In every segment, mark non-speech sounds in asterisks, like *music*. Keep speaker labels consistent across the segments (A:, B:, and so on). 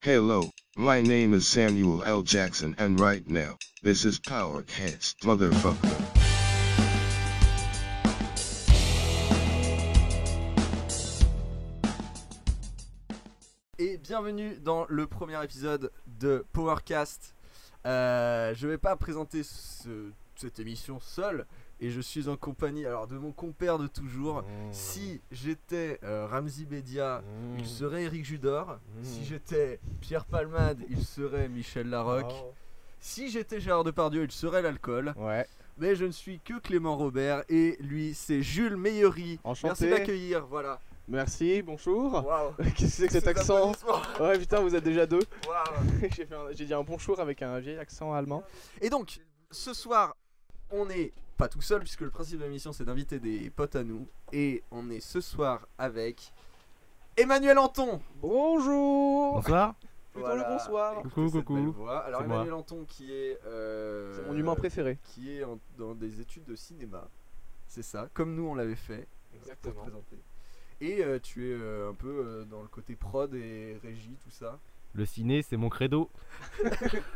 A: Hello, my name is Samuel L. Jackson and right now, this is Powercast, motherfucker.
B: et bienvenue dans le premier épisode de Powercast. Euh, je vais pas présenter ce- cette émission seul et je suis en compagnie alors de mon compère de
C: Mmh.
B: toujours. Si j'étais euh, Ramzi Bedia,
C: Mmh.
B: il serait Eric Judor. Si j'étais Pierre Palmade, il serait Michel Larocque.
C: Oh.
B: Si j'étais Gérard Depardieu, il serait l'alcool.
C: Ouais,
B: Mais je ne suis que Clément Robert et lui c'est Jules Meillery. Merci
C: enchanté.
B: d'accueillir, voilà.
C: Merci, bonjour.
B: Waouh.
C: *laughs* Qu'est-ce que c'est que cet accent
B: applaudissement.
C: Ouais, putain, vous êtes déjà deux. *laughs*
B: Waouh.
C: J'ai fait un- j'ai dit un bonjour avec un vieil accent allemand.
B: Et donc, ce soir, on n'est pas tout seul, puisque le principe de l'émission, c'est d'inviter des potes à nous. Et on est ce soir avec Emmanuel Anton.
C: Bonjour
D: Bonsoir.
C: Plutôt le bonsoir.
B: Écoutez
D: Coucou,
B: cette
D: coucou.
B: belle voix. Alors,
D: C'est
B: Emmanuel Anton, qui est. euh,
C: C'est mon humain préféré.
B: Qui est en- dans des études de cinéma. C'est ça, comme nous, on l'avait fait. Pour te présenter. Et euh, tu es euh, un peu euh, dans le côté prod et régie, tout ça.
D: Le ciné, c'est mon credo.
C: *laughs*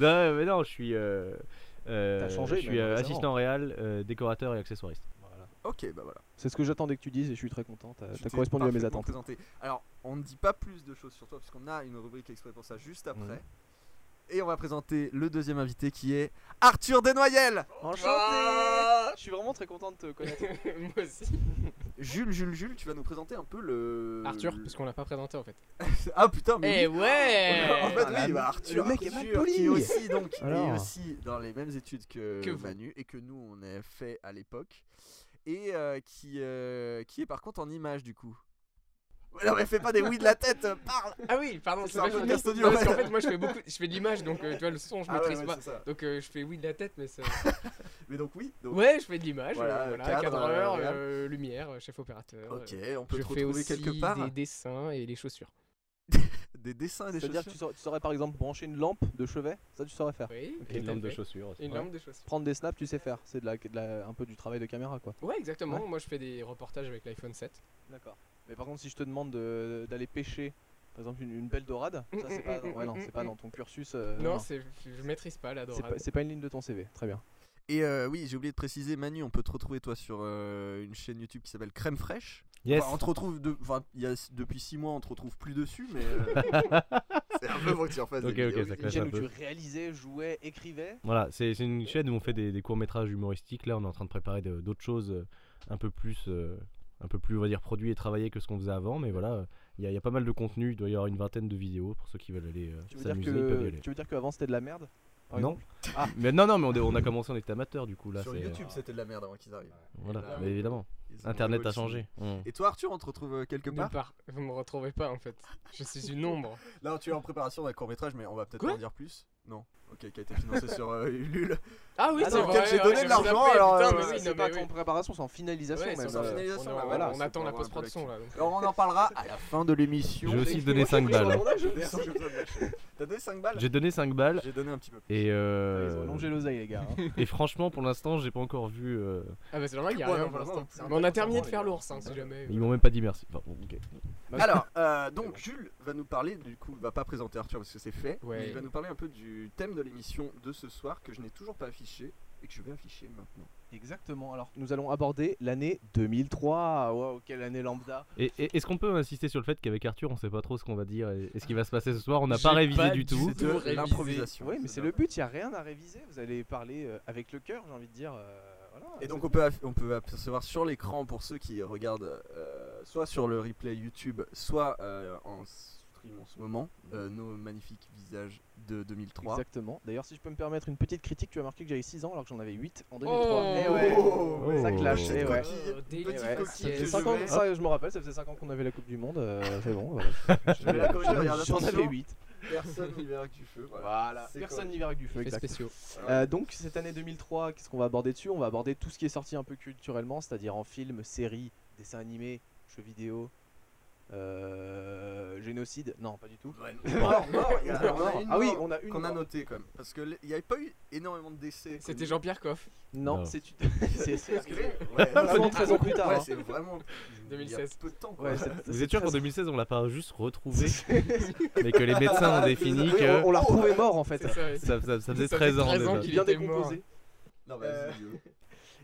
D: non, mais non, je suis. euh, euh,
C: T'as changé,
D: Je suis
C: même,
D: euh,
C: récemment.
D: assistant réel, euh, décorateur et accessoiriste.
B: Ok, bah voilà.
C: C'est ce que j'attendais que tu dises et je suis très content. T'as
B: Tu
C: t'as
B: t'es
C: correspondu à mes
B: parfaitement
C: attentes.
B: présenté. Alors, on ne dit pas plus de choses sur toi, puisqu'on a une rubrique exprès pour ça juste après.
C: Mhm.
B: Et on va présenter le deuxième invité qui est Arthur Desnoyelles Ah.
C: Je suis vraiment très content de te
B: *laughs*
C: connaître.
E: *laughs* Moi aussi.
B: Euh, Jules, Jules, Jules, tu vas nous présenter un peu le.
E: Arthur,
B: le-
E: parce qu'on l'a pas présenté en fait.
B: Ah putain, mais.
E: Eh
B: oui.
E: ouais
B: En fait, oui,
C: la-
B: bah, Arthur,
C: Ah, le mec est
B: Arthur,
C: mal poli.
B: qui est aussi, donc, il est
C: Alors.
B: aussi dans les mêmes études que,
E: Que vous.
B: Manu et que nous on a fait à l'époque et euh, qui, euh, qui est par contre en image du coup. Ouais, Non mais fais pas des oui de la tête, euh, parle
E: Ah oui, pardon,
B: C'est
E: c'est
B: un
E: pas fini.
B: podcast audio,
E: Non, Parce qu'en
B: ouais.
E: fait, moi je fais beaucoup, je fais de l'image, donc euh, tu vois, le son, je
B: Ah ouais,
E: maîtrise
B: ouais,
E: pas.
B: c'est ça.
E: Donc euh, je fais oui de la tête, mais ça.
B: Mais donc oui, donc
E: Ouais, je fais de l'image,
B: Voilà,
E: euh, voilà,
B: cadre,
E: cadreur,
B: euh, réal.
E: euh, lumière, euh, chef opérateur. euh,
B: Ok, on peut
E: Je
B: te
E: fais
B: retrouver
E: aussi
B: quelque part.
E: des dessins et les chaussures.
B: *laughs* Des dessins et des
C: C'est-à-dire que tu
B: chaussures.
C: saurais, tu saurais par exemple brancher une lampe de chevet Ça, tu saurais
B: Ah.
C: faire.
E: Oui,
D: Et une lampe de
E: chaussures.
D: chaussures aussi.
E: Une lampe de chaussures.
C: Prendre des snaps, tu sais faire. C'est de la, de la- un peu du travail de caméra quoi.
E: Ouais, exactement.
C: Ouais.
E: Moi je fais des reportages avec l'iPhone 7.
C: D'accord. Mais par contre, si je te demande de- d'aller pêcher. Par exemple, une, une belle dorade, ça c'est pas, ouais, non, c'est pas dans ton cursus.
B: Ah.
C: euh,
E: non,
C: non.
E: c'est je maîtrise pas la
C: C'est
E: dorade.
C: pas, c'est pas une ligne de ton CV, très bien.
B: Et euh, oui, j'ai oublié de préciser, Manu, on peut te retrouver toi sur euh, une chaîne YouTube qui s'appelle Crème Fraîche.
D: Yes.
B: Enfin, on te retrouve de- enfin, il y a- depuis 6 mois, on te retrouve plus dessus, mais
D: *laughs*
B: euh, c'est un peu moi qui en fasse des
D: Ok, ok,
B: vidéos.
D: ça
C: Une
D: classe
C: chaîne
D: un
C: où
D: peu.
C: tu réalisais, jouais, écrivais.
D: Voilà, c'est c'est une chaîne où on fait des, courts métrages humoristiques. Là, on est en train de préparer de- d'autres choses euh, un peu plus, euh, un peu plus, on va dire, produits et travaillés que ce qu'on faisait avant. Mais voilà, euh, il y, a- il y a pas mal de contenu. Il doit y avoir une vingtaine de vidéos pour ceux qui veulent aller euh,
C: Tu veux dire
D: s'amuser. Ils peuvent y
C: que
D: aller.
C: tu veux dire qu'avant c'était de la merde par
D: Non.
C: exemple Ah.
D: Mais non, non, mais on, est- on a commencé, on était amateur du coup là.
B: Sur
D: c'est- euh, Ah
B: YouTube, c'était de la merde avant qu'ils arrivent.
D: Voilà,
B: Là,
D: mais évidemment.
B: Ils ont
D: Internet a changé.
B: révolutionné.
D: Mmh. On-
B: Et toi, Arthur, on te retrouve euh, quelque
E: Nulle
B: part
E: part. Vous me retrouvez pas en fait. Je suis une ombre.
B: Là, tu es en préparation d'un court métrage, mais on va peut-être
E: Quoi
B: en dire plus. Non. Ok, qui a été financé sur euh, Ulule.
E: Ah oui,
C: Ah
E: c'est
C: non,
E: vrai.
B: j'ai donné
E: Ah, ouais,
B: de l'argent,
E: je me suis
B: alors,
E: tapé,
B: euh,
E: putain, mais oui,
C: C'est
E: non,
C: pas
E: mais
C: qu'en
E: oui.
C: préparation, c'est en finalisation
E: Ouais,
C: même.
E: c'est en
C: euh,
B: finalisation,
C: on est-
B: bah
E: Ouais,
B: voilà,
C: voilà.
E: on
B: c'est
E: attend
B: pour avoir
E: la
B: un peu
E: post-production là. donc.
B: Alors, on en parlera à la fin de l'émission.
D: J'ai aussi donné 5 balles.
E: hein.
B: T'as donné 5 balles
D: J'ai donné 5 balles
B: J'ai donné un petit peu.
D: et, euh,
C: Ils ont allongé l'oseille les gars.
E: *laughs*
C: hein.
D: et franchement pour l'instant j'ai pas encore vu. euh,
E: Ah bah c'est normal, il y a
B: Ouais,
E: rien
B: non,
E: pour
B: pour
E: l'instant.
B: l'instant,
E: Mais on
B: c'est un
E: a terminé de
B: peu
E: faire
B: conservé,
E: l'ours, hein, si jamais.
D: Ils m'ont même pas dit merci. Enfin, bon, ok.
B: *laughs* Alors, euh, donc Jules va nous parler, du coup, il va pas présenter Arthur parce que c'est fait,
E: Ouais.
B: mais il va nous parler un peu du thème de l'émission de ce soir que je n'ai toujours pas affiché et que je vais afficher maintenant.
C: Exactement. Alors, nous allons aborder l'année 2003. Waouh, quelle année lambda.
D: Et, et- est-ce qu'on peut insister sur le fait qu'avec Arthur on sait pas trop ce qu'on va dire et, et ce qui va se passer ce soir On n'a
E: J'ai
D: pas révisé
E: pas
D: du
E: du
D: tout.
E: tout. Tout révisé.
C: Oui, mais c'est le but, il y a rien à réviser. Vous allez parler euh, avec le cœur, j'ai envie de dire. euh, voilà.
B: Et donc on peut, aff- on peut apercevoir sur l'écran pour ceux qui regardent euh, soit sur le replay YouTube, soit euh, en stream en ce moment,
C: Mm.
B: euh, nos magnifiques visages de 2003.
C: Exactement. D'ailleurs, si je peux me permettre une petite critique, tu as marqué que j'avais 6 ans alors que j'en avais 8 en 2003.
E: Oh
C: Eh ouais.
B: Oh,
D: ouais.
C: Ça clash,
D: Petite
C: eh ouais.
B: coquille, petite
E: délire.
C: Ouais,
B: coquille
C: ça
B: que
C: faisait
B: je
C: cinq ans-
B: vais-
C: ça, je me rappelle, ça faisait 5 ans qu'on avait la Coupe du Monde.
B: *laughs*
C: euh, c'est bon, voilà.
B: Je vais la corriger, regarde,
C: J'en avais
B: attention.
C: 8.
B: Personne n'y verra que du feu. Voilà.
C: Voilà.
B: C'est
C: Personne
B: correct.
C: n'y verra que du feu,
E: Effets
C: exact.
E: spéciaux.
C: Euh, donc, cette année 2003, qu'est-ce qu'on va aborder dessus On va aborder tout ce qui est sorti un peu culturellement, c'est-à-dire en film, séries, dessins animés, jeux vidéo, euh, génocide. Non, pas du tout.
B: *laughs* Mort, mort, il y a-
C: Non,
B: on a
C: non.
B: une
C: ah oui,
B: mort
C: on a une.
B: qu'on a
C: mort.
B: noté quand même. Parce qu'il n'y avait pas eu énormément de décès.
E: C'était Jean-Pierre Coff,
D: Non.
C: Non, c'est *laughs* c'est-
B: *laughs*
C: c'est-
B: Parce que- ouais,
C: vraiment 13 ans plus tard,
B: Ouais,
C: hein.
B: c'est vraiment. Il y a
E: 2016.
B: peu de temps quoi.
C: Ouais, c'est-
D: Vous
C: c'est
D: êtes sûr
C: très-
D: qu'en 2016 on l'a pas juste
C: *laughs*
D: retrouvé mais que les médecins ont défini
C: Oui,
D: que
C: on, on l'a retrouvé mort en fait.
E: C'est ça, ouais.
D: ça, ça- ça faisait
E: Ça fait
D: 13 ans
E: 13 ans
D: déjà.
E: qu'il
C: Il vient
E: était mort.
C: décomposé.
B: *laughs* Non,
C: Euh,
B: vas-y.
E: Ah,
B: euh.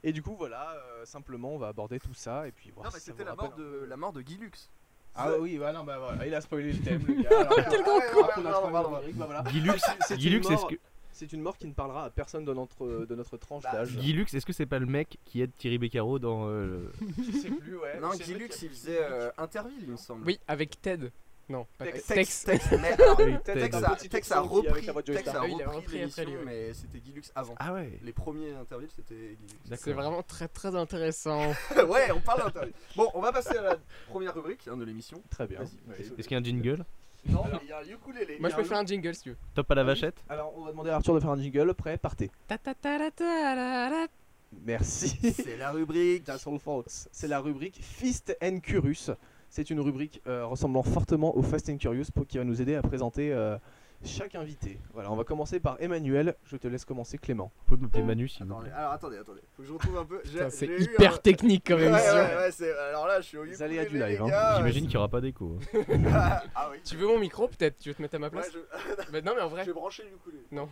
C: Et du coup, voilà, euh, simplement, on va aborder tout ça et puis voir.
B: Non,
C: si
B: mais
C: ça
B: c'était
C: vous
B: la
C: rappelle.
B: mort de la mort de Guy Lux.
C: Ah oui, voilà, bah voilà, il a spoilé le thème, le gars. Alors,
E: Ah,
B: Ah,
E: Quel
C: alors,
E: grand con.
C: alors qu'on a spoilé le générique, bah voilà.
D: Guy Lux,
C: C'est- c'est
D: Guy
C: une
D: Lux, est-ce
C: mort-
D: que
C: C'est une mort qui ne parlera à personne de notre, de notre tranche
B: Bah,
C: d'âge.
D: Guy Lux, est-ce que c'est pas le mec qui aide Thierry Beccaro dans euh, le-
C: Je sais plus, ouais.
B: Non,
C: C'est
B: Guy
C: vrai
B: Lux,
C: qu'il y
B: il
C: a-
B: faisait euh, Interville, il me semble.
E: Oui, avec Ted. Non, pas Ted.
B: Tex, Tex,
E: Tex.
B: Tex, mais alors,
D: Oui,
C: Tex.
B: Tex
D: Tex.
B: a,
C: Petit
B: Tex a
C: accent qui, avec
B: repris,
C: la voix de
B: Tex a
E: Joey Star. Ah, il a
B: repris
E: repris
B: l'émission,
E: après lui, ouais.
B: mais c'était Guy Lux avant.
D: Ah ouais.
B: Les premiers interviews, c'était Guy Lux.
E: C'est vraiment très très intéressant.
B: *laughs* ouais, on parle d'interviews. Bon, on va passer à la première rubrique hein, de l'émission.
C: Très bien.
B: Vas-y,
C: Ouais.
B: désolé.
D: Est-ce qu'il y a un jingle
B: Non, mais il y a un ukulélé.
E: Moi
B: Il y
E: je
B: a
E: peux
B: un
E: faire un jingle si tu veux.
D: Top à la vachette
C: Alors, on va demander à Arthur de faire un jingle, prêt, partez.
E: Ta ta ta ta ta la la.
B: *laughs*
C: Merci.
B: C'est la rubrique.
C: That's all folks. C'est la rubrique Fist and Curious. C'est une rubrique euh, ressemblant fortement au Fast and Curious pour, qui va nous aider à présenter euh, chaque invité. Voilà, on va commencer par Emmanuel. Je te laisse commencer, Clément.
D: Vous pouvez m'appeler Manu si vous
B: Attendez,
D: voulez.
B: alors attendez, attendez. Faut que je retrouve un peu. J'ai-
E: Putain, C'est
B: j'ai eu
E: hyper
B: un-
E: technique comme
B: Ouais,
E: émission.
B: ouais, ouais, c'est- alors là, je suis au
C: Les
B: ukulélé.
C: aléas du live,
B: les
C: hein.
B: gars.
D: J'imagine qu'il y aura pas d'écho. hein.
B: Ah, ah oui.
E: Tu veux mon micro peut-être Tu veux te mettre à ma
B: Ouais,
E: place
B: je...
E: Bah non mais en
B: je
E: vrai.
B: vais brancher le ukulélé.
E: Non.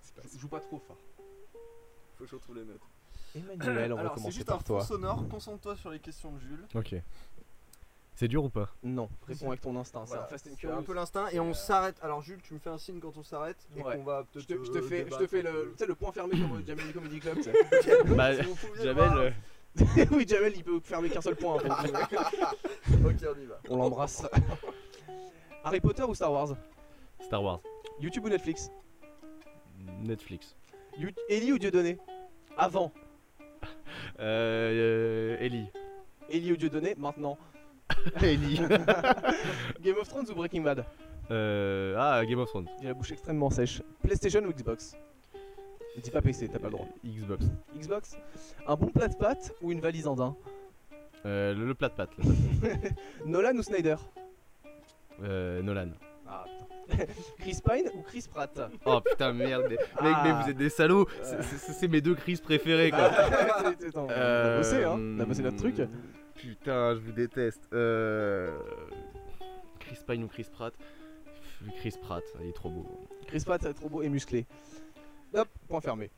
B: C'est pas-
C: Je joue pas trop fort.
B: Faut que je retrouve les notes.
C: Emmanuel, on va
B: Alors, c'est
C: commencer
B: juste un
C: par
B: fond
C: toi.
B: sonore. Concentre-toi sur les questions de Jules.
D: Ok. C'est dur ou pas
C: Non, réponds avec ton instinct.
B: Voilà,
C: Ah, c'est un Fast and
B: c'est un
C: Curious.
B: peu l'instinct et
C: C'est,
B: on
C: euh,
B: s'arrête. Alors Jules, tu me fais un signe quand on s'arrête et
C: Ouais.
B: qu'on va
C: Je
B: peut-être.
C: te, je te
B: euh,
C: fais, je te
B: débattre
C: fais
B: un
C: le, *laughs*
B: peu.
C: tu sais, le point fermé comme au Jamel Comedy *laughs* Club. tu sais.
D: Bah,
B: Si vous pouviez
D: Jamel,
B: voir.
D: euh,
C: oui, Jamel, il peut fermer qu'un seul point. en fait.
B: *laughs* Ok, on *laughs* y va.
C: On *laughs* l'embrasse. Harry Potter ou Star Wars
D: Star Wars,
C: YouTube ou Netflix
D: Netflix,
C: You- Ellie ou Dieudonné Avant.
D: euh, euh, Ellie,
C: Ellie ou Dieudonné Maintenant.
D: *laughs* Ellie,
C: Game of Thrones ou Breaking Bad
D: *laughs* euh, ah Game of Thrones,
C: J'ai la bouche extrêmement sèche. PlayStation ou Xbox Dis pas PC, t'as pas le droit.
D: Euh, Xbox,
C: Xbox Un bon plat de pâtes ou une valise en daim
D: euh, le, le plat de pâtes, le plat de
C: Nolan ou Snyder
D: pâtes. Euh, Nolan.
C: Ah putain. *laughs* Chris Pine ou Chris Pratt
D: *laughs*
C: *laughs*
D: Oh putain merde, mais,
C: Ah.
D: mec, mais vous êtes des salauds, C'est- c'est c'est mes deux crises préférées quoi.
C: C'est- c'est- attends, On a bossé, hein On a bossé notre truc.
D: Euh, *laughs* Putain, je vous déteste. Euh, Chris Pine ou Chris Pratt Pff, Chris Pratt, il est trop beau.
C: Chris Pratt, trop beau et musclé. Hop, point fermé.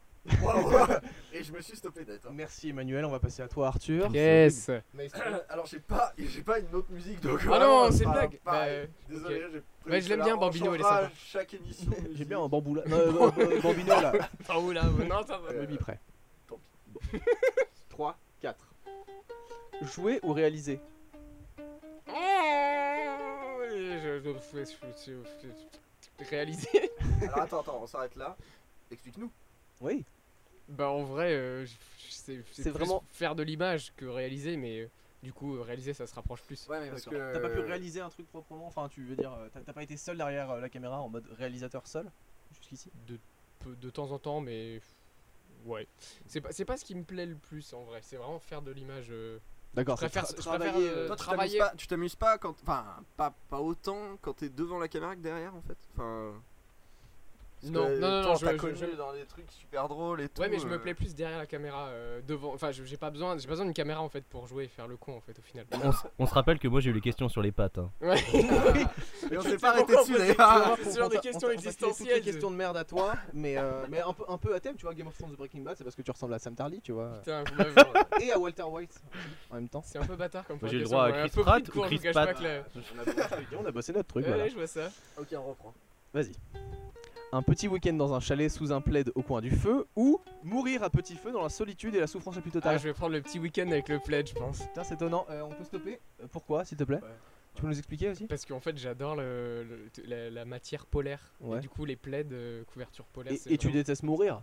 B: Waouh. et je me suis stoppé net. hein.
C: Merci Emmanuel, on va passer à toi Arthur.
E: Yes.
B: *coughs* Alors j'ai pas, j'ai pas une autre musique donc.
E: Ah
B: vraiment,
E: non, c'est une
B: pas-
E: blague.
B: pas-
E: Bah, euh,
B: Désolé,
E: ok.
B: j'ai.
E: Ouais, je l'aime bien,
B: On
E: Bambino, elle est
B: changera
E: sympa.
B: Chaque
E: *laughs*
B: émission.
C: J'ai
B: musique.
C: bien un bamboula. Non, euh, euh, euh, bambino là.
E: Ah oula, non, attends.
C: Je me mis prêt.
B: tant
C: *laughs* 3, 4. Jouer ou réaliser
E: Je dois réaliser.
B: Alors attends, attends, on s'arrête là. Explique-nous.
C: Oui.
E: Bah en vrai, euh, je- je- c'est c'est
C: C'est
E: plus
C: vraiment-
E: faire de l'image que réaliser, mais euh, du coup euh, réaliser ça se rapproche plus.
B: Ouais, mais parce que.
C: T'as pas pu réaliser un truc proprement Enfin, tu veux dire, euh, t'as t'as pas été seul derrière euh, la caméra en mode réalisateur seul Jusqu'ici
E: De, peu- de temps en temps, mais ouais. C'est pas, c'est pas ce qui me plaît le plus en vrai. C'est vraiment faire de l'image. euh,
C: D'accord,
E: Je préfère-
C: tra-
E: je préfère, euh,
B: Toi, tu t'amuses
E: Travailler.
B: pas, tu t'amuses pas quand, enfin, pas, pas autant quand t'es devant la caméra que derrière en fait. Enfin. parce
E: Non,
B: que
E: non, non,
B: toi,
E: non, je-
B: t'as
E: je-
B: connu
E: je-
B: dans des trucs super drôles et tout.
E: Ouais, mais je me
B: euh,
E: plais plus derrière la caméra, euh, devant. Enfin, je- j'ai pas besoin, j'ai pas besoin d'une caméra en fait pour jouer et faire le con en fait au final.
B: Ah.
D: On, s- on se rappelle que moi j'ai eu les questions sur les pattes. hein.
E: *laughs*
B: *laughs*
E: Ouais.
B: Mais on
C: Je
E: *laughs*
B: s'est
C: sais
B: pas arrêté
C: pourquoi
B: dessus
C: on pose
B: d'ailleurs.
E: C'est sur des questions
C: Des
E: existentielles.
C: questions de merde à toi, mais, euh, mais un, peu, un peu à thème, tu vois. Game of Thrones The Breaking Bad, c'est parce que tu ressembles à Sam Tarly, tu vois.
E: Putain, vous m'avez-
C: Et à Walter White en même temps.
E: c'est un peu bâtard comme
D: Moi, j'ai le
E: podcast,
D: droit à
E: on est un
D: Chris
E: peu pris de
D: Pratt ou
E: court, je vous
D: Chris
E: cache pas
D: Pratt
E: que la-
C: On a bossé- on a bossé notre truc,
E: Ouais,
C: voilà.
E: je vois ça.
B: Ok, on reprend.
C: Vas-y. Un petit week-end dans un chalet sous un plaid au coin du feu ou mourir à petit feu dans la solitude et la souffrance la plus
E: Ah,
C: totale.
E: je vais prendre le petit week-end avec le plaid, je pense.
C: Putain, c'est étonnant. Euh, on peut stopper Euh, Pourquoi, s'il te plaît
B: Ouais.
C: Tu peux nous expliquer aussi
E: Parce qu'en fait, j'adore le, le- t- la, la matière polaire.
C: Ouais.
E: Et du coup, les plaids, euh, couverture polaire.
C: Et,
E: c'est
C: et tu
E: vraiment-
C: détestes mourir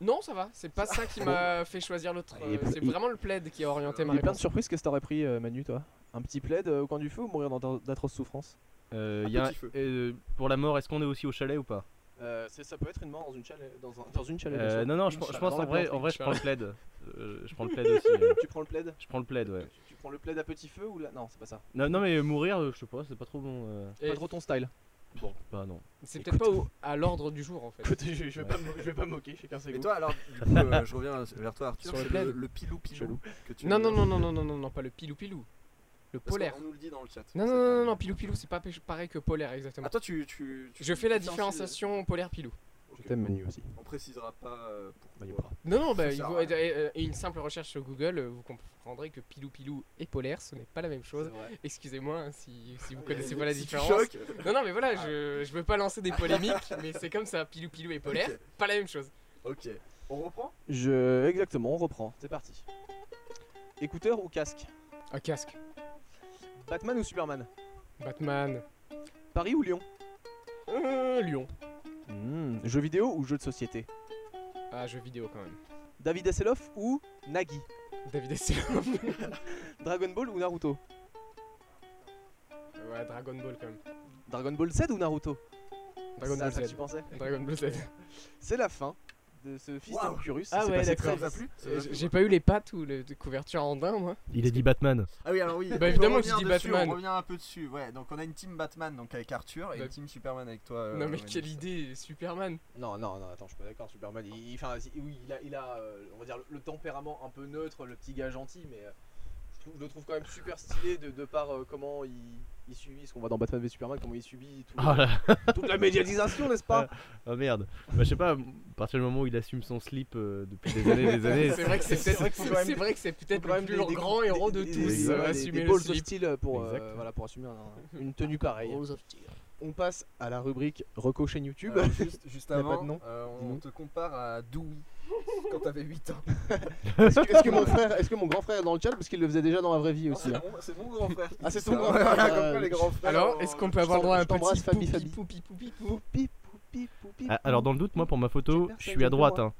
E: Non, ça va, c'est
C: *laughs*
E: pas ça qui m'a fait choisir l'autre.
C: Il est
E: euh,
C: pl-
E: c'est
C: il-
E: vraiment le plaid qui a orienté
C: Il
E: ma
C: y a plein de
E: réponse.
C: surprises. Qu'est-ce que t'aurais pris, euh, Manu, toi Un petit plaid euh, au coin du feu ou mourir dans ta- d'atroces souffrances
D: Euh,
B: Un
D: y a-
B: petit feu.
D: euh, pour la mort, est-ce qu'on est aussi au chalet ou pas
C: Euh, Ça peut être une mort dans une chalet. Dans, une chalet
D: Euh,
E: *laughs*
D: Non, non, je, pense- je pense en vrai, en vrai je prends le plaid. Euh, je prends le plaid aussi. euh.
C: Tu prends le plaid
D: Je prends le plaid, ouais.
C: Tu prends le plaid à petit feu ou là Non, c'est pas ça.
F: Non, non, mais mourir, euh, je sais pas, c'est pas trop bon. euh,
E: Et
C: Pas trop ton style.
F: Bon, bah non.
E: C'est peut-être pas au- à l'ordre du jour en fait.
C: *laughs* Écoute, je, je vais pas me- je vais pas me moquer, chacun ses
B: Et
C: goûts.
B: toi alors, du coup, euh, je reviens vers toi Arthur,
E: Sur le
B: c'est
E: plaid.
B: le, le pilou pilou
C: Chelou.
B: que tu
E: Non, non, non, non, non, non, non, non, pas le pilou pilou. Le
B: Parce qu'on-
E: polaire.
B: On nous le dit dans le chat.
E: Non, non, non, non, non, pilou pilou, c'est pas pe- pareil que polaire exactement.
B: Ah toi tu, tu, tu-
E: Je fais la
B: tu différencies-
E: différenciation polaire pilou.
B: Ok.
C: Je t'aime Manu aussi.
B: On précisera pas euh, pourquoi.
C: Bah, il est pas.
E: Non, non,
B: Ça
E: bah, il
B: sert à
E: vaut-
B: rien.
E: et, euh, et une simple recherche sur Google, euh, vous comprendrez que pilou pilou et polaire, ce n'est pas la même chose. Excusez-moi hein, si,
C: Euh,
E: si vous connaissez pas
B: *laughs*
E: la
B: Si tu
E: différence.
B: choques, euh,
E: Non, non, mais voilà,
C: Ah.
E: je, je veux pas lancer des polémiques, *laughs* mais c'est comme ça, pilou pilou et polaire,
B: Ok.
E: pas la même chose.
B: Ok. On reprend
C: Je... Exactement, on reprend. C'est parti. Écouteur ou casque
E: Un casque,
C: Batman ou Superman
E: Batman,
C: Paris ou Lyon
E: euh, Lyon.
C: Hmm, Jeux vidéo ou jeux de société
E: Ah, jeu vidéo quand même.
C: David Hasselhoff ou Nagui
E: David *laughs* Hasselhoff.
C: Dragon Ball ou Naruto
E: ouais, Dragon Ball quand même.
C: Dragon Ball Z ou Naruto
E: Dragon
C: C'est à
E: Ball
C: ça que
E: Z.
C: tu pensais
E: *laughs* Dragon Ball Z.
C: C'est la fin de ce fils
B: Waouh.
C: Curus.
E: Ah ouais,
B: Ça
E: d'accord.
B: vous a plu Ça vous a plu
E: J'ai pas eu les pattes ou les couvertures en daim, moi.
F: Il a dit Batman.
B: Ah oui, alors oui.
E: Bah,
B: on peut
E: évidemment que
B: revenir
E: tu dis
B: dessus,
E: Batman.
B: On revient un peu dessus. Ouais, donc on a une team Batman donc avec Arthur et
E: Bah-
B: une team Superman avec toi. euh,
E: non, mais
B: Manu.
E: quelle
C: *laughs*
E: idée, Superman.
C: Non, non, non, attends, je suis pas d'accord. Superman, il, il- enfin, si- oui, il a, il a euh, on va dire, le, le tempérament un peu neutre, le petit gars gentil, mais euh, je, trouve- je le trouve quand même super stylé de, de par euh, comment il, il subit ce qu'on voit dans Batman v Superman, comment il subit tout-
F: *laughs*
E: Oh
F: Ah là
C: *laughs* toute la médiatisation, n'est-ce pas
F: Ah merde. Bah, je sais pas, à partir du moment où il assume son slip euh, depuis des années
E: *laughs*
F: et des années.
E: C'est vrai que c'est
C: C'est vrai
E: peut-être
C: qu'il faut quand même-
E: c'est vrai que c'est *laughs* peut-être
C: Faut quand
E: le
C: même
E: plus
C: des- des-
E: grand héros de
C: des- des-
E: tous,
C: voilà,
E: euh,
C: des-
E: assumer
C: des
E: le
C: balls of
E: slip. Oh.
C: steel pour, euh,
F: Exact.
C: voilà, pour assumer un- une tenue pareille.
E: Balls of steel.
C: On passe à la rubrique Reco chaîne YouTube.
B: Alors, Euh, juste, juste
C: Y a pas de
B: avant,
C: nom.
B: euh, on
C: Dis-nous.
B: te compare à Dewey quand t'avais 8 ans.
C: Est-ce que, est-ce que mon frère, est-ce que mon grand frère est dans le chat parce qu'il le faisait déjà dans la vraie vie aussi hein.
B: mon- c'est mon grand frère. qui
C: Ah,
B: dit
C: c'est
B: ça.
C: ton grand
B: *laughs*
C: frère.
B: Voilà, comme quoi les grands frères.
E: Alors,
B: on-
E: est-ce qu'on peut avoir droit à un
C: je t'embrasse,
E: petit
C: Fabi,
E: poupi,
C: Fabi.
E: poupi, poupi, poupi
C: Poupi, poupi, poupi,
F: Ah, alors, dans le doute, moi, pour ma photo, je suis à droite. hein.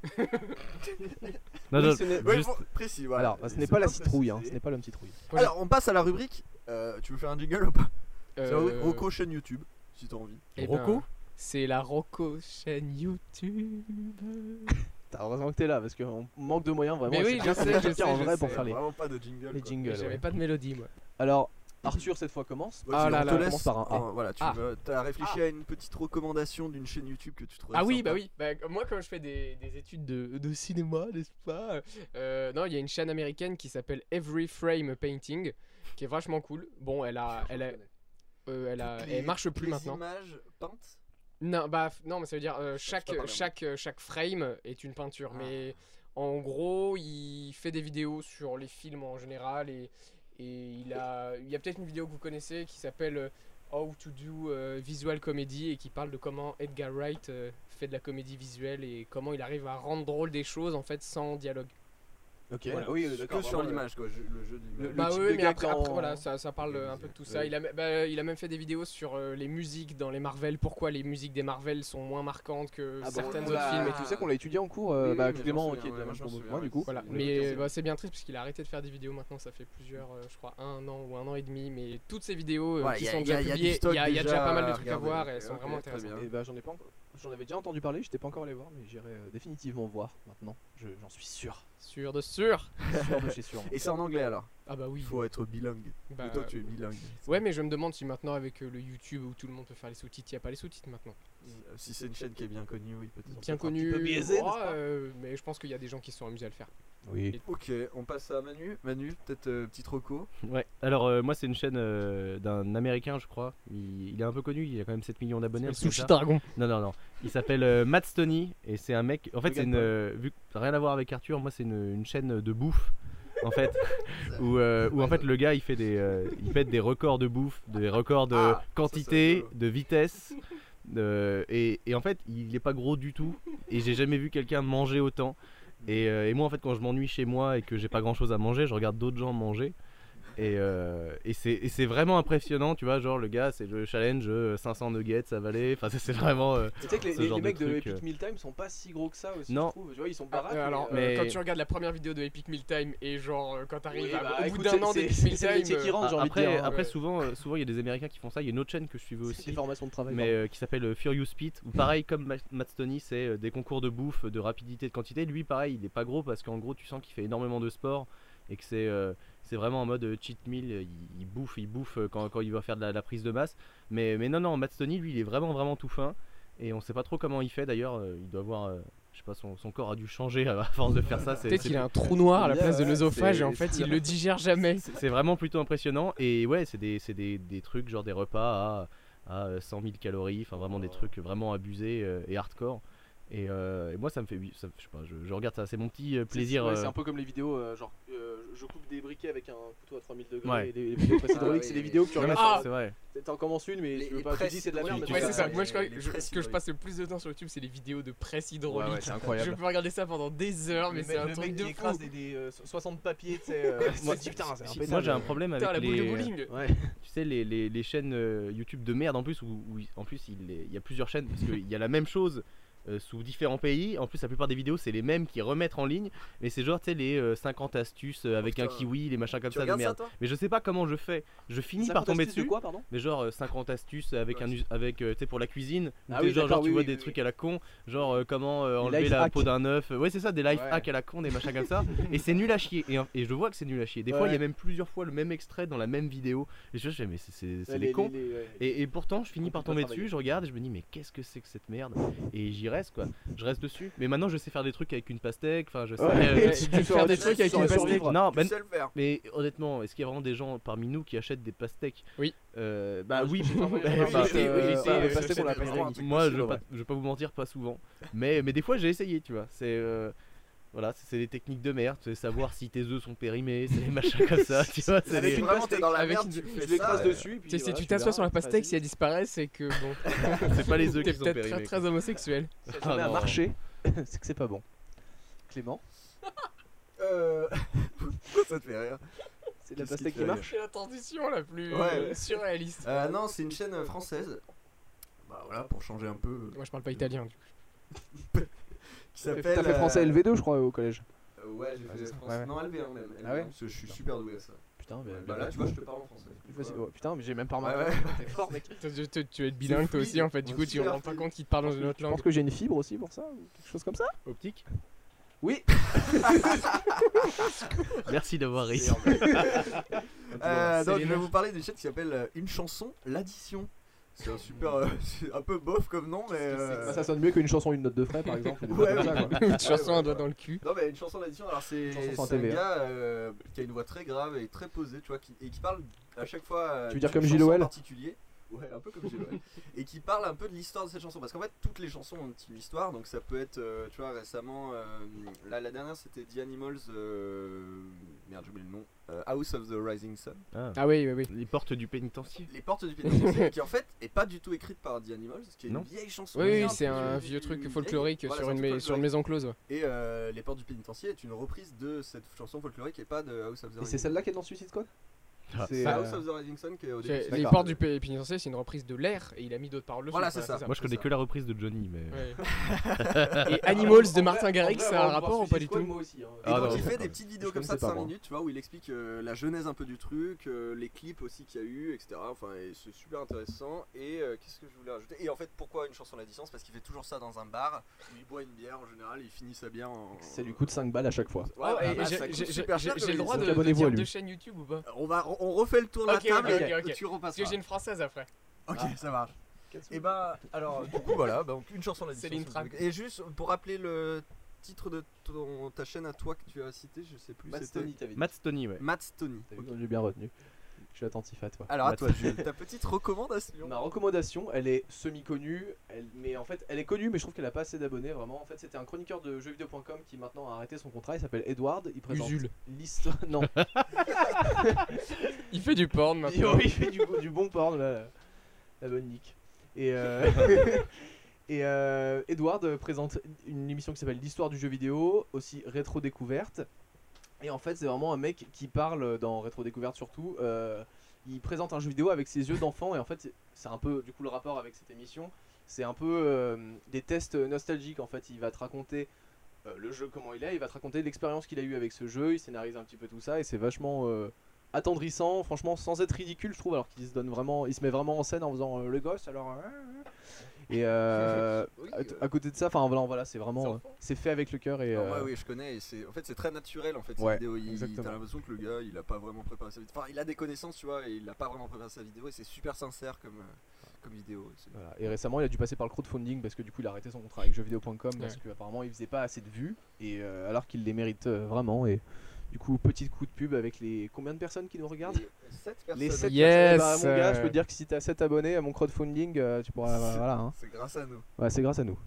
F: Non,
C: Oui,
F: non,
C: ce n'est-
B: Ouais,
F: juste-
B: bon, précis, voilà.
C: Alors, ce n'est
B: C'est
C: pas la
B: précisé.
C: citrouille, hein, ce n'est pas l'homme citrouille.
B: Alors, on passe à la rubrique. euh, tu veux faire un jingle ou pas C'est la rubrique
E: Euh,
B: Rocco chaîne YouTube, si t'as envie.
E: eh ben,
F: Rocco
E: C'est la Rocco chaîne YouTube.
C: T'as heureusement que t'es là parce qu'on manque de moyens vraiment.
E: Mais
C: et
E: oui,
C: c'est
E: je
C: bien qu'on
E: sais,
C: ait
E: je
C: quelqu'un en
E: sais, je
C: vrai pour
E: sais.
C: faire les,
B: Vraiment pas de jingle.
C: les
B: quoi.
C: jingles.
E: J'avais
C: ouais.
E: pas de mélodie, moi.
C: Alors, Arthur, cette fois commence.
B: Ouais,
E: Ah
B: tu-
E: là
B: on
E: là.
B: te
E: On
B: laisse
C: commence par un A.
B: euh, voilà, tu
E: Ah.
B: veux- t'as réfléchi
E: Ah.
B: à une petite recommandation d'une chaîne YouTube que tu trouves.
E: Ah oui, bah oui. Bah, moi, quand je fais des, des études de, de cinéma, n'est-ce pas euh, Non, il y a une chaîne américaine qui s'appelle Every Frame Painting, qui est vachement cool. Bon, elle a, Ah, elle a, euh, elle a, elle marche plus maintenant.
B: images peintes
E: Non, bah f- non, mais ça veut dire euh,
B: Je- je sais
E: chaque,
B: pas parler, moi.
E: chaque, euh, chaque frame est une peinture,
B: Ah.
E: mais en gros, il fait des vidéos sur les films en général et, et il a, il y a peut-être une vidéo que vous connaissez qui s'appelle euh, How to do euh, visual comedy et qui parle de comment Edgar Wright euh, fait de la comédie visuelle et comment il arrive à rendre drôle des choses en fait sans dialogue.
C: Ok,
B: Voilà.
C: oui, euh,
B: Que
C: d'accord. bah,
B: sur l'image, quoi, je- le jeu de l'image.
C: Le-
E: bah
C: type
E: oui,
C: de
E: mais
C: gars
E: après,
C: dans-
E: après, voilà, ça, ça parle euh, un peu de tout ça. Il a, me- bah, il a même fait des vidéos sur euh, les musiques dans les Marvel, pourquoi les musiques des Marvel sont moins marquantes que
C: Ah, bon,
E: certaines
C: on
E: autres
C: l'a-
E: films et
C: Tu
E: tout.
C: sais qu'on l'a étudié en cours, euh,
B: Oui, oui,
C: bah,
B: mais j'en
C: Clément,
B: souviens,
C: qui est de
B: ouais,
C: la
B: moi,
C: même
B: j'en
C: promo que
B: souviens,
C: moi,
B: ouais.
C: du coup.
E: Voilà,
B: Oui,
E: mais
B: c'est
E: euh,
B: vrai.
E: bah, c'est bien triste parce qu'il a arrêté de faire des vidéos maintenant, ça fait plusieurs, euh, je crois, un an ou un an et demi, mais toutes ces vidéos euh,
B: Voilà,
E: qui
B: y a-
E: sont
B: y a-
E: déjà
B: y a du
E: publiées, il
B: stock
E: y, a- il y a déjà
B: déjà
E: pas mal
B: à
E: de trucs à
B: regarder.
E: voir et elles sont
B: Ok,
E: vraiment
B: très
E: intéressantes.
B: bien.
C: Et bah, j'en ai pas encore. J'en avais déjà entendu parler, j'étais pas encore allé voir, mais j'irai euh, définitivement voir maintenant. Je- J'en suis sûr.
E: Sûr de sûr
C: Sûr de chez sûr.
B: Et c'est en anglais alors
E: Ah bah oui.
B: Il faut être bilingue.
E: Bah,
B: Mais toi, tu es bilingue.
E: Ouais, mais je me demande si maintenant, avec euh, le YouTube où tout le monde peut faire les sous-titres, il n'y a pas les sous-titres maintenant.
B: Euh, Si c'est une chaîne qui est bien connue, oui, peut-être.
E: Bien
C: peut-être un petit
E: connu,
C: peu biaisé,
E: oh,
C: n'est-ce pas
E: euh, mais je pense qu'il y a des gens qui se sont amusés à le faire.
C: Oui.
B: Ok, on passe à Manu. Manu, peut-être euh, petit troco.
F: Ouais. Alors, euh, moi, c'est une chaîne euh, d'un américain, je crois. Il, il est un peu connu, il a quand même 7 millions d'abonnés. un
E: Le
F: truc comme
E: sushi
F: ça.
E: dragon.
F: Non, non, non. Il s'appelle euh, Matt Stoney et c'est un mec. En fait, c'est
C: Regarde
F: une.
C: pas.
F: euh, vu que rien à voir avec Arthur, moi, c'est une, une chaîne de bouffe. En fait,
C: *laughs*
F: où, euh, où en fait le gars il fait des euh, il pète des records de bouffe, des records de
B: Ah,
F: quantité,
B: rigolo.
F: de vitesse, de- et, et en fait il est pas gros du tout et j'ai jamais vu quelqu'un manger autant. Et, euh, et moi en fait quand je m'ennuie chez moi et que j'ai pas grand chose à manger, je regarde d'autres gens manger. Et, euh, et c'est et c'est vraiment impressionnant, tu vois, genre le gars, c'est le challenge euh, 500 nuggets, ça valait, enfin c'est c'est vraiment... euh,
C: Tu sais que les,
F: Ce
C: les-
F: genre
C: les
F: de
C: mecs de,
F: truc,
C: Epic
F: euh.
C: Meal Time sont pas si gros que ça aussi,
F: Non.
C: je trouve. Tu vois, ils sont
E: Ah,
C: baraques.
E: euh, alors,
C: mais, euh,
E: euh, quand
F: mais-
E: tu regardes la première vidéo de Epic Meal Time et genre euh, quand t'arrives
C: Oui,
E: à-
C: bah,
E: au bout
C: écoute,
E: d'un
C: c'est-
E: an
C: c'est-
E: d'Epic Meal
C: c'est le
E: Time,
C: métier qui
E: euh,
C: rentre, j'ai envie de
F: après,
C: dire, hein.
F: après
E: ouais.
F: souvent, euh, souvent il y a des Américains qui font ça. Il y a une autre chaîne que je suivais
C: C'est des
F: aussi,
C: formations de travail.
F: mais euh, qui s'appelle euh, Furious Pete. Ou pareil, comme Ma- Matt Stoney, c'est euh, des concours de bouffe, de rapidité, de quantité. Lui, pareil, il est pas gros parce qu'en gros, tu sens qu'il fait énormément de sport et que c'est euh, C'est vraiment en mode euh, cheat meal, euh, il, il bouffe, il bouffe euh, quand, quand il va faire de la, la prise de masse. Mais, mais non, non, Matt Stoney, lui, il est vraiment, vraiment tout fin. Et on sait pas trop comment il fait d'ailleurs. euh, Il doit avoir, euh, je sais pas, son, son corps a dû changer euh, à force de faire ça. c'est-
E: Peut-être
F: c'est
E: qu'il a un trou noir à la
C: Yeah,
E: place de
C: ouais,
E: l'œsophage et en
C: c'est-
E: fait il le digère jamais.
F: C'est c'est vraiment plutôt impressionnant. Et ouais, c'est des, c'est des, des trucs, genre des repas à, à 100 000 calories, enfin vraiment des trucs vraiment abusés euh, et hardcore. Et, euh, et moi, ça me fait. ça- je sais pas, je, je regarde ça, c'est mon petit euh,
C: C'est-
F: plaisir.
C: ouais,
F: euh,
C: C'est un peu comme les vidéos, euh, genre euh, je coupe des briquets avec un couteau à 3000 degrés.
F: Ouais.
C: et les, les vidéos précédentes,
B: Ah oui,
C: c'est
B: oui,
C: des
B: oui.
C: vidéos que tu
F: non, mais
C: regardes.
F: c'est-
C: sur-
E: Ah
F: c'est vrai.
C: T'en commences une, mais
B: Les-
C: tu veux
B: les
C: pas. Tu
B: presses
C: dis c'est de la
B: hydrauliques.
C: merde. mais
F: Tu
E: Ouais,
C: t'as-
E: c'est ça.
B: les-
E: Moi, je crois
B: les
E: que je-
B: presses
E: ce que je
B: hydrauliques.
E: passe le plus de temps sur YouTube, c'est les vidéos de presse hydraulique.
B: Ouais, ouais, c'est
E: je
B: incroyable.
E: peux regarder ça pendant des heures, mais
C: le
E: c'est
C: mec-
E: un
C: le
E: truc
C: mec
E: de
C: qui
E: fou.
C: écrase des, des, euh, 60 papiers, tu sais. euh,
E: Ouais,
C: tu te
E: c'est-
C: dis, putain, c'est un
F: Moi,
C: pétard,
F: j'ai un
C: euh.
F: problème avec
E: Putain, la boule de
F: les,
E: bowling.
C: Ouais.
F: tu sais, les, les, les chaînes euh, YouTube de merde en plus, où, où il- en plus il, est- il y a plusieurs chaînes, parce qu'il y a la même chose euh, sous différents pays. En plus, la plupart des vidéos, c'est les mêmes qui remettent en ligne. Mais c'est genre, tu sais, les euh, 50 astuces euh, avec un
B: putain.
F: kiwi, les machins comme
B: Tu
F: ça de
B: regardes
F: merde.
B: ça toi
F: Mais je sais pas comment je fais. Je finis
C: Ça
F: par
C: consiste
F: tomber
C: de
F: dessus.
C: quoi, pardon
F: mais genre euh, 50 astuces avec un us- avec euh, tu sais pour la cuisine ou
C: Ah
F: t'es
C: oui,
F: genre,
C: d'accord,
F: genre, tu
C: oui,
F: vois
C: oui,
F: des
C: oui,
F: trucs à la con genre euh, comment euh, enlever
C: life
F: la
C: hacks.
F: peau d'un œuf ouais c'est ça des life
C: Ouais.
F: hacks à la con des machins comme ça et c'est nul à chier et, hein, et je vois que c'est nul à chier des fois
C: Ouais.
F: il y a même plusieurs fois le même extrait dans la même vidéo et je je fais mais c'est c'est c'est
C: Ouais,
F: des
C: les-
F: cons
C: les- les- ouais.
F: et, et pourtant, je finis
C: On
F: par
C: peut pas
F: tomber
C: travailler.
F: dessus, je regarde et je me dis, mais qu'est-ce que c'est que cette merde Et j'y reste quoi, je reste dessus. Mais maintenant, je sais faire des trucs avec une pastèque, enfin, je sais.
C: Ouais, *laughs*
F: euh,
E: tu
C: tu
E: peux
C: sauras-
E: faire des
C: tu
E: trucs avec
C: sauras
E: une pastèque.
C: survivre.
F: non,
B: Tu
F: ben-
B: sais le faire.
F: mais honnêtement, est-ce qu'il y a vraiment des gens parmi nous qui achètent des pastèques
E: Oui.
F: Euh, bah oui,
C: envoyé
F: *laughs* bah,
C: un
F: bah,
C: message,
F: euh,
C: euh,
F: j'essaie,
C: par
F: euh,
C: le passé
F: je
C: pour la
F: sais pas,
C: pastèque.
F: Moi, je vais
C: Ouais.
F: pas, je vais pas vous mentir, pas souvent. Mais, mais des fois, j'ai essayé, tu vois. C'est. euh, Voilà, c'est c'est des techniques de merde, c'est savoir si tes œufs sont périmés, c'est des machins comme ça, tu vois. c'est
C: Avec
F: des-
C: une
B: Vraiment, t'es dans la
E: avec
B: merde,
E: une-
B: tu
C: Je
B: fais ça.
C: l'écrase
F: euh,
C: dessus. et puis
E: Tu sais, si
C: voilà,
E: tu
C: tu verras,
E: t'assois sur la pastèque, si
C: vas-y.
E: elle disparaît, c'est que bon,
F: C'est pas les œufs
E: t'es
F: qui sont
E: peut-être très
F: périmés. quoi.
E: très homosexuel.
C: Ça
F: Ah,
C: met à
F: non.
C: marcher, c'est que c'est pas bon. Clément,
B: Euh, *laughs* Pourquoi ça te fait rire
C: c'est de la
B: Qu'est-ce qui
C: pastèque
B: te
C: qui
B: fait
C: marche
E: C'est la transition la plus
B: Ouais.
E: euh, surréaliste.
B: Euh, non, c'est une chaîne euh, française. Bah voilà, pour changer un peu. euh,
E: Moi, je parle pas italien. du coup.
B: Qui
C: T'as fait-
B: s'appelle.
C: T'as fait français
B: euh,
C: LV2, je crois, au collège.
B: euh, Ouais, j'ai
C: Ah, c'est
B: fait
C: ça.
B: français.
C: Ouais.
B: Non, LV1 même.
C: Ah ouais
B: LV1, Parce que je suis super doué à ça.
C: Putain, mais.
B: Bah là, tu vois, je te parle en français.
C: Plus facile. Oh, Putain, mais j'ai même pas
B: Ouais,
C: remarqué.
B: ouais.
C: T'es fort, mec.
E: Toi, Tu, tu- tu es bilingue toi aussi en fait, du
B: Ouais,
E: coup tu
B: super
E: ne rends pas
B: fluide.
E: compte qu'il te parle dans une autre
C: Je pense
E: langue.
C: que j'ai une fibre aussi pour ça, ou quelque chose comme ça.
F: Optique
C: Oui.
F: *laughs* Merci d'avoir
B: Euh,
F: ri.
E: C'est
B: donc,
E: les
B: je vais
E: mêmes.
B: vous parler d'une chaîne qui s'appelle euh, Une chanson, l'addition. C'est un super. euh, *laughs* c'est un peu bof comme nom, mais.
E: Qu'est-ce que c'est que
B: euh,
C: Bah, ça sonne mieux qu'une chanson Une note de frais, par exemple. ou des
B: Ouais,
C: trucs comme ça,
B: ouais.
C: quoi.
E: Une chanson,
B: ouais,
E: un doigt
B: ouais.
E: dans le cul.
B: Non mais une chanson d'addition, alors c'est
C: Une chanson
B: c'est
C: sur
B: un
C: TV, hein.
B: gars euh, qui a une voix très grave et très posée, tu vois, qui, et qui parle à chaque fois. euh,
C: Tu veux dire
B: d'une
C: comme
B: chanson
C: Gilles
B: en
C: Howell
B: particulier. Ouais, un peu comme Gilles
C: *laughs*
B: Howell. Et qui parle un peu de l'histoire de cette chanson, parce qu'en fait toutes les chansons ont une petite histoire, donc ça peut être, euh, tu vois, récemment, euh, là la dernière c'était The Animals, euh, merde j'ai oublié le nom, euh, House of the Rising Sun.
F: Ah,
E: Ah oui, oui, oui.
F: les portes du pénitencier.
B: Les portes du
C: *laughs*
B: pénitencier, qui en fait est pas du tout écrite par The Animals, qui est
F: Non.
B: une vieille chanson.
E: Oui,
B: bien
E: oui, c'est
B: plus
E: un vieux truc
B: vieille.
E: folklorique
B: Voilà,
E: sur,
B: c'est un
E: une
B: truc
E: mais- sur une maison close. ouais.
B: Et euh, Les Portes du Pénitencier est une reprise de cette chanson folklorique et pas de House of the
C: Et
B: Rising
C: c'est celle-là qui est dans Suicide Squad
F: Ah,
B: C'est
C: C'est.
B: House
C: euh,
B: of the Rising Sun qui est au début.
E: Les
C: D'accord.
E: portes du P- pénitencier, c'est une reprise de l'air et il a mis d'autres paroles. dessus,
B: Voilà, c'est ça.
F: Moi, je
B: c'est
F: connais
B: ça.
F: que la reprise de Johnny, mais.
E: Ouais. et Ah, Animals de
C: en vrai-
E: Martin
C: en
E: Garrix,
C: vrai,
E: ça a
C: avant
E: un
C: de voir
E: rapport ou pas
C: Suicide
E: du
C: Squad,
E: tout
C: moi aussi, hein.
B: Et
F: Ah,
B: donc
F: non,
B: il
F: d'accord.
B: fait des petites vidéos
C: Je
B: comme ça de
C: connaissais pas,
B: 5
C: moi.
B: minutes, tu vois, où il explique euh, la genèse un peu du truc, euh, les clips aussi qu'il y a eu, etc. Enfin, et c'est super intéressant. Et euh, qu'est-ce que je voulais rajouter Et en fait, pourquoi une chanson à la distance Parce qu'il fait toujours ça dans un bar, où il boit une bière en général, il finit sa bière en.
C: Ça lui coûte 5 balles à chaque fois.
B: Ouais,
E: Oh,
B: ouais,
E: et
B: bah,
E: j'ai-
B: ça coûte
E: j'ai- J'ai
B: super cher,
E: j'ai- j'ai le
B: Loïs.
E: droit de,
C: Donc,
E: de
C: abonnez-vous à
E: dire
C: lui.
E: de chaîne YouTube ou pas
B: On, va, on refait le tour de
E: Ok,
B: la table
E: ok,
B: et
E: ok.
B: tu repasses.
E: Parce que j'ai une française après.
B: Ok, ça marche. Et
C: Et
B: bah, alors, du coup, voilà, bah, donc une chanson de la
E: Céline
B: distance. Et juste pour rappeler le titre de ton, ta chaîne à toi que tu as cité, je sais plus.
C: Matt
B: c'était-
C: Stoney, t'avais dit.
F: Matt Stoney, ouais.
B: Matt Stoney.
C: T'as vu
B: Ok.
C: comme J'ai bien retenu. Je suis attentif à toi.
B: Alors, à
F: Matt
B: toi, Jules, ta petite recommandation.
C: Ma recommandation, elle est semi-connue, elle- mais en fait, elle est connue, mais je trouve qu'elle a pas assez d'abonnés, vraiment. En fait, c'était un chroniqueur de jeuxvideo.com qui maintenant a arrêté son contrat, il s'appelle Edward, il présente
E: Usul.
C: l'histoire... *laughs* Non,
E: Il fait du porn
C: *laughs* il,
E: maintenant.
C: il fait du, bon- du bon porn, là, la- la bonne nique. Et, euh,
E: *laughs*
C: et euh, Edward euh, présente une émission qui s'appelle L'histoire du jeu vidéo, aussi rétro découverte. Et en fait, c'est vraiment un mec qui parle euh, dans rétro découverte surtout. euh, il présente un jeu vidéo avec ses yeux d'enfant et en fait, c'est- c'est un peu du coup le rapport avec cette émission. C'est un peu euh, des tests nostalgiques en fait. Il va te raconter euh, le jeu comment il est, il va te raconter l'expérience qu'il a eue avec ce jeu, il scénarise un petit peu tout ça et c'est vachement euh, attendrissant, franchement, sans être ridicule, je trouve. Alors qu'il se donne vraiment, il se met vraiment en scène en faisant euh, le gosse. Alors euh, et
B: *laughs*
C: euh,
B: Oui,
C: à,
B: euh,
C: à côté de ça, enfin voilà, voilà, c'est
E: C'est
C: vraiment, euh,
E: enfant.
C: c'est fait avec le cœur et.
B: Ah
C: euh,
B: ouais, oui, je connais. et c'est- en fait, c'est très naturel en fait. cette
C: Ouais,
B: vidéo. Il- il-
C: exactement.
B: T'as l'impression que le gars, il a pas vraiment préparé sa vidéo. Enfin, il a des connaissances, tu vois, et il a pas vraiment préparé sa vidéo. Et c'est super sincère comme, euh, comme vidéo. c'est-
C: Voilà. Et récemment, il a dû passer par le crowdfunding parce que du coup, il a arrêté son contrat avec jeuxvideo.com parce
E: Ouais.
C: qu'apparemment, il faisait pas assez de vues et euh, alors qu'il les mérite euh, vraiment. Et du coup, petit coup de pub avec les combien de personnes qui nous regardent
B: Et sept personnes.
C: Les 7
E: Yes,
C: personnes. Eh ben, mon gars, je
E: euh.
C: peux te dire que si t'as 7 abonnés à mon crowdfunding, euh, tu pourras.
B: C'est-
C: voilà, hein.
B: C'est grâce à nous.
C: Ouais, c'est grâce à nous.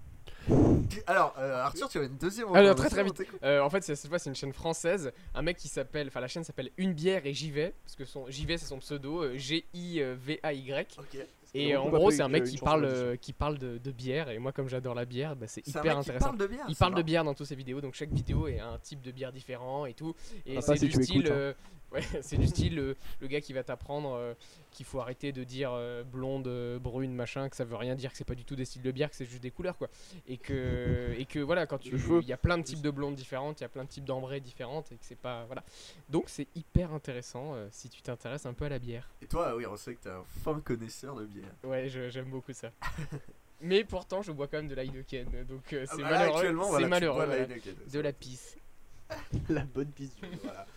B: Alors, euh, Arthur, tu avais une deuxième.
E: Alors, très, très
B: recommandation,
E: vite. Euh, en fait, c'est- cette fois, c'est une chaîne française. Un mec qui s'appelle, enfin, la chaîne s'appelle Une bière et j'y vais, parce que son JV c'est son pseudo, euh, G-I-V-A-Y.
B: t'es- Ok.
E: Et
C: Ils
E: euh,
C: ont
E: en
C: beaucoup
E: gros,
C: appelé
E: c'est un
C: une-
E: mec
C: une
E: qui
C: chanson
E: parle,
C: d'audition.
E: euh, qui parle de, de bière. Et moi, comme j'adore la bière, bah, c'est
B: C'est un
E: hyper
B: mec qui
E: intéressant.
B: parle de bière.
E: Il
B: c'est
E: parle de
B: marrant.
E: bière dans toutes ses vidéos, donc chaque vidéo est un type de bière différent et tout. Et
C: Ah, ça,
E: c'est
C: si
E: du,
C: tu
E: style,
C: écoutes, hein.
E: euh, *laughs* ouais, c'est du style, euh, le gars qui va t'apprendre euh, qu'il faut arrêter de dire euh, blonde, euh, brune, machin, que ça veut rien dire, que c'est pas du tout des styles de bière, que c'est juste des couleurs quoi.
C: *laughs*
E: Et que, et que voilà, quand tu,
C: Le cheveu.
E: il y a plein de types de blondes différentes, il y a plein de types d'ambrées différentes et que c'est pas, voilà. Donc c'est hyper intéressant euh, si tu t'intéresses un peu à la bière.
B: Et toi, oui, on sait que t'es un fin connaisseur de bière.
E: Ouais, je- j'aime beaucoup
C: *laughs*
E: ça. Mais pourtant, je bois quand même de l'Heineken, donc euh,
B: Ah
E: c'est
B: bah là,
E: malheureux.
B: actuellement, voilà,
E: c'est
B: tu
E: malheureux.
B: bois de la
E: voilà.
B: Heineken.
E: De la pisse.
C: *laughs* La bonne piste. voilà.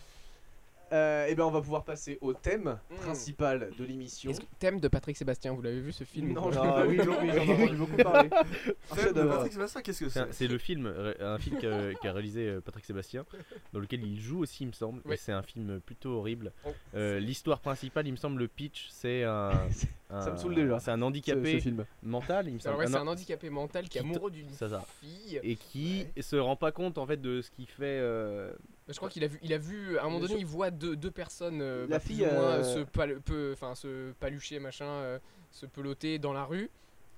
C: Euh, et ben, on va pouvoir passer au thème
E: Mm.
C: principal de l'émission.
E: Est-ce que- Thème de Patrick Sébastien, vous l'avez vu ce film ou
C: Non,
E: pas
C: non, oui, oui, j'en ai entendu beaucoup
E: *laughs*
C: parler. Un
B: Faible de
C: chef-d'œuvre.
B: Patrick Sébastien, qu'est-ce que
D: C'est un-
B: c'est
D: C'est le film, ré- un film
E: *laughs*
D: qu'a qu'a réalisé euh, Patrick Sébastien, dans lequel il joue aussi, il me semble.
E: Ouais.
D: Et c'est un film plutôt horrible.
E: Oh.
D: Euh, L'histoire principale, il me semble, le pitch, c'est un.
E: *laughs*
C: Ça me
D: un-
C: saoule déjà.
D: C'est un
C: Ce, ce
D: handicapé
C: film.
D: mental, il me
E: Ah
D: semble.
E: ouais,
D: Un
E: c'est
D: an-
E: un handicapé mental qui est
D: Qui te-
E: amoureux d'une
D: c'est ça.
E: fille.
D: Et qui se rend pas compte en fait de ce qu'il fait. euh,
E: Je crois qu'il a vu, il a vu, à un moment
C: Bien
E: donné, il voit deux, deux personnes, euh,
C: La
E: bah, plus
C: fille,
E: ou moins,
C: euh,
E: se, pal- peu- enfin, se palucher, machin, euh, se peloter dans la rue.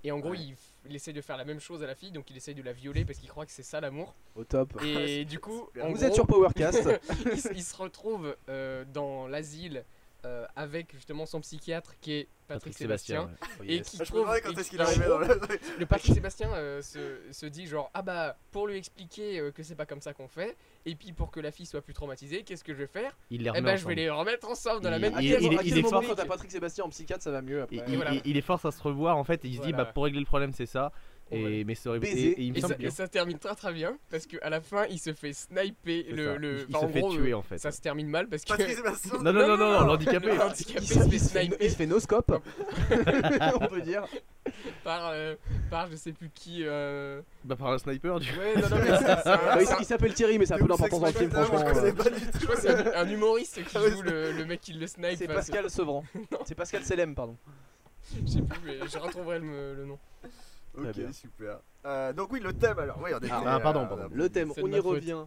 E: Et en gros,
B: Ouais.
E: il, f- il essaye de faire la même chose à la fille, donc il essaye de la violer parce qu'il croit que c'est
C: *laughs*
E: ça l'amour.
C: Au top.
E: Et du coup,
B: super.
E: en
C: Vous
E: gros,
C: êtes sur
E: *laughs*
C: Powercast. Oh,
E: il, se- il se retrouve euh, dans l'asile euh, avec justement son psychiatre qui est Patrick, Sébastien.
D: ouais.
E: Et
C: Yes.
E: qui
B: Ah, Je me
E: trouve,
B: demandais
E: et
B: quand est-ce qu'il
E: qui-
B: arrivait dans le.
E: le Patrick Sébastien euh, se, se dit genre ah bah pour lui expliquer euh, que c'est pas comme ça qu'on fait et puis pour que la fille soit plus traumatisée qu'est-ce que je vais faire
D: Il les
E: Eh
D: remet
E: ben je vais
D: ensemble.
E: les remettre ensemble dans la
D: Il-
E: même
C: À
D: il-
C: quel,
D: il-
C: à
D: il
C: quel
D: est
C: moment
D: fort.
C: quand t'as Patrick Sébastien en psychiatre, ça va mieux après.
D: Et
E: Et
D: il,
E: voilà.
D: il- il est force à se revoir en fait. Il se dit
E: Voilà.
D: bah pour régler le problème c'est ça.
E: On va
D: Et mais c'est horrible.
C: Baiser.
D: Et, et il me
E: et ça,
D: semble
E: et
D: bien.
E: ça termine très très bien parce que à la fin il se fait sniper
D: C'est
E: le,
D: ça.
E: le-
D: il il
E: enfin,
D: se
E: en
D: fait
E: gros,
D: tuer
E: euh,
D: en fait.
E: ça se termine mal parce que
B: Patrick Sébastien.
D: Non non non non,
E: non,
D: l'handicapé.
E: le
C: Il,
E: handicapé
C: se
E: se fait
C: il se fait, il
E: sniper
C: se fait noscope. *laughs* On peut dire.
E: *laughs* par, euh, par je sais plus qui euh,
D: Bah par un sniper du.
E: ouais non non *laughs* mais c'est- c'est un-
C: Bah, il
E: c'est un-
C: s- il s'appelle Thierry, mais ça a peu d'importance dans le film,
B: Moi,
C: franchement.
B: je connais
C: euh,
B: pas du tout.
E: je crois que c'est un humoriste qui
B: Ah ouais,
E: joue le, le mec qui le snipe
C: C'est
E: euh,
C: Pascal Sevran. C'est Pascal Selem, pardon.
E: je sais plus mais je retrouverai le, le nom
C: Très
B: Ok,
C: bien.
B: super. Euh, donc, oui, le thème alors. Oui, on était,
D: Ah,
B: euh,
D: pardon,
B: on a-
D: pardon.
C: Le thème,
E: C'est de
C: on
E: ma
C: y
E: faute.
C: revient.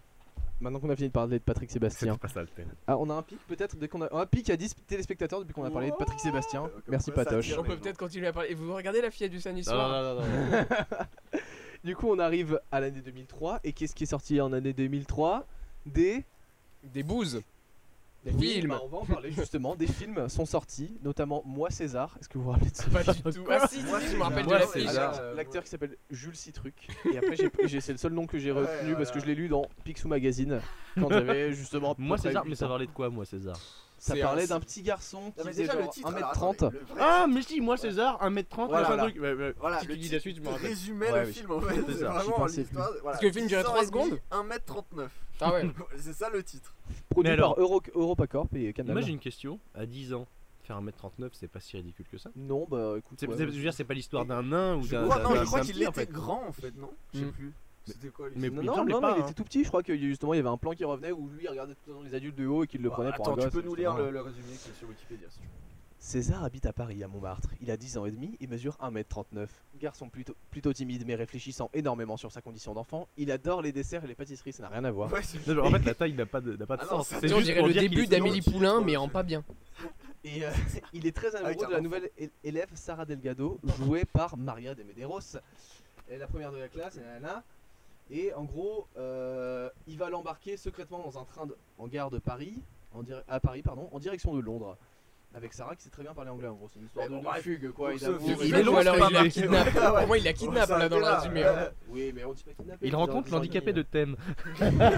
C: Maintenant qu'on a fini de parler de Patrick Sébastien.
D: C'était pas ça le thème.
C: Ah, on a un pic peut-être dès qu'on a un pic à 10 téléspectateurs depuis qu'on a parlé de Patrick Sébastien.
B: Comme
C: Merci
B: quoi, ça
C: Patoche.
B: tire.
E: on
B: mais
E: peut
B: non.
E: peut-être continuer à parler et vous regardez la fille du samedi
D: Non,
E: soir
D: non, non, non, non.
C: Du coup, on arrive à l'année 2003 et qu'est-ce qui est sorti en année 2003 Des
E: des bouses des
C: Oui,
E: films
C: bah, on va en parler justement. Des films sont sortis, notamment Moi César. Est-ce que vous vous rappelez de ça
E: Pas du tout. Ah si, si,
B: Moi,
E: si,
B: c'est
E: je me rappelle de
D: Moi,
E: la
D: c'est
E: fille.
D: César.
B: euh,
E: là.
C: L'acteur qui s'appelle Jules Citruc. Et après, j'ai- j'ai- c'est le seul nom que j'ai
B: Ouais,
C: retenu parce
B: voilà.
C: que je l'ai lu dans Picsou Magazine
B: *laughs*
C: quand j'avais justement. à peu
D: Moi
C: près
D: César,
C: huit
D: mais ça
C: ans.
D: parlait de quoi moi César
C: Ça
E: C'est
C: parlait
E: un-
C: d'un petit garçon qui
B: Non, mais
C: faisait
B: déjà, le
C: genre
B: titre.
C: 1m30.
B: alors, attendez, le vrai-
D: Ah mais si moi César 1m30
C: Voilà,
D: machin
C: là.
D: truc. Ouais, ouais.
B: Voilà,
D: Si
B: Ah, le
D: tu dis la
B: titre
D: suite je me rappelle.
B: résumait
C: Ouais,
B: le
C: oui.
B: film en fait.
D: C'est ça.
B: C'est
C: J'y
B: vraiment
C: pensais plus.
B: l'histoire. Voilà.
E: Parce que le film durait 3 secondes.
B: 1m39.
E: Ah ouais.
B: C'est ça le titre.
C: Produit
D: Mais alors-
C: par Euro- Europacorp et Canal.
D: Moi j'ai une question. À 10 ans, faire 1m39 c'est pas si ridicule que ça.
C: Non, bah écoute.
D: C'est-
C: ouais,
D: c'est- Je veux dire c'est pas l'histoire d'un nain ou
B: Je
D: d'un.
B: crois,
D: d'un-
B: non, je
D: d'un
B: crois
D: petit,
B: qu'il
D: en fait.
B: était grand en fait, non Je sais
E: Mm.
B: plus. C'était quoi
D: Mais-
B: l'histoire
C: Non,
D: il me
C: non,
D: semblait
C: non,
D: pas,
C: mais il
D: hein.
C: était tout petit, je crois que justement il y avait un plan qui revenait où lui il regardait tout le temps les adultes de haut et qu'il le prenait pour un
B: Bah, Attends, tu
C: gosse,
B: peux nous lire
C: justement.
B: le, le résumé qui est sur Wikipédia si tu veux.
C: César habite à Paris, à Montmartre. Il a 10 ans et demi et mesure 1m39. Garçon plutôt, plutôt timide mais réfléchissant énormément sur sa condition d'enfant, il adore les desserts et les pâtisseries, ça n'a rien à voir.
B: Ouais, c'est-
D: Non, mais en fait la taille n'a pas de, n'a pas de
B: Ah non,
D: sens.
B: ça-
D: C'est
E: Tu sais, on
D: juste
E: dirait
D: pour
E: le
D: dire qu'il
E: début
D: est
E: d'Amélie
B: silencieux,
E: Poulain,
B: quoi,
E: mais
B: c'est-
E: en pas bien.
C: Et euh, *laughs* il est très
B: Avec
C: amoureux
B: un
C: de la
B: enfant.
C: nouvelle é- élève Sarah Delgado, jouée par Maria de Medeiros. Elle est la première de la classe, et nanana. Et en gros, euh, il va l'embarquer secrètement dans un train de- en gare de Paris, en dire- à Paris, pardon, en direction de Londres. Avec Sarah qui sait très bien parler anglais en gros, c'est une histoire
B: Mais
C: de,
B: Eh bon,
C: de
B: bref.
C: fugue quoi.
B: Donc,
C: et
B: ce
C: d'amour.
B: film-
E: Il
B: Il est
E: est
B: long,
E: long, alors
B: c'est
E: il la
B: pas
E: kidnappe.
B: marqué, ouais.
E: Pour moi, il la kidnappe
B: Ouais,
E: là dans le
B: ça,
E: résumé.
B: ouais.
E: hein.
C: Oui, mais on dit pas kidnappé.
F: Il rencontre l'handicapé de Thème.
B: Putain,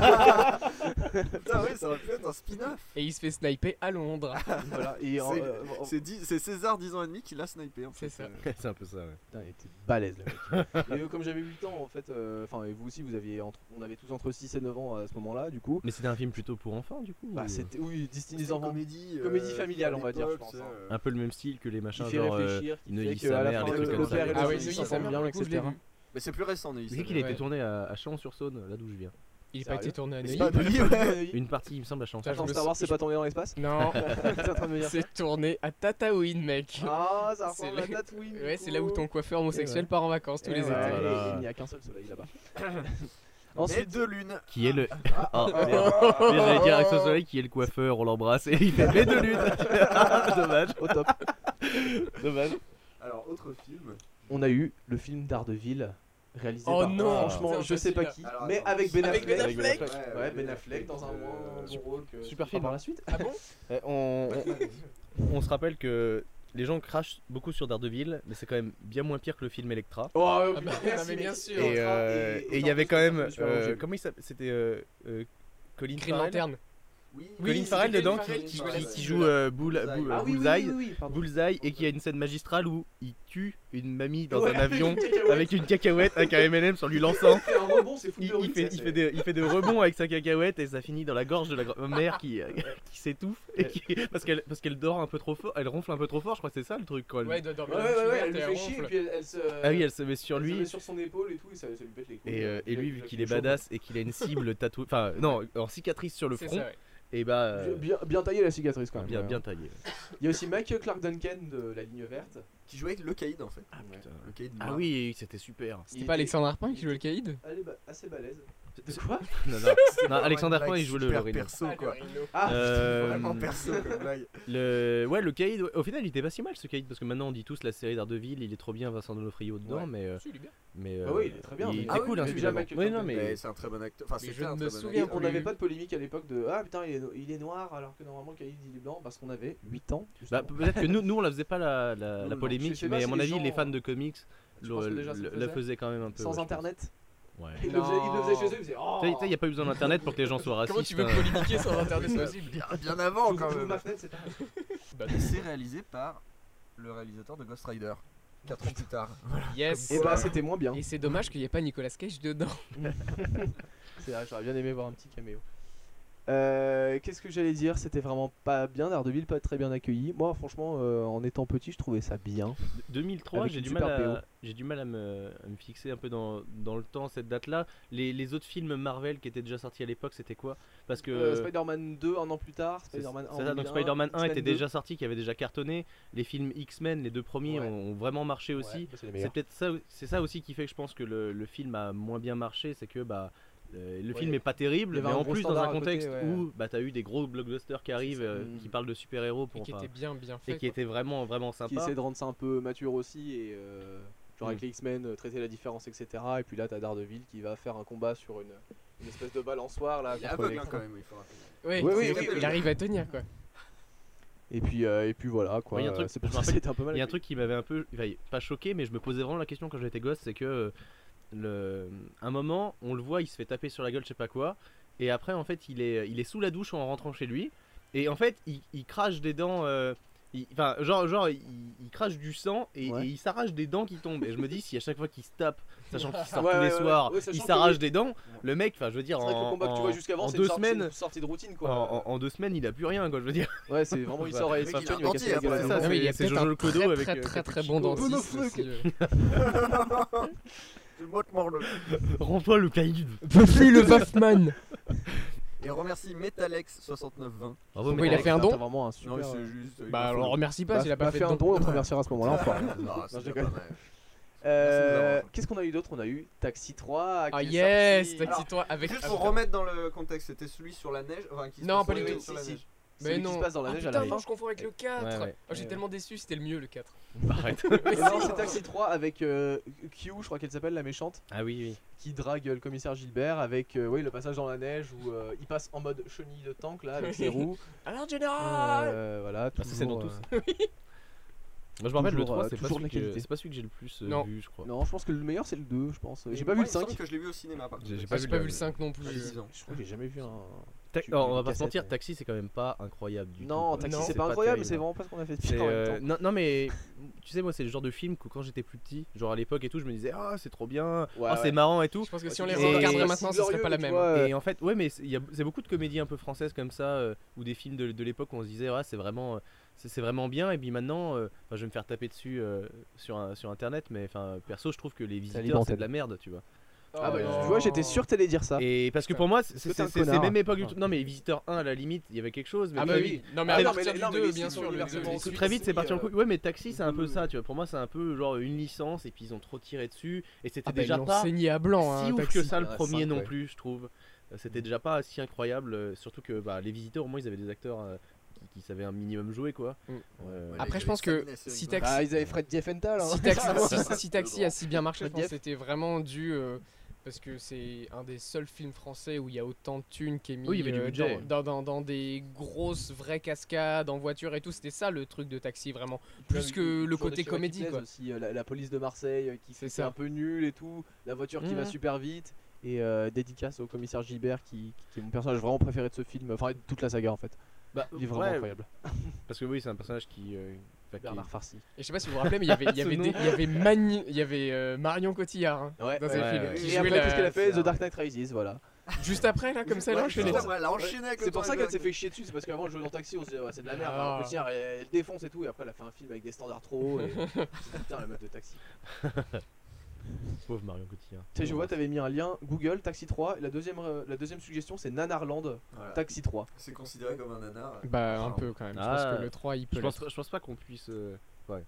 B: ouais, ça aurait pu être un spin-off.
E: Et il se fait sniper à Londres.
C: Voilà, et en-
B: C'est-
C: euh,
B: *laughs*
C: en-
B: C'est dit- c'est César, 10 ans et demi, qui l'a snipé. en fait.
E: C'est ça.
B: Euh,
F: C'est un peu ça, ouais.
C: Putain, il était balèze le mec. *laughs* et euh, comme j'avais 8 ans en fait, euh, enfin et vous aussi vous aviez entre, on avait tous entre 6 et 9 ans à ce moment-là du coup.
F: Mais c'était un film plutôt pour enfants, du coup.
C: Bah
F: ou-
D: euh,
C: c'était oui, Destiny des
B: c'est une
C: enfants.
B: Comédie,
C: Comédie familiale,
B: à
C: on va dire, je
B: l'époque,
C: pense,
B: tu sais,
C: hein.
B: euh,
F: Un peu le même style que les machins,
C: Qui fait
F: genre. euh,
C: réfléchir, qui
F: Neuilly,
C: fait que
F: sa
C: à la
F: mère,
C: fin
F: des
C: le,
F: trucs
C: le
F: comme ça.
C: père et
E: Ah
C: le
E: ouais,
C: fils
E: Neuilly,
C: s'entendent
E: sa mère,
C: bien
E: pour le coup, je l'ai
C: etc.
E: vu.
B: Mais c'est plus récent, Neuilly.
F: Je
B: c'est
F: sais
B: vrai.
F: qu'il a été
E: Ouais.
F: tourné à, à Chalon-sur-Saône, là d'où je viens.
E: Il n'a pas
C: Sérieux
E: été tourné à
B: C'est
E: Neuilly.
B: pas
F: *laughs*
B: Neuilly, ouais.
C: *laughs*
F: Une partie, il me semble, à Chalon-sur-Saône.
E: je
C: Attends,
E: me
C: Star
E: suis-
C: Wars c'est pas tombé dans
F: *laughs*
C: l'espace
E: Non,
C: T'es en train de me dire
E: c'est tourné à Tataouine, mec.
C: Ah, ça
E: C'est
C: ressemble
E: là-
C: à Tatooine. du
E: Ouais, c'est
C: coup.
E: là où ton coiffeur homosexuel
C: ouais.
E: part en vacances tous
C: Eh
E: les
C: ouais,
E: étés.
F: Voilà.
C: et Il n'y a qu'un seul soleil
F: *laughs*
C: là-bas. Ensuite,
B: Et de lune.
F: Qui est le. *laughs* Oh merde. Mais J'allais dire Axel Soleil qui est le coiffeur, on l'embrasse et il fait mais de lutte. *laughs* Dommage,
C: au top,
F: *laughs* dommage.
B: Alors, autre film.
C: on a eu le film d'Ardeville réalisé
E: Oh
C: par
E: non,
C: franchement
E: putain,
C: je sais pas
E: celui-là.
C: qui,
B: Alors,
C: mais
B: attends.
C: avec Ben
E: Avec
C: Affleck.
E: Ben Affleck
B: Affleck.
C: Ouais, Ben Affleck dans un
B: Euh,
C: moins bon
B: super-
C: rôle que
F: super
C: par
F: film.
C: la suite.
E: Ah bon
F: Eh, on, on- on se rappelle que les gens crachent beaucoup sur Daredevil, mais c'est quand même bien moins pire que le film Electra.
C: Oh,
E: Ah bah, non, mais bien sûr.
F: Et euh, et il y avait quand même. euh, comment il s'appelle C'était euh, euh, Colin
E: Green
F: Farrell.
E: Lantern.
B: Oui,
E: Oui,
F: Colin
E: c'était
F: Farrell
E: Colin
F: dedans
E: Farrell
F: qui,
E: qui
F: qui-
E: jouait
F: qui-
E: la-
F: qui joue euh, Boule-
B: Bullseye.
F: Boule-
C: Ah oui, oui,
F: Bullseye.
C: oui, oui, pardon.
F: Bullseye et qui a une scène magistrale où il tue une mamie dans
C: Ouais, *laughs*
F: un avion
C: avec une cacahuète.
F: avec une cacahuète avec un M&M sur lui lançant
C: Il fait un rebond, c'est fou de
F: il,
C: rire,
F: il fait,
C: ça,
F: il,
C: c'est-
F: fait des, il fait des rebonds avec sa cacahuète et ça finit dans la gorge de la gra- mère qui, euh, *laughs* qui s'étouffe et qui- parce qu'elle parce qu'elle dort un peu trop fort, elle ronfle un peu trop fort, je crois que c'est ça le truc quand elle-
E: Ouais, il doit dormir
C: Ouais,
E: dans
C: ouais,
E: une
C: ouais,
E: cuvette
C: elle
E: et
C: le fait chier, et
E: ronfle.
C: puis elle, elle se.
F: Ah oui, elle se met sur
C: elle se met
F: lui
C: sur son épaule et tout, et ça, ça lui pète les couilles.
F: et, euh, et lui vu
C: Jack-
F: qu'il est
C: Jack Shaw.
F: badass et
C: *laughs*
F: qu'il a une cible tatouée, enfin non, en cicatrice sur le
E: C'est
F: front,
E: ça, ouais.
F: et bah euh,
C: Bien- Bien, bien taillé la cicatrice quand même.
F: bien
C: ouais.
F: bien taillé.
C: Il y a aussi Mike Clark Duncan de la ligne verte.
B: Qui jouait avec le Caïd en fait.
C: Ah,
F: putain.
B: Le Caïd
F: Ah
B: noir.
F: oui, c'était super.
E: C'était pas Alexandre Harpin qui jouait le caïd
C: Elle est ba- assez balèze. De quoi
F: *laughs* Non, non. Non, Alexander Point il joue le,
B: Super
F: le Rhino.
B: perso quoi.
C: Ah,
F: Euh,
B: Vraiment perso comme blague.
F: Le... Ouais, le Kaïd, ouais, au final, il était pas si mal ce Kaïd, parce que maintenant on dit tous la série d'Ardeville, il est trop bien, Vincent Donofrio dedans,
C: Ouais.
F: mais. euh,
E: Si, il est bien.
F: mais
C: Bah
F: euh,
C: oui, il est très bien,
F: Il
C: mais-
F: était
B: Ah oui,
F: cool,
B: mais
F: hein,
B: tu
C: l'as
F: évidemment.
C: pas que
F: Oui,
C: tant
F: non,
C: que-
B: Mais
F: mais.
B: c'est un très bon acteur. Enfin,
E: Mais
B: c'était
E: je
B: un
E: ne
B: très
E: me
B: bon
E: souviens
C: Et
B: acteur.
C: on n'avait pas de polémique à l'époque de Ah putain, il est, no- il est noir alors que normalement Khalid il est blanc parce qu'on avait 8 ans.
F: Bah,
C: justement.
F: Peut-être que nous, nous, on la faisait pas la, la,
C: Non,
F: la
C: non, je
F: polémique,
C: sais pas
F: mais à
C: si
F: mon
C: les
F: avis, les
C: gens-
F: fans de comics
C: Tu
F: le-
C: penses que déjà, ça se
F: le-
C: faisait
F: la faisaient quand même un peu.
C: Sans
F: ouais, je
C: internet
F: pense. Ouais.
C: il le, faisait, il le faisait chez eux, il faisait
F: Tu
C: Oh
F: sais, tu sais, y a pas eu besoin d'internet pour que les gens soient racistes.
E: Comment tu veux
F: hein.
E: polémiquer sans internet possible
B: Bien, bien avant
C: J'ouvre-
B: quand
C: j'ouvre
B: même.
C: ma fenêtre, c'est pareil.
B: C'est réalisé par le réalisateur de Ghost Rider. 4 ans plus tard.
E: Yes.
C: Et bah, c'était moins bien.
E: Et c'est dommage qu'il n'y ait pas Nicolas Cage dedans.
C: C'est vrai, j'aurais bien aimé voir un petit caméo. Euh, Qu'est-ce que j'allais dire C'était vraiment pas bien. Daredevil, pas très bien accueilli. Moi, franchement, euh, en étant petit, je trouvais ça bien.
F: 2003,
C: Avec
F: j'ai
C: une
F: du, mal
C: super
F: à, j'ai du mal à me, à me fixer un peu dans, dans le temps, cette date-là. Les, les autres films Marvel qui étaient déjà sortis à l'époque, c'était quoi Parce que.
C: Euh, Spider-Man 2, un an plus tard.
F: C'est
C: Spider-Man 1.
F: c'est ça, donc Spider-Man 1 était déjà sorti, qui avait déjà cartonné. Les films X-Men, les deux premiers,
C: Ouais.
F: ont, ont vraiment marché aussi.
C: bah,
F: c'est peut-être ça, c'est ça aussi qui fait que je pense que le, le film a moins bien marché, c'est que bah euh, le
C: Ouais,
F: film
C: il y
F: est pas
C: il y
F: terrible,
C: avait
F: mais
C: un
F: en
C: gros
F: plus dans
C: standard
F: un
C: à côté,
F: contexte
C: ouais.
F: où bah t'as eu des gros blockbusters qui arrivent,
E: ça.
F: euh,
C: Mm.
F: qui parlent de super-héros
E: Et
F: pour
E: qui
F: enfin,
E: était bien, bien fait.
F: et qui étaient vraiment vraiment
C: Qui
F: sympa.
C: essaie de rendre ça un peu mature aussi. Et euh, genre avec
F: Mm.
B: Hmm.
C: les X-Men, euh, traiter la différence, etc. Et puis là, t'as Daredevil qui va faire un combat sur une, une espèce de balançoire. Là,
B: Il est
C: contre
B: aveugle
C: les-
B: hein, quand même, il faut rappeler.
E: Ouais,
C: Oui, oui,
E: c'est-
C: oui, oui.
E: il arrive à tenir quoi.
C: Et puis, euh, et puis voilà quoi.
F: Ouais, il y a un
C: euh,
F: truc-
C: C'est pour
F: je
C: ça
F: me
C: que
F: rappelle-
C: c'était un peu mal.
F: Il y a un
C: accueilli.
F: truc qui m'avait un peu, enfin, pas choqué, mais je me posais vraiment la question quand j'étais gosse, c'est que euh, le, un moment, on le voit, il se fait taper sur la gueule, je sais pas quoi, et après, en fait, il est, il est sous la douche en rentrant chez lui, et en fait, il, il crache des dents, euh, il- enfin, genre, genre, il, il crache du sang et,
C: Ouais.
F: et il s'arrache des dents qui tombent. Et je me dis, si à chaque fois qu'il se tape, sachant qu'il sort
C: Ouais,
F: tous
C: ouais,
F: les
C: ouais,
F: soirs,
C: ouais. Ouais, sachant
F: il
C: que
F: s'arrache
C: oui.
F: des dents, le mec, enfin, je veux dire,
C: C'est vrai que le
F: en,
C: combat que tu vois jusqu'avant,
F: en
C: c'est une
F: deux
C: sortie- c'est une
F: semaines.
C: sortie de routine
F: en-
C: quoi.
F: en- en deux semaines, il a plus rien, quoi, je veux dire. *laughs*
C: Ouais, c'est vraiment il
F: Bah,
C: sort et
B: le mec,
C: il sort
B: il
C: John,
B: a
C: il va casser la
B: menti,
C: gueule à
F: après,
C: tout
F: ça,
C: le
E: Non,
C: monde.
E: mais il y a
F: c'est
E: peut-être
F: Jojo
E: un
F: le Kodo
E: très,
F: avec,
E: très
F: euh,
E: très très
F: Petit
E: bon
F: Chico.
E: dentiste.
B: Bono
E: aussi, euh.
B: Je motte mort le.
F: Rends-toi le caïd.
E: Buffy le Waffman
B: Et on remercie Metalex6920.
F: Bravo,
E: Pourquoi il a
F: mec.
E: fait un
C: Putain,
E: don
C: t'as vraiment un super.
B: Non, mais c'est juste.
E: Bah alors remercie pas s'il a pas fait,
C: un
E: de
C: don, on te remerciera à ce
B: *laughs*
C: moment-là. enfoiré.
B: Ah, Non,
C: Non,
B: c'est
C: je
B: déjà
C: déconne.
B: pas mal.
C: Euh,
B: Merci de
C: Qu'est-ce qu'on a eu d'autre On a eu Taxi 3.
E: Ah
C: qui est
E: yes
C: sorti.
E: Taxi toi avec
B: Juste
E: ah,
B: pour
E: putain.
B: remettre dans le contexte, c'était celui sur la neige enfin, qui se
E: Non,
B: passe
E: pas
B: sur
E: du
B: la-
E: tout.
B: sur la
C: Si, si.
B: neige.
E: Mais
C: Celui qui
E: non.
C: se passe dans la
E: Ah,
C: neige à la
E: putain,
C: fin.
E: non, je confonds avec le 4
F: Ouais, ouais.
E: Oh, J'ai
C: Ouais,
E: tellement déçu, c'était le mieux le 4.
F: Arrête.
E: Mais
C: Et non,
E: si.
C: c'est Taxi 3 avec euh, Q, je crois qu'elle s'appelle la méchante,
F: Ah oui, oui.
C: qui drague euh, le commissaire Gilbert avec euh, oui, le passage dans la neige où euh, il passe en mode chenille de tank là avec ses roues.
E: Alors général
C: Euh, voilà,
F: *laughs* Ah, c'est celle dont
C: toujours,
F: tous.
C: euh,
F: Moi, je me rappelle, le
C: Toujours,
F: 3,
C: euh,
F: c'est pas,
C: toujours
F: celui
C: d'actualité.
F: que- c'est pas celui que j'ai le plus euh,
E: Non.
F: vu, je crois.
C: Non, je pense que le meilleur c'est le 2, je pense.
B: Et
C: J'ai pas vu
B: moi,
C: le
B: il me
C: 5.
B: semble que je l'ai vu au cinéma. par
F: J'ai- j'ai
B: contre.
F: pas
E: Ah,
F: vu
E: J'ai pas
F: le-
E: vu le 5 non plus.
B: J'avais 10 ans.
C: Je crois que Oh, j'ai jamais vu un.
F: Ta-
C: Tu-
F: non, on
C: une
F: va pas
C: cassette,
F: se mentir,
C: ouais.
F: Taxi c'est quand même pas incroyable du tout.
C: Non,
F: quoi.
C: Taxi
E: Non.
C: c'est pas incroyable, mais c'est
F: terrible.
C: vraiment pas ce qu'on a fait de
F: C'est,
C: pire en
F: euh,
C: même temps.
F: non, non, mais tu sais, moi, c'est le genre de film que quand j'étais plus petit, genre à l'époque et tout, je me disais, ah, c'est trop bien,
C: Ouais,
F: ah,
C: ouais. euh,
F: c'est marrant et tout.
E: Je pense que si on
F: tu
E: les
F: vois, c'est
E: regarderait
F: pas
E: maintenant,
C: si
E: ce serait pas
C: glorieux,
E: la
C: tu
E: même. hein.
C: vois. Ouais.
F: Et oh. en fait, ouais, mais c'est- il y a- c'est beaucoup de comédies un peu françaises comme ça, euh, ou des films de, de l'époque où on se disait, ouais, c'est vraiment, euh, c'est c'est vraiment bien. Et puis maintenant, euh, enfin, je vais me faire taper dessus euh, sur, un- sur internet, mais enfin, perso, je trouve que les visiteurs, c'est
C: l'Ibantelle.
F: de la merde, tu vois.
C: Ah bah
F: Euh,
C: tu vois, j'étais sûr que t'allais dire ça.
F: Et parce que
E: putain.
F: pour moi, c'est- c'est
C: que t'es un
F: c'est- c'est
C: connard
F: même époque du
C: Ah.
F: tout. Non, mais les visiteurs 1, à la limite, il y avait quelque chose. Mais
E: Ah bah
F: très
E: oui.
F: vite-
E: Non mais
C: Ah,
E: à
C: non,
E: partir
C: mais-
E: du
C: non, mais les
E: 2, bien
C: films sont
E: sûr, le 2,
C: universellement
E: les
C: sous-
E: suites,
F: Très vite, c'est parti en
E: euh,
F: couille. Ouais, mais Taxi, c'est un peu
B: oui,
F: ça,
B: oui.
F: tu vois. Pour moi, c'est un peu genre une licence, et puis ils ont trop tiré dessus, et c'était
E: Ah bah, ils
F: déjà
E: l'ont
F: pas
E: saigné à blanc. hein,
F: si ouf
E: Taxi.
F: que Ah, ça le
C: Ouais,
F: premier
C: cinq,
F: non
C: ouais.
F: plus, je trouve. Euh, C'était déjà pas si incroyable, euh, surtout que bah, les visiteurs, au moins, ils avaient des acteurs euh, qui, qui savaient un minimum jouer, quoi.
E: Mm.
F: Euh,
B: Ouais.
E: Après, je pense que
B: Sabine, c'est
E: si
B: rigolo.
E: Taxi,
C: Ah, ils avaient Fred Diefenthal. Hein.
E: si
C: *laughs*
E: Taxi, si- si Taxi a si bien marché, je
C: Fred
E: pense que
C: Dieff.
E: c'était vraiment dû. euh, parce que c'est un des seuls films français où il y a autant de thunes qui est mis
F: Oui, il y avait du
E: euh,
F: budget.
E: dans, dans, dans- dans des grosses vraies cascades en voiture et tout. C'était ça le truc de Taxi vraiment. Plus que le côté comédie quoi.
C: Aussi, euh, la, la police de Marseille euh, qui
E: C'est
C: fait c'est Mmh.
E: ça.
C: un peu nul et tout, la voiture qui va
E: Mhm.
C: super vite et euh, dédicace au commissaire Gilbert qui, qui est mon personnage vraiment préféré de ce film, enfin de toute la saga en fait.
F: bah,
C: Il est vraiment
F: ouais,
C: incroyable.
F: Parce que oui, c'est un personnage qui. euh, enfin, qui-
C: Bernard Farcy.
E: Et je sais pas si vous vous rappelez, mais il y avait, il y avait,
F: Ce
E: des-
F: nom.
E: il y avait, Magni- il y avait euh, Marion Cotillard hein,
C: Ouais.
E: dans ce
F: ouais,
E: film.
F: ouais.
E: qui
C: Et
E: jouait
C: après
E: la-
C: qu'est-ce qu'elle a fait
B: c'est
C: The
B: un-
C: Dark Knight Rises, voilà.
E: Juste après, là, comme ça, là,
B: Ouais,
E: je fais les.
B: putain, ouais, elle a enchaîné avec le
C: C'est pour
B: temps
C: ça
B: avec
C: qu'elle s'est
B: Batman.
C: fait chier dessus, c'est parce qu'avant elle jouait dans Taxi, on se disait ouais, c'est de la merde,
E: Ah.
C: la policière elle, elle défonce et tout, et après elle a fait un film avec des standards trop *laughs* hauts. Et... Putain, la meuf de Taxi.
F: Pauvre Marion Cotillard.
C: Tu sais, je vois, t'avais mis un lien Google, Taxi 3, et la deuxième, euh, la deuxième suggestion c'est Nanarland,
B: Voilà.
C: Taxi 3.
B: C'est considéré comme un nanar.
E: Bah, un peu quand même. Je
F: Ah.
E: pense que le 3, il peut.
F: Je pense, je pense pas qu'on puisse. euh, Ouais.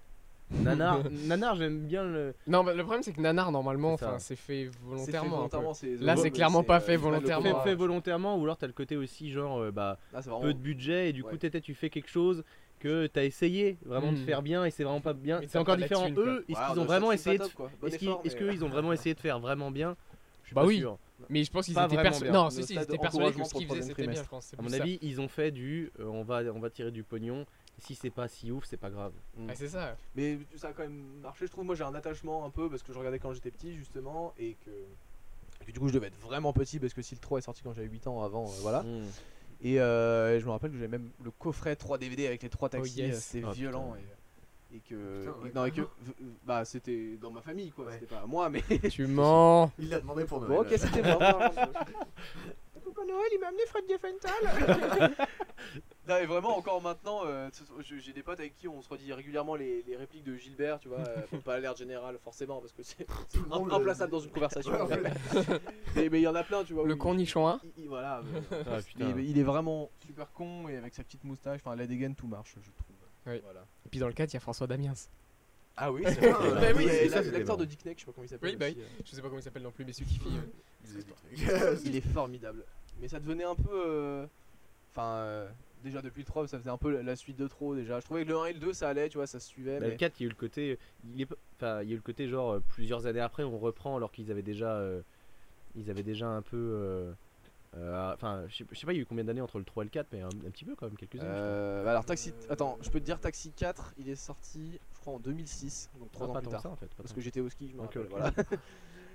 F: Nanar, Nanar j'aime bien le.
E: Non, bah, le problème c'est que Nanar normalement,
F: C'est ça.
E: enfin, c'est fait
C: C'est fait
E: volontairement. un peu.
C: volontairement, c'est-
E: Là,
C: Ouais,
E: c'est
C: mais
E: clairement pas fait
C: euh, Ivan Le
E: volontairement.
F: Fait,
C: Cobra.
F: fait volontairement, ou alors t'as le côté aussi, genre, euh, bah,
C: Là, c'est vraiment-
F: peu de budget, et du coup,
C: Ouais.
F: t'es- t'es- tu fais quelque chose que t'as essayé vraiment de
E: Mm.
F: faire bien, et c'est vraiment pas bien.
E: Mais
F: C'est
E: t'as
F: encore
E: pas la
F: différent.
E: thune, quoi.
F: Eux, est-ce
C: Ouais,
F: qu'ils
C: on
F: ont
C: a
F: vraiment
C: sorti
F: essayé
C: pas
F: de
C: top, quoi. Bon
F: Est-ce qu'ils
C: effort, mais- euh,
F: est-ce qu'ils
C: *laughs*
F: ont vraiment essayé de faire vraiment bien Je suis
E: Bah
F: pas
E: oui.
F: sûr.
E: Mais je pense qu'ils
F: Pas
E: étaient
F: vraiment
E: persuadés.
F: bien.
E: Non,
C: Le
E: si, si, ils
C: stade
E: étaient persuadés que
C: encouragement
E: ce qu'ils
C: pour le
E: faisaient c'était
C: troisième
E: bien, je pense. c'est
F: À mon
E: plus ça.
F: avis, ils ont fait du euh, on va on va tirer du pognon. Si c'est pas si ouf, c'est pas grave.
E: Ah,
F: *laughs*
E: c'est ça.
C: Mais ça a quand même marché, je trouve. Moi, j'ai un attachement un peu parce que je regardais quand j'étais petit, justement, et que. et que du coup, je devais être vraiment petit parce que si le 3 est sorti quand j'avais 8 ans avant, euh, voilà. *laughs*
F: Mm.
C: Et euh, je me rappelle que j'avais même le coffret 3 DVD avec les 3
E: Oh,
C: taxis,
E: yes.
C: euh, c'était
F: Ah,
C: violent.
F: putain.
C: Et, et que.
B: Putain, ouais,
C: et- non, et que- v- Bah, c'était dans ma famille, quoi.
B: Ouais.
C: C'était pas à moi, mais.
E: Tu mens.
B: Il l'a demandé pour Noël.
C: bon, ok, c'était moi.
G: *laughs* Coucou Noël, il m'a amené Fred Diefenthal.
C: *laughs* Non, mais vraiment, encore maintenant, euh, ce- je- j'ai des potes avec qui on se redit régulièrement les, les répliques de Gilbert, tu vois, euh, pour pas l'alerte générale, forcément, parce que c'est
B: Tout le monde le-
C: implaçable dans une conversation.
B: Ouais, ouais.
C: mais mais il y en a plein, tu vois.
E: Le hein.
C: où
E: cornichon 1.
C: il- il- il- Voilà. mais- euh,
F: Ah,
C: mais
F: putain.
C: il, il est vraiment super con et avec sa petite moustache, enfin, la dégaine, tout marche, je trouve.
E: Oui.
C: Voilà.
E: Et puis dans le 4, il y a François Damiens.
C: Ah oui, c'est
B: vrai.
C: bah,
B: Bah
C: oui,
B: oui,
C: et
B: c'est
C: ça,
B: ça,
C: c'est
F: c'est
C: l'acteur
F: bon.
C: de Dick Neck, je sais pas comment il s'appelle.
E: Oui, bah
C: aussi, euh,
E: Je sais pas comment il s'appelle non plus, mais celui qui fait. euh,
B: Il faisait
F: Ah,
B: des trucs.
C: Il est formidable. Mais ça devenait un peu. euh, Enfin. euh, Déjà depuis le 3, ça faisait un peu la- la suite de trop déjà. Je trouvais que le 1 et le 2, ça allait, tu vois, ça se suivait.
F: Bah,
C: mais...
F: le 4, il y a eu le côté il est pas- enfin, il y a eu le côté genre euh, plusieurs années après on reprend alors qu'ils avaient déjà euh, ils avaient déjà un peu euh, euh, enfin je sais- je sais pas il y a eu combien d'années entre le 3 et le 4 mais un, un petit peu quand même quelques années. je crois.
C: Euh, bah alors Taxi, attends, je peux te dire Taxi 4, il est sorti, je crois en 2006, donc 3
F: Ah,
C: ans
F: pas
C: plus
F: tant
C: tard.
F: que ça en fait. pas
C: Parce
F: tant
C: que
F: que
C: j'étais au ski, je me
F: Ok,
C: rappelle.
F: ok.
C: Voilà.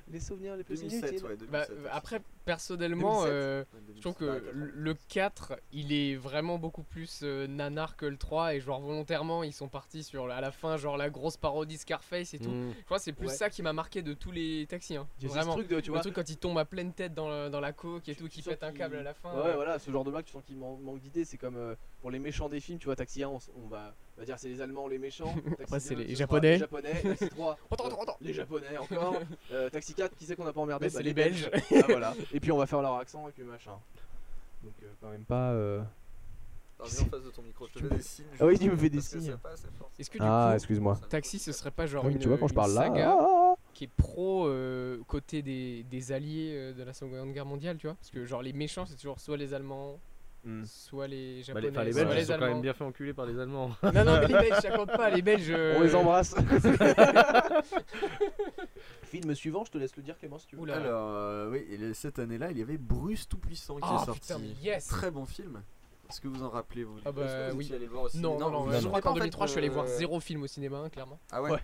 C: les souvenirs les plus
B: 2007,
C: inutiles.
B: ouais,
E: Bah,
B: 2007.
E: euh, après, personnellement,
B: 2007.
E: euh, je trouve
B: Ouais,
E: que
F: hein.
E: le le 4, il est vraiment beaucoup plus euh, nanar que le 3. Et genre, volontairement, ils sont partis sur à la fin, genre la grosse parodie Scarface et
F: ça.
E: tout.
F: Mm.
E: Je crois que c'est plus
C: Ouais.
E: ça qui m'a marqué de tous les taxis. hein.
C: Il y a ce
E: Vraiment.
C: truc de, tu
E: le
C: vois.
E: truc quand il tombe à pleine tête dans, le- dans la coque et
C: Tu-
E: tout,
C: tu
E: qui
C: sens
E: pète un
C: qu'il-
E: câble à la fin.
C: Ouais, voilà, ce genre de blague, tu sens qu'il man- manque d'idées. C'est comme euh, pour les méchants des films, tu vois, Taxi 1, on, s- on va, on va dire c'est les Allemands, les
E: *laughs*
C: méchants. Taxi
E: Après, c'est
C: 2,
E: les
C: ce sera
E: Japonais.
C: Les
E: *laughs*
C: Japonais, Taxi 3,
E: Attends,
C: euh,
E: attends, attends.
C: les Japonais
E: *laughs*
C: encore. Euh, taxi 4, qui c'est qu'on n'a pas emmerdé
E: Bah, c'est les Belges.
C: Ah, voilà. Et puis on va faire leur accent et puis machin. Donc euh, quand même pas. euh,
B: Alors, viens en face de ton micro, je te fais des signes.
C: Ah oui,
B: juste
C: tu me fais des
B: parce que
C: signes.
B: ça passe à force.
E: Est-ce que du coup,
C: Ah, excuse-moi.
B: Ça me
E: Taxi, ce serait pas genre
C: Ouais, mais
E: une,
C: tu vois quand je
E: une
C: parle là.
E: saga
C: ah,
E: qui est pro euh, côté des, des alliés euh, de la Seconde Guerre mondiale, tu vois Parce que genre les méchants, c'est toujours soit les Allemands,
C: Hmm.
E: soit les
F: Bah,
E: Japonais,
F: les, enfin, les
E: soit
F: Belges ils
E: les
F: se sont quand
E: Allemands.
F: même bien fait enculer par les Allemands.
E: Non, non, mais les Belges, ça compte pas, les Belges.
C: On les
E: euh, *laughs*
C: embrasse. Film suivant, je te laisse le dire Clément si tu veux. Ah,
E: Oula.
B: Alors, euh, oui, et le- cette année-là, il y avait Bruce Tout-Puissant qui
E: Ah
B: est sorti.
E: putain, mais yes
B: Très bon film. Est-ce que vous en rappelez vous
E: Ah bah,
B: Est-ce que vous
E: oui.
B: étiez allé le voir au ciné
E: Non, non, non,
B: vous
E: je
B: étiez
E: crois
B: pas,
E: qu'en
B: en fait,
E: 2003, je suis allé voir
B: euh,
E: zéro film au cinéma, hein, clairement.
B: Ah ouais,
C: Ouais.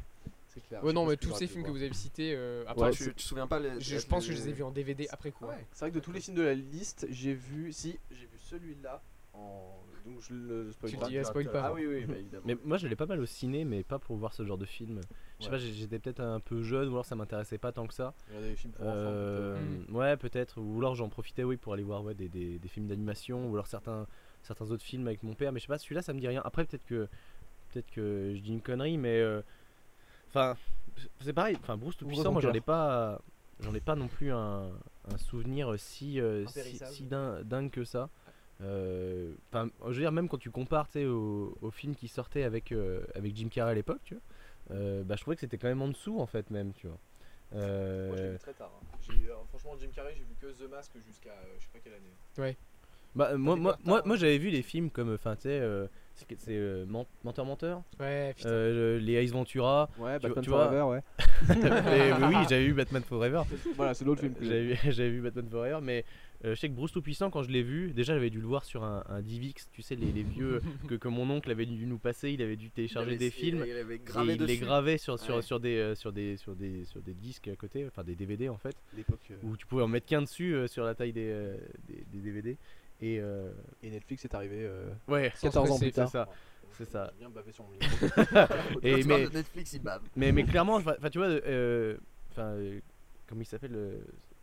C: C'est clair.
E: Ouais, non,
C: je sais
E: mais
C: pas si tu
E: tous ces
C: l'aurais
E: films
C: pu
E: que
C: voir.
E: vous avez cités, euh, après,
B: Toi,
C: Ouais,
E: je,
B: tu, tu te souviens pas les-
E: je- je
B: les-
E: pense que je les ai vus en DVD après coup.
B: Ah
E: hein.
B: ouais.
C: C'est vrai que de tous les films de la liste, j'ai vu. Si, j'ai vu celui-là. En... Donc je le spoil
E: Tu
C: pas.
E: dis, euh, spoil pas.
C: Ah oui, oui, bah, évidemment.
F: Mais moi j'allais pas mal au ciné, mais pas pour voir ce genre de film. Je sais
C: Ouais.
F: pas, j'ai- j'étais peut-être un peu jeune, ou alors ça m'intéressait pas tant que ça.
C: Regardez les films pour enfants.
F: Euh, Ouais, peut-être. Ou alors j'en profitais, oui, pour aller voir ouais, des, des- des films d'animation, ou alors certains, certains autres films avec mon père. Mais je sais pas, celui-là, ça me dit rien. Après, peut-être que, peut-être que je dis une connerie, mais euh, enfin, c'est pareil. Enfin, Bruce tout
C: Ouvre ton
F: puissant, moi, j'en ai
C: cœur.
F: pas, j'en ai pas non plus un, un souvenir si, euh, si,
E: Impérissable.
F: si din- dingue que ça. Euh, Enfin, je veux dire, même quand tu compares tu sais, au, au film qui sortait avec, euh, avec Jim Carrey à l'époque, tu vois, euh, bah, je trouvais que c'était quand même en dessous, en fait, même, tu vois. Euh,
C: Moi, j'ai vu très tard. hein. J'ai- euh, franchement, Jim Carrey, j'ai vu que The Mask jusqu'à euh, je sais pas quelle *laughs* année.
F: Bah, euh, moi,
C: des
F: moi,
C: bâtards,
F: moi,
C: hein.
F: moi j'avais vu les films comme, enfin, tu sais, euh, c'est que- c'est euh, Men- Menteur Menteur,
E: Ouais, putain.
F: euh, les
B: *laughs*
F: Ace Ventura,
C: Ouais,
F: Tu-
C: Batman
F: tu vois-
C: Forever, ouais.
F: les- oui, oui, j'avais vu Batman Forever,
B: *laughs*
C: voilà, c'est l'autre film que j'ai
F: j'avais vu, *laughs* j'avais vu Batman Forever, mais euh, je sais que Bruce Tout-Puissant, quand je l'ai vu, déjà j'avais dû le voir sur un, un DivX, tu sais, les,
B: *laughs*
F: les vieux que, que mon oncle avait dû nous passer, il avait dû télécharger
B: il avait-
F: des films.
B: Il il avait
F: et
B: gravé
F: il les
B: dessus.
F: gravait sur, sur,
B: Ouais.
F: sur, des, euh, sur, des, sur, des, sur des disques à côté, enfin des DVD en fait,
C: L'époque. euh,
F: où tu pouvais en mettre qu'un dessus euh, sur la taille des, euh, des, des DVD. Et euh,
C: Et Netflix est arrivé euh,
F: ouais,
C: 14 ans plus
E: stresser,
C: tard.
F: c'est ça, c'est ça.
C: J'ai bien bavé sur mon *laughs* micro.
F: Et
B: Tu
F: mais-
B: parles de Netflix, il bave.
F: Mais, mais clairement, enfin, enfin, tu vois, euh, enfin, euh, comment il s'appelle euh,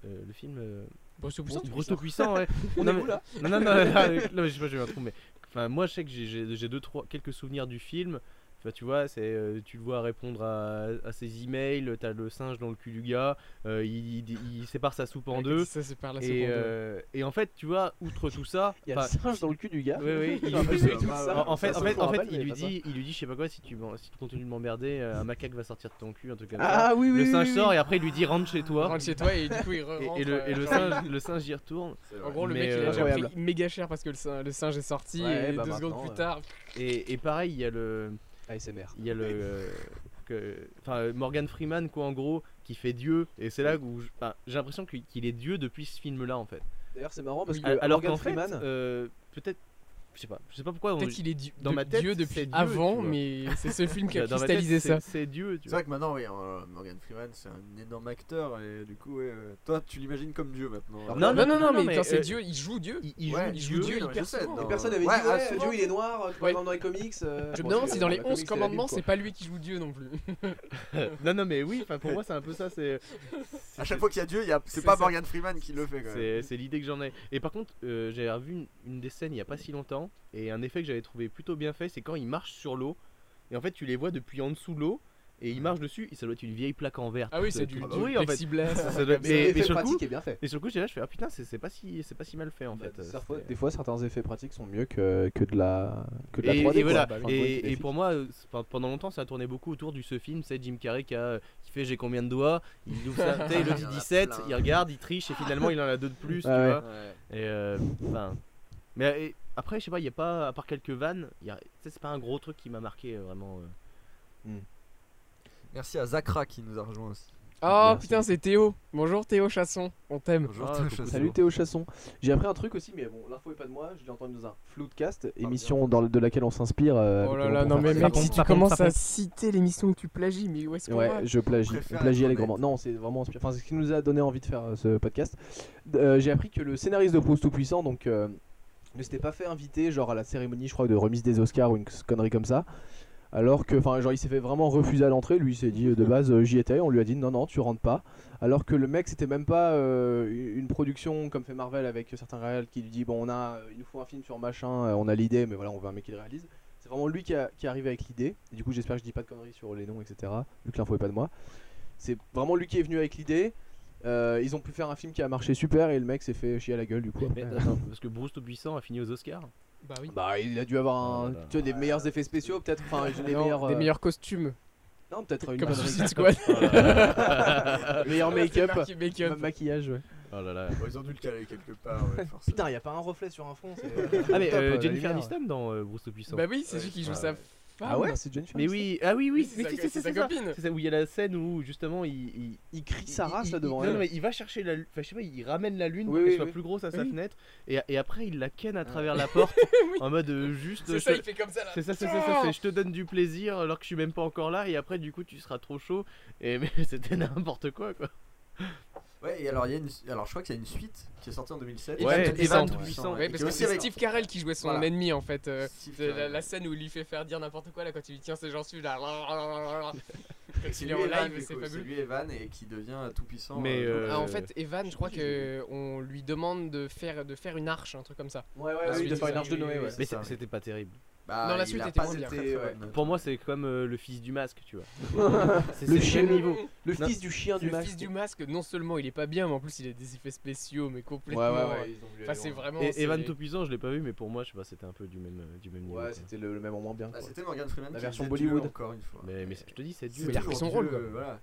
F: euh, le film euh,
E: Bon, c'est puissant, tu
F: Bruce
E: vois.
F: Tout-Puissant, ouais.
C: *laughs* On
F: non,
C: est
F: mais-
C: où là
F: *laughs* non, non, non, non, non, mais je sais pas, j'ai eu un trou, mais enfin, moi, je sais que j'ai- j'ai j'ai deux, trois, quelques souvenirs du film. Enfin, tu vois, c'est, euh, tu le vois répondre à, à ses emails, t'as le singe dans le cul du gars, euh, il, il- il sépare sa soupe en
E: Ouais,
F: deux.
E: Ça, c'est par la
F: Et,
E: seconde.
F: euh, et en fait, tu vois, outre tout ça,
C: *laughs* Il y a le
F: enfin,
C: singe dans le cul du gars.
F: oui, oui, il-
C: J'ai pas vu tout ça.
F: en, en fait,
C: Ça,
F: en
C: ça, je
F: fait,
C: me
F: en
C: rappelle,
F: fait,
C: mais
F: il lui
C: pas ça.
F: dit, il lui dit, je sais pas quoi, si tu, m'en- si tu continues de m'emmerder, euh, un macaque va sortir de ton cul, un truc comme ça.
C: Ah oui, oui.
F: Le
C: oui,
F: singe
C: oui,
F: sort
C: oui.
F: et après il lui dit rentre chez toi.
E: Rentre chez toi et du coup, il
F: Et,
E: re
F: et le, et le singe, le singe y retourne.
E: En gros, le
F: Mais,
E: mec, il
F: euh,
E: a déjà pris
C: incroyable.
E: méga cher parce que le singe, le singe est sorti
C: Ouais,
E: et
C: bah
E: deux secondes
C: maintenant,
E: plus
C: euh,
E: tard.
F: Et, et pareil, il y a le.
C: ASMR.
F: Il y a le. euh, que- Enfin, euh, Morgan Freeman, quoi, en gros, qui fait Dieu. Et c'est là où. je- enfin, J'ai l'impression qu'il qu'il est Dieu depuis ce film-là, en fait.
C: D'ailleurs, c'est marrant parce
E: Oui.
C: que
F: Alors
C: Morgan
F: qu'en fait,
C: Freeman,
F: euh, peut-être. Je sais pas. Je sais pas pourquoi. on-
E: Peut-être qu'il est dieu-
F: dans
E: de-
F: ma tête,
E: dieu
F: c'est
E: depuis
F: Dieu, tu
E: avant,
F: vois.
E: mais c'est ce film qui a
F: dans ma tête,
E: cristallisé
F: c'est-
E: ça.
F: C'est Dieu, tu
B: C'est
F: vois.
B: vrai que maintenant, oui, euh, Morgan Freeman, c'est un énorme acteur et du coup, ouais, euh, toi, tu l'imagines comme Dieu maintenant.
C: Alors,
E: Non, non, non,
F: non,
E: mais,
F: mais,
E: quand c'est
F: euh,
E: Dieu, il joue Dieu.
F: Il, il
B: Ouais,
F: joue
E: il joue Dieu,
B: non,
E: hyper
B: mais
E: souvent.
B: non.
C: personne avait
B: Ouais, ah,
C: dit Euh, ouais,
B: souvent.
C: Dieu il est noir, euh,
E: Ouais.
C: comme dans les comics. euh,
E: Je me
C: bon,
E: demande
C: c'est-
E: si dans les
C: la
E: 11
C: comics, c'est la Bible,
E: commandements,
C: quoi.
E: c'est pas lui qui joue Dieu non plus.
F: *laughs* non, non, mais oui, enfin, pour moi, c'est un peu ça. C'est.
B: À chaque fois qu'il y a Dieu, il y a- c'est
E: C'est
B: pas
E: ça.
B: Morgan Freeman qui le fait. Quand même.
F: C'est c'est l'idée que j'en ai. Et par contre, euh, j'avais revu une, une des scènes il y a pas si longtemps, et un effet que j'avais trouvé plutôt bien fait, c'est quand ils marchent sur l'eau, et en fait tu les vois depuis en dessous de l'eau, et ils marchent dessus, et ça doit être une vieille plaque en verre.
E: Ah oui,
F: toute-
E: c'est du,
F: toute-
E: du
F: Oui, en fait.
E: plexiglas.
F: Ça- ça doit-
E: comme
F: mais,
E: ça.
C: Mais
F: mais
C: l'effet
F: sur le coup,
C: pratique est bien fait.
F: et sur le coup, j'ai là, je fais ah putain, c'est c'est pas si, c'est pas si mal fait en fait.
C: Bah,
F: euh,
C: parfois-
F: c'était-
C: des fois, certains effets pratiques sont mieux que, que de la, que de la
F: et,
C: 3D.
F: et voilà.
C: quoi. Enfin,
F: et,
C: ouais, c'est
F: et
C: des
F: pour moi, euh, c'est- enfin, pendant longtemps, ça a tourné beaucoup autour du ce film, c'est Jim Carrey qui, a, euh, qui fait j'ai combien de doigts, il ouvre
B: *laughs*
F: sa tête, il le
B: Il y
F: dit
B: en a
F: 17,
B: plein.
F: il regarde, il triche et finalement il en a deux de plus,
C: Ah
F: tu
C: ouais.
F: vois.
B: Ouais.
F: Et euh, enfin. mais et après, je sais pas, il y a pas, à part quelques vannes, y a- tu sais, c'est pas un gros truc qui m'a marqué euh, vraiment. euh.
B: Merci à Zakra qui nous a rejoint aussi.
E: Oh
C: Merci.
E: putain, c'est Théo. Bonjour Théo Chasson, on t'aime.
B: Bonjour,
F: Ah,
B: Théo
F: coucou.
B: Chasson.
C: Salut Théo Chasson. J'ai appris un truc aussi, mais bon, l'info est pas de moi, je l'ai entendu dans un Floodcast, émission dans le- de laquelle on s'inspire. euh,
E: Oh
C: avec
E: là
C: le
E: là,
C: bon
E: non
C: frère
E: mais
F: ça
E: mec,
F: compte,
E: si
F: ça compte,
E: tu
F: ça
E: commences à
F: compte.
E: citer l'émission que tu plagies, mais où est-ce qu'on va
C: Ouais, je plagie.
B: préfère
C: On
B: être
C: plagie
B: honnête.
C: allègrement. Non, c'est vraiment inspiré. Enfin, c'est ce qui nous a donné envie de faire euh, ce podcast. D- euh, J'ai appris que le scénariste de Proust Tout-Puissant, donc. euh, ne s'était pas fait inviter, genre à la cérémonie, je crois, de remise des Oscars ou une connerie comme ça. Alors que, enfin, genre, il s'est fait vraiment refuser à l'entrée. Lui, il s'est dit,
B: *laughs*
C: euh, de base, euh, j'y étais. On lui a dit, non, non, tu rentres pas. Alors que le mec, c'était même pas euh, une production comme fait Marvel avec certains réels qui lui dit, bon, on a, euh, il nous faut un film sur machin, euh, on a l'idée, mais voilà, on veut un mec qui le réalise. C'est vraiment lui qui, a- qui est arrivé avec l'idée. Et Du coup, j'espère que je dis pas de conneries sur les noms, etc. Vu que l'info est pas de moi. C'est vraiment lui qui est venu avec l'idée. Euh, ils ont pu faire un film qui a marché super et le mec s'est fait chier à la gueule du coup.
F: Mais euh,
C: après.
F: attends, parce que Bruce Tout-Puissant a fini aux Oscars.
E: Bah oui.
C: Bah, il a dû avoir un,
F: Voilà.
C: tu vois, des meilleurs effets spéciaux, peut-être. Enfin, des
E: Non,
C: meilleurs.
E: Des
C: euh,
E: meilleurs costumes,
C: Non, peut-être une
E: comme
C: connerie.
E: Suicide Squad.
C: meilleur make-up.
E: Marqué
C: Ma-
E: make-up.
C: Maquillage, ouais.
F: Oh là là.
B: Ouais, Ils ont dû le caler quelque part, ouais, forcément.
C: Putain, y a pas un reflet sur un fond. c'est-
F: Ah mais
C: Top,
F: euh,
C: euh, la
F: Jennifer
C: lumière.
F: Aniston dans euh, Bruce Tout-Puissant.
E: Bah oui, c'est
B: Ouais.
E: lui qui joue
F: Ouais.
E: sa
C: Ah ouais C'est John
F: Mais oui, ah oui, oui,
E: c'est
F: c'est-
E: sa-
F: c'est-
E: c'est
F: c'est
E: sa
F: ça.
E: copine.
F: C'est ça, où il y a la scène où justement il. il...
C: Il crie sa
F: il-
C: race là
F: il-
C: devant
F: il, non,
C: elle.
F: non, mais il va chercher la lune, enfin, je sais pas, il ramène la lune
C: Oui,
F: pour qu'elle
C: oui,
F: soit
C: oui.
F: plus grosse à sa
E: Oui.
F: fenêtre et, et après il la ken à travers la porte en mode euh, juste.
E: C'est
F: je
E: ça,
F: te-
E: il fait comme ça là.
F: C'est ça, c'est ça, c'est ça, c'est je te donne du plaisir alors que je suis même pas encore là et après du coup tu seras trop chaud et *laughs* mais c'était n'importe quoi quoi.
B: Ouais, et alors, il y a une... alors je crois qu'il y a une suite qui est sortie en 2007.
F: Ouais,
E: Evan
B: Evan
E: Tout
F: Puissant,
E: Ouais,
B: Et
E: parce
B: qui est
E: que
B: aussi
E: c'est
B: avec-
E: Steve Carell qui jouait son
B: Voilà.
E: ennemi en fait. euh,
B: Steve
E: de la,
B: Carell.
E: la scène où il lui fait faire dire n'importe quoi là quand il lui tient ses gens suivent là. Quand
B: C'est
E: il
B: lui
E: est en
B: Evan,
E: live,
B: du
E: c'est
B: coup, c'est
E: fabuleux.
B: lui Evan et qui devient tout puissant.
F: Mais, euh,
E: Ah, en fait, Evan,
F: je
E: je
F: sais
E: crois
F: plus qui j'ai
E: que on lui demande de faire de faire une arche, un truc comme ça.
C: Ouais,
E: Ah,
C: ouais, oui,
E: oui,
C: de faire
E: c'est
C: une arche
E: ça,
C: de
E: oui,
C: Noé,
E: oui,
C: ouais.
E: oui.
F: Mais
B: ça,
F: c'est-
B: ouais.
F: c'était pas terrible.
B: bah,
E: non, la
B: il
E: suite
B: a
E: était
B: pas
E: moins bien.
B: été,
E: Très, très
B: ouais.
F: Pour moi c'est comme euh, le fils du masque tu vois. C'est-
C: Le
F: c'est
C: chien.
F: le même niveau.
C: Le
F: Non.
C: fils du chien du
E: Le
C: masque.
E: fils du masque, non seulement il est pas bien, mais en plus il a des effets spéciaux, mais
C: Ouais,
E: complètement. euh,
C: ouais, ouais. ils ont voulu
E: Enfin,
C: aller
E: c'est
C: loin.
E: vraiment.
F: Et
E: c'est-
F: Evan Tout-Puissant, je l'ai pas vu, mais pour moi, je sais pas, c'était un peu du même, euh, du même niveau.
C: Ouais,
F: quoi.
C: c'était le, le même en moins bien.
B: Bah,
C: quoi.
B: c'était Morgan Freeman.
C: La
B: qui
C: version
B: faisait
C: Bollywood.
B: Dieu encore une fois.
F: Mais, mais c'est- je te dis, c'est
B: C'est
F: dur.
E: il a repris son
B: toujours
E: rôle,
B: Dieu,
E: quoi.
B: voilà.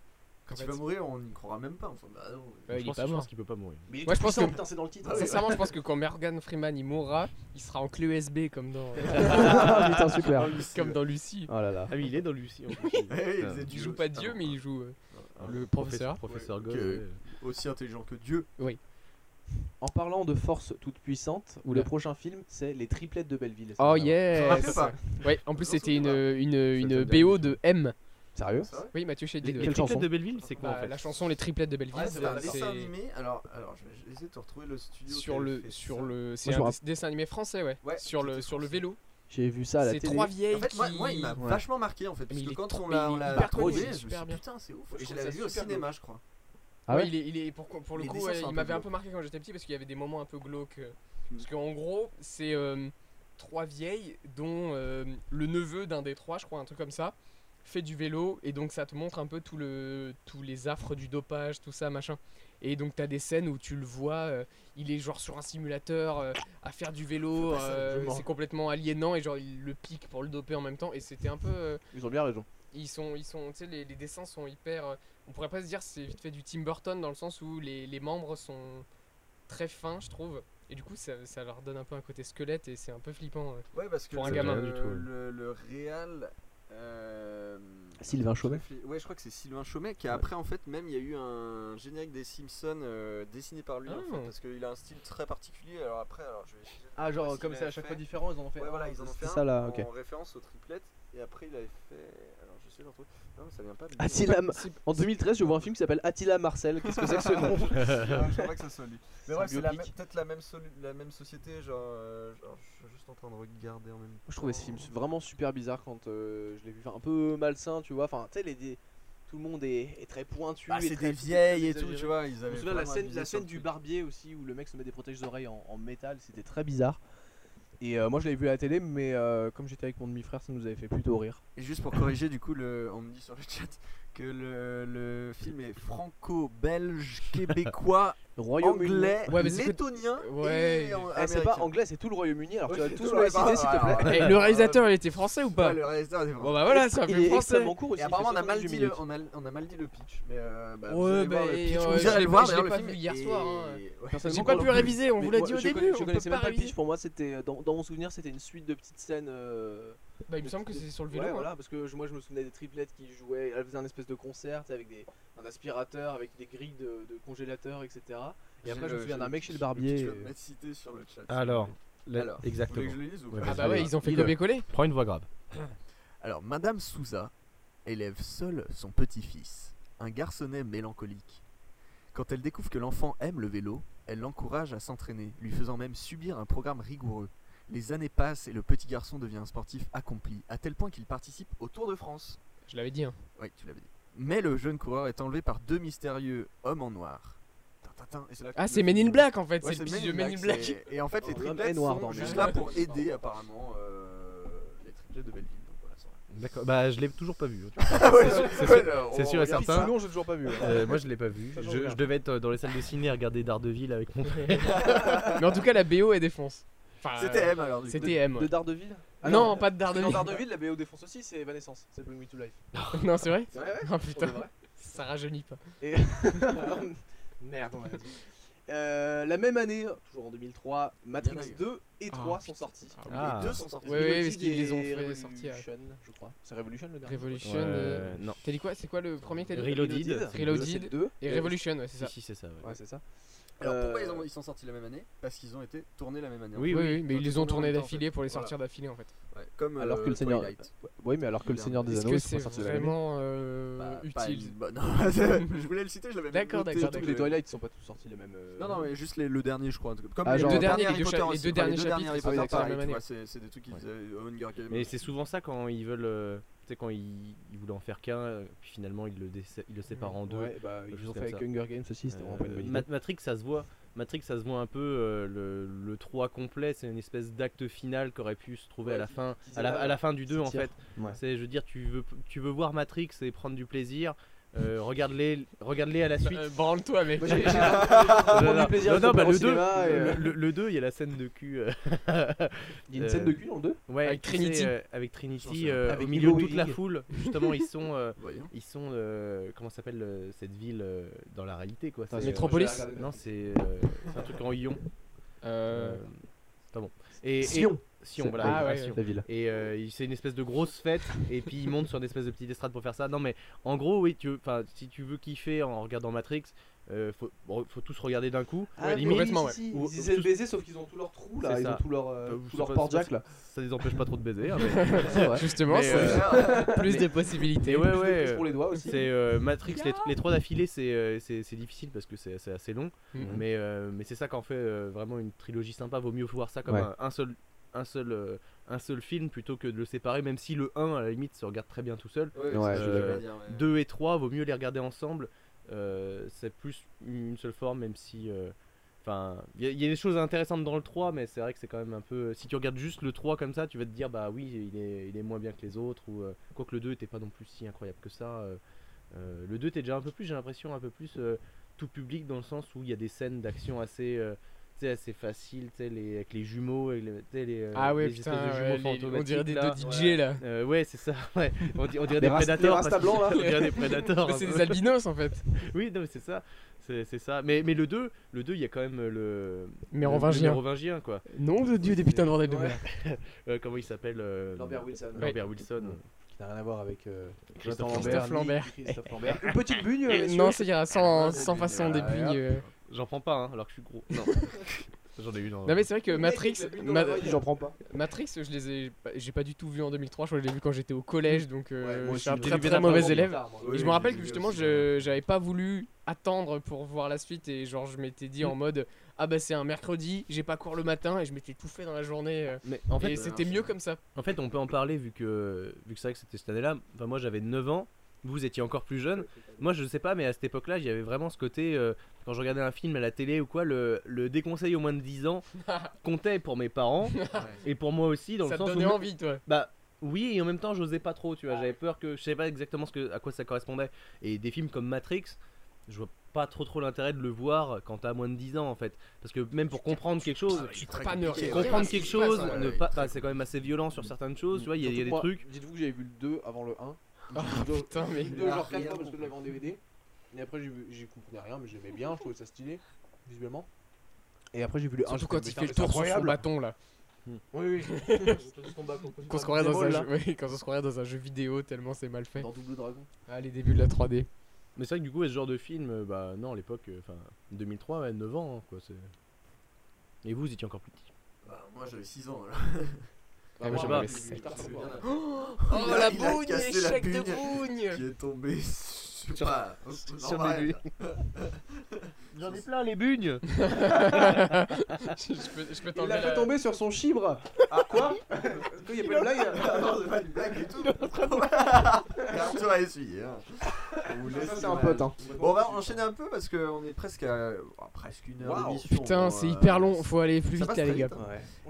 B: Quand
E: En
B: il va
E: fait.
B: mourir, on n'y croira même pas. Enfin, bah non.
E: Ouais,
F: je,
E: il est
F: pense,
E: pas
F: je pense
E: mort.
F: qu'il peut pas mourir.
C: Mais il est
E: Moi, je
C: tout
E: pense
C: puissant,
E: que-
C: putain, Ah, c'est dans le *laughs* titre.
E: Sincèrement, je pense que quand Morgan Freeman il mourra, il sera en clé USB
B: *laughs*
E: comme dans
C: Ah, Putain, super.
E: comme dans Lucie.
C: Oh là là.
F: Ah oui, il est dans Lucie. En plus.
B: Ouais, il
F: Ah,
B: faisait
E: Il
B: Dieu,
E: joue pas
B: c'est
E: Dieu, mais il joue euh,
F: Ah,
E: le
F: professeur.
E: professeur.
F: Professeur
B: Ouais,
F: Gold.
B: que-
F: ouais.
B: Aussi intelligent que Dieu.
C: En parlant de force toute puissante, où le
E: Ouais.
C: prochain film, c'est Les Triplettes de Belleville.
E: Oh
B: Rappelez
E: yes
B: pas.
E: *laughs* Ouais, en plus
B: Non,
E: c'était
B: c'est
E: une,
B: pas.
E: une, une
F: me dit
E: BO de M.
C: Sérieux
B: Ça va
E: Oui, Mathieu Chédid.
F: Les,
E: de-
F: les
C: quelle
F: triplettes
C: chanson
F: de Belleville, c'est quoi
E: Bah,
F: en fait
E: La chanson Les Triplettes de Belleville.
B: Ouais, c'est un
E: c'est-
B: dessin animé. Alors, alors je vais essayer de te retrouver le studio.
E: sur
B: qui
E: le
B: fait
E: sur
B: ça.
E: le c'est
C: je me
E: un
C: rappelle.
E: dessin animé français ouais,
B: Ouais,
E: sur le
B: c'était
E: sur le
B: français.
E: vélo
C: J'ai vu ça à la
E: c'est
C: télé.
E: trois vieilles
B: En fait, moi,
E: qui
B: moi, il m'a
C: Ouais.
B: vachement marqué en fait. Parce
E: il
B: que
E: est
B: quand
E: trop-
B: on l'a
E: il
B: on
E: est
B: l'a
E: hyper
B: retrouvé,
E: connu, il est
B: je me suis
E: super
B: dit,
E: bien.
B: putain, c'est ouf.
E: Ouais,
B: Et
E: je
B: je
E: trouve
B: l'avais
E: ça
B: vu au
E: super
B: cinéma, je crois.
C: Ah
E: Ouais,
C: ouais
E: il est, il est pour, pour le
B: Les
E: coup
B: dessins
E: ouais,
B: sont un
E: il
B: peu
E: m'avait un peu
B: glauques.
E: marqué quand j'étais petit parce qu'il y avait des moments un peu glauques euh,
B: Mm.
E: parce qu'en gros c'est euh, trois vieilles dont euh, le neveu d'un des trois je crois un truc comme ça fait du vélo et donc ça te montre un peu tout le tous les affres du dopage tout ça machin et donc t'as des scènes où tu le vois euh, il est genre sur un simulateur euh, à faire du vélo
B: Fais pas ça,
E: euh,
B: je mens.
E: c'est complètement aliénant et genre il le pique pour le doper en même temps et c'était un peu euh,
C: Ils ont bien raison.
E: ils sont, ils sont, tu sais, les, les dessins sont hyper. euh, on pourrait pas se dire c'est vite fait du Tim Burton dans le sens où les, les membres sont très fins, je trouve. Et du coup, ça, ça leur donne un peu un côté squelette et c'est un peu flippant. ouais.
B: Ouais, parce que
E: Pour un
B: le-
E: gamin.
B: le,
D: Rien du tout, ouais.
B: le, le Real. euh,
C: Ah, Sylvain Chaumet.
B: Ouais, je crois que c'est Sylvain Chaumet qui a après en fait même il y a eu un générique des Simpsons euh, dessiné par lui en
E: Ah.
B: fait, parce qu'il a un style très particulier. Alors après, alors je vais essayer de-
C: Ah, genre,
B: Parce
C: comme
B: qu'il
C: c'est à
B: avait
C: chaque
B: fait-
C: fois différent, ils en ont fait.
B: Ouais, voilà, ils en ont fait
C: C'est
B: un
C: ça, là,
B: en
C: ok.
B: référence aux triplettes. Et après, il avait fait. Alors, je sais pas trop. Non, mais ça vient pas de. *laughs*
C: Attila.
E: C'est-
C: En 2013, je vois un film qui s'appelle Attila Marcel. Qu'est-ce que c'est que
E: *laughs*
C: ce nom
B: je crois pas que ça soit lui. Mais ouais,
C: un
B: c'est la
C: biopic.
B: même- peut-être la même, solu- la même société. Genre, euh, genre, je suis juste en train de regarder en même temps.
C: Je trouvais ce
B: Oh.
C: film vraiment super bizarre quand euh, je l'ai vu. Enfin, un peu malsain, tu vois. Enfin, tu sais, les- des- tout le monde est, est très pointu.
B: Bah,
C: et
B: c'est
C: très-
B: des vieilles
C: très
B: et tout,
C: exagéré.
B: tu vois. Ils
C: Je me
B: avaient
C: souviens de la
B: vraiment
C: scène,
B: abusé
C: la
B: sur le
C: scène du
B: truc.
C: barbier aussi où le mec se met des protèges d'oreilles en, en métal, c'était très bizarre. Et euh, moi je l'avais vu à la télé, mais euh, comme j'étais avec mon demi-frère, ça nous avait fait plutôt rire.
B: Et juste pour corriger, du coup, le, on me dit sur le chat que le, le film est
C: *laughs*
B: franco-belge, québécois,
C: Royaume-Uni.
B: anglais,
E: Ouais, mais c'est que-
B: lettonien.
E: Ouais.
B: Et en-
C: Eh, c'est
B: américain.
C: pas anglais, c'est tout le Royaume-Uni, alors tu vas
B: Ouais,
C: tous me les
B: bah,
C: citer s'il te
B: alors,
C: plaît.
E: Eh,
B: ouais.
E: le réalisateur, il était français ou pas
B: Ouais, le réalisateur, c'est
E: Bon bah voilà, c'est un
C: Il
E: film
C: est
E: français.
C: extrêmement court aussi.
B: Et apparemment, on a,
C: il fait
B: mal
C: 78
B: dit le,
C: minutes.
B: on, a, on a mal dit le pitch. Mais euh, bah, vous
E: Ouais,
B: allez
E: bah,
B: voir le
E: et,
B: pitch.
E: euh,
B: vous
E: je
B: allez
E: l'ai
B: le voir,
E: pas- je l'ai
B: d'ailleurs, le
E: pas
B: film
E: vu hier
B: est-
E: soir,
B: ouais.
E: hein. J'ai
C: Personnellement,
E: pas
C: moi
E: pu
C: non plus.
E: réviser, on
C: Mais
E: vous l'a
C: moi,
E: dit au
C: je
E: début.
C: connais-
E: on
C: Je
E: peut
C: connaissais
E: pas
C: même pas le
E: réviser.
C: pitch, pour moi c'était dans, dans mon souvenir, c'était une suite de petites scènes. euh,
E: Bah, il me semble que c'est sur le vélo.
C: Ouais,
E: hein.
C: voilà, parce que je- moi je me souvenais des triplettes qui jouaient, elles faisaient un espèce de concert tu sais, avec des, un aspirateur, avec des grilles de, de congélateurs, etc. Et après, je me souviens d'un mec chez le barbier.
B: Euh,
C: euh,
B: Je vais cité sur le chat.
D: Alors, la-
B: Alors, Vous voulez que
D: exactement.
B: je le lise ou
D: Ouais,
B: pas
E: Ah
D: vas-y,
E: bah ouais,
D: voilà.
E: ils ont fait
D: Dis-le.
E: copier-coller.
D: Prends une voix grave.
B: Alors, Madame Souza élève seule son petit-fils, un garçonnet mélancolique. Quand elle découvre que l'enfant aime le vélo, elle l'encourage à s'entraîner, lui faisant même subir un programme rigoureux. Les années passent et le petit garçon devient un sportif accompli, à tel point qu'il participe au Tour de France.
E: Je l'avais dit. hein.
B: Oui, tu l'avais dit. Mais le jeune coureur est enlevé par deux mystérieux hommes en noir. Tintin, et c'est là que
E: Ah,
B: le
E: c'est Men in
B: film-
E: Black en fait,
B: Ouais,
E: c'est le
B: Men
E: pitch
B: in
E: de Men in
B: Black,
E: Black.
B: c'est- Et en fait, les
C: Oh, l'homme est
B: triplettes
C: noir
B: sont
C: dans
B: juste
E: Men in
B: là
E: Black.
B: pour aider apparemment euh, les triplettes de Belleville. Donc voilà, ça va.
D: D'accord. Bah, je l'ai toujours pas vu.
F: *laughs*
B: C'est sûr,
D: c'est sûr et
C: Regarde,
D: certain.
C: Sinon, j'ai toujours pas
E: *laughs*
C: vu.
D: Euh, moi, je l'ai pas vu.
C: Ça, j'en
D: Je,
C: reviens.
D: je devais être euh, dans les salles de ciné à regarder Daredevil avec mon frère.
E: Mais en tout cas, la BO
C: *laughs*
E: est défonce. Enfin,
B: C'était M alors. du coup.
E: C'était M.
C: De Daredevil Ah
E: non, pas de Daredevil.
C: Dans Daredevil, la BO défonce aussi, c'est Evanescence, c'est Bring Me to Life.
E: *laughs* non, c'est vrai
C: Ouais, ouais,
E: Oh
C: pour de
E: putain,
C: vrai.
E: ça rajeunit pas. *laughs*
C: *laughs* Merde, on a dit. Euh, la même année, toujours en 2003, Matrix
B: Bien ailleurs.
C: 2 et
E: Ah,
C: 3 sont
E: putain.
C: sortis.
E: Ah,
F: Ah.
C: Les deux sont sortis.
E: Ouais, ouais, parce qu'ils
C: et
E: les ont fait sortir.
C: Revolution, je crois. C'est Revolution le dernier.
E: Revolution.
F: Ouais,
E: euh,
F: non.
E: T'as dit quoi C'est quoi le premier que t'as dit
F: Reloaded.
C: Ça,
E: Reloaded.
C: c'est le deux.
E: Et Revolution, ouais, c'est
F: Si,
E: ça.
F: si, c'est ça. ouais.
C: Ouais, c'est ça.
B: Alors pourquoi
C: Euh,
B: ils, ont- ils sont sortis la même année Parce qu'ils ont été tournés la même année. en
F: Oui,
E: Oui,
B: fait.
E: oui, mais
B: Donc,
E: ils les ont
B: sont tournés
E: tournés
B: en même temps, en
E: d'affilée pour les
B: Voilà.
E: sortir d'affilée en fait.
B: fait. Ouais, comme
C: Alors
B: euh,
C: que le Seigneur-
B: Twilight.
C: Oui, mais alors que le
B: Bien.
C: Seigneur des
E: Est-ce
C: Anneaux,
E: que
C: ils sont
E: c'est
C: pas sortis la même année.
E: vraiment euh,
B: Bah, pas
E: utile
B: une- bah, non, je voulais le citer, je l'avais même
E: D'accord,
B: noté, donc
E: d'accord,
C: Surtout que
B: je-
C: les Twilight ils sont pas tous sortis la même. euh,
B: Non, non, mais juste les- le dernier, je crois. Comme
C: Ah,
B: les
C: genre-
B: deux
C: Les deux
B: derniers
E: derniers,
B: Harry
E: les deux
B: Potter
E: cha- les
B: aussi.
E: deux
B: Enfin,
E: derniers
B: derniers Harry
E: chapitres, ils
B: Potter,
E: sont sortis la
B: pareil,
E: même
B: tu
E: année.
B: vois, c'est c'est des trucs qu'ils
F: Ouais.
B: faisaient euh, Hunger Games.
F: Mais c'est souvent ça quand ils veulent. euh, tu sais, quand ils, ils voulaient en faire qu'un, euh, puis finalement ils le, déce- ils le séparent en deux.
C: Ouais, bah,
F: Juste
C: ils ont fait
F: comme
C: avec
F: ça.
C: Hunger Games aussi, c'était vraiment pas une bonne
F: Euh,
C: idée.
F: Ma- Matrix, ça se voit. Matrix, ça se voit un peu euh, le, le 3 complet, c'est une espèce d'acte final qu'aurait pu se trouver à la fin, à la, à la fin du 2 en
C: tire.
F: fait.
C: Ouais.
F: C'est, je veux dire, tu veux, tu veux voir Matrix et prendre du plaisir. euh, regarde-les, regarde-les à la suite.
E: Euh, Branle-toi, mec.
C: Moi, j'ai- j'ai- j'ai
F: Non,
C: vraiment
F: non,
C: Bah, du plaisir
F: non,
C: à
F: non,
C: le
F: bah,
C: voir au
F: le 2
C: cinéma, et, euh,
F: le, le 2 il y a la scène de cul. euh,
C: Il y
F: *laughs*
C: a une
F: euh,
C: scène de cul dans le 2
F: ouais,
E: Avec
F: tu sais,
E: Trinity.
F: euh, avec Trinity,
B: Sur-
F: euh,
C: Avec
F: au milieu de
C: Hugo
F: toute la
C: Weaving.
F: foule. Justement,
C: *laughs*
F: ils sont, euh,
B: Voyons.
F: ils sont, euh, comment s'appelle euh, cette ville euh, dans la réalité quoi
C: Attends,
F: c'est,
C: je
F: euh,
C: vais
E: Metropolis
C: regarder.
F: Non, c'est, euh, c'est un truc en Lyon.
E: Euh,
F: Euh, pas bon. Et, et-
C: Sion,
F: Sion,
C: C'est-
F: voilà,
E: ah
F: à
E: ouais,
F: Sion.
C: la ville.
F: Et euh, il- c'est une espèce de grosse fête, et puis ils montent sur une espèce de petite estrade pour faire ça. Non, mais en gros, oui, tu veux, 'fin, si tu veux kiffer en regardant Matrix, euh, faut, bon, faut tous regarder d'un coup.
E: ouais,
C: mais
E: limite. complètement, ouais.
C: si, si,
F: Ou-
C: Ils essaient de baiser, sauf qu'ils ont tout leur trou là,
F: C'est
C: ils
F: ça.
C: ont tout leur,
F: Euh,
C: euh, tout
F: je sais
C: leur
F: pas,
C: port
F: c'est pas
C: jack là.
F: Ça les empêche pas trop de
C: *laughs*
F: baiser. hein, mais-
C: C'est vrai.
E: Justement,
F: Mais,
E: c'est
F: euh,
E: plus
F: mais-
E: de possibilités.
F: Et ouais, euh.
C: Plus de
F: ouais.
C: prise pour les doigts aussi.
F: C'est euh, Matrix, les, les trois d'affilée, c'est euh, c'est c'est difficile parce que c'est c'est assez long.
E: Mhm.
F: Mais, euh, mais c'est ça qu'en fait euh, vraiment une trilogie sympa. Vaut mieux voir ça comme
C: Ouais.
F: un, un seul, un, seul, euh, un seul film plutôt que de le séparer, même si le 1 à la limite se regarde très bien tout seul.
B: Ouais,
C: Ouais,
B: c'est
F: je
B: ce que
F: suis
B: j'allais
F: d'accord.
B: dire, ouais.
F: 2 et 3, vaut mieux les regarder ensemble. Euh, c'est plus une seule forme, même si. euh, Enfin, il y, a- il y a des choses intéressantes dans le 3, mais c'est vrai que c'est quand même un peu. Si tu regardes juste le 3 comme ça, tu vas te dire, bah oui, il est, il est moins bien que les autres, ou. euh, Quoique le 2 était pas non plus si incroyable que ça. euh, euh, le 2 t'es déjà un peu plus, j'ai l'impression, un peu plus euh, tout public dans le sens où il y a des scènes d'action assez. euh, tu sais, assez faciles, tu sais, les, avec les jumeaux, et les, tu sais, les, euh,
E: Ah ouais,
F: les
E: putain,
F: espèces de
E: ouais,
F: jumeaux
E: les- on
F: fantomatiques,
E: dirait des
F: là.
E: deux DJ là.
F: Euh, ouais, c'est ça. *laughs* Ouais. On, dit- on dirait
C: Des
F: des,
C: ras- des
F: prédateurs.
C: Rasta
F: parce que-
C: blancs, là.
F: *laughs* on dirait des prédateurs. hein.
E: Mais c'est des albinos en fait.
F: oui, non, mais c'est ça. C'est c'est ça. Mais, mais le 2, le 2, il y a quand même euh, le. le-
E: Mérovingien.
F: le Mérovingien, quoi.
E: Nom de Dieu des putains de bordel de merde.
F: Euh, comment il s'appelle euh,
C: Lambert Wilson.
F: Lambert Wilson.
C: Qui n'a rien à voir avec euh, Jonathan
F: Christophe
E: Christophe Lambert.
C: ni Christophe Lambert. Une petite bugne,
E: Et
C: messieurs.
E: *laughs* Non, ça ira sans, sans
C: Ouais,
E: façon
C: ouais,
E: des builles.
C: ouais.
E: euh.
F: J'en prends pas, hein, alors que je suis gros.
E: *laughs*
F: Non. J'en ai eu dans.
E: Non, mais c'est vrai que
C: Le mec avec
E: Matrix,
C: la bulle dans
E: Ma-
C: la main, il dit, J'en prends pas.
E: Matrix, je les ai, pas- j'ai pas du tout vu en 2003. Je crois que je l'ai vu quand j'étais au collège, donc euh,
C: Ouais, moi
E: je
C: aussi,
E: suis un
C: je
E: très
C: l'ai vu
E: très
C: vraiment
E: mauvais
C: plus
E: élève.
C: tard, moi.
B: Ouais,
E: Et je
B: je
E: me
B: l'ai
E: rappelle
B: vu
E: que justement,
B: aussi,
E: je j'avais pas voulu attendre pour voir la suite et genre je m'étais dit en
B: Mm.
E: mode ah bah c'est un mercredi, j'ai pas cours le matin et je m'étais tout fait dans la journée. euh.
F: Mais en fait,
E: et c'était mieux comme ça.
F: en fait, on peut en parler vu que, vu que c'est vrai que c'était cette année-là. Enfin, moi, j'avais 9 ans. Vous étiez encore plus jeune. Moi, je sais pas, mais à cette époque-là, il y avait vraiment ce côté. euh, quand je regardais un film à la télé ou quoi, le, le déconseil au moins de 10
E: *laughs*
F: ans comptait pour mes parents et pour moi aussi, dans
E: ça
F: le
E: te
F: sens où
E: donnait envie, toi.
F: Bah oui, et en même temps, j'osais pas trop, tu vois.
E: Ah
F: J'avais peur que je savais pas exactement ce que, à quoi ça correspondait. Et des films comme Matrix, je vois pas trop trop l'intérêt de le voir quand t'as moins de 10 ans en fait. Parce que même pour comprendre quelque chose,
B: Je suis très
E: pas nerd.
B: compliqué, ouais.
F: comprendre
E: ce qui
F: quelque
E: se passe,
F: chose,
B: ouais,
F: ne
B: ouais,
F: pas,
B: très
F: enfin, c'est quand même assez violent sur certaines choses, tu vois. Il y a- il y, a
C: Mm. Surtout
F: des
C: moi,
F: trucs.
C: Dites-vous que j'avais vu le 2 avant le
E: *laughs*
C: 1.
E: Ah,
C: Le
E: putain, mais-
C: 2, genre
B: Rien
C: 4 fois parce que
B: compris.
C: je l'avais en DVD. Et après, j'ai vu- j'y comprenais rien, mais j'aimais bien, je trouvais ça stylé, visuellement. Et après, j'ai vu le 1.
E: Surtout quand
B: Ah,
E: il fait le tour sur son bâton là.
C: Oui, oui.
E: *laughs* Qu'on se croirait dans un jeu, ouais, quand on se croirait dans un jeu vidéo tellement c'est mal fait.
C: hein. Dans Double Dragon.
E: Ah les débuts de la 3D.
F: Mais c'est vrai que du coup, ce genre de film, euh, bah non, à l'époque, euh, enfin 2003, ouais, 9 ans, hein, quoi. c'est- Et vous, vous étiez encore plus petit.
B: Bah, Moi j'avais 6 ans. là.
F: moi,
E: Ah,
C: moi,
F: j'avais
C: j'ai vu
E: sept
C: Star
B: ans.
C: Wars.
E: Oh
B: Il a-
E: la
B: il a
E: bougne,
B: cassé la
E: échec de
B: bugne.
E: bougne
B: Qui est tombé. Je sais
F: Sur-
B: pas.
F: sur
B: normal.
F: des *laughs* J'en ai plein les *laughs* bugnes.
E: *laughs* je, je peux, je peux
C: Il
E: t'enlever
C: l'a fait
E: la-
C: tomber sur son chibre.
B: Ah,
C: Quoi Quoi, y a pas de
B: Ah
C: blague
B: *laughs* non, c'est pas une blague du tout.
E: *laughs*
B: Arthur a essuyé. hein. On vous laisse
C: Ça, c'est un
B: l'image.
C: pote, hein.
B: Bon, on va enchaîner un peu parce qu'on est presque à ah, presque une heure
C: Waouh.
B: d'émission.
E: Putain,
B: Bon,
E: c'est
B: euh,
E: hyper long, faut aller plus
B: ça
E: vite
B: passe
E: là les
B: très
E: gars.
B: vite,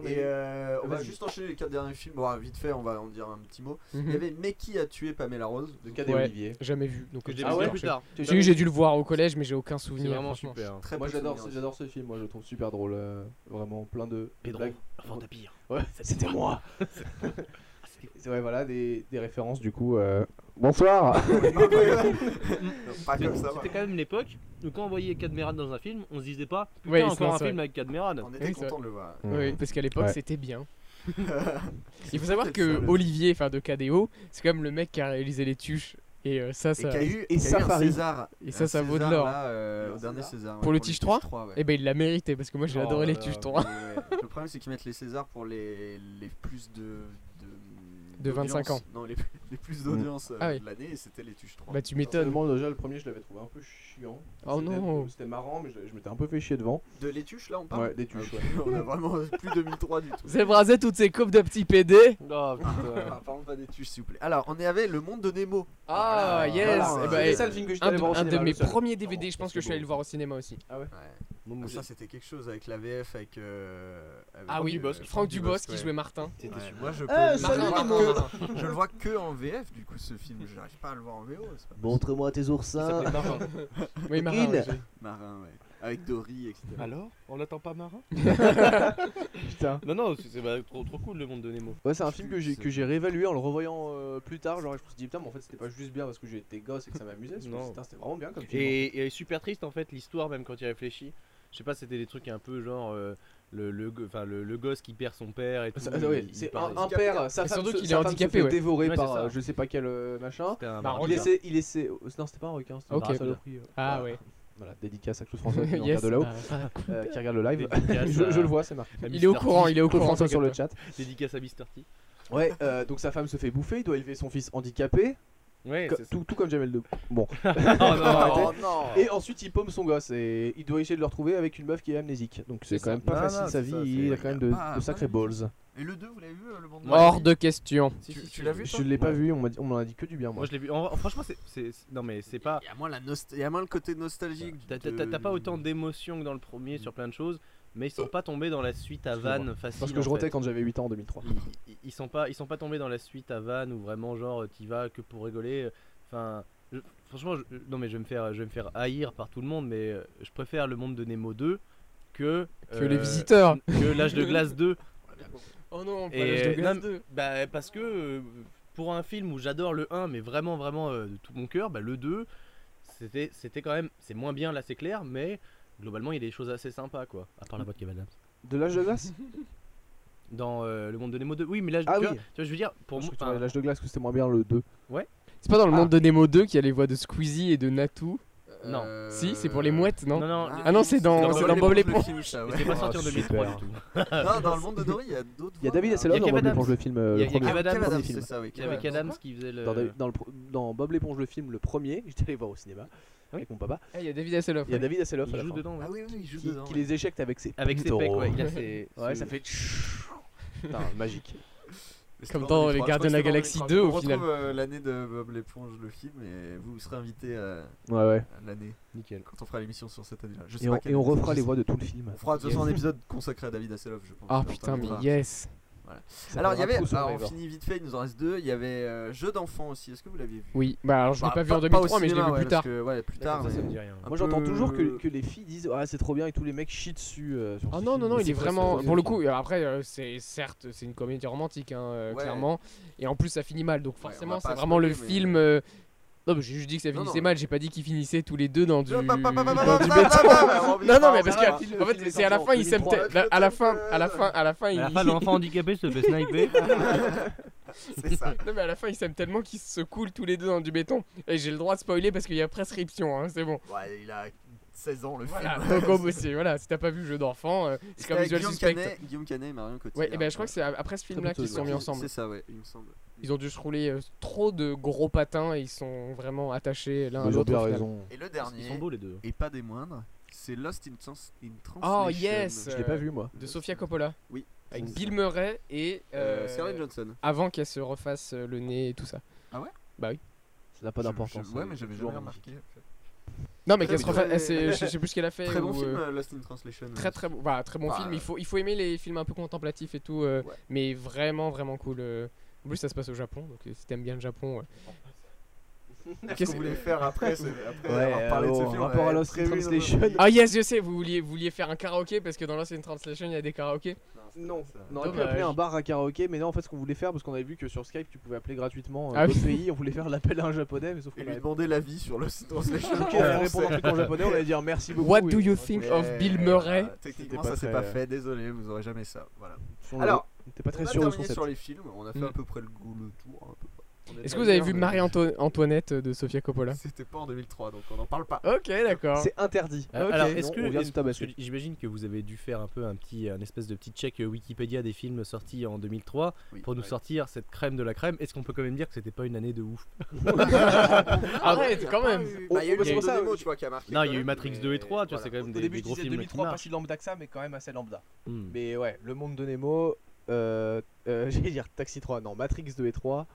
C: Ouais.
B: Et euh, on va
C: Vas-y.
B: juste enchaîner les quatre derniers films. Bon, ah, vite fait, on va en dire un petit mot. hein. Il y
E: Mhm.
B: avait Mais qui a tué Pamela Rose
C: De Cadet
E: Ouais.
C: Olivier.
E: Jamais vu. Donc
F: Que j'ai
E: euh,
C: Ah
F: vu
C: ouais
F: plus tard.
E: j'ai eu, j'ai dû le voir au collège, mais j'ai aucun
F: C'est
E: souvenir.
F: vraiment
E: franchement.
F: super. hein.
B: Très
C: Moi
B: peu
C: j'adore
B: de
C: ce,
B: souvenirs.
C: j'adore ce film, moi je le trouve super drôle, euh, vraiment plein de
F: Pedro,
C: blagues.
E: *laughs*
F: avant de pire.
E: Ah,
C: Ouais, c'était moi. C'est ouais, voilà, des, des références du coup. euh, Bonsoir
B: *laughs* Pas
F: Mais
B: comme ça.
F: C'était quand même l'époque où quand on voyait Cadmeran dans un film, on se disait pas putain
E: Ouais, c'est
F: encore un
E: vrai.
F: film avec Cadmeran.
B: On était
E: Oui, ça-
B: content de le voir.
E: Oui, parce qu'à l'époque
C: Ouais.
B: *laughs*
E: c'était bien.
B: C'est
E: Il faut savoir
B: peut-être
E: que
B: ça, le-
E: Olivier, enfin de KDO, c'est quand même le mec qui a réalisé les tuches. Et euh, ça,
B: Et qui
E: ça.
B: a eu,
C: et
B: qui a eu un
C: Safari.
B: César.
E: Et ça,
B: Un
E: ça vaut de
B: César,
E: l'or.
B: là, euh,
C: Un
B: au dernier
C: César.
B: César. ouais,
E: Pour le Tige 3?
B: ouais.
E: Eh ben il l'a mérité parce que moi j'ai
F: Oh
E: adoré
F: là
E: les
F: là.
E: tuches
B: Et,
E: toi.
B: ouais, le problème, c'est qu'ils mettent les Césars pour les, les plus de. De,
E: De 25
B: d'audience. Non, les, les
C: Mm.
B: plus d'audience euh,
E: Ah oui.
B: de l'année, et c'était les Tuches 3.
E: Bah tu
C: Étonne.
E: m'étonnes.
C: déjà, le premier, je l'avais trouvé un peu chiant.
E: Oh
C: C'était-
E: non.
C: C'était marrant, mais je, je m'étais un peu fait chier devant.
B: De les Tuches, là, on parle Ah,
C: Ouais, des tuches, ouais.
B: *laughs* On a vraiment plus 2003 du
C: *laughs*
B: tout.
E: C'est brasé toutes ces coupes de petits PD.
F: Oh, putain.
B: Ah, parlons pas des Tuches, s'il vous plaît. Alors, on est avec le monde de Nemo.
E: Ah
B: Voilà.
E: yes.
B: Voilà,
E: Eh
B: bah,
E: ben,
B: c'était
C: ça le film que j'étais
E: un
C: allé
E: de,
C: voir au
E: un de
C: cinéma,
E: mes
C: le seul.
E: premiers
C: Pardon,
E: DVD, je pense
C: parce
E: que je suis allé le voir au cinéma aussi.
B: Ah, ça, c'était quelque chose avec la VF, avec. euh, avec,
E: Ah
B: euh,
E: oui, Franck Dubos qui
B: ouais.
E: jouait Martin.
B: Ouais,
C: C'était super.
B: moi je peux
C: Ah,
B: le
C: salut,
B: voir
E: Nemo.
B: que- je le vois que en VF du coup ce film j'arrive pas à le voir en VO c'est pas
C: Montre-moi tes oursins
E: *laughs* Oui, Marin.
C: Green.
E: ouais, j'ai-
B: marin ouais avec Dory etc
F: *laughs* Alors On l'attend pas *laughs* marin
C: Putain.
F: Non, non, c'est c'est- bah, trop, trop cool le monde de Nemo.
C: Ouais, c'est un film que j'ai que j'ai réévalué en le revoyant euh, plus tard. Genre, je me suis dit, putain, mais en fait, c'était pas juste bien parce que j'étais gosse et que ça m'amusait. parce que
F: Non.
C: putain, C'était vraiment bien comme film.
F: Et, et super triste en fait l'histoire, même quand il réfléchit. Je sais pas, c'était des trucs un peu genre euh, le, le, go- enfin, le, le gosse qui perd son père et tout.
C: Ça- ouais,
F: il- il
C: c'est
F: part-
C: un, un père,
E: Et
C: sa femme,
E: surtout
C: se-
E: qu'il est
C: sa femme se
E: handicapé,
C: fait
E: ouais.
C: dévorer
F: Ouais, c'est
C: par
F: ça.
C: euh, je sais pas quel euh, machin.
F: c'était un hein.
E: Bah,
C: Il
E: regarde.
C: essaie, il essaie. oh, Non, c'était pas un requin, c'était
E: Ok.
C: un saloperie. euh,
E: Ah
C: voilà.
E: ouais.
C: Voilà, dédicace à Claude
E: *laughs*
C: François qui est en
E: yes.
C: de là-haut,
E: Ah,
C: euh, qui regarde le live. *laughs*
F: Dédicace
C: je, je
F: à-
C: le vois, c'est marqué.
F: à
E: Il est au
F: Mr. T.
E: courant, il est au
C: Claude
E: courant.
C: François sur le
E: t'inquiète
C: chat.
F: Dédicace à Mister T.
C: Ouais, euh, donc sa femme se fait bouffer, il doit élever son fils handicapé,
F: Ouais,
C: co-
F: *laughs* c'est ça.
C: tout, tout comme Jamel Debbouze. Bon.
B: *laughs*
F: Oh,
C: *laughs*
F: non.
C: Arrêtez. Ah, Et ensuite il paume son gosse et il doit essayer de le retrouver avec une meuf qui est amnésique. Donc c'est
E: C'est
C: quand même pas
B: Non,
C: facile
B: non,
C: sa
B: c'est
C: vie,
B: ça, c'est-
C: il a quand même de,
B: Ah,
C: de sacrés
B: pas
C: balls.
B: et le 2 vous l'avez vu euh, le monde
E: pas. Hors de question.
F: Si,
B: tu,
F: si,
B: tu
F: si,
B: l'as
F: je-
B: vu toi
C: Je l'ai pas
F: Ouais.
C: vu, on m'a dit- on m'en a dit que du bien moi.
F: Moi je l'ai vu. En- franchement, c'est- c'est. c'est- Non, mais c'est pas.
B: il y a moins la nost- il y a moins le côté nostalgique
F: T'as
B: de-
F: t'as- t'as pas
C: Mm.
F: autant d'émotions que dans le premier sur plein de choses, mais ils sont pas tombés dans la suite à
C: Oh. Excuse-moi.
F: Vannes facile.
C: Parce que
F: en
C: je
F: fait.
C: rotais quand j'avais 8 ans en 2003.
F: ils, ils- ils sont pas ils sont pas tombés dans la suite à Vannes où vraiment genre euh, t'y vas que pour rigoler enfin je- franchement je- non mais je vais me faire je vais me faire haïr par tout le monde mais euh, je préfère le monde de Nemo 2 que
E: Que les
F: euh,
E: visiteurs.
F: que l'âge de glace 2
E: Oh non,
F: Et-
E: l'âge de glace
F: non,
E: 2.
F: bah parce que euh, pour un film où j'adore le 1 mais vraiment vraiment euh, de tout mon cœur bah, le 2 c'était c'était quand même c'est moins bien là c'est clair mais globalement il y a des choses assez sympas quoi à part la voix de Kevin Adams.
C: De l'âge de glace
F: dans euh, le monde de Nemo 2 oui mais l'âge
C: Ah
F: tu
C: oui.
F: vois- tu vois, je veux dire pour
C: Je
F: moi
C: que tu parlais de l'âge de glace, que c'était moins bien le 2.
E: C'est pas dans le monde
B: Ah.
E: de Nemo 2 qu'il y a les voix de Squeezie et de Natou.
F: Non.
B: Euh,
E: Si, c'est pour les mouettes, non,
F: non non
E: Ah non, c'est dans-
F: c'est dans
E: Bob
B: le
E: l'éponge.
B: film, ça, Ah ouais.
F: C'était pas sorti en
C: Oh,
F: 2003
C: super.
F: du tout.
B: non dans le monde de Dory il y a d'autres hein.
C: Il y a
B: voix,
C: David
B: là.
C: Hasselhoff
F: hein. Il y a
C: dans
F: Kevin
C: Bob l'éponge
F: Adams.
C: le film. euh,
F: Il y a-
C: le
F: il y a
C: premier.
B: Ah,
F: Kev Adams,
B: Kev
C: premier
B: Adams,
C: film.
B: c'est ça oui
F: Il y avait
B: Kev Adams.
F: Adams qui faisait le.
C: Dans, David- dans le pro- dans Bob l'éponge le film, le premier, *laughs* j'étais allé voir au cinéma
F: Oui.
C: avec mon papa.
E: Ah, il y a David Hasselhoff.
C: Il y a David Hasselhoff à
F: Il
C: la
F: joue
C: fin,
F: dedans, ouais.
B: ah oui oui il joue
C: qui,
B: dedans
C: qui
B: ouais.
C: les éjecte avec ses
F: Avec ses
C: pectoraux.
F: pecs, ouais. Il a ses.
C: Ouais,
F: ses-
C: ça fait.
F: *laughs*
C: Putain, magique.
B: Mais c'est pas
E: Comme dans
B: en
E: Les
B: 2003,
E: Gardiens de la
B: je crois que
E: Galaxie
B: c'est en
E: 2,
B: 2003.
E: au final.
B: On retrouve euh, l'année de Bob l'éponge, le film, et vous serez invité euh,
C: Ouais, ouais.
B: à l'année
F: Nickel.
B: quand on fera l'émission sur cette année-là. Je sais
C: Et
B: pas
C: on,
B: quelle
C: et on
B: année,
C: refera
B: je
C: les
B: sais
C: voix de tout le film.
B: pas. On fera de toute façon un épisode consacré à David Hasselhoff, je pense.
E: Ah
B: On
E: putain, mais
B: t'invitera.
E: yes.
C: Ça
B: Alors il y
C: s'appellera
B: avait,
C: True
B: alors, on
C: Survivor.
B: finit vite fait, il nous en reste deux. Il y avait euh, Jeu d'enfant aussi. Est-ce que vous l'aviez vu
E: Oui, bah alors je l'ai
B: Bah,
E: pas vu en
B: au
E: 2003, mais je l'ai vu
B: cinéma, ouais,
E: plus
B: parce
E: tard.
B: que, ouais, plus tard.
F: Ça, ça me
B: mais
F: dit rien.
B: un
C: Moi j'entends
B: peu- Bah, *laughs*
C: toujours que, que les filles disent Ah, c'est trop bien et tous les mecs chient dessus. euh, sur
E: Ah
C: ce
E: non,
C: film.
E: non, non,
C: Mais
E: il
C: c'est
E: est
C: vrai,
E: vraiment.
C: c'est
E: Pour le
C: film.
E: coup, euh, après, euh, c'est certes, c'est une comédie romantique, hein, euh,
B: Ouais.
E: clairement. Et en plus, ça finit mal, donc
B: on va
E: forcément,
B: pas
E: c'est
B: spoiler,
E: vraiment le
B: mais-
E: film. euh, Non, mais j'ai juste dit que ça
B: Non,
E: finissait
B: non.
E: mal, j'ai pas dit qu'ils finissaient tous les deux dans du.
B: Non, bah, pas- pas- pas- pas-
E: dans
B: pas-
E: du
B: pas-
E: béton.
B: pas- pas- pas- pas-
E: Non, non, mais
B: bah, pas-
E: parce
B: pas-
E: que.
B: pas-
C: film
E: En
C: est
E: fait,
C: sorti
E: c'est
B: bah,
E: à la
C: en
E: fin, ils s'aiment
C: 2003.
E: peut-être. Là, À la fin, à la fin, à la fin, ils.
F: À la fin, l'enfant handicapé se fait *laughs* sniper.
B: *laughs* C'est ça.
E: Non, mais à la fin, ils s'aiment tellement qu'ils se coulent tous les deux dans du béton. Et j'ai le droit de spoiler parce qu'il y a prescription, hein, c'est bon.
B: Ouais, il a 16 ans le
E: Voilà,
B: film.
E: *laughs* donc au bout, c'est- voilà, si t'as pas vu Jeu d'enfant, euh, c'est comme
B: Avec
E: Visual
B: Guillaume
E: Suspect.
B: Canet, Guillaume Canet et Marion Cotillard.
E: Ouais, et ben je crois que c'est a- après ce film-là
C: plutôt
E: qu'ils se sont
C: bien.
E: mis ensemble.
B: C'est ça, ouais, il me semble.
E: Ils ont dû se rouler euh, trop de gros patins et ils sont vraiment attachés l'un à
C: Ils ont
E: l'autre.
C: bien
E: au final.
C: raison.
B: Et le
F: Ils sont
B: dernier,
F: beaux les deux.
B: et pas des moindres, c'est Lost in, Trans in Translation. Euh,
E: Oh yes
C: Je l'ai pas vu moi.
E: De Sofia Coppola.
B: Oui.
E: Avec
B: C'est
E: Bill Murray et.
B: Euh,
E: euh,
B: Scarlett Johnson.
E: avant qu'elle se refasse euh, le nez et tout ça.
C: Ça n'a pas
B: Je-
C: d'importance.
B: je- Ouais,
C: c'est
B: mais j'avais
C: toujours
B: jamais
C: magnifique.
B: remarqué. en fait.
E: Non, mais
B: Ah, Très
E: qu'elle se
B: bon.
E: refasse.
B: *laughs*
E: elle s'est- je je sais plus ce qu'elle a fait.
B: Très bon
E: ou,
B: film,
E: euh,
B: euh, Lost in Translation.
E: Très très bon, voilà, très bon
B: Bah,
E: film.
B: euh,
E: Il faut, il faut aimer les films un peu contemplatifs et tout, euh,
B: Ouais.
E: mais vraiment vraiment cool. euh. En plus, ça se passe au Japon, donc euh, si t'aimes bien le Japon, ouais.
B: Qu'est-ce qu'on voulait faire après, ce-
C: *laughs*
B: après avoir parlé de ce film on
C: euh, oh, rapport à
B: avait
C: Lost in
B: prévu une-
C: Translation.
E: Ah yes, je sais, vous vouliez, vous vouliez faire un karaoké parce que dans Lost in Translation, il y a des karaokés.
C: Non,
B: Ah,
C: on aurait pu
E: Dommage.
C: appeler un bar à karaoké, mais non, en fait, ce qu'on voulait faire, parce qu'on avait vu que sur Skype, tu pouvais appeler gratuitement euh,
E: Ah oui.
C: d'autres pays, on voulait faire l'appel à un japonais, mais sauf qu'on
B: Et lui
C: avait
B: demander l'avis sur Lost
C: *laughs*
B: in Translation.
C: Ok, on allait répondre un truc en japonais, on allait dire merci beaucoup.
E: What
C: et-
E: do you think
B: Mais,
E: of Bill Murray
B: euh, Techniquement, ça
C: C'était pas
B: s'est
C: très-
B: pas fait, désolé, vous aurez jamais ça. Voilà.
C: On-
B: Alors,
C: on était pas
B: on
C: très
B: a
C: sûr de ce
B: terminé
C: concept.
B: sur les films, on a fait
E: Mm.
B: à peu près le, goût- le hein. tour. à peu près. On est
E: Est-ce
B: pas
E: que vous avez
B: bien,
E: vu
B: mais-
E: Marie-Antoinette euh, de Sofia Coppola
B: C'était pas en 2003, donc on n'en parle pas.
E: Ok, d'accord.
C: C'est interdit.
F: Euh, Alors,
C: Non,
F: est-ce que,
C: on vient de
F: est-ce-
C: se tabasser.
F: parce que j'imagine que vous avez dû faire un peu un petit, un espèce de petit check euh, Wikipédia des films sortis en 2003
B: Oui.
F: pour nous
B: Ouais.
F: sortir cette crème de la crème. Est-ce qu'on peut quand même dire que c'était pas une année de ouf
E: Arrête,
B: Il y a
E: ah quand
B: Ah pas
E: même.
B: eu-
C: On-
B: Bah, il y a eu
C: on-
B: le
C: c'est pour ça,
B: Demo,
C: je-
B: tu vois, qui a marqué.
F: Non,
B: quand
F: il y a eu
B: même,
F: Matrix
B: mais
F: 2 et 3, tu vois, c'est
B: voilà.
F: quand même
C: Au
F: des,
C: début,
F: des
C: je
F: gros
C: disais
F: films qui
C: 2003, pas
F: marquent.
C: si lambda que ça, mais quand même assez lambda.
F: Hmm.
C: Mais ouais, Le Monde de Nemo, euh, euh, *laughs* j'allais dire Taxi 3, non, Matrix 2 et 3,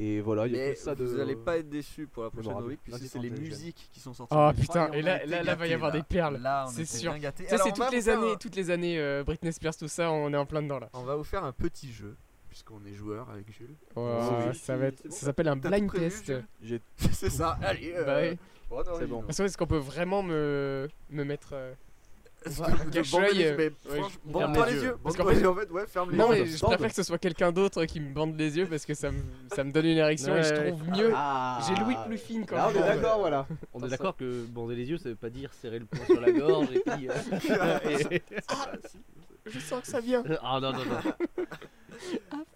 C: et voilà, il y a
B: Mais
C: plus ça de.
B: vous allez pas être déçus pour la prochaine
C: rappelle.
B: week puisque
C: Merci,
B: c'est les
C: Sandrine.
B: musiques qui sont sorties.
E: Ah,
B: en 2003,
E: putain, et
B: on
E: là-
B: a été
E: là- là, va y
B: gâtés,
E: avoir
B: là.
E: des perles.
B: Là, on
E: C'est
B: était
E: sûr.
B: bien gâtés.
E: Tu sais,
B: Alors,
E: c'est
B: on va
E: toutes les
B: vous faire
E: années,
B: un-
E: toutes les années euh, Britney Spears, tout ça, on est en plein dedans là.
B: On va vous faire un petit jeu, puisqu'on est joueur avec Jules.
E: Ouah,
C: oui,
E: Oh, ça va être-
B: c'est bon.
E: ça s'appelle un
B: T'as
E: blind
B: tout prévu,
E: test.
B: Jules
C: J'ai-
B: C'est ça, allez. euh,
E: Bah oui.
B: bon, non,
C: C'est
B: il-
C: bon.
E: Parce que est-ce qu'on peut vraiment me, me mettre. euh,
B: De
E: Cache
B: bander
E: l'œil,
B: les
E: euh,
B: yeux, mais
E: ouais,
B: franchement,
E: je-
B: bande
E: ferme
B: pas
E: les
B: les
E: yeux.
B: yeux.
E: Parce
B: Bande
E: qu'en
B: pas
E: fait-
B: les yeux, en fait, ouais, ferme les
E: Non,
B: yeux.
E: mais je préfère que ce soit quelqu'un d'autre qui me bande les yeux parce que ça me, ça me donne une érection et je
F: Ouais.
E: trouve mieux.
C: Ah.
E: J'ai l'ouïe plus fine quand
C: Là, on
E: même.
C: est d'accord, voilà.
F: On est d'accord que bander les yeux, ça veut pas dire serrer le poing sur la gorge et puis. euh, et-
E: Je sens que ça vient.
F: Ah non, non, non.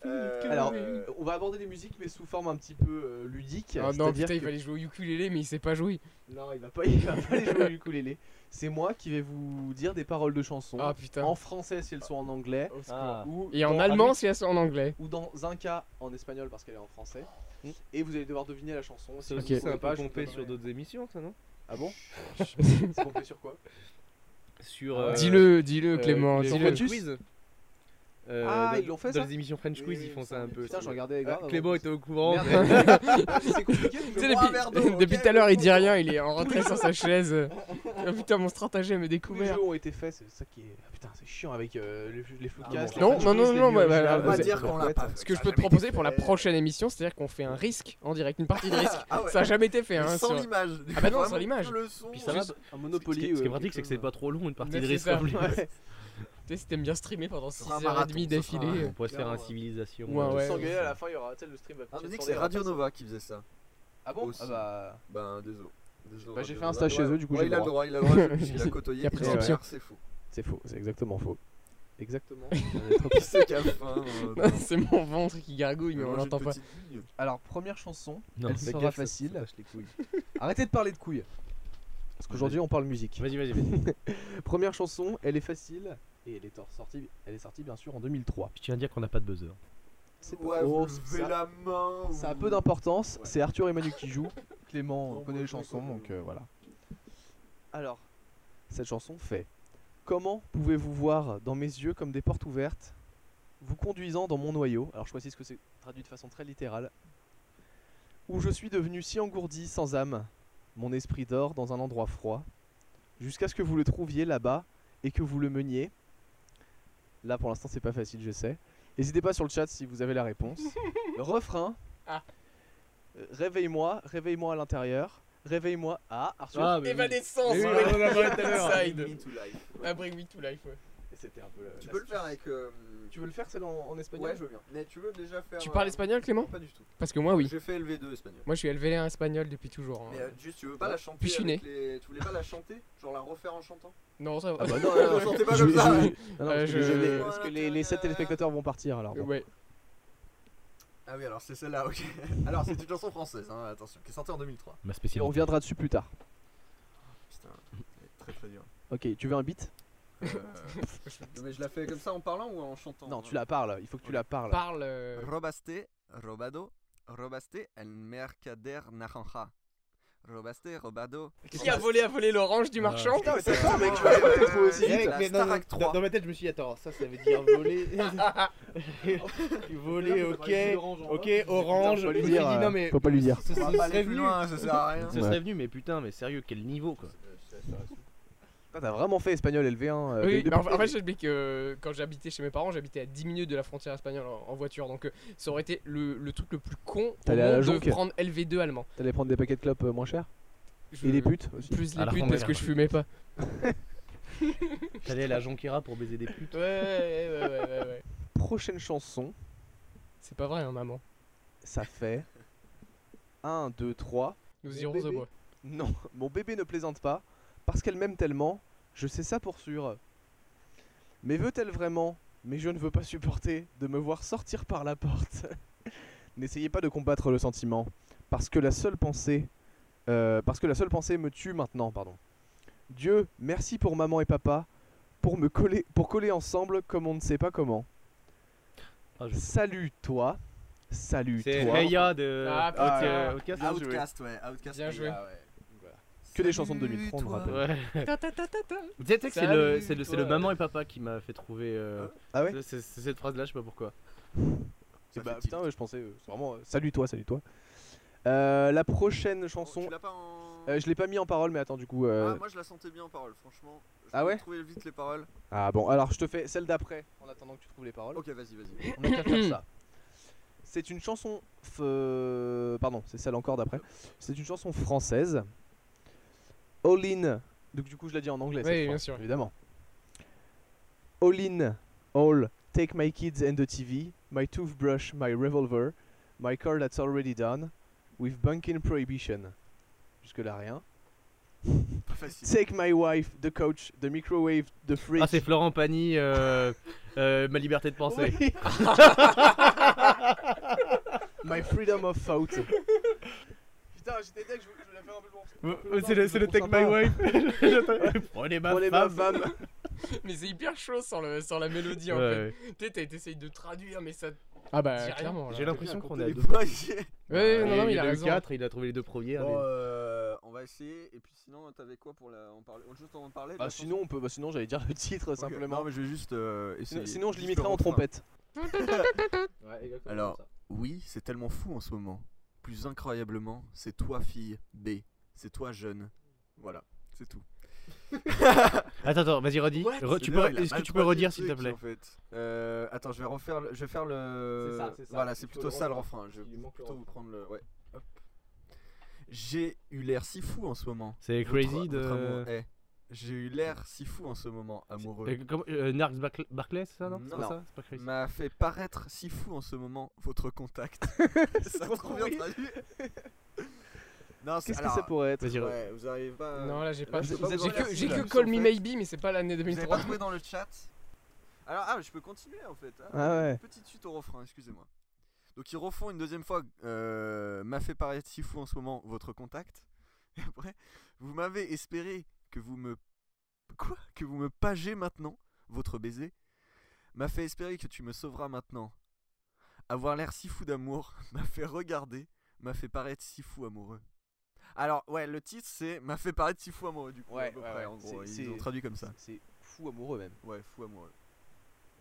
B: Euh,
C: Alors,
B: euh,
C: On va aborder les musiques, mais sous forme un petit peu euh, ludique.
E: Ah non,
C: c'est-à-dire
E: putain, il
C: que-
E: va aller jouer au ukulélé, mais il sait pas jouer.
C: Non, il va pas, *laughs* il va pas aller jouer au ukulélé. C'est moi qui vais vous dire des paroles de chansons.
E: Ah putain.
C: en français si elles sont en anglais.
E: Au secours.
F: Ah.
C: Ou
E: Et en
C: dans-
E: allemand, si elles sont en anglais.
C: Ou dans un cas en espagnol parce qu'elle est en français.
F: Hmm.
C: Et vous allez devoir deviner la chanson. Si
F: Ça
C: vous
E: Ok.
F: c'est
C: trouvez
F: un
C: pas,
F: peu
C: je vous
F: pompé
C: donnerai-
F: sur d'autres émissions, ça non
C: Ah
F: *laughs*
C: bon C'est pompé sur quoi
F: Sur.
C: Ah ouais.
F: euh,
E: Dis-le, dis-le,
F: euh,
E: Clément.
F: les
E: Dis-le.
F: French Quiz. Euh,
C: Ah,
F: dans-
C: ils l'ont fait,
F: Dans
C: ça
F: les émissions French
C: Oui,
F: Quiz,
C: oui,
F: ils
C: oui,
F: font ça
C: ça,
F: un peu.
C: Putain, je
F: sur-
C: regardais.
F: Ah, Clément était au courant.
C: Merde.
F: mais-
C: *laughs* C'est compliqué.
E: Tu
C: je
E: sais,
C: vois.
E: depuis,
B: merdo, ok,
E: *laughs* depuis tout à l'heure, il dit
B: bon.
E: rien, il est rentré sur sa chaise. *laughs* Oh putain, mon stratagème est
C: Tous les
E: découvert.
C: jeux ont été faits. C'est ça qui est. Ah, Putain, c'est chiant avec euh, les, les flowcasts,
F: Ah, bon.
C: les
E: Non,
C: French
E: non,
C: Quiz,
E: non,
C: les
E: non,
C: nuls,
E: bah,
C: les
E: bah,
B: on
C: machins.
B: va
E: c'est-
B: dire qu'on l'a pas.
E: Ce que je peux te proposer pour la prochaine émission, c'est-à-dire qu'on fait un risque en direct, une partie de risque.
B: *laughs* Ah ouais.
E: Ça a jamais été fait,
B: Mais
E: hein.
B: Sans
E: sur-
B: l'image.
E: Ah bah non,
B: Vraiment
E: sans l'image.
B: que Le son.
F: Puis ça va.
B: juste-
C: Un
F: Ce qui-
C: Monopoly.
F: Ce qui est
C: euh,
F: pratique, c'est que c'est pas trop long une partie de
E: c'est
F: risque
E: ça.
F: en plus.
C: Ouais.
E: Tu sais, si t'aimes bien streamer pendant 6
B: sera un
E: heures et demie
B: marathon, ce sera
E: d'affilée.
B: un-
E: euh,
F: On pourrait se faire
C: Clairement,
F: un
C: ouais.
F: civilisation.
E: Ouais,
F: euh,
E: ouais.
C: S'engueuler à la fin, il y aura tu sais, le stream va
B: Ah,
C: continuer
B: on dit que
C: sur
B: c'est
C: les
B: Radio
C: rapports.
B: Nova qui faisait ça.
C: Ah bon Ah
B: Aussi.
C: bah.
B: Ben, désolé. Désolé,
C: Bah,
B: Radio
C: j'ai fait un
B: Nova.
C: stage chez
B: Ouais,
C: eux, du coup,
B: ouais,
C: j'ai
B: il a
C: le
B: le droit, il a le
C: *laughs*
B: droit, je- il a cotoyé.
E: Il y a
B: il
E: prescription.
B: s'emmerde, C'est *laughs* faux.
C: C'est faux, c'est exactement faux.
F: *laughs*
C: Exactement.
B: Il sait qu'à la fin.
C: *laughs*
B: euh,
E: Non, *laughs* c'est mon ventre qui gargouille, mais
B: euh,
E: on
B: j'ai
E: l'entend
B: une
E: pas.
B: petite bulle.
C: Alors, première chanson.
F: Non,
C: Elle
F: fais
C: sera
F: gaffe, ça-
C: facile.
F: ça lâche les couilles.
C: Arrêtez de parler de couilles. Parce qu'aujourd'hui, on parle musique.
F: Vas-y, vas-y, vas-y.
C: Première chanson, elle est facile. Et elle est tor- sortie, elle est sortie bien sûr en 2003.
F: Je tiens à dire qu'on n'a pas de buzzer.
C: C'est pas-
B: Ouais,
C: oh,
B: vous
C: ça,
B: levez la main.
C: ça a
B: ou-
C: peu d'importance.
B: Ouais.
C: C'est Arthur et Manu qui jouent. Clément
B: Oh, moi,
C: connaît les
B: je les
C: chansons,
B: connais,
C: donc
B: oui.
C: euh, voilà. Alors, cette chanson fait Comment pouvez-vous voir dans mes yeux comme des portes ouvertes, vous conduisant dans mon noyau Alors, je précise que c'est traduit de façon très littérale. Où je suis devenu si engourdi, sans âme, mon esprit dort dans un endroit froid, jusqu'à ce que vous le trouviez là-bas et que vous le meniez. Là, pour l'instant, c'est pas facile, je sais. N'hésitez pas sur le chat si vous avez la
E: *laughs*
C: réponse. le refrain.
E: Ah.
C: Euh, Réveille-moi, réveille-moi à l'intérieur, réveille-moi. Ah, Arthur.
E: Évanescence,
F: Mais oui,
E: ouais.
F: on en a parlé tout à l'heure.
E: Inside.
B: Me too life.
E: Ah, Bring Me to Life, ouais.
C: Et c'était un peu la-
B: Tu
C: la-
B: peux le faire avec. euh,
C: Tu veux le faire celle en, en espagnol
B: Ouais, je veux bien. Mais tu veux déjà faire.
E: Tu parles
B: euh,
E: espagnol, Clément
B: Pas du tout.
E: Parce que moi, oui.
B: J'ai fait LV2 espagnol.
E: Moi, je suis élevé en espagnol depuis toujours. hein.
B: Mais euh, juste, tu veux pas la chanter
E: Puis je suis
B: avec les- Tu voulais pas la chanter Genre la refaire en chantant
E: Non, ça va.
C: Ah bah
B: *laughs* Non, non, chantez pas comme ça
C: Ah non,
E: Euh,
C: parce que,
E: je-
C: les- parce que les, les 7 téléspectateurs vont partir alors. bon.
E: *laughs* Ouais.
B: Ah oui, alors c'est celle-là, ok. *laughs* Alors c'est une chanson française, hein, attention, qui est sortie en 2003.
C: Et
F: Ma
C: on
F: spécialité.
C: reviendra dessus plus tard.
B: Putain, elle est très très dur.
C: Ok, tu veux un beat
B: Euh, non, mais je la fais comme ça en parlant ou en chantant
E: euh,
C: Non, tu la parles, il faut que tu la parles.
E: Parle. euh,
B: Robaste, robado, robaste el mercader naranja. Robaste, robado.
E: Qui a volé, a volé l'orange du
F: Ah.
E: marchand
C: Putain, mais c'est
B: ça,
C: mec, je crois pas que t'es trop aussi vite.
B: La Starac 3.
F: ma tête, je me suis dit, attends, ça, ça veut dire voler. voler, orange.
C: Faut pas lui dire, euh, faut pas lui dire.
F: Ce, ce
B: On va pas
F: serait
B: aller plus
F: venu.
B: loin, ça sert à rien.
F: Ce serait venu, mais putain, mais sérieux, quel niveau quoi.
C: Putain, T'as vraiment fait espagnol élevé, hein. euh,
E: Oui,
C: de-
E: mais en,
C: de-
E: en fait, j'explique que quand j'habitais chez mes parents, j'habitais à 10 minutes de la frontière espagnole en, en voiture. Donc, euh, ça aurait été le, le truc le plus con au
C: T'allais à la
E: monde
C: Jonque.
E: de prendre LV2 allemand.
C: T'allais prendre des paquets de clopes euh, moins chers
E: Je-
C: Et des putes aussi.
E: Plus
F: À
E: les
F: la
E: putes
F: frontière.
E: parce que je fumais pas.
F: T'allais à la Jonquera pour baiser des putes.
E: Ouais, ouais, ouais, ouais, ouais, ouais.
C: Prochaine chanson,
E: C'est pas vrai, hein, maman.
C: ça *laughs* fait 1, 2, 3.
E: Nous
C: Mais
E: irons au
C: bébé.
E: bois.
C: Non, *laughs* mon bébé ne plaisante pas, parce qu'elle m'aime tellement, je sais ça pour sûr. Mais veut-elle vraiment Mais je ne veux pas supporter de me voir sortir par la porte. *laughs* N'essayez pas de combattre le sentiment, parce que la seule pensée, euh, parce que la seule pensée me tue maintenant, pardon. Dieu, merci pour maman et papa, pour me coller, pour coller ensemble comme on ne sait pas comment.
F: Ah, je-
C: Salut toi, salut
F: C'est
C: toi.
F: Heya de
E: Ah,
F: Out-
C: putain.
F: euh, Outcast.
C: Bien joué.
B: Outcast, ouais, Outcast.
E: Bien
B: les
E: joué.
B: gars, ouais. Oh, Voilà.
C: Que des chansons de
B: Salut,
C: 2003, on
B: toi.
C: rappelle.
F: Ouais.
E: Ta, ta, ta, ta, ta.
F: Tu sais tu sais que c'est
E: Salut,
F: le, c'est le, c'est le
E: toi.
F: maman et papa qui m'a fait trouver. euh,
C: Ah ouais
F: c'est- c'est c'est cette phrase là, je sais pas pourquoi.
C: Et
B: Ça fait
C: bah
B: tilt.
C: putain, ouais, je pensais euh, c'est vraiment euh, salut toi, salut toi. Euh, la prochaine
B: Oh,
C: chanson,
B: tu l'as pas en.
C: euh, je l'ai pas mis en parole, mais attends du coup. euh,
B: Ah, moi je la sentais bien en parole, franchement. Je
C: Ah ouais
B: Trouver vite les paroles.
C: Ah bon, alors je te fais celle d'après en attendant que tu trouves les paroles.
B: Ok, vas-y, vas-y.
C: On a qu'à faire
E: *clears throat*
C: ça. C'est une chanson, f- euh, pardon, c'est celle encore d'après. C'est une chanson française. All in. Donc du coup, je l'ai dit en anglais.
E: Oui,
C: cette
E: bien
C: fois,
E: sûr.
C: Évidemment. All in, all. Take my kids and the TV, my toothbrush, my revolver, my car that's already done, with banking prohibition. Jusque là rien.
B: Pas facile.
C: Take my wife, the coach, the microwave, the fridge.
F: Ah, c'est Florent Pagny, euh, euh, Ma liberté de penser.
B: *laughs*
C: Oui. My freedom of thought. *laughs* Putain, j'étais deck, je vou- je voulais faire un peu le bon.
F: Oh, C'est le, c'est le Take My Wife. *laughs* Prenez ma
C: Prenez ma
F: femme.
C: femme.
E: *laughs* Mais c'est hyper chaud sans, le, sans la mélodie en
F: Ouais,
E: fait.
F: ouais.
E: Tu sais, t'as- t'essayes de traduire, mais ça.
F: Ah
E: Dis
F: bah
E: rien, clairement, là.
F: j'ai l'impression qu'on est à
B: Les
F: deux.
B: poignets.
E: Ouais, non, non, mais il
F: en
E: a
F: eu
E: raison.
F: quatre, il a trouvé les deux premiers.
B: *laughs*
F: hein,
B: Bon,
F: mais-
B: euh, on va essayer. Et puis sinon, t'avais quoi pour la... en parler Juste en parler de
C: Bah
B: la
C: sinon, on peut, bah sinon j'allais dire le titre
B: chanson Ok,
C: simplement.
B: Non, mais je vais juste euh,
C: sinon,
B: essayer.
C: sinon, je
B: Juste
C: limiterai
B: le
C: en
B: refrain.
C: trompette.
B: Alors, oui, c'est tellement fou en ce moment. Plus incroyablement, c'est toi fille, B. C'est toi jeune. Voilà, c'est tout.
F: Attends, attends, vas-y, redis.
B: What
F: Re- tu
B: D'ailleurs,
F: peux-
B: il a
F: Est-ce que
B: mal
F: tu peux
B: traduit
F: redire,
B: le
F: s'il te
B: truc,
F: plaît
B: en fait. Euh, attends, je vais refaire le. Je vais faire le.
C: C'est ça, c'est ça.
B: Voilà,
C: Il
B: c'est
C: faut
B: plutôt
C: le
B: ça le
C: refrain.
B: refrain. Je
C: Il
B: vais
C: manque le
B: plutôt vous prendre le. Ouais. Hop. J'ai eu l'air si fou en ce moment.
F: C'est
B: Votre-
F: crazy
B: votre
F: de.
B: amour est. J'ai eu l'air si fou en ce moment, amoureux.
F: Euh, comment- euh, Narcs Barcl- Barclay, c'est ça, non,
B: Non.
F: C'est pas ça C'est pas crazy.
B: M'a fait paraître si fou en ce moment, votre
C: *laughs*
B: contact. ça
C: trop
B: trop bien
C: pourri. *laughs*
B: traduit. Non, c'est-
C: Qu'est-ce que
B: alors,
C: ça pourrait être
F: Vas-y, re-
B: Ouais, vous arrivez pas. euh,
E: Non, là j'ai
B: là,
E: pas.
B: je
E: J'ai
B: sais pas vous
E: que,
B: avez
E: j'ai
B: la
E: que
B: solution,
E: Call
B: en
E: Me
B: fait.
E: Maybe, mais c'est pas l'année
B: Vous avez pas
E: 2003.
B: trouvé dans le chat Alors, ah, je peux continuer en fait. Ah,
C: Ah ouais.
B: Petite suite au refrain, excusez-moi. Donc, ils refont une deuxième fois euh, M'a fait paraître si fou en ce moment votre contact. Et après, vous m'avez espéré que vous me. Quoi Que vous me pagez maintenant, votre baiser. M'a fait espérer que tu me sauveras maintenant. Avoir l'air si fou d'amour *laughs* m'a fait regarder, m'a fait paraître si fou amoureux. Alors, ouais, le titre c'est M'a fait paraître si fou amoureux, du coup,
C: Ouais,
B: à peu
C: ouais,
B: près,
C: ouais.
B: en gros.
C: C'est-
B: Ils ont
C: c'est-
B: traduit comme ça.
C: C'est fou amoureux même.
B: Ouais, fou amoureux.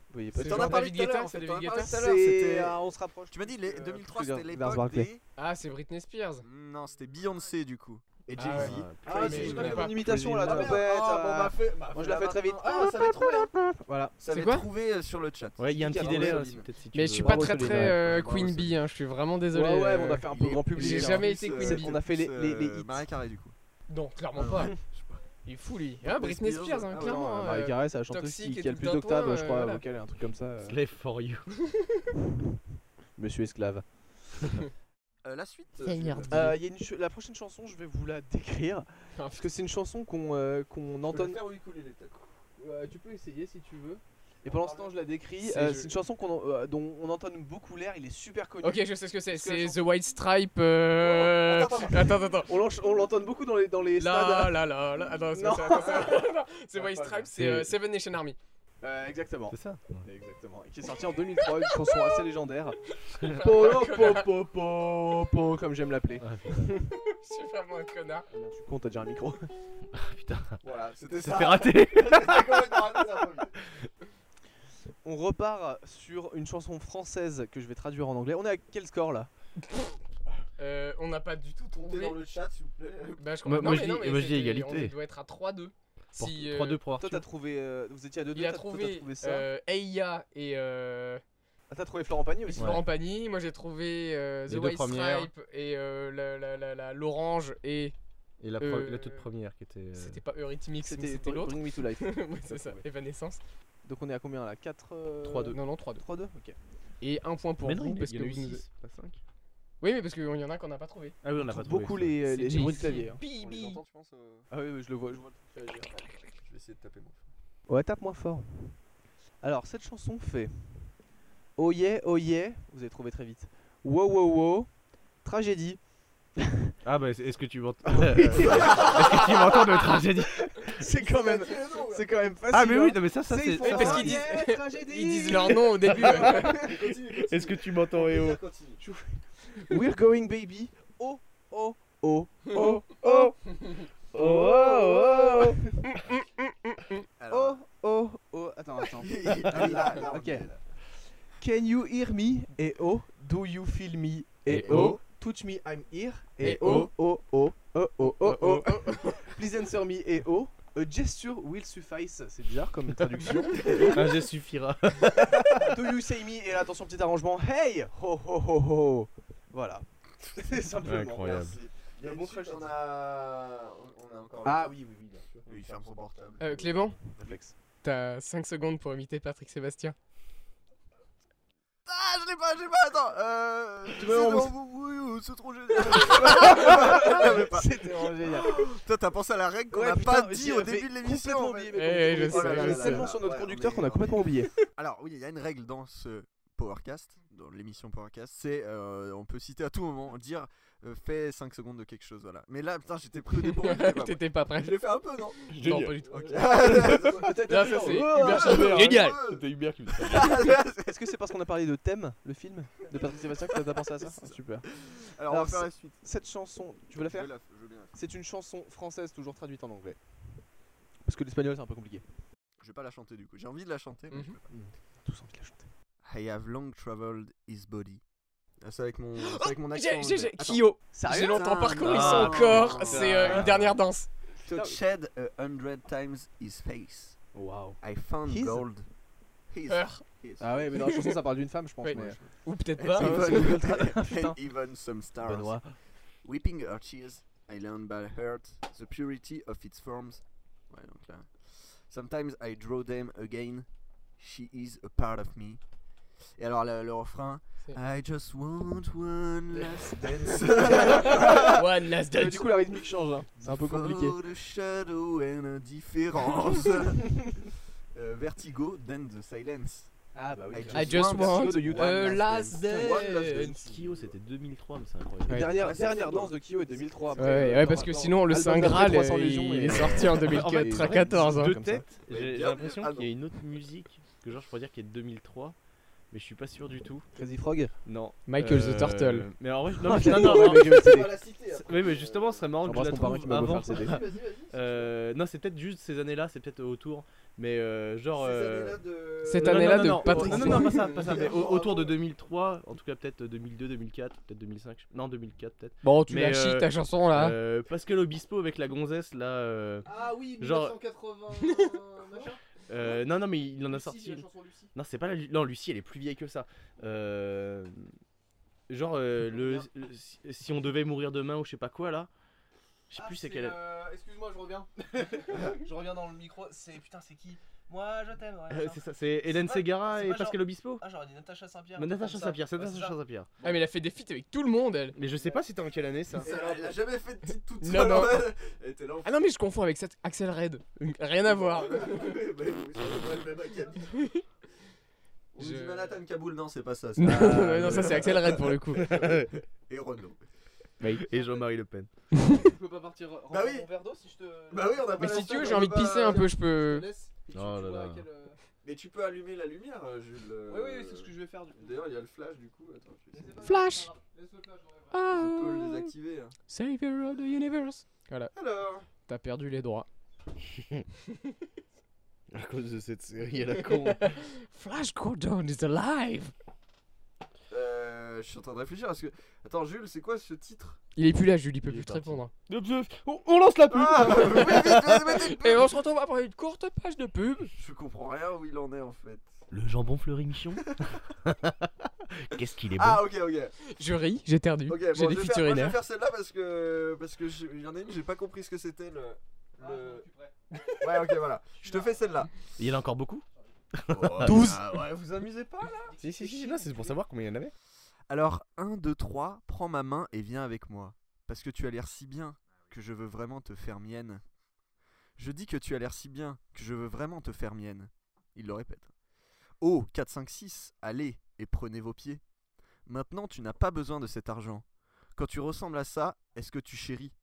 C: Vous voyez pas
E: C'est
C: ça
B: T'en
E: genre
B: as parlé
E: David
B: tout à l'heure,
E: Guetta,
B: en
E: c'est
B: fait,
E: David
B: t'en as parlé
E: Guetta.
B: tout à l'heure, c'était- euh,
C: ah, on se rapproche.
B: Tu m'as dit,
C: plus
B: les-
C: que-
B: 2003,
C: plus que
B: c'était
C: Lars
B: l'époque
C: Barclay.
B: des... Hmm,
E: Ah, c'est Britney Spears.
B: Non, c'était Beyoncé, du coup. Et
E: Ah
B: Jay-Z.
E: ouais.
C: Ah,
E: mais
C: c'est
E: je
C: juste
E: l'ai
C: mon
E: pas.
C: imitation là,
B: Ah, merde.
C: trompette.
B: Ah, bon,
C: euh,
B: bah, fais- bah,
C: Moi je
B: fais
C: la fais très vite.
B: maintenant. Ah, ça va trouvé, hein.
C: Voilà.
B: Ça
E: C'est
B: va
E: quoi
B: trouvé euh, sur le chat.
F: Ouais, il y a un petit
C: Caroline.
F: délai aussi, peut-être si tu
E: Mais je suis
F: veux.
E: pas
C: Bravo,
E: très
C: Soline,
E: très
C: ouais.
E: euh,
B: Bravo,
E: Queen Bee,
B: Soline.
E: hein, je suis vraiment désolé.
C: Ouais, ouais,
E: euh,
C: mais on a fait un peu grand public.
E: J'ai
C: hein.
E: jamais été
B: Plus,
E: Queen
B: euh,
E: Bee.
C: On a fait les, les, les hits.
B: Mariah Carey, du coup.
E: Non, clairement
B: Ah,
E: pas.
B: non.
E: Il est fou lui. Hein,
B: Britney
E: Britney
B: Spears,
E: Spears, hein,
B: ah ouais,
E: clairement.
C: Non,
E: hein,
C: Marie
E: euh,
C: Carré, c'est la chanteuse
E: Toxic
C: qui,
E: et
C: qui a le
E: tout
C: plus
E: d'un
C: d'octaves,
E: point,
C: je
E: euh,
C: crois,
E: voilà.
C: vocale, un truc comme ça. euh,
F: Slave for you.
C: Monsieur esclave.
B: Euh, la suite. euh,
E: Seigneur
B: je-
E: Dieu.
C: Euh, il y a une ch- la prochaine chanson, je vais vous la
E: *laughs*
C: décrire.
E: Ah,
C: Parce que c'est une chanson qu'on euh, qu'on entend. Euh,
B: Je vais faire au ukulélé, peut-être.
C: tu peux essayer si tu veux. Et pendant ce temps, je la décris.
E: C'est
C: Euh,
E: joli.
C: c'est une chanson qu'on en- euh, dont on entend beaucoup l'air. Il est super connu.
E: Ok, je sais ce que c'est.
C: Parce que la
E: C'est
C: chanson-
E: The White Stripe. euh,
C: Attends, attends,
E: Attends, attends.
C: On l'en- on l'entend beaucoup dans les dans les stades. *laughs*
E: Là, là, là, là. Attends, c'est
C: Non.
E: pas ça, attends, c'est- non, c'est
C: Ouais,
E: White
C: pas
E: Stripe,
C: grave.
E: c'est euh, Seven Nation Army.
C: Euh, exactement.
F: C'est ça
C: Exactement. Et qui est sorti en 2003, une chanson assez
E: *laughs*
C: légendaire. Polo, po, po, po, po, comme j'aime l'appeler.
E: Je suis vraiment un connard.
C: Je suis con, t'as déjà un
E: *laughs*
C: micro.
B: Voilà, c'était
F: Ça
B: ça.
F: fait raté
B: C'était complètement raté, ça, pour lui.
C: On repart sur une chanson française que je vais traduire en anglais. On est à quel score là
E: Euh, on n'a pas du tout
B: Comptez
E: trouvé.
B: dans le chat, s'il vous plaît.
E: Bah, je
F: Moi- moi,
E: comprends. Non,
F: je
E: mais
F: dis-
E: non, mais
F: moi, je dis
E: c'était-
F: égalité.
E: On doit être à 3-2.
D: Porte-
E: Si, euh,
D: 3-2 pour
C: Toi,
D: Arthur.
C: t'as trouvé. euh, vous étiez à 2-2.
E: Il a
C: t'as- toi, T'as
E: trouvé
C: trouvé ça.
E: euh, Eia et euh,
C: Ah, t'as trouvé Florent Pagny
E: et
C: aussi.
E: Florent Pagny. Moi j'ai trouvé euh, The
F: Les deux
E: White
F: premières.
E: Stripe et euh, la- la- la- la- l'orange et
F: Et la, pre-
E: Euh,
F: la toute première qui était. euh,
E: c'était pas Eurythmics, mais
C: C'était
E: c'était
C: Bring-
E: l'autre.
C: Bring Me to Life. *laughs*
E: *laughs* Ouais, c'est ça, Evanescence.
C: Donc on est à combien là euh, 4
F: 3-2.
E: Non, non, 3-2.
C: 3-2 Ok.
E: Et un point pour
F: mais non,
E: vous
F: il y
E: parce
F: en
E: que
F: a eu
E: vous nous-
F: six, pas cinq.
E: Oui, mais parce qu'il y en a qu'on n'a pas trouvé.
F: Ah oui, on n'a pas trouvé,
C: Beaucoup
F: ça.
C: les, les,
E: C'est
C: bruits de
E: JC.
C: clavier. hein.
E: Bibi.
C: tu penses Ah oui, oui, je le vois, je vois le clavier.
B: Je vais essayer de taper moi.
C: Ouais, tape moins fort. Alors, cette chanson fait Oh yeah, oh yeah, vous avez trouvé très vite. Wow, wow, wow, tragédie.
F: Ah bah, *laughs* est-ce que tu m'entends Euh, Est-ce que tu m'entends de tragédie
C: *laughs* C'est quand même, c'est quand même facile.
F: Ah mais oui,
C: hein.
F: non mais ça, ça
C: C'est- ils
F: c'est.
C: font
F: ça,
E: parce
F: c'est-
C: Oh
E: qu'ils disent-
C: yeah, tragédie.
E: Ils disent leur nom au
B: *laughs*
E: début. ouais.
F: Est-ce que tu m'entends,
C: oh
F: Eo
C: We're going baby. Oh, oh, oh, oh, oh, oh, oh, oh, oh, oh. Attends,
B: *laughs*
C: attends.
B: Ah,
C: Ok. Can you hear me? Et oh, do you feel me? Et
F: Et
C: oh, touch me, I'm here. Et
E: Et
C: oh, oh, oh, oh, oh, oh, oh. *laughs* Please answer me. Et oh, a gesture will suffice. C'est bizarre comme traduction.
F: Un geste Ah, suffira.
C: do you say me? Et là, attention, petit arrangement. Hey, ho, ho, ho, ho. Voilà. *laughs* C'est simplement.
F: Incroyable.
B: Il y a
C: Le
B: une
C: bon
B: suite,
C: tragédie.
B: on a... on a encore...
C: Ah oui, oui, oui, bien sûr.
B: Il ferme son portable.
E: Euh, Clément,
C: Réflexe.
E: t'as 5 secondes pour imiter Patrick Sébastien.
B: Ah, je l'ai pas, je l'ai pas, attends Euh...
C: Tu
B: C'est
C: veux vraiment-
B: dans vous, oui, oh, c'est
C: *laughs*
B: trop génial
C: C'était vraiment génial.
B: Putain, t'as pensé à la règle qu'on
C: Ouais,
B: a
C: putain,
B: pas dit
C: j'y
B: au
C: avais
B: début de l'émission
C: complètement
B: en fait.
C: oublié,
E: Eh,
C: mais
E: je
C: complètement
E: sais,
C: oublié.
E: je
C: On est
E: sais.
C: tellement sur notre
B: Ouais,
C: conducteur
B: on est-
C: qu'on a complètement oublié.
B: Alors oui, il y a une règle dans ce Powercast, dans l'émission Powercast, c'est euh, on peut citer à tout moment, dire euh, fais 5 secondes de quelque chose, voilà. Mais là, putain, j'étais pris au dépourvu. j'étais pas
C: *laughs*
B: prêt.
E: *laughs* T'étais
B: *laughs*
E: pas prêt.
B: Je l'ai fait un peu, non
E: Non, pas du tout.
B: Ok.
E: Là, ça c'est
C: Oh,
E: Hubert Chamber. Génial.
B: C'était
F: Hubert qui
C: Est-ce que c'est parce qu'on a parlé de thème, le film de Patrick Sébastien que t'as pensé à ça Super.
B: *laughs* Alors, on
C: Alors,
B: va faire
C: c'est-
B: la suite.
C: Cette chanson, tu veux la
B: Je
C: faire
B: la- je veux bien la faire.
C: C'est une chanson française toujours traduite en anglais. Parce que l'espagnol c'est un peu compliqué.
B: Je vais pas la chanter du coup. J'ai envie de la chanter, mais
E: Mhm.
B: je peux
C: Tous envie de la chanter.
B: pas. I have long traveled his body. Oh, Ah, C'est avec *gasps* mon, c'est avec mon accent.
E: J'ai- j'ai- j'ai-
B: anglais. Attends.
E: Kyo. J'ai
C: Sérieux
E: longtemps par contre, ils
F: Ah,
E: sont encore.
B: putain.
E: C'est euh, une dernière danse.
B: To shed a hundred times his face.
C: Waouh.
B: I found
C: His
B: gold. His.
E: Heure.
B: His. *laughs*
C: Ah ouais, mais dans la chanson ça parle d'une femme, je pense.
E: Oui.
C: mais-
E: Ou peut-être
B: Ah,
E: pas.
B: *laughs*
C: ouais,
B: even-
C: c'est Google Trad-
B: *laughs* and
C: Putain.
B: even some stars.
C: *laughs* Benoît.
B: Weeping her tears, I learned by heart the purity of its forms. Ouais, donc là. Sometimes I draw them again. She is a part of me. Et alors le, le refrain.
E: C'est-
B: I just want one last dance.
E: *laughs* One last
C: Euh,
E: dance.
C: Du coup la rythmique change. hein. C'est un peu compliqué.
B: For the shadow and
F: *laughs*
B: indifférence. Euh, vertigo, then the silence.
C: Ah bah
B: I
E: I just want
C: de
E: a
C: YouTube.
E: last
B: One last dance.
E: dance.
F: Kyo, c'était 2003, mais c'est incroyable.
E: Ouais.
C: Dernière,
B: Ouais, c'est
C: dernière
B: fou, hein.
C: danse de Kyo est 2003.
E: Ouais,
C: après, euh,
E: ouais, parce
C: dans-
E: que
C: dans-
E: sinon le
C: Album
E: Saint
C: d'après
E: Graal
C: 300
E: il,
C: Légions
E: il
C: et-
E: est sorti en 2004 à 14. hein.
F: De
C: comme ça.
F: tête,
B: Mais
F: j'ai j'ai
B: bien-
F: l'impression
B: ah
F: qu'il y a une autre musique que genre je pourrais dire qui est de 2003, mais je suis pas sûr du tout.
C: Crazy Frog.
F: Non. Euh,
E: Michael the Turtle.
F: Mais en vrai,
C: *laughs*
F: non, mais,
C: Ah,
F: non, non,
C: ouais,
F: non.
C: mais je vais le *laughs* céder.
F: Oui, mais justement, ce serait marrant que je
C: J'embrasse
F: la
C: mon parrain
F: trouve
C: qui m'a offert
F: avant.
C: le CD.
F: *laughs* Euh, non, c'est peut-être juste ces années-là, c'est peut-être autour, mais euh, genre. euh,
E: Cette
F: non, non,
E: année-là
F: non,
E: de
F: non,
E: Patrick
F: Non, non, non,
E: Sébastien.
F: pas ça, pas ça, mais
E: *laughs*
F: au- autour de 2003, en tout cas peut-être 2002, 2004, peut-être 2005, je- non 2004 peut-être.
E: Bon, tu
F: Mais,
E: la chies
F: euh,
E: ta chanson
C: Ah.
E: là.
F: Euh, Pascal Obispo avec la gonzesse là. euh,
H: Ah oui,
F: Genre-
H: 1980. machin.
F: euh, non, non, mais il en a
H: Lucie,
F: sorti.
H: la chanson Lucie.
F: Non, c'est pas la Lu- Non, Lucie, elle est plus vieille que ça. Euh, Genre, euh, le... le- si- si on devait mourir demain ou je sais pas quoi là. Je sais
H: Ah,
F: plus c'est quelle.
H: euh, Excuse-moi, je reviens. je reviens dans le micro. C'est putain, c'est qui Moi, je t'aime.
F: Euh,
H: ouais, ça.
F: *laughs* c'est ça, c'est Hélène
H: pas-
F: Ségara
H: c'est
F: et
H: pas genre-
F: Pascal Obispo
H: Ah, j'aurais dit Natacha Saint-Pierre.
F: Mais Natacha
H: comme ça.
F: Saint-Pierre, c'est
H: Ouais,
F: Natacha Saint-Pierre.
E: Ah mais elle a fait des feats avec tout le monde elle.
F: Mais je sais pas si t'es en quelle année
H: *laughs*
F: ça.
B: Elle a jamais fait de titre toute
E: Non,
B: seule.
E: non.
B: ouais. Elle était là. en
E: Ah non mais je confonds avec cette Axel Red. Donc, Rien à voir.
B: *laughs* Bah oui, bah oui, c'est pas le même acabit. On
E: Je-
B: dit Manhattan Kaboul, non, c'est pas
E: *laughs*
B: ça. c'est-
E: non non, ça c'est Axel Red pour le coup.
B: Et Renault.
F: Et Jean-Marie Le Pen.
H: Je peux pas partir. remplir
B: Bah oui.
H: mon verre d'eau si je te.
B: Bah oui, on a pas
E: Mais
B: la
E: si tu veux
B: salle,
E: j'ai
B: on
E: envie de
B: peut pas-
E: pisser un peu je
H: Je
E: peux.
H: te laisse. et tu-
F: Oh
H: tu
F: là
H: vois à
F: là.
H: quel, euh,
B: Mais tu peux allumer la lumière, euh, Jules.
H: Oui, oui, c'est ce que je vais faire. Du... coup.
B: D'ailleurs, il y a le flash du coup. Attends, je vais essayer.
E: Flash.
H: Laisse le flash, j'enlèverai.
E: Ah,
B: Je peux le désactiver. hein.
E: Savior of the universe.
B: Alors
E: T'as perdu les droits.
F: À cause de *laughs* cette série à la con.
E: Flash Gordon is alive.
B: euh, euh, je suis en train de réfléchir parce que. Attends, Jules, c'est quoi ce titre
E: Il est plus là, Jules, il peut
C: Il est
E: plus te
C: parti.
E: répondre.
F: On, on lance la pub
B: Ah oui, vite, *laughs* vite, vite,
E: Et
B: vite.
E: on se retrouve après une courte page de pub.
B: Je comprends rien où il en est en fait.
D: Le jambon fleuri
F: *laughs*
D: michon Qu'est-ce qu'il est bon
B: Ah, ok, ok.
E: Je ris, j'éternue,
B: Ok, bon,
E: j'ai des
B: je, vais
E: fuites
B: faire, moi, je vais
E: urinaires.
B: faire celle-là parce que parce que je- il y en a une, j'ai pas compris ce que c'était le. le- Ouais, ok, voilà. Je te fais celle-là.
D: Il y en a encore beaucoup
B: 12 Ouais, vous amusez pas là
D: Si, si, si, non, c'est pour savoir combien il y en avait.
B: Alors, 1, 2, 3, prends ma main et viens avec moi. Parce que tu as l'air si bien que je veux vraiment te faire mienne. Je dis que tu as l'air si bien que je veux vraiment te faire mienne. Il le répète. Oh, 4, 5, 6, allez et prenez vos pieds. Maintenant, tu n'as pas besoin de cet argent. Quand tu ressembles à ça, est-ce que tu chéris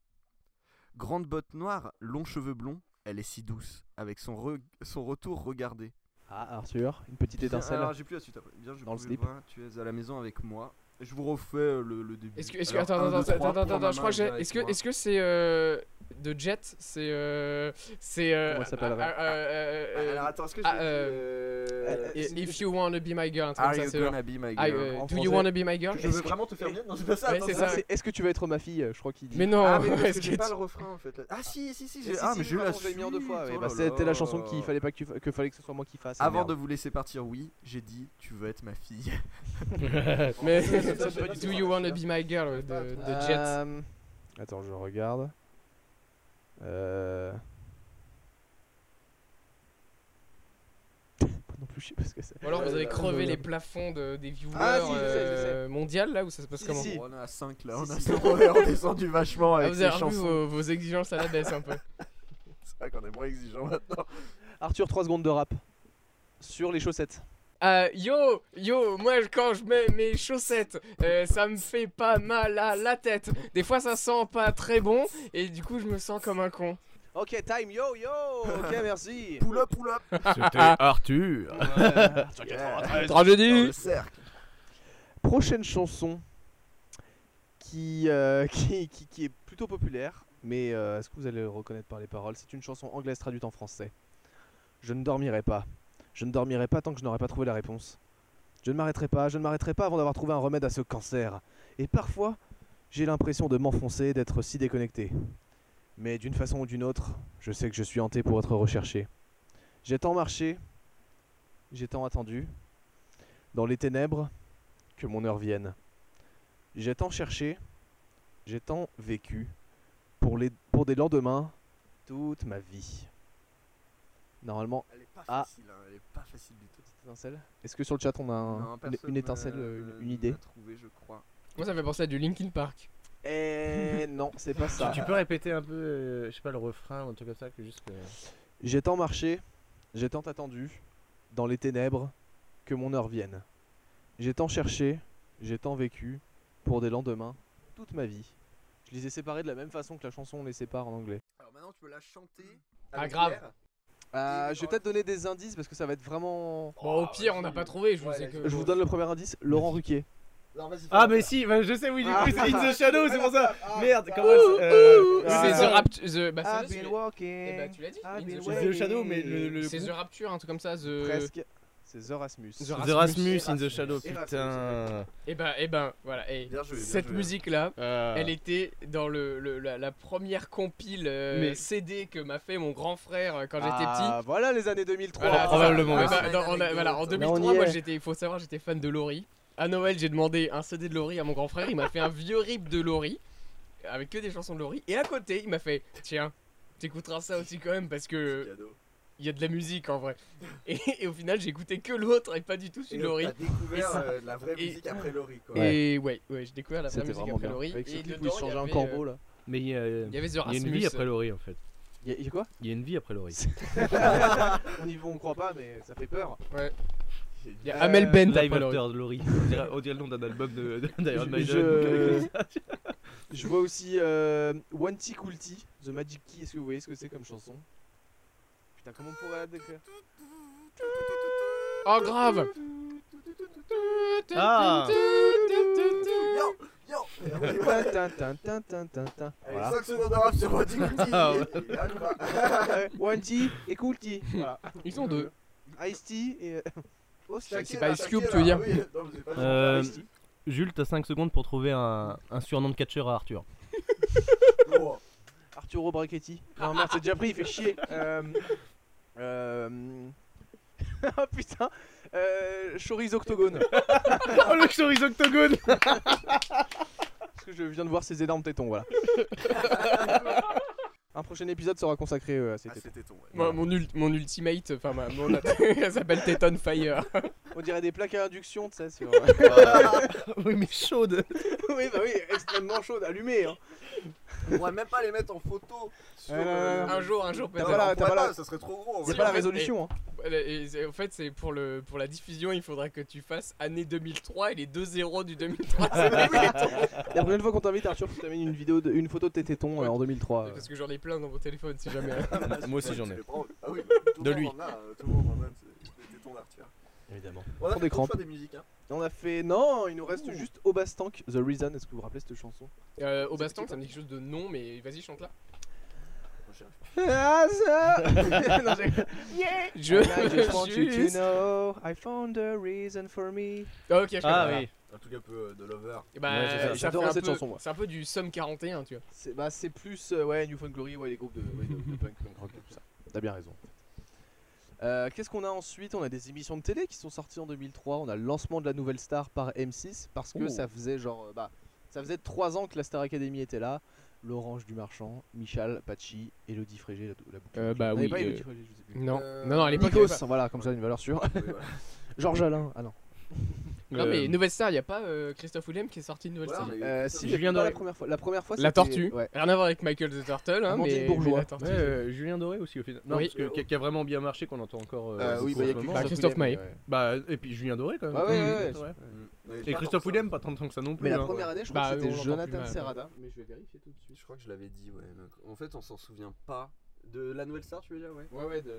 B: Grande botte noire, longs cheveux blonds, elle est si douce, avec son, re- son retour regardé.
C: Ah, Arthur, une petite étincelle.
B: Alors, j'ai plus la suite après. Bien, je
C: Dans le
B: pouvais
C: slip.
B: voir, tu es à la maison avec moi. Je vous refais euh, le, le début.
E: Est-ce que, est-ce que,
B: Alors,
E: attends,
B: un,
E: attends,
B: deux,
E: attends,
B: trois,
E: attends,
B: prends ma
E: attends, je
B: main,
E: crois que
B: viens
E: j'ai-
B: avec
E: est-ce que,
B: moi.
E: est-ce que c'est euh, de Jet, c'est euh, c'est euh,
C: Comment elle s'appelle, la
E: euh, euh, euh,
B: Alors attends, est-ce que je
E: ah,
B: l'ai dit, euh,
E: euh, If you wanna be my girl, un truc
B: Are
E: comme ça,
B: you
E: c'est genre,
B: gonna be my
E: Ah,
B: girl
E: euh,
C: en
E: Do
C: français.
E: you wanna be my girl
B: Je veux vraiment te faire bien Non, c'est pas ça.
E: Ouais,
B: attends,
E: c'est
B: c'est
E: ça.
B: ça.
C: C'est- Est-ce que tu vas être ma fille Je crois qu'il dit.
E: Mais non,
B: Ah,
E: *laughs*
B: mais parce
E: est-ce
B: que
E: que
B: j'ai pas
E: tu-
B: le refrain en fait. là. Ah si, si, si. j'ai-
C: si,
B: Ah,
C: si,
B: mais j'ai eu
C: pardon,
B: la
C: je l'ai mis en deux fois. ouais.
B: suite,
C: Bah,
B: oh là
C: c'était
B: là.
C: la chanson qu'il fallait pas que tu fa- que fallait que ce soit moi qui fasse. Ah,
B: Avant
C: merde.
B: de vous laisser partir, oui, j'ai dit tu veux être ma
E: *laughs*
B: fille. *laughs*
E: Mais *laughs*
B: ça, c'est pas du
E: Do
B: tout
E: you
B: ça,
E: wanna
B: c'est
E: be my girl de, de Jet
C: Euh, Attends, je regarde. Euh... Moi non plus, je sais pas ce que c'est.
E: Ou alors vous avez
B: euh,
E: crevé
C: euh,
E: les plafonds de- des viewers
C: Ah, si, je sais, je sais.
E: euh, mondial là où ça se passe
C: Si,
E: comment
C: si.
B: Bon, Oh, on est à 5 là,
C: Si,
B: on a
C: si.
B: sur- on est redescendu vachement
E: Ah,
B: avec
E: Vous
B: ces
E: avez revu
B: chansons.
E: vos, vos exigences à la baisse un peu. *laughs*
B: C'est vrai qu'on est moins exigeant maintenant.
C: Arthur, 3 secondes de rap. Sur les chaussettes.
E: Euh, yo, yo, moi quand je mets mes chaussettes, euh, ça me fait pas mal à la tête. Des fois ça sent pas très bon et du coup je me sens comme un con.
C: Ok, time, yo, yo Ok,
H: *laughs*
C: merci
B: Pull up, pull up.
D: C'était Ah, Arthur
B: Yeah. Dans
E: Tragédie
B: le cercle.
C: Prochaine chanson qui, euh, *laughs* qui, qui, qui est plutôt populaire, mais euh, est-ce que vous allez le reconnaître par les paroles C'est une chanson anglaise traduite en français. Je ne dormirai pas. Je ne dormirai pas tant que je n'aurai pas trouvé la réponse. Je ne m'arrêterai pas, je ne m'arrêterai pas avant d'avoir trouvé un remède à ce cancer. Et parfois, j'ai l'impression de m'enfoncer, d'être si déconnecté. Mais d'une façon ou d'une autre, je sais que je suis hanté pour être recherché. J'ai tant marché, j'ai tant attendu, dans les ténèbres, que mon heure vienne. J'ai tant cherché, j'ai tant vécu pour, les, pour des lendemains toute ma vie. Normalement,
B: Elle est pas
C: Ah.
B: facile, hein, elle est pas facile du tout.
C: étincelle. Est-ce que sur le chat on a un-
B: Non,
C: une,
B: personne
C: une étincelle,
B: ne-
C: euh, une, une
B: ne
C: idée
B: l'a trouvé, je crois.
E: Moi ça me fait penser à du Linkin Park.
C: Eh
B: *laughs*
C: non, c'est pas ça.
F: Tu peux répéter un peu, euh, je sais pas, le refrain ou un truc comme ça que juste. euh,
C: J'ai tant marché, j'ai tant attendu dans les ténèbres que mon heure vienne. J'ai tant cherché, j'ai tant vécu pour des lendemains toute ma vie. Je les ai séparés de la même façon que la chanson on les sépare en anglais.
B: Alors maintenant, tu peux la chanter.
E: Ah,
B: avec
E: grave.
B: l'air.
C: Euh,
B: Et
C: je vais
B: dans
C: peut-être donner des indices parce que ça va être vraiment.
E: Bon, au pire
C: bah,
E: on n'a pas trouvé, je vous
B: Ouais,
E: sais que.
C: Je vous donne le premier indice, Laurent Ruquier.
B: Non, vas-y,
F: Ah,
B: fais-la.
F: mais si, bah, je sais, oui, du
C: Ah.
F: coup, c'est In the Shadow, c'est pour ça.
B: Ah,
F: Merde,
B: putain.
F: comment elle euh,
C: ouh.
E: C'est
F: euh,
E: The Rapture. The... Bah,
C: I've been
E: c'est le- Eh bah,
C: walking.
E: tu l'as dit.
C: I've
E: In the
C: been
E: Shadow.
F: C'est The Shadow, mais le. le
E: C'est The
F: groupe-
E: Rapture, un truc comme ça. The...
C: Presque. C'est The Rasmus.
E: The
F: The
E: Rasmus.
F: Rasmus in the
B: Erasmus.
F: Shadow,
B: Erasmus,
F: putain.
E: Et ben, et ben, voilà. eh,
B: Bien joué, bien
E: Cette
B: joué.
E: musique-là,
C: Ah.
F: Euh,
E: elle était dans le, le- la, la première compile euh,
F: Mais-
E: CD que m'a fait mon grand frère euh, quand j'étais petit.
C: Ah, voilà les années 2003.
E: Voilà,
F: probablement,
E: Ah
F: ouais.
E: bah,
B: Ah,
E: dans-
B: une
E: on a-
B: anecdote.
E: voilà, en
B: Là, on
E: 2003,
C: y
E: moi
C: est.
E: j'étais, il faut savoir, j'étais fan de Laurie. À Noël, j'ai demandé un CD de Laurie à mon grand frère. Il m'a fait un vieux rip de Laurie avec que des chansons de Laurie. Et à côté, il m'a fait Tiens, t'écouteras ça aussi quand même parce
C: euh,
E: que
B: Cadeau.
E: il y a de la musique en vrai. Et, et au final, j'ai écouté que l'autre et pas du tout celui de Laurie.
B: T'as découvert
E: Et ça-
B: euh, la vraie
E: et-
B: musique après Laurie, quoi.
E: Et ouais, ouais, j'ai découvert la vraie
C: C'était
E: Ah, musique
C: vraiment
E: après
C: bien.
E: Laurie.
C: Avec ce
E: et
C: clip où
E: dedans,
C: il
E: il
C: changeait
E: y
C: un
E: avait,
C: corbeau là.
F: Mais il y a, euh,
E: Il y avait The
F: il y a
E: Rasmus.
F: une vie après Laurie en fait.
C: Il y a- il y a quoi
F: Il y a une vie après Laurie.
C: On y va, on croit pas, mais ça fait peur.
E: Il y a Amel
C: Euh,
E: Bent
F: Live
E: après Laurie.
F: After Laurie. On dirait, on dirait le nom d'un album de- de- d'Iron
C: Je-
F: Maiden.
C: je- *laughs* Je vois aussi euh, One Tea Cool Tea, The Magic Key. Est-ce que vous voyez ce que c'est comme chanson Putain, comment on pourrait la *laughs* décrire
E: Oh grave
F: Ah.
B: Yo, yo.
C: Tin, tin, tin, tin, tin, tin.
B: Allez,
C: Voilà.
B: 5 secondes de rap sur Body County.
F: Ah
B: Et là, on va-
C: One Tea et Cool Tea. Voilà.
E: Ils sont deux.
C: Ice Tea et. Oh, c'est *laughs*
E: pas Ice Cube, tu veux
B: Ah
E: dire
B: oui, non, mais c'est pas-
F: Euh,
C: Ice-T.
F: Jules, t'as 5 secondes pour trouver un, un surnom de catcheur à Arthur.
B: Ah,
C: Arturo *laughs* Brachetti. Non, merde, c'est déjà pris, il fait *laughs* chier. Euh... euh, *laughs* ah putain. Euh... Chorizo Octogone.
F: Oh le chorizo octogone
C: Parce que je viens de voir ses énormes tétons, *laughs* voilà. Un prochain épisode sera consacré euh, à ces
B: Ah,
C: tétons.
B: c'était ton. ouais.
E: Moi, mon, ult- mon ultimate, enfin, ma- mon attaque, *laughs* elle s'appelle Teton Fire.
C: On dirait des plaques à induction, tu sais, sur... euh,
F: Oui mais chaude
C: *laughs* oui, bah oui, extrêmement chaude, allumée. Hein.
B: On pourrait même pas les mettre en photo. Sur,
C: Ouais, ouais,
B: euh,
C: ouais,
E: Un jour, un jour,
C: T'as
B: Non,
C: pas
E: peut-être.
C: la-
B: on pourrait
C: pas la-
B: pas, ça serait trop gros. en
C: C'est
B: vrai.
C: pas la
E: en fait,
C: résolution, hein.
E: Et c'est- En fait, c'est pour, le, pour la diffusion, il faudra que tu fasses année 2003 et les deux zéros du 2003. c'est les tétons.
C: La prochaine fois qu'on t'invite, Arthur, tu t'amènes une, vidéo de- une photo de tes tétons euh, en 2003. euh.
E: *laughs* Parce que j'en ai plein dans mon téléphone, si jamais.
F: *laughs* Moi aussi, j'en ai.
B: Ah oui, tout
F: De
B: le monde
F: lui.
B: en a, euh, Tout le monde en a. c'est- C'était ton Arthur.
F: Évidemment.
B: On a fait
C: Prends des
B: beaucoup de
C: crampes.
B: choix des musiques. Hein.
C: On a fait... Non, il nous reste juste Obastank, The Reason. Est-ce que vous vous rappelez cette chanson
E: Euh, au baston, ça me dit quelque chose de non, mais vas-y, chante là.
C: Ah, ça Non, j'ai-
E: Je. *laughs*
C: I just want you to
E: Juste.
C: know I found a reason for me.
E: Ah, ok, je
F: Ah
E: connais.
F: oui.
B: Un truc un peu euh, de
C: *laughs*
B: lover.
E: Et bah,
F: Ouais, c'est ça.
E: ça
C: J'adore
E: fait un
C: cette
E: peu-
C: chanson, moi.
E: C'est un peu du Somme 41, tu vois.
C: C'est bah, c'est plus euh, ouais New Found Glory ouais les groupes de, ouais, de- de punk, punk rock et tout ça. T'as bien raison. en fait. Euh, Qu'est-ce qu'on a ensuite On a des émissions de télé qui sont sorties en 2003. On a le lancement de la nouvelle star par M6 parce que
F: Oh.
C: ça faisait genre euh, bah ça faisait trois ans que la Star Academy était là. L'Orange du Marchand, Michal, Pachi, Elodie Frégé, la, la boucle.
E: Euh, bah
C: Non, il y avait
E: oui,
C: Pas
E: euh,
C: Élodie Frégé, je sais plus.
E: Non,
B: Euh,
E: non, non, à l'époque. il y avait
C: Nikos,
E: pas.
C: voilà, comme ça une valeur
E: *laughs*
C: sûre.
B: Oui, voilà.
C: Georges Alain, ah non.
E: Non, mais
F: euh,
E: Nouvelle Star, il a pas euh, Christophe Willem qui est sorti une nouvelle
B: Voilà,
E: star.
B: mais-
C: Euh, si,
F: Julien
C: non, la
F: Doré.
C: première fois. La première fois,
E: La
C: c'était-
E: tortue.
C: Ouais.
E: Rien à voir avec Michael the Turtle, hein,
C: Amandine
E: mais,
C: Bourgeois.
E: mais la tortue.
F: euh, Julien Doré aussi au final. Non,
E: Oui.
F: parce que, qui a- qui a vraiment bien marché, qu'on entend encore. euh,
C: Euh, oui,
F: beaucoup
C: bah, il y a
F: en ce
C: que
F: moment.
E: Bah, Christophe
C: Willem,
E: Maé.
C: ouais.
F: Bah, et puis Julien Doré quand même.
C: Ah ouais, ouais, ouais.
F: Ouais.
B: Mais
F: Et
B: pas
F: Christophe
B: tant que ça.
F: Willem, pas tant tant que ça non
C: Mais
F: plus.
C: la
F: hein.
C: première année, euh, je
E: Bah,
C: crois que
E: on
C: c'était
E: l'entend plus
C: Jonathan
E: mal.
C: Serrada. Mais je vais vérifier tout de suite.
B: Je crois que je l'avais dit, ouais. mais En fait, on s'en souvient pas. De la nouvelle star, tu veux dire, ouais.
C: Ouais, ouais, de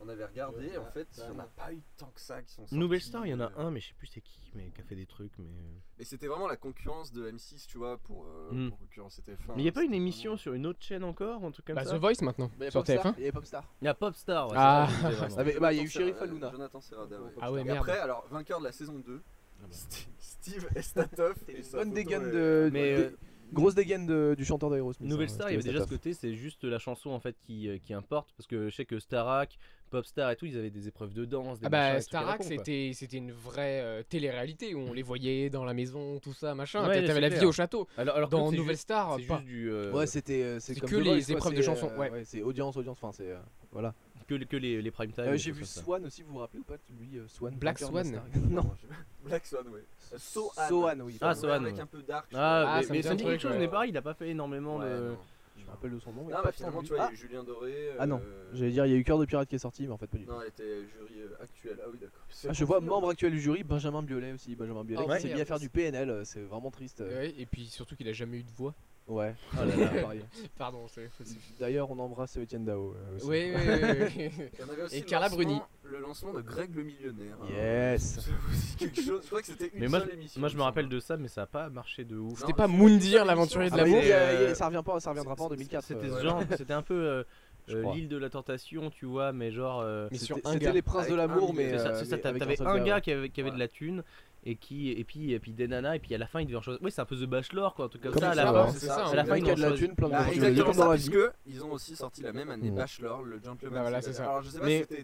B: On avait regardé,
C: Ouais,
B: en fait, il
C: ouais,
B: n'y en a
C: ouais.
B: pas eu tant que ça qui sont sortis.
F: bah, Nouvelle Star, il y en a
B: euh,
F: un, mais je sais plus c'est qui, mais qui a fait des trucs. Mais euh.
B: Et c'était vraiment la concurrence de M6, tu vois, pour, euh,
F: Hmm.
B: pour concurrencer TF1.
F: mais il y a pas
B: hein, C'était
F: une émission
B: vraiment-
F: sur une autre chaîne encore, un truc comme
E: Bah, The
F: ça.
E: Voice maintenant, sur TF1.
C: Il y avait Popstar.
F: Il y a Popstar. Ouais,
E: Ah.
F: c'est ça que je disais vraiment. *laughs*
C: Ah, mais- bah, il y a
B: Jonathan
C: eu Sheriff
B: Serrada-
C: Aluna.
B: Jonathan Serrada, ouais.
E: Ah ouais,
B: Et
E: merde.
B: après, alors, vainqueur de la saison 2,
F: Ah, bah.
B: St- Steve Estatov. et sa
C: Bonne
B: photo
C: dégaine
B: est-
C: de.
F: Mais,
C: de-
F: euh,
C: Grosse dégaine de- du chanteur d'Aerosmith.
F: Nouvelle
C: hein,
F: Star, il y
C: Steve
F: avait déjà ce
C: Estatov.
F: côté, c'est juste la chanson en fait qui, euh, qui importe. Parce que je sais que Starac, Popstar et tout, ils avaient des épreuves de danse. Des
E: Ah bah
F: machins, des trucs à la
E: Starac
F: con, quoi. Mm.
E: c'était c'était une vraie euh, télé-réalité où on les voyait dans la maison tout ça machin
F: Ouais,
E: t'avais
F: c'est
E: la
F: clair.
E: vie au château
F: Alors, alors que
E: dans
F: c'est
E: Nouvelle
F: juste-
E: Star
F: c'est
E: pas
F: juste du. euh,
C: Ouais, c'était. euh,
E: C'est
C: comme
E: que
C: The
E: les
C: Voice, quoi,
E: épreuves de
C: c'est,
E: chansons,
C: euh,
E: ouais.
C: C'est audience, audience, enfin, c'est. euh, Voilà.
F: que, que les, les prime time.
C: Euh,
F: et
C: J'ai
F: tout
C: vu
F: ça.
C: Swan aussi, vous vous rappelez ou pas Lui, euh, Swan.
E: Black
C: vainqueur de la
E: Swan.
C: Star *laughs* Academy. Non.
B: *laughs* Black Swan, ouais. Sohan.
C: Sohan, oui.
F: Ah,
C: pardon.
F: Sohan,
B: Avec
F: ouais.
B: un peu dark. je
F: Ah,
E: Ah,
F: mais-
E: ça me
F: mais
E: dit
F: ça
E: un
F: me dit quelque
E: truc,
F: chose,
E: ouais.
F: mais pareil, il a pas hein, fait énormément
B: crois. Ouais,
F: de.
B: non.
C: Je me rappelle de son nom. mais
B: Non,
C: pas
B: bah
C: son
B: finalement,
C: nom.
B: tu vois,
C: Ah,
B: il y a eu Julien Doré.
C: Ah non,
B: euh,
C: J'allais dire, il y a eu Cœur de Pirate qui est sorti, mais en fait, pas du tout.
B: Non, elle était jury euh, actuel. Ah oui, d'accord.
C: Ah, je vois membre actuel du jury, Benjamin Biolay aussi. Benjamin Biolay
E: Ouais.
C: qui s'est mis à faire du PNL, euh, c'est vraiment triste. euh,
E: Ouais, et puis surtout qu'il a jamais eu de
F: *laughs*
E: voix
C: Ouais. Pareil.
E: pardon c'est c'est-
C: D'ailleurs, on embrasse Étienne Dao. euh, aussi.
E: ouais,
F: *laughs*
E: ouais, ouais, ouais.
B: Il y en avait aussi
E: Et
B: le
E: Carla
B: lancement-
E: Bruni.
B: Le lancement de Greg le millionnaire.
C: Yes.
B: Ça vous dit quelque chose Je crois que c'était une
F: Mais moi,
B: seule
F: je-
B: émission.
F: moi je
B: il
F: me rappelle
B: semble.
F: de ça, mais ça a pas marché de ouf.
E: c'était
B: Non,
E: pas
B: c'est-
E: Moundir
B: c'est-
E: l'aventurier de
B: Ah,
C: Ah, mais
E: l'amour
C: il y a- il y a-
E: euh,
C: ça revient pas, ça reviendra pas en 2004.
F: C'était
C: euh,
F: ce
C: ouais.
F: genre, c'était un peu euh,
C: Je
F: euh,
C: crois.
F: l'île de la tentation, tu vois, mais genre. euh,
E: mais sur
C: C'était-
E: un
C: C'était
E: gars.
C: les princes de
B: Avec un
C: l'amour,
B: million.
C: mais.
F: c'est Ah, ça,
C: euh,
F: c'est ça,
C: mais
F: t'a-
C: avec
F: t'avais
C: seul
F: un gars
C: ouais.
F: qui avait, qui avait de la thune et qui et puis et puis des nanas et puis à la fin il devait en choisir. Oui, c'est un peu The Bachelor quoi, un truc comme,
C: Comme
F: ça à la
C: ça,
F: fin.
C: ouais.
E: c'est ça
F: à la fin,
E: hein.
C: Plein de
F: ils
C: gars de la
F: l'ont choisi.
C: thune, plein de
B: Ah,
C: gars de-
B: exactement
C: comme dans
B: ça,
C: la vie.
B: puisque ils ont aussi sorti la même année
C: Mm.
B: Bachelor, le gentleman.
E: Bah voilà,
B: Sailor.
E: c'est ça.
B: Alors je sais pas
F: Mais-
B: si c'était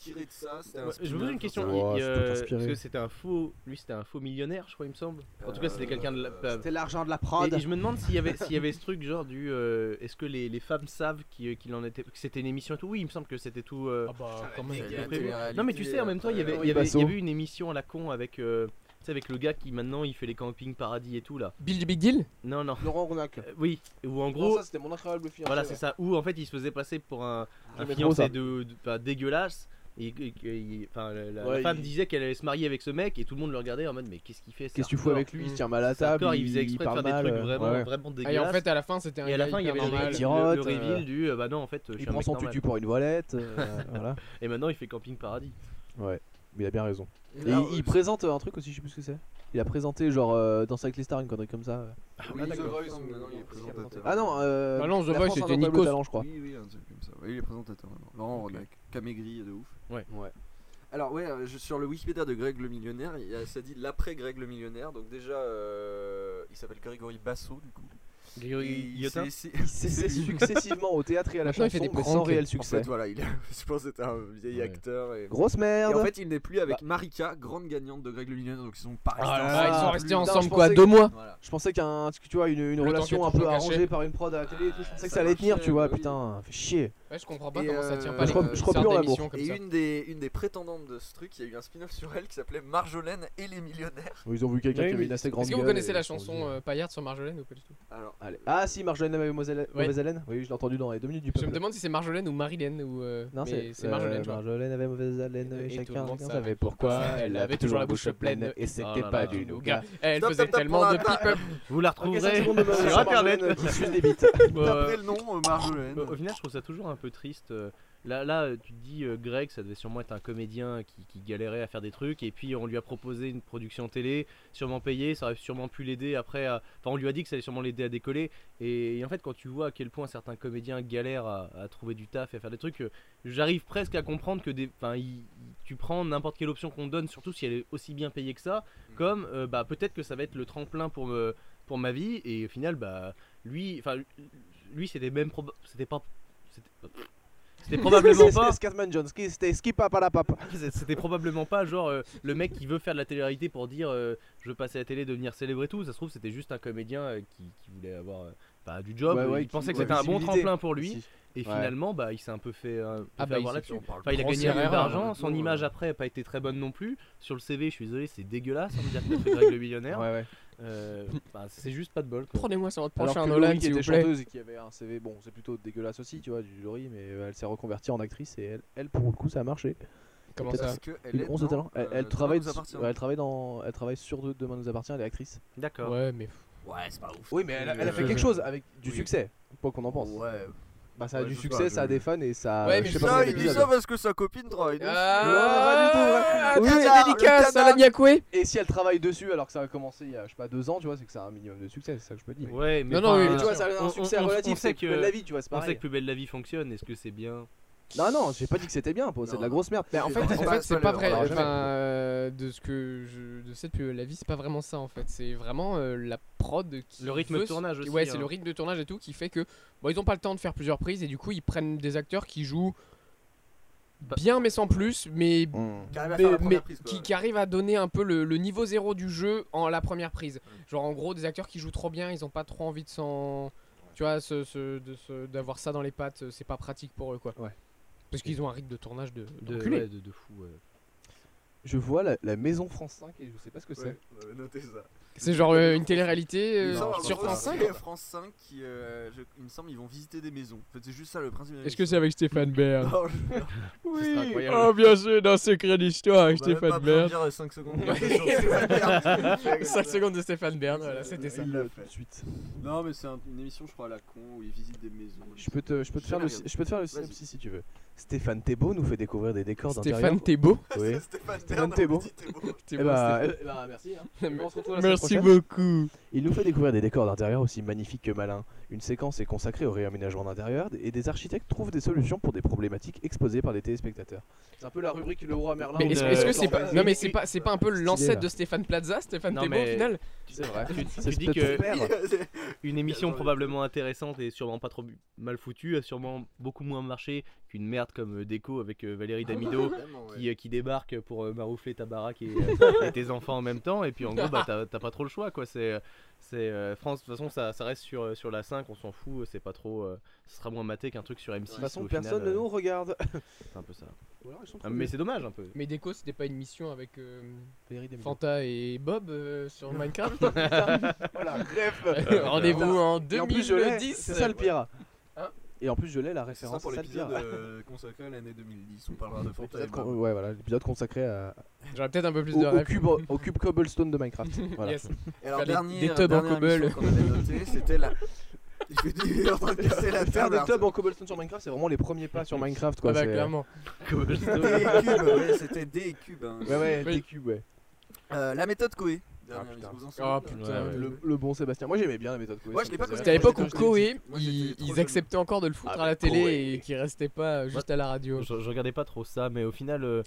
B: tiré de ça, c'était un
F: Ouais, je me pose
B: spin-off,
F: une question.
B: enfin,
C: Ouais,
F: il- il,
C: c'est
F: euh,
C: peut-être inspiré.
F: parce que c'était un faux, lui c'était un faux millionnaire, je crois il me semble. En tout cas
B: Euh,
F: c'était quelqu'un de. La,
B: c'était
F: euh,
C: C'était l'argent de la
F: et,
C: prod.
F: et je me demande s'il y avait s'il y avait ce truc genre du euh, est-ce que les, les femmes savent qu'il qu'il en était que c'était une émission et tout. Oui, il me semble que c'était tout. euh,
E: ah bah quand même
B: il y a
F: euh,
B: la
F: prévu.
B: télé-réalité,
F: Non mais tu sais en même temps il y avait
B: euh,
F: il y avait, il y
C: Basso.
F: avait une émission à la con avec euh, tu sais, avec le gars qui maintenant il fait les campings paradis et tout là.
E: Bill Big Deal
F: Non non.
C: Laurent Ronac.
F: Euh, oui, ou en
C: Gros,
F: gros
C: ça c'était mon incroyable hein, fiancé.
F: voilà, c'est ça. Où en fait, il se faisait passer pour un, un
C: J'aimais trop ça.
F: fiancé de, de- enfin, dégueulasse. Et, et- et- enfin, la, la- la
C: Ouais,
F: femme
C: il-
F: disait qu'elle allait se marier avec ce mec et tout le monde le regardait en mode mais qu'est-ce qu'il fait ça
C: Qu'est-ce que tu fous
F: hardcore.
C: avec lui Il
E: Mm.
C: se tient mal à
F: Ça
C: table.
F: hardcore, Mmh. il faisait exprès de faire
C: parle
F: des trucs
C: mal, euh,
F: vraiment,
C: ouais.
F: vraiment dégueulasses.
E: Ah, et en fait à la fin c'était un
F: Et à la
E: gars
F: fin, il y avait
E: hyper
F: le,
E: normal.
C: réalités.
F: le- le
C: Tirote, euh,
F: reveal du euh, bah non, en fait, je suis
C: Il
F: un
C: prend
F: mec
C: son
F: normal.
C: tutu pour une voilette. euh, *laughs* Voilà.
F: Et maintenant, il fait camping paradis.
C: Ouais. Mais il a bien raison.
B: Et
C: Et
B: là,
C: il,
B: euh,
C: il présente euh, un truc aussi, je sais plus ce que c'est. Il a présenté genre euh, dans avec les stars, une connerie comme ça. euh.
B: oui,
F: Ah,
B: The
F: d'accord.
B: Voice, maintenant, il est présentateur.
C: Ah non, euh,
E: Bah non, The
C: La
E: Voice,
C: France
E: c'était
C: Incroyable
E: Nikos.
C: Talent, je crois.
B: Oui, oui, un truc comme ça. Oui, il est présentateur maintenant. Laurent Ronac, Camé Gris de ouf.
C: Ouais.
B: Alors ouais, euh, je- sur le Wikipédia de Greg le millionnaire, il y a- ça dit l'après Greg le millionnaire. Donc déjà, euh, il s'appelle Grégory Basso du coup.
F: Grégory
B: Et il
F: Guillotin
B: s'est laissé-
C: Il s'essaie *laughs* successivement au théâtre et à la
E: Maintenant,
C: chanson,
E: il fait des
C: mais sans
E: pranks.
C: réel
B: En
C: succès.
B: fait voilà, il, *laughs* je pense que c'était un vieil
D: Ouais.
B: acteur. Et...
C: Grosse
B: Et
C: merde.
B: en fait, il n'est plus avec Marika, grande gagnante de Greg le millionnaire. Donc ils sont pas restés
E: Ah,
C: là
B: ensemble.
C: là,
E: ils sont
C: putain,
E: restés
C: je
E: ensemble
C: pensais
E: quoi
C: que-
E: Deux mois
B: Voilà.
C: Je pensais qu'un, tu vois, une, une
E: Le temps
C: relation
E: que
C: un
E: tout
C: peu
E: soit caché.
C: arrangée par une prod à la télé et tout. Je pensais que ça
B: ça
C: allait tenir,
B: marchait,
C: tu vois.
B: bah oui.
C: Putain, fait chier.
E: Ouais, je comprends pas
B: Et
E: comment ça
B: euh,
E: tient
B: je
E: pas les
B: crois-
E: couilles,
B: je crois
E: sortes
C: plus en
E: d'émissions
C: amour.
E: comme
B: Et
E: ça.
B: une des, une des prétendantes de ce truc, il y a eu un spin-off sur elle qui s'appelait Marjolaine et les millionnaires.
C: Ils ont vu quelqu'un
D: Oui,
C: qui avait
D: oui.
C: une assez grande
E: Bah Est-ce que vous
C: gueule
E: connaissez
C: et
E: la
C: ils se sont dit,
E: chanson euh, Paillarde sur Marjolaine ou pas du tout
B: Alors,
C: Allez. Ah si, Marjolaine et Mademoiselle
E: Ouais.
C: Mauvaise Haleine. Oui, je l'ai entendu dans les deux minutes du
E: Je me
C: peuple.
E: demande si c'est Marjolaine ou Marilyn ou. euh,
C: Non,
E: mais
C: c'est
E: c'est Marjolaine,
C: euh,
E: je crois.
C: Marjolaine avait mauvaise haleine
E: Et
C: et,
E: tout le
C: chacun
E: monde
C: chacun
E: savait
C: savait *laughs* pourquoi.
E: pourquoi.
C: Elle avait toujours la bouche pleine et
F: Oh
C: c'était
F: là
C: pas
F: là.
C: du
E: Au
C: nougat.
E: gars, Elle
B: Stop,
E: faisait
B: stop, stop,
E: tellement
B: on
E: de
B: a-
E: people.
F: Vous la
C: Ok, cinq
F: retrouverez
C: *laughs* secondes de bonus
F: *laughs* sur
C: sur
F: internet.
C: Marjolaine euh, qui suce des bites.
B: d'après le nom, euh, Marjolaine.
F: Au au final, je trouve ça toujours un peu triste. euh, Là, là euh, tu te dis, euh, Greg, ça devait sûrement être un comédien qui, qui galérait à faire des trucs, et puis on lui a proposé une production télé, sûrement payée, ça aurait sûrement pu l'aider après. à- Enfin, on lui a dit que ça allait sûrement l'aider à décoller. Et, et en fait, quand tu vois à quel point certains comédiens galèrent à, à trouver du taf et à faire des trucs, euh, j'arrive presque à comprendre que des, enfin, il- tu prends n'importe quelle option qu'on te donne, surtout si elle est aussi bien payée que ça,
B: Mm.
F: comme euh, bah, peut-être que ça va être le tremplin pour, me, pour ma vie, et au final, bah, lui, enfin, lui c'était même proba- c'était pas c'était- oh,
C: *laughs*
F: c'était probablement pas
C: Scatman Jones qui c'était skippa pas la pape.
F: c'était probablement pas genre euh, le mec qui veut faire de la télé-réalité pour dire euh, je veux passer à la télé devenir célèbre et tout ça se trouve c'était juste un comédien euh, qui, qui voulait avoir euh, bah, du job
C: Ouais, ouais,
F: il
C: qui-
F: pensait que
C: ouais,
F: c'était un bon
C: visibilité.
F: tremplin pour lui
C: Si.
F: et
C: Ouais.
F: finalement bah il s'est un peu fait, euh,
E: Ah
F: fait
E: bah, il
F: avoir
E: s'est
F: là-dessus
E: fait-
F: Enfin, il a gagné
E: Grossière
F: un peu
E: erreur,
F: d'argent,
B: hein,
F: son
B: le dos,
F: image
B: euh.
F: après n'a pas été très bonne non plus. Sur le CV, je suis désolé, c'est dégueulasse, on dirait que t'as fait Greg le millionnaire.
C: Ouais, ouais.
F: Euh, bah, c'est juste pas de bol. quoi.
E: Prenez-moi sur votre
C: Alors
E: prochain
C: que
E: Nolan,
C: Laurie, qui
E: s'il
C: était
E: vous plaît.
C: chanteuse et qui avait un CV, bon, c'est plutôt dégueulasse aussi, tu vois, du Laurie, mais euh, elle s'est reconvertie en actrice et elle, elle, pour le coup, ça a marché.
E: Comment
C: Peut-être
E: ça
B: Parce que elle
C: Une
B: est
C: once de
B: dans,
C: talent. Elle,
B: euh,
C: elle
B: Demain
C: travaille,
B: nous
C: sur-
B: appartient.
C: ouais, elle travaille dans, elle travaille sur deux- Demain nous appartient, elle est actrice. Euh,
F: D'accord.
E: Ouais, mais.
B: Ouais, c'est pas ouf.
C: Oui, mais elle,
B: elle
C: a fait quelque chose avec du
B: Oui.
C: succès, quoi qu'on en pense.
B: Ouais.
C: Bah, ça a
B: Ouais,
C: du
B: je sais pas,
C: succès, ça a
B: je-
C: des fans et ça.
E: Ouais, mais
C: je sais
E: ça,
C: pas combien
E: il dit
C: d'épisodes.
E: ça
B: parce que sa copine travaille
E: Ah,
C: Ouais, ouais, ouais.
E: petite
B: Oui,
E: Ah, dédicace
B: le
E: à la Niakoué
C: Et si elle travaille dessus alors que ça a commencé il y a, je sais pas, deux ans, tu vois, c'est que ça a un minimum de succès, c'est ça que je me dis. mais-
F: Ouais, mais
E: Non, non,
F: enfin,
E: oui,
C: Mais
E: bien
C: tu vois, ça a
F: on-
C: un
F: on-
C: succès
F: on- on
C: relatif,
F: sait
C: c'est
F: que-
C: que la vie, tu vois, c'est
F: On sait
C: pareil.
F: que Plus belle la vie fonctionne, est-ce que c'est bien
C: Non, non, j'ai pas dit que c'était bien, Pau, c'est de la
B: Non.
C: grosse merde.
B: Mais
E: En fait, en fait, c'est pas vrai.
C: alors, jamais.
E: Enfin, euh, de ce que je, de cette pub, la vie, c'est pas vraiment ça en fait. C'est vraiment euh, la prod qui
F: Le rythme
E: veut
F: de
E: ce-
F: tournage
E: qui-
F: aussi.
E: Ouais, c'est
F: hein.
E: le rythme de tournage et tout qui fait que bon, ils ont pas le temps de faire plusieurs prises et du coup ils prennent des acteurs qui jouent
F: Bah-
E: bien mais sans plus, mais mais, mais qui, qui arrivent à donner un peu le, le niveau zéro du jeu en la première prise. Genre en gros des acteurs qui jouent trop bien, ils ont pas trop envie de s'en, tu vois, ce- ce- de se- d'avoir ça dans les pattes, c'est pas pratique pour eux quoi.
C: Ouais.
E: Parce qu'ils ont un rythme de tournage de,
F: de,
E: d'enculé.
F: ouais, de, de fou. ouais.
C: Je vois la, la maison France 5 et je sais pas ce que c'est.
B: Notez ça.
E: C'est genre euh, une télé-réalité euh,
C: Non,
B: Ça,
C: je
E: sur
B: en gros,
C: pense
E: France 5
C: pas.
B: c'est France 5 qui, euh, je- il me semble, ils vont visiter des maisons. En fait, c'est juste ça le principe. de la
E: Est-ce que c'est
B: mission.
E: euh, avec Stéphane Bern
B: Non, je-
F: Ce serait incroyable.
E: Oh bien sûr, dans Secret d'Histoire avec
B: on a même pas
E: Stéphane
B: besoin de
E: Bern.
B: dire euh, 5 secondes. Ouais.
E: 5 secondes de Stéphane Bern, voilà,
B: Il
E: c'était ça.
B: l'a fait.
C: Suite.
B: *laughs* Non, mais c'est un- une émission, je crois, à la con où ils visitent des maisons.
C: Je
B: *laughs*
C: peux te, je peux te
B: J'ai
C: faire le,
B: jamais regardé.
C: je peux te faire le
B: Vas-y.
C: synopsis si tu veux. Stéphane Thébault nous fait découvrir des décors
E: Stéphane,
C: d'intérieur.
E: t'es beau.
C: Oui.
B: Stéphane
C: Stéphane
B: Bern,
C: Thébault.
B: on dit
C: *laughs*
B: Thébault.
E: T'es
C: Eh
E: beau,
C: bah,
E: Stéphane.
C: eh bah, merci. hein.
E: Mais-
C: On se retrouve la semaine
E: Merci
C: prochaine.
E: beaucoup.
C: Il nous fait découvrir des décors d'intérieur aussi magnifiques que malins. Une séquence est consacrée au réaménagement d'intérieur et des architectes trouvent des solutions pour des problématiques exposées par les téléspectateurs. C'est un peu la rubrique Le Roi Merlin.
E: Mais
F: ou
E: est-ce
F: de-
E: est-ce que c'est
F: Florent
E: pas
F: Pagny.
E: non mais c'est pas c'est pas un peu l'ancêtre
C: là.
E: de Stéphane Plaza, Stéphane
F: Non,
E: Thébault au
F: mais-
E: final
C: C'est vrai.
F: Tu, tu
C: C'est
F: dis
C: peut-être
F: que
C: son père.
F: une émission
B: Attends,
F: probablement intéressante et sûrement pas trop bu- mal foutue a sûrement beaucoup moins marché qu'une merde comme euh, Déco avec euh, Valérie
C: Ah.
F: Damido
B: Vraiment, ouais.
F: qui, euh, qui débarque pour euh, maroufler ta baraque
C: *laughs*
F: et, euh, et tes enfants en même temps. Et puis en gros, bah, t'as t'as pas trop le choix quoi. C'est euh, c'est, euh, France, de toute façon, ça, ça reste sur, euh, sur la 5, on s'en fout. C'est pas trop. euh, Ce sera moins maté qu'un truc sur M6.
C: De toute façon,
F: au final,
C: personne ne
F: euh,
C: nous regarde.
F: C'est un peu ça. Ah, mais
C: c'est
F: c'est dommage un peu. *laughs*
E: Mais Déco c'était pas une mission avec euh,
C: Valérie Damido.
E: Fanta et Bob euh, sur Minecraft
C: *laughs*
E: Euh,
C: Voilà, bref. Euh,
E: Rendez-vous en
C: Et en plus, je l'ai,
E: 2010.
C: C'est ça le pire.
E: Hein
C: et en plus, je l'ai la
B: C'est ça
C: référence.
B: pour
C: c'est ça le pire.
B: l'épisode euh, consacré à l'année 2010. On parlera de Fanta et
C: L'épisode con-
B: Bob.
C: ouais, voilà, l'épisode consacré à,
E: J'aurais peut-être un peu plus
C: au,
E: de
C: au
E: rêve.
C: cube, au cube cobblestone de
E: *laughs*
C: Minecraft. Voilà.
E: Yes.
B: Et alors,
E: Faire des-
B: dernier,
E: des tubs en
B: dernière
E: cobble.
B: émission qu'on avait notée, c'était la. *laughs* Il fait du. *laughs* il est en train de casser la
C: Faire
B: table.
C: des
B: alors,
C: tubs en cobblestone sur Minecraft, c'est vraiment les premiers pas sur Minecraft quoi.
E: Ah bah,
C: c'est- euh,
E: clairement.
B: *laughs* Des cubes, ouais, c'était des cubes. hein.
C: Ouais, ouais,
E: Oui.
C: des cubes, ouais.
B: Euh, la méthode Coé. Dernière,
C: Ah, putain.
B: vous en souvenez
E: Oh putain.
F: Ouais, ouais.
C: Ah Le, le bon Sébastien. Moi j'aimais bien la méthode Coué.
B: Moi,
C: ça
B: je l'ai
C: me
B: pas
C: faisait
B: connu.
E: C'était à
C: rire.
E: l'époque où
B: J'étais
E: Koé,
B: petit. Moi, j'étais
E: ils,
B: trop
E: ils
B: jeune.
E: acceptaient encore de le foutre
C: Ah,
E: à la
C: mais
E: télé
C: Koé.
E: et qui restait pas juste à la radio.
F: Je, je regardais pas trop ça, mais au final, euh,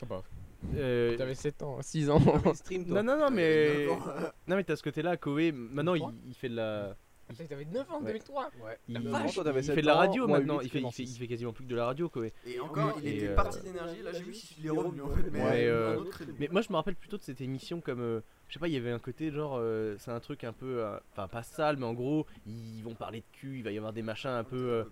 F: euh,
E: T'avais 7 ans, 6 ans. *laughs*
C: Mais stream, toi.
F: non, non, non, mais.
B: Neuf ans.
F: *laughs* Non, mais t'as ce côté-là, Koé, maintenant il,
E: Trois
F: il fait de la.
E: Putain, T'avais 9 ans en
F: Ouais.
E: 2003.
C: Ouais.
F: Il,
C: Bah,
E: vache,
C: toi, t'avais
F: il
C: sept
F: fait de la
C: ans,
F: radio
C: moi,
F: maintenant,
C: huit,
F: il fait, il,
C: commence.
F: fait, il fait quasiment plus que de la radio, Koé.
B: Et encore, il
F: et,
B: était
F: euh,
B: parti d'énergie, là j'ai vu s'il est revenu en fait, mais
F: Ouais,
B: euh,
F: euh,
B: un autre créneau.
F: Mais moi je me rappelle plutôt de cette émission comme. euh, je sais pas, il y avait un côté genre. euh, c'est un truc un peu. euh, Enfin, pas sale, mais en gros, ils vont parler de cul, il va y avoir des machins un peu. euh,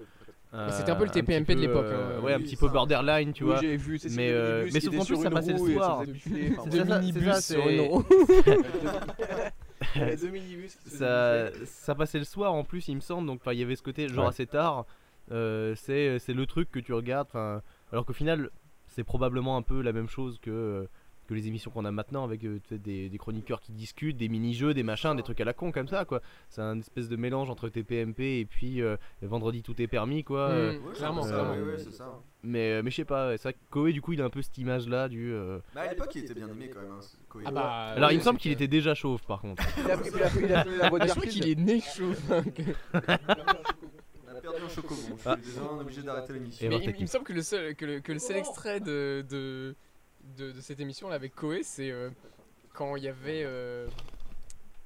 E: Mais c'était un peu le
F: petit
E: TPMP de
F: peu,
E: l'époque,
F: euh,
E: hein.
F: ouais, un
B: Oui,
F: petit
B: ça.
F: peu borderline, tu
C: Oui,
F: vois.
C: j'ai vu, c'est
F: Mais, euh, mais sauf qu'en plus, ça passait le soir.
E: Deux
F: *laughs* C'est ça, c'est ça,
E: minibus sur
F: c'est-
E: une roue. *laughs*
C: Deux minibus. qui se
F: ça,
C: déplaçaient.
F: ça passait le soir en plus, il me semble. Donc, enfin, il y avait ce côté genre
D: Ouais.
F: assez tard. euh, c'est c'est le truc que tu regardes. enfin, Alors qu'au final, c'est probablement un peu la même chose que, euh, que les émissions qu'on a maintenant avec euh, tu sais, des, des chroniqueurs qui discutent, des mini-jeux, des machins, des trucs à la con comme ça. quoi C'est un espèce de mélange entre TPMP et puis euh, vendredi tout est permis. quoi. euh,
E: Mm,
B: Ouais,
E: Clairement,
B: c'est ça,
E: clairement.
B: ouais, ouais, c'est ça.
F: Mais, euh, mais je sais pas, ouais, c'est vrai que Koé, du coup, il a un peu cette image là du. euh,
B: Bah à l'époque il était bien aimé quand même. hein, ce Koé.
E: Ah bah.
F: Alors,
E: oui,
F: il me semble
E: c'est
F: qu'il
E: que-
F: était déjà chauve par contre.
C: Il a pris il a pris- il a pris la voie
E: Ah,
C: de
E: je crois qu'il
C: Garfield.
E: est né chaud. hein,
B: On a perdu un chocobon, je
F: Ah.
B: suis désolé, on est obligé d'arrêter l'émission.
F: Et- *laughs*
E: Mais
F: erreur
E: il, il me
F: technique.
E: semble que le seul, que le, que le seul extrait de, de, de, de cette émission là avec Koé, c'est euh, quand il y avait. euh,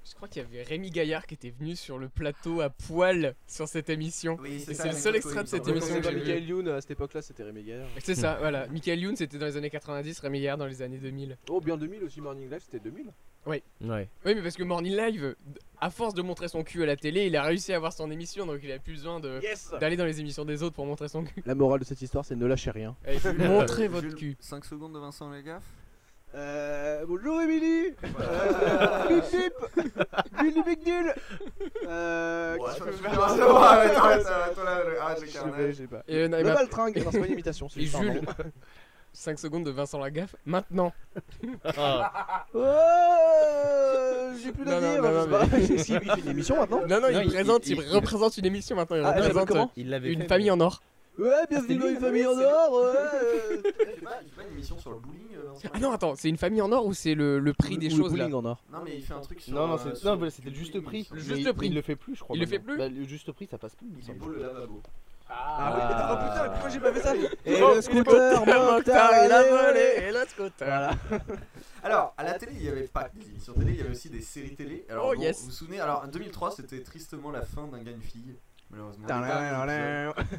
E: je crois qu'il y avait Rémi Gaillard qui était venu sur le plateau à poil sur cette émission.
B: Oui,
E: Et
B: ça,
E: c'est le seul
B: Koé,
E: extrait
B: il me
E: de cette
C: Ouais,
B: semble.
E: émission
C: quand
E: que
C: c'était
E: j'ai vue.
C: Michael Youn à cette époque-là, c'était Rémi Gaillard.
E: C'est ça, voilà. Michael Youn, c'était dans les années 90, Rémi Gaillard dans les années 2000.
C: Oh, bien 2000 aussi, Morning Live, c'était 2000.
F: Ouais.
E: Oui, mais parce que Morning Live, à force de montrer son cul à la télé, il a réussi à avoir son émission, donc il a plus besoin de-
C: Yes
E: d'aller dans les émissions des autres pour montrer son cul.
C: La morale de cette histoire, c'est ne lâchez rien.
E: Allez,
B: *laughs*
E: Montrez votre cul.
B: 5 secondes de Vincent les gaffes.
C: Euh, bonjour Émilie euh, Bip bip Bip bip bip nul Euh, qu'est-ce que je peux faire
B: Arrête, arrête, arrête, arrête, arrête
C: Ah, Je
B: le
C: sais pas, je
B: carnage.
C: sais pas.
E: Et, euh, non,
C: Le
E: et bah,
C: baltringue Non, c'est pas une imitation, c'est
E: Et
C: juste un
E: Jules.
C: nom.
E: 5 secondes de Vincent Lagaffe, maintenant.
C: Oh, J'ai plus
E: Non,
C: à
E: non,
C: dire
E: non,
C: je
E: non,
C: sais pas. Si, il fait une émission maintenant
E: Non, non, il,
F: Non, il-
E: présente, il,
F: il- il-
E: représente une émission maintenant. Il
C: Ah, elle s'appelle
E: représente euh,
C: comment
F: Il l'avait
E: une famille en or.
C: Ouais, bienvenue dans une famille en or ouais, euh.
B: Il fait pas il fait pas une émission sur le bowling euh, Vincent
E: Ah non, attends, c'est une famille en or ou c'est le, le prix
C: Ou-
E: des
C: ou le
E: choses là
C: bowling en or.
B: Non mais il fait un truc sur.
D: Non, non,
B: euh,
D: c'est-
B: sur
D: non, voilà, c'était le juste
B: bowling,
D: prix.
B: sur le
E: Juste
D: Mais
E: le prix.
D: Il le fait plus, je crois.
E: Il le fait
D: maintenant.
E: plus
D: Bah, Le juste prix, ça passe plus. il me
B: Il est
D: semble.
B: beau le lavabo.
C: Ah oui, mais- oh, putain, pourquoi j'ai pas fait ça Et
E: Oh,
C: le *laughs* scooter Mokhtar,
E: Mokhtar, il a
C: allez,
E: volé,
C: allez.
E: et le scooter.
C: Voilà.
B: Alors, à la télé, il n'y avait pas que des émissions télé, il y avait aussi des séries télé. Alors,
E: Oh,
B: bon,
E: yes.
B: vous vous souvenez, alors en 2003, c'était tristement la fin d'un gars, une fille, malheureusement.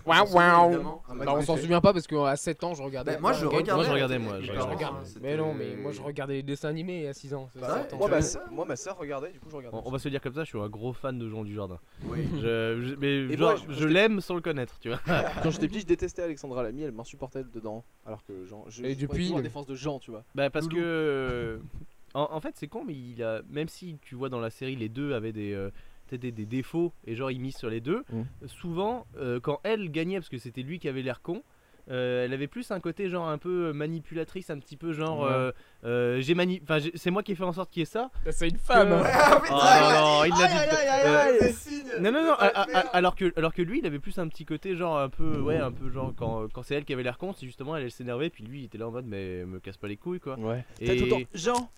E: Waouh, waouh.
C: bah,
E: Bah, on s'en
C: fait.
E: souvient pas parce qu'à 7 ans, je regardais.
B: bah, moi, je Bah,
E: Gagne-
B: regardais.
F: je regardais, Ah, moi,
B: je
F: je
E: regardais.
B: regardais.
E: Mais non, mais moi je regardais les dessins animés à 6 ans. c'est
B: Bah,
E: ça,
B: ouais,
E: attends.
C: Moi,
B: bah,
C: ma,
B: c'est-
C: moi, ma soeur regardait, du coup, je regardais.
F: On, on va se dire comme ça, je suis un gros fan de Jean Dujardin.
B: Oui.
F: Je, je- mais
C: Et
F: genre,
C: moi, je-
F: Mmh. je, l'aime sans le connaître, tu vois.
C: Quand j'étais petit, je détestais Alexandra Lamy, elle m'insupportait dedans. Alors que Jean, je,
E: Et
C: je
E: depuis,
C: pourrais toujours en
E: le-
C: défense de Jean, tu vois.
F: Bah parce
C: Loulou.
F: que euh, en, en fait c'est con mais il a même si tu vois dans la série les deux avaient des euh, peut-être des, des défauts et genre ils misent sur les deux,
C: Mm.
F: souvent euh, quand elle gagnait parce que c'était lui qui avait l'air con. euh, elle avait plus un côté genre un peu manipulatrice, un petit peu genre
C: Ouais.
F: euh, euh, j'ai mani- enfin j'ai- c'est moi qui ai fait en sorte qu'il y ait ça.
E: Bah, C'est une femme.
F: Que-
E: hein.
B: Ah,
F: Oh,
B: putain
F: non, il l'a dit.
B: aïe, des signes
F: Non, non, non,
C: Ah,
B: de
F: a- a-
C: euh,
B: merde.
F: alors, que, alors que lui, il avait plus un petit côté, genre un peu, ouais, un peu genre quand, quand c'est elle qui avait l'air con, c'est justement elle, elle s'énervait, puis lui, il était là en mode, mais me casse pas les couilles, quoi.
C: Ouais.
F: Et-
C: Jean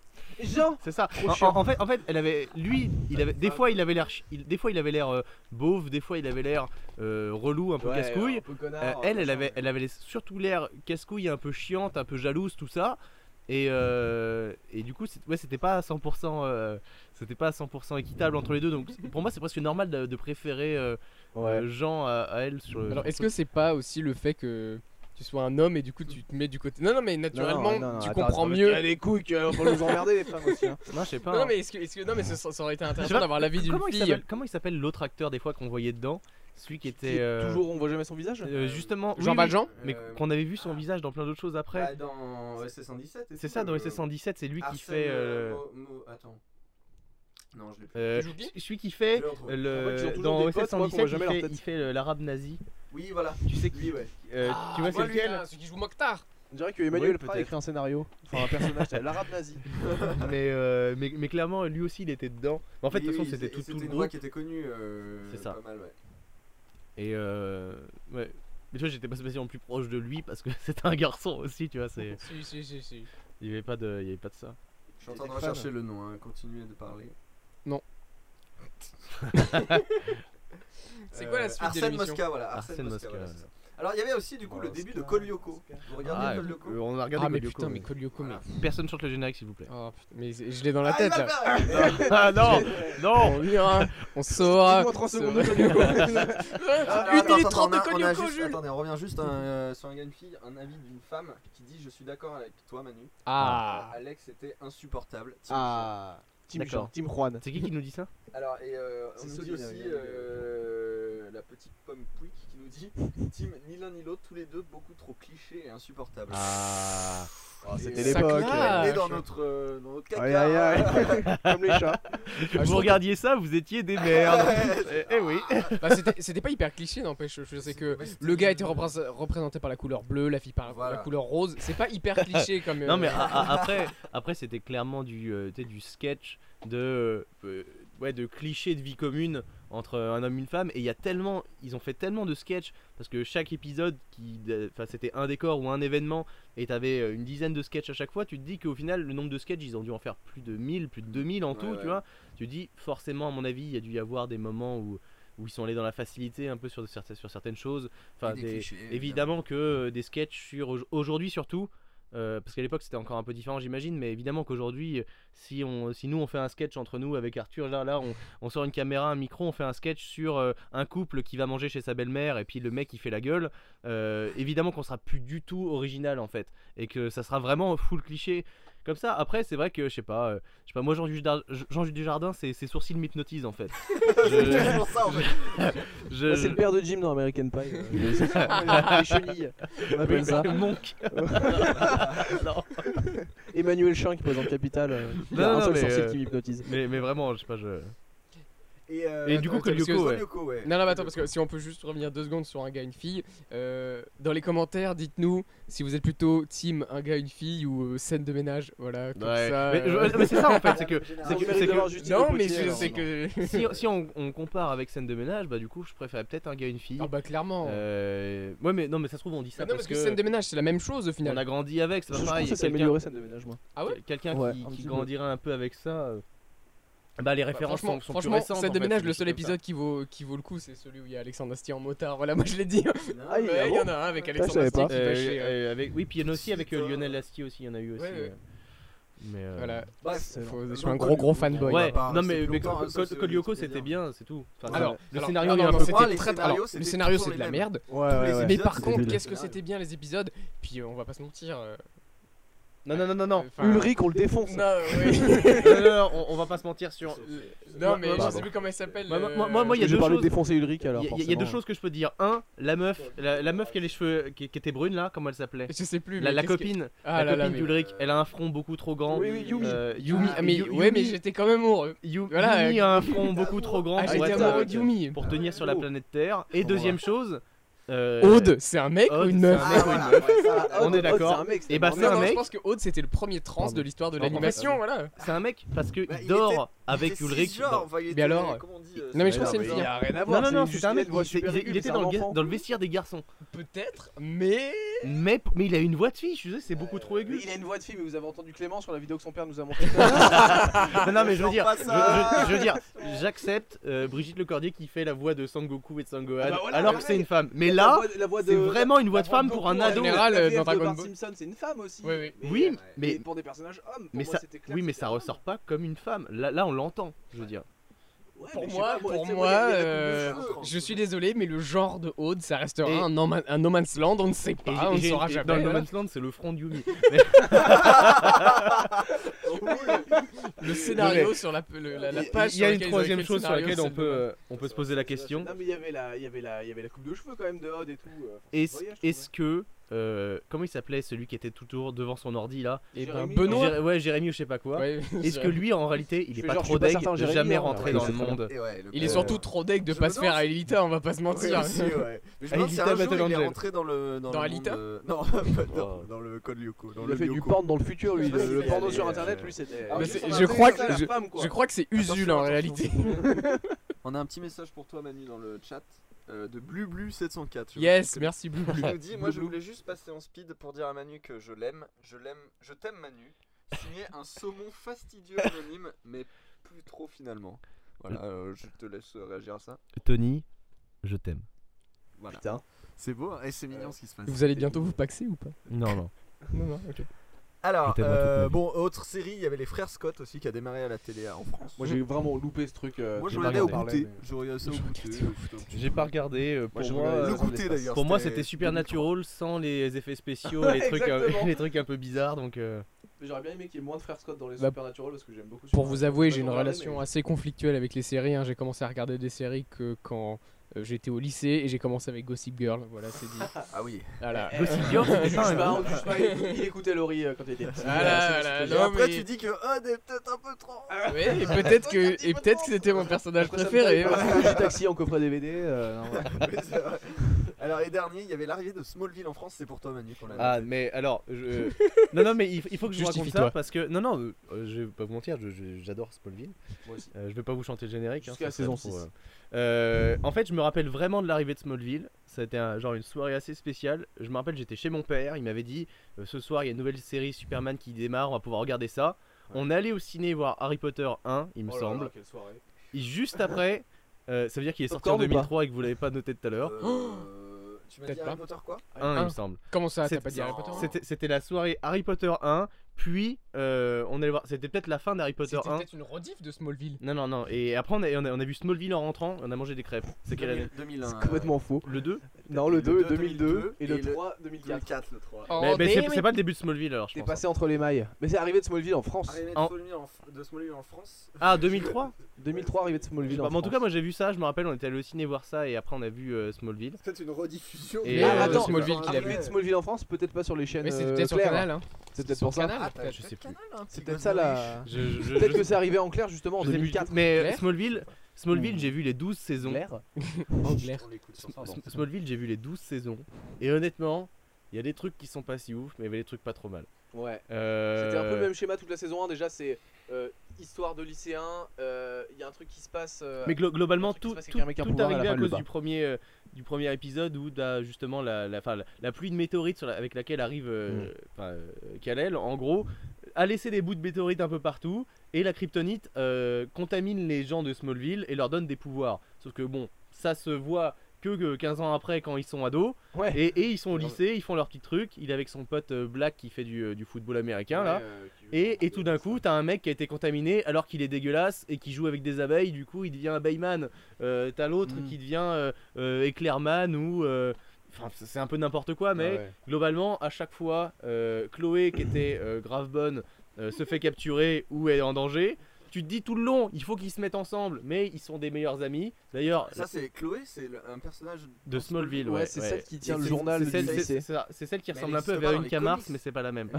C: Jean
F: C'est ça.
C: Trop
F: En,
C: chiant.
F: en- en fait, en fait, elle avait, lui, il avait, des fois, il avait l'air, chi- il- des fois, il avait l'air euh, beauf, des fois, il avait l'air euh, relou, un peu casse-couille. Euh, elle, elle avait, elle avait les- surtout l'air casse-couille, un peu chiante, un peu jalouse, tout ça. Et, euh, et du coup, c'est- ouais, c'était pas à 100%, euh, c'était pas à 100% équitable entre les deux. Donc, pour moi, c'est presque normal de, de préférer euh,
C: Ouais.
F: euh, Jean à, à elle sur.
E: Alors,
F: sur
E: est-ce
F: le
E: que c'est pas aussi le fait que tu sois un homme et du coup tu te mets du côté. Non, non, mais naturellement,
C: non, non,
E: tu
C: attends,
E: comprends
C: attends,
E: mieux.
C: les couilles, que- faut nous emmerder les femmes aussi. hein.
F: truc. Non, je sais pas.
E: Non,
F: hein.
E: non, mais, est-ce que, est-ce que- non, mais ce- ça, ça aurait été
F: Je sais
E: intéressant
F: pas,
E: d'avoir l'avis d'une
F: comment, il
E: fille.
F: s'appelle- comment il s'appelle l'autre acteur des fois qu'on voyait dedans, celui qui était.
C: Qui-
F: euh,
C: Toujours, on voit jamais son visage
F: euh, justement. oui,
E: Jean
F: oui,
E: Valjean
F: *laughs* Mais
B: Euh,
F: qu'on avait vu son visage dans plein d'autres choses après.
B: bah, dans ss 117
F: c'est ça, dans les 117 c'est lui qui fait. euh,
B: Attends. Non, je l'ai plus.
F: euh,
E: Je l'oublie
F: celui qui
B: Je
F: fait.
B: l'ai retrouvé.
C: En fait, ils ont
F: Le,
C: toujours
F: dans
C: des potes, moi, qu'on voit
F: 717 il
C: jamais leur
F: fait,
C: tête.
F: il fait, euh, l'arabe nazi.
B: Oui, voilà.
F: Tu sais qui
B: Lui, ouais.
F: euh, Tu vois,
E: Ah, Moi,
F: c'est
E: lui,
F: lequel
E: là, celui qui joue Mokhtar.
C: On dirait que Emmanuel
F: Oui,
C: Prat a
F: peut-être.
C: écrit un scénario. Enfin, un personnage, c'est l'arabe
F: *laughs*
C: nazi.
F: mais, euh, mais, mais clairement, lui aussi, il était dedans. En fait, de
B: Oui,
F: toute façon,
B: oui,
F: c'était
B: et
F: tout, tout
B: C'était
F: le
B: une voix
F: groupe.
B: qui était connue. euh,
F: C'est ça.
B: Pas mal, ouais.
F: Et euh, ouais. Mais tu vois, j'étais pas spécialement plus proche de lui parce que *laughs* c'était un garçon aussi, tu vois. c'est-
E: Si, si, si, si.
F: Il y avait pas de, il y avait pas de ça.
B: Je suis en train de rechercher le nom, hein. continuez de parler.
E: Non.
B: Euh,
E: C'est quoi la suite de
B: Arsène
E: l'émission
B: Mosca, voilà. Euh, Arsène,
F: Arsène
B: Mosca.
F: Mosca,
E: Ah,
B: voilà,
F: ouais.
B: c'est ça. Alors il y avait aussi du coup le début de Kolyoko. Vous regardez
F: Ah,
B: Code Lyoko
F: euh, on a regardé
E: Ah mais
F: Kolyoko,
E: putain,
F: mais-
E: mais Code Lyoko, mais.
F: Personne chante le générique, s'il vous plaît.
E: Oh, putain, mais je l'ai dans la
B: Ah, il
E: tête
B: va
E: là.
B: le faire
F: *laughs* Ah *laughs* non Non
E: On lira, on saura.
C: Dis-moi en 30
E: on
C: secondes de
E: saura.
C: Code
F: *laughs*
C: Lyoko.
B: Attends,
E: Une
B: attends,
E: minute
B: attends,
E: trente de
B: on a- on a
E: Code Lyoko,
B: juste-
E: Jules.
B: Attendez, on revient juste un, euh, sur un gars, une fille, un avis d'une femme qui dit Je suis d'accord avec toi, Manu. Euh,
E: Ah.
B: Alex était insupportable. Tim
C: Ah, Team
F: D'accord.
C: Jean, Team Juan.
F: C'est qui qui nous dit ça
B: Michel. Alors, et euh, on
C: C'est
B: nous dit
C: solide,
B: aussi
C: il y a-
B: euh, la petite pomme Pouic qui nous dit *laughs* Tim, ni l'un ni l'autre, tous les deux beaucoup trop clichés et insupportables. euh,
C: Ah, c'était
B: Et-
C: l'époque.
E: Sacla.
B: Et
E: Ah,
B: dans
E: je-
B: notre, euh, dans notre caca.
C: Aïe aïe aïe, *laughs* comme les chats.
E: Ah, je
F: Vous regardiez ça, vous étiez des *laughs* merdes Eh- Eh oui
E: Bah, c'était- c'était pas hyper cliché, n'empêche. Je sais que
B: Mais c'était-
E: le gars était repré- représenté par la couleur bleue, la fille par la-
B: Voilà.
E: la couleur rose. C'est
F: *laughs*
E: pas hyper cliché comme. euh,
B: *laughs*
F: Non mais a- a- après, après c'était clairement du, euh, tu sais, du sketch de, euh, ouais, de clichés de vie commune entre un homme et une femme et il y a tellement, ils ont fait tellement de sketchs parce que chaque épisode qui, euh, enfin c'était un décor ou un événement et t'avais euh, une dizaine de sketchs à chaque fois, tu te dis qu'au final le nombre de sketchs ils ont dû en faire plus de 1000, plus de 2000 en
B: Ouais,
F: tout,
B: ouais.
F: tu vois, tu te dis forcément à mon avis il y a dû y avoir des moments où où ils sont allés dans la facilité un peu sur, certaines- sur certaines choses, enfin
B: Des
F: des,
B: clichés,
F: évidemment que euh, des sketchs sur au- aujourd'hui surtout euh, parce qu'à l'époque c'était encore un peu différent j'imagine mais évidemment qu'aujourd'hui euh, si on si nous on fait un sketch entre nous avec Arthur là là on, on sort une caméra un micro on fait un sketch sur euh, un couple qui va manger chez sa belle-mère et puis le mec il fait la gueule euh, évidemment qu'on sera plus du tout original en fait et que ça sera vraiment full cliché comme ça après c'est vrai que je sais pas euh, je sais pas moi Jean du Jean Dujardin ses, ses sourcils m'hypnotisent en fait
C: *laughs*
B: C'est
F: Je-
B: pour ça en fait.
F: je-
C: Là, C'est le père de Jim dans American Pie.
F: *laughs*
C: euh, les- les chenilles, on appelle ça.
F: Monk. Non.
C: Emmanuel Chin qui présente Capital. euh, il y
F: Non,
C: a un
F: non,
C: seul
F: mais,
C: sorcier
F: euh,
C: qui m'hypnotise.
F: Mais, mais vraiment, je sais pas, je.
B: Et, euh,
F: Et du coup,
E: attends,
F: que
E: parce que
F: Lyoko,
E: ça-
F: ouais.
B: Kolyoko, ouais.
E: Non, non, mais attends, parce que si on peut juste revenir deux secondes sur un gars, une fille. euh, dans les commentaires, dites-nous si vous êtes plutôt team un gars, une fille ou euh, scène de ménage. Voilà, comme
F: Ouais.
E: ça.
F: mais,
E: euh,
F: je- mais c'est ça en fait, c'est
E: *laughs*
F: que.
C: C'est
F: que-
C: que,
F: c'est que-
E: Non, mais
C: hein.
E: je sais que.
F: Si, si on, on compare avec scène de ménage, bah du coup, je préférais peut-être un gars et une fille.
E: Ah, bah, clairement.
F: Euh, Ouais, mais non, mais ça se trouve, on dit
E: Bah
F: ça
E: non, parce
F: parce
E: que, scène de ménage, c'est la même chose au
F: on
E: final.
F: a grandi avec,
C: Je
F: c'est pas
C: trouve
F: pareil.
C: que ça s'est
F: Quelqu'un-
C: amélioré scène de ménage, moi.
E: Ah ouais
F: Quelqu'un
C: Ouais,
F: qui,
C: un
F: qui
C: petit peu.
F: grandirait un peu avec ça. euh, Bah, les
E: Bah,
F: références
E: franchement,
F: sont, sont
E: franchement,
F: plus récentes.
E: scène de
F: en fait,
E: ménage,
F: c'est
E: le
F: des
E: seul
F: trucs comme ça.
E: épisode qui vaut, qui vaut le coup, c'est celui où il y a Alexandre Astier en motard. Voilà, moi je l'ai dit.
C: Ah, il
E: Ouais,
C: est
E: il
C: là-haut.
E: y en a un avec
C: je
E: Alexandre
C: savais
E: Astier
C: pas.
E: qui
F: Euh,
E: fait chier, euh,
F: euh, avec... Oui, puis il y en a aussi avec euh,
B: Putain.
F: Lionel Lasky aussi, il y en a eu aussi.
E: Ouais, ouais.
F: euh. Mais. euh,
E: Voilà.
B: Bref,
C: C'est-
E: Faut- Je
B: Euh,
E: suis un
B: donc,
E: gros gros
B: Kolyoko,
E: fanboy.
B: on va
F: Ouais,
B: pas
F: non
B: rester
F: mais,
B: plus
F: mais
B: longtemps, hein, ça,
F: Col-
B: c'est-
F: Colioko
B: c'est
F: c'était bien, c'est tout. Enfin,
E: Alors,
F: Ah, le
E: alors,
F: scénario
E: non,
F: il est
E: non,
F: un
E: non,
F: peu
E: c'était
B: Pour moi, les
E: très-
B: scénarios,
E: alors,
B: c'était
E: le scénario
B: toujours
E: c'est de
B: les
E: la
B: mêmes.
E: merde.
C: Ouais,
B: Tous les
C: ouais, ouais.
E: Mais
B: épisodes,
E: par
B: c'est
E: contre,
C: débile.
E: qu'est-ce que c'était bien les épisodes Puis euh, on va pas se mentir. euh,
F: Non non non non non.
E: enfin,
C: Ulrich, on le défonce.
E: *laughs* Non, oui.
F: *laughs* Non, non, non, on, on va pas se mentir sur.
E: *laughs* Non, mais
F: Moi,
E: je
F: moi,
E: sais plus comment il s'appelle.
F: moi,
E: euh,
F: moi, moi, moi, il y a
C: J'ai
F: deux
C: parlé de
F: choses.
C: défoncer Ulrich alors.
F: Il y a- il y, a deux
C: forcément.
F: choses que je peux dire. Un, la meuf, la, la meuf qui a les cheveux, qui, qui était brune là, comment elle s'appelait
E: Je sais plus.
F: La,
E: mais
F: la
E: qu'est-ce que-
F: copine,
E: Ah
F: la
E: là là.
F: copine
E: mais-
F: d'Ulrich, elle a un front beaucoup trop grand.
C: Oui, oui, Yumi.
F: Euh, Yumi,
E: Yumi, ah, mais
F: Yumi-
E: ouais, mais j'étais quand même amoureux.
F: Yumi
E: voilà,
F: a un front beaucoup trop grand
E: Ah,
F: pour,
E: j'étais
F: être,
E: amoureux
F: euh,
E: de Yumi.
F: pour tenir sur la
C: Oh.
F: planète Terre. Et
C: Faut voir.
F: deuxième chose, euh,
E: Aude, c'est un mec
F: Aude,
E: ou une
F: c'est un
E: meuf
F: mec ou une meuf.
C: Ah,
F: On est
C: oh,
F: d'accord.
C: c'est un mec, c'est
F: Et bah,
C: un
F: c'est
E: Non,
F: un
E: non,
F: mec.
E: je pense que Aude c'était le premier trans
C: Pardon.
E: de l'histoire de
C: Non,
E: l'animation, voilà.
F: C'est un mec parce que
B: Bah, il
F: dort
B: était-
F: avec Ulrich. dans-
B: Genre, enfin, il
E: Mais
B: était,
E: alors-
B: comment on dit, euh,
E: Non, mais je
B: c'est-
E: pense que c'est une
C: mais
E: fille.
C: il y a rien à
F: Non,
C: voir.
F: non, non,
C: juste
F: c'est
C: qu'il
F: un
C: a
F: mec.
C: une voix
F: il-
C: super
F: il-
C: aiguë,
F: il
C: mais
F: était
C: c'est
F: dans
C: un
F: le, ga-
C: enfant.
F: dans le vestiaire des garçons.
E: Peut-être, mais.
F: Mais, mais il a une voix de fille, je suis désolé, c'est beaucoup trop aigu.
C: Mais Il a une voix de fille, mais vous avez entendu Clément sur la vidéo que son père nous a montrée. tout à l'heure.
F: non, non, mais je veux
B: Genre
F: dire,
B: pas
F: je,
B: ça.
F: je- je veux dire, j'accepte euh, Brigitte Lecordier qui fait la voix de Sangoku et de Sangohan,
C: Ah bah voilà,
F: alors
C: ouais,
F: que c'est
C: ouais.
F: une femme. Mais
C: La
F: là,
C: voix de- la voix
F: c'est
C: de-
F: vraiment une voix
C: la
F: de femme pour un
C: Goku, en
F: ado.
E: général,
C: la
E: euh,
C: VF
E: dans
C: de
E: Dragon
C: Bart
E: Ball.
C: Simpson, c'est une femme aussi.
E: Oui, oui.
C: Mais,
F: Oui,
C: euh,
F: mais-
C: et pour des personnages hommes. pour
F: Mais
C: moi,
F: ça,
C: c'était clair
F: oui,
C: que
F: mais
C: c'était
F: ça
C: un
F: ressort pas comme une femme. Là, là, on l'entend, je veux dire.
C: homme. Ouais,
E: Pour
C: mais je sais
E: moi,
C: pas,
E: pour
C: tu sais,
E: moi,
C: il y a- il y a la
E: euh,
C: double France.
E: Je suis désolé, mais le genre de Aude, ça restera
F: Et-
E: un, no man- un No Man's Land, on ne sait
F: Et j'ai-
E: pas, Ah, on ne
F: j'ai-
E: saura
F: et
E: jamais. hein.
F: Dans le No
E: voilà.
F: Man's Land, c'est le front de Yumi.
E: Le scénario
F: mais-
E: sur la, le- la, la
F: Il y a-
E: page.
F: il y a
E: sur
F: une
E: laquelle-
F: troisième
E: sur
F: chose sur
E: laquelle
F: laquelle
E: le
F: on
E: scénario,
F: peut, euh, on peut se poser la question.
C: Non, mais il y avait la, il y avait la, il y avait la coupe de cheveux quand même de Odd et tout. euh,
F: Est-ce
C: voyage, je
F: est-ce que euh, comment il s'appelait celui qui était tout autour devant son ordi là
E: c'est le- Et ben,
C: Jérémy,
E: Benoît.
F: Jéré- Ouais, Jérémy ou je sais pas quoi.
E: Ouais,
F: *laughs* Est-ce que
E: Jérémy.
F: lui, en réalité, il
C: Je
F: est
C: suis
F: pas
C: genre, je
F: trop
C: suis pas
F: deg
C: certain,
F: de
C: Jérémy,
F: jamais
C: hein.
F: rentrer
C: Ouais,
F: dans
C: c'est
F: le
C: très
F: monde
B: Et ouais, le
E: *laughs* Il est
B: gars,
E: surtout
B: euh,
E: trop hein. deg de
B: Je
E: pas
B: me
E: se faire
B: demande
E: à Elita, on va pas se
B: Oui,
E: mentir.
B: aussi, ouais. Mais je me
F: Ah,
B: demande si
F: Elita
B: un jour
F: Battle
B: il est
F: Angel.
B: rentré dans le dans,
E: Dans
B: le
E: Alita
B: monde
E: *laughs*
B: de- Non, pas dans,
F: Oh.
B: dans le code Lyoko, dans
C: Il
B: le
C: a fait du
B: Lyoko.
C: porno dans le futur, lui.
B: Je sais
C: Le,
B: pas
C: le
B: si
C: porno
B: elle
C: sur
B: est-
C: internet, lui, c'était.
B: Ah,
C: Mais
B: je
C: c'est-
B: sais pas,
E: je crois que-
C: la
E: je-
C: femme, quoi.
E: Je crois que c'est Usul
B: Attention,
E: en
B: attention.
E: réalité.
B: On a un petit message pour toi Manu dans le chat euh, de BluBlu704. je
E: Yes,
B: crois que-
E: merci Blue
B: *laughs*
E: Blue.
B: qui nous dit Moi je voulais juste passer en speed pour dire à Manu que je l'aime, je l'aime, je t'aime Manu. Signé un saumon fastidieux anonyme, mais plus trop finalement. Voilà, euh, je te laisse euh, réagir à ça.
F: Tony, je t'aime.
B: Voilà.
C: Putain.
B: C'est beau, hein. Et c'est mignon ce qui se passe.
E: Vous allez bientôt vous paxer ou pas
D: Non, non.
E: Non, non, ok.
B: Alors,
D: Je t'aime à toute
B: euh,
D: ma vie.
B: bon, autre série, il y avait les frères Scott aussi qui a démarré à la télé hein, en France.
C: Moi j'ai vraiment loupé ce truc. euh,
B: Moi, je
C: que j'ai
B: regardais
C: pas
B: au
C: regardé,
B: goûter.
C: mais-
B: Je regardais ça au goûter.
F: J'ai pas regardé. euh, Pour
C: j'ai
F: moi,
C: regardé
F: euh,
B: Le
C: ça me
B: goûter
C: dépasse.
B: d'ailleurs.
F: pour moi, c'était Supernatural sans les effets
C: *laughs*
F: spéciaux, et les trucs, euh,
C: Exactement.
F: *laughs* les trucs un peu bizarres. Donc, euh,
C: Mais J'aurais bien aimé qu'il y ait moins de frères Scott dans les
E: Bah,
C: Supernatural parce que j'aime beaucoup.
E: Pour vous
C: Supernatural.
E: avouer,
C: J'ai
E: j'ai une
C: pas regardé,
E: relation
C: mais-
E: assez conflictuelle avec les séries. hein. J'ai commencé à regarder des séries que quand euh, j'étais au lycée et j'ai commencé avec Gossip Girl. Voilà, c'est dit.
B: *laughs* Ah oui.
E: Voilà.
C: Juge pas, on juge pas, il il écoutait Laurie euh, quand il était petit.
E: Ah
C: voilà,
E: là
C: c'est-
E: là
C: c'est-
E: là.
B: Et
E: Non,
B: après,
E: mais-
B: tu dis que Odd est peut-être un peu trop.
E: Ouais, et peut-être que, et peut-être que c'était mon personnage
C: Après, ça me
E: préféré. hein.
C: tape,
E: voilà.
C: parce que j'ai Taxi en coffret DVD. euh, non, ouais.
B: Oui, c'est vrai. Alors, et dernier, il y avait l'arrivée de Smallville en France, c'est pour toi, Manu. qu'on l'a
F: Ah,
B: noté.
F: mais alors, je... non, non, mais il, il faut que je vous raconte
E: Justifie-toi.
F: ça parce que non, non, euh, je vais pas vous mentir, je- je- j'adore Smallville.
C: Moi aussi.
F: Euh, je vais pas vous chanter le générique.
C: Jusqu'à
F: ça
C: la saison
F: serait trop,
C: 6.
F: euh. Euh, en fait, je me rappelle vraiment de l'arrivée de Smallville. Ça a été un- genre une soirée assez spéciale. Je me rappelle, j'étais chez mon père. Il m'avait dit euh, ce soir, il y a une nouvelle série Superman qui démarre. On va pouvoir regarder ça. On allait au ciné voir Harry Potter 1, il me
C: Oh là là,
F: semble.
C: quelle soirée.
F: Et juste après, euh, ça veut dire qu'il est sorti en
C: Popcorn ou pas
F: 2003 et que vous l'avez pas noté tout à l'heure.
B: Euh, Tu m'as dit
E: Peut-être
B: Harry
E: pas.
B: Potter quoi
F: Un, il
E: un.
F: me semble.
E: Comment ça, t'as
F: C'est-
E: pas dit Harry Potter hein
B: non.
F: C'était- C'était la soirée Harry Potter 1, puis euh, on allait voir. C'était peut-être la fin d'Harry Potter
E: C'était
F: 1.
E: peut-être une rediff de Smallville.
F: Non, non, non. Et après, on a, on a, on a vu Smallville en rentrant, on a mangé des crêpes. C'est quelle année
B: 2001.
C: C'est complètement faux.
F: Le 2
C: Non, le
B: le
C: 2,
B: 2,
C: 2002 et le
B: et le-
C: 3,
B: euh,
C: 2004.
B: 2004, le 3.
E: Oh,
F: Mais, mais c'est
E: damn
F: c'est pas le début de Smallville alors, je
C: T'es
F: pense. hein.
C: passé entre les mailles. Mais c'est arrivé de Smallville en France.
B: L'arrivée de
F: En-
B: Smallville en F- de Smallville en France.
F: Ah, 2003
C: 2003, arrivé de
F: Je sais
C: Smallville
F: pas,
C: en
F: Bah, mais En
C: France.
F: tout cas, moi j'ai vu ça, je me rappelle, on était allé au ciné voir ça et après on a vu euh, Smallville.
B: C'est une rediffusion.
F: Et, euh,
B: Mais,
C: Ah, attends,
E: Smallville qu'il a
C: Arrivé
B: après-
C: de Smallville en France, peut-être pas sur les chaînes.
E: Mais c'était
C: euh,
E: peut-être sur
C: claires.
E: Canal. Hein.
C: C'est peut-être pour ça.
E: Canal,
B: Ah, t'as
E: peut-être.
F: Je sais
B: peut-être
F: plus.
B: Canal, un petit
C: C'est peut-être
B: gosse
C: ça
B: riche.
C: la.
F: Je- je- je-
C: Peut-être
F: je-
C: que c'est arrivé en clair justement en
F: je sais plus du tout.
C: 2004.
F: Mais euh,
E: Claire
F: Smallville, Smallville
C: Ou-
F: j'ai vu les 12 saisons.
C: Clair.
E: Claire.
B: On l'écoute sur ça,
C: Ah
F: S-
B: non.
F: Smallville, j'ai vu les 12 saisons. Et honnêtement, il y a des trucs qui sont pas si ouf, mais il y avait des trucs pas trop mal.
C: Ouais.
F: Euh,
C: C'était un peu le même schéma toute la saison 1. Déjà, c'est euh, histoire de lycéen. euh, Il y a un truc qui se passe. euh,
F: Mais glo- globalement,
C: Un truc qui se
F: tout,
C: passe avec
F: tout,
C: un mec à
F: tout
C: pouvoir,
F: arrivait
C: elle a
F: à
C: pas le
F: cause
C: bas.
F: du premier, euh, du premier épisode où t'as justement la, la, enfin, la, la pluie de météorites sur la- avec laquelle arrive euh, enfin, euh, Kal-El, en gros, a laissé des bouts de météorites un peu partout et la kryptonite euh, contamine les gens de Smallville et leur donne des pouvoirs. Sauf que bon, ça se voit que que 15 ans après quand ils sont ados
C: Ouais.
F: et, et ils sont au lycée, ils font leur petit truc, il est avec son pote euh, Black qui fait du, euh, du football américain là. Et, et tout d'un coup, t'as un mec qui a été contaminé alors qu'il est dégueulasse et qui joue avec des abeilles, du coup il devient abeilleman. Euh, t'as l'autre
C: Mm.
F: qui devient euh, euh, éclairman ou. euh, Enfin, c'est c'est un peu n'importe quoi, mais globalement, à chaque fois, euh, Chloé qui était euh, grave bonne euh, se fait capturer ou est en danger. Tu te dis tout le long, il faut qu'ils se mettent ensemble, mais ils sont des meilleurs amis. D'ailleurs,
B: Ça, c'est Chloé, c'est le- un personnage.
F: de Smallville, ouais.
C: Ouais, c'est celle qui tient le journal
F: C'est celle,
C: du
F: c'est-
C: lycée.
F: c'est ça, c'est celle qui
B: Mais
F: ressemble
B: elle
F: un
B: existe
F: peu à
B: pas dans les
F: Véronica Mars,
B: comics.
F: mais c'est pas
B: *laughs*
F: la même.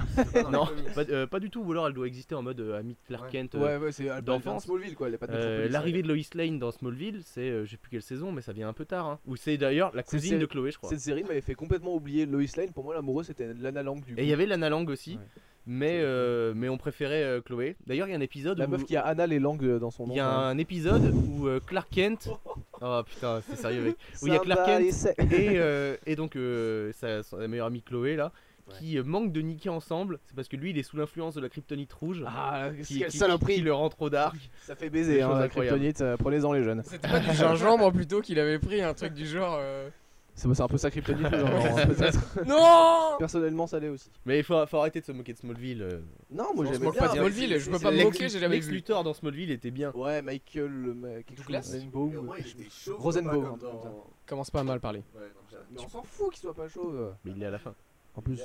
F: Non.
B: Non.
F: Pas, euh, pas du tout, ou alors elle doit exister en mode euh, ami de Clark
B: Ouais.
F: Kent. euh,
C: Ouais, ouais, c'est elle
F: d'enfance.
C: vient de Smallville quoi. Elle est pas de
F: Euh,
C: métropolis,
F: L'arrivée de Lois Lane dans Smallville, c'est euh, je sais plus quelle saison, mais ça vient un peu tard. Hein. Ou c'est d'ailleurs la
C: C'est-
F: cousine
C: c'est-
F: de Chloé, je crois.
C: Cette série m'avait fait complètement oublier Lois Lane. Pour moi, l'amoureux c'était Lana Lang du coup.
F: Et il y avait Lana Lang aussi,
C: Ouais.
F: mais, euh, mais on préférait euh, Chloé. D'ailleurs, il y a un épisode
C: La
F: où
C: meuf qui a Anna les langues euh, dans son nom.
F: il y a un épisode où euh, Clark Kent. *laughs* Oh putain, c'est sérieux mec. où il y a Clark Kent. Et, euh, et donc euh, sa, sa meilleure amie Chloé là, qui euh, manque de niquer ensemble, c'est parce que lui il est sous l'influence de la kryptonite rouge.
C: Ah,
F: Qui,
C: quelle
F: qui-
C: saloperie
F: qui le rend trop dark.
C: Ça fait baiser,
F: Des
C: hein,
F: choses
C: la
F: incroyables.
C: kryptonite, euh, prenez-en les
F: *laughs*
C: jeunes.
E: C'était *laughs* pas du gingembre plutôt qu'il avait pris, un truc du genre. euh,
C: C'est c'est un peu ça
F: *laughs*
C: kryptonite, le genre, hein, peut-être.
E: Non
C: Personnellement, ça l'est aussi.
F: Mais il faut, faut arrêter de se moquer de Smallville. euh.
C: Non, moi
E: On se
C: j'aimais
E: moque
C: bien.
E: pas de
C: mais
E: Smallville,
C: c'est-
E: je me
C: c'est-
E: pas
C: c'est-
E: moqué,
F: Lex-
E: j'ai jamais
F: Lex
E: vu.
F: Luthor dans Smallville était bien.
C: Ouais, Michael, le mec, quelque
E: Douglas
C: chose, Rosenbaum.
B: Mais ouais,
C: je-
B: il était chaud,
C: Rosenbaum.
B: pas comme
C: comme
B: dans-
E: *laughs* Commence pas mal *laughs* parler.
B: Ouais, non,
C: ça.
B: j'arrête.
C: Mais on s'en fout qu'il soit pas chauve.
F: Mais il est à la fin.
C: En plus.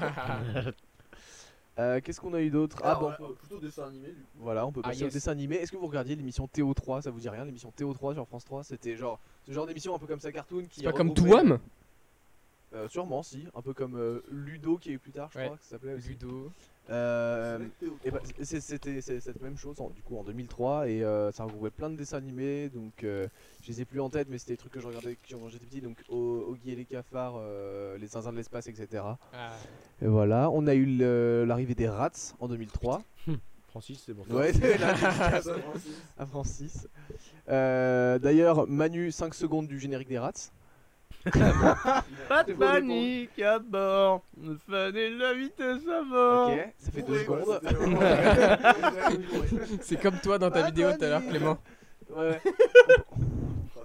E: ah,
C: Euh, Qu'est-ce qu'on a eu d'autre
B: Ah,
C: Ah
F: euh,
C: bon,
B: bon, plutôt dessin animé du coup.
C: voilà, on peut
E: Ah,
C: passer
E: yes.
C: au dessin animé. Est-ce que vous regardiez l'émission TO3 Ça vous dit rien L'émission TO3 sur France 3, c'était genre ce genre d'émission un peu comme ça cartoon qui.
E: c'est pas comme
C: regroupait-
E: Touam
C: Euh, Sûrement, si. Un peu comme euh, Ludo qui est plus tard, je
E: Ouais.
C: crois que ça s'appelait aussi.
E: Ludo.
B: C'est
C: Euh,
B: vrai que
C: Et bah, c'est- c'était c'est cette même chose en, du coup en 2003 et euh, ça regroupait plein de dessins animés donc euh, je les ai plus en tête mais c'était des trucs que je regardais quand j'étais petit donc O- Oggy et les cafards, euh, les zinzins de l'espace etc.
E: Ah,
C: Et voilà, on a eu le- l'arrivée des rats en 2003.
F: Francis, c'est bon.
B: *laughs*
C: Ouais, *laughs* c'est la
B: Théo-
C: dédicace
B: Théo- Francis.
C: *laughs* à Francis. Euh, D'ailleurs, Manu 5 secondes du générique des rats.
F: Pas
C: de panique
F: de panique à bord, fanez la vitesse à bord.
C: Ok, ça fait 2
B: Ouais, quoi,
C: secondes.
B: c'était
C: *laughs*
B: vraiment-
E: *laughs* c'est comme toi dans ta
C: Ah,
E: vidéo tout à l'heure,
C: Tony.
E: Clément.
C: Ouais, ouais.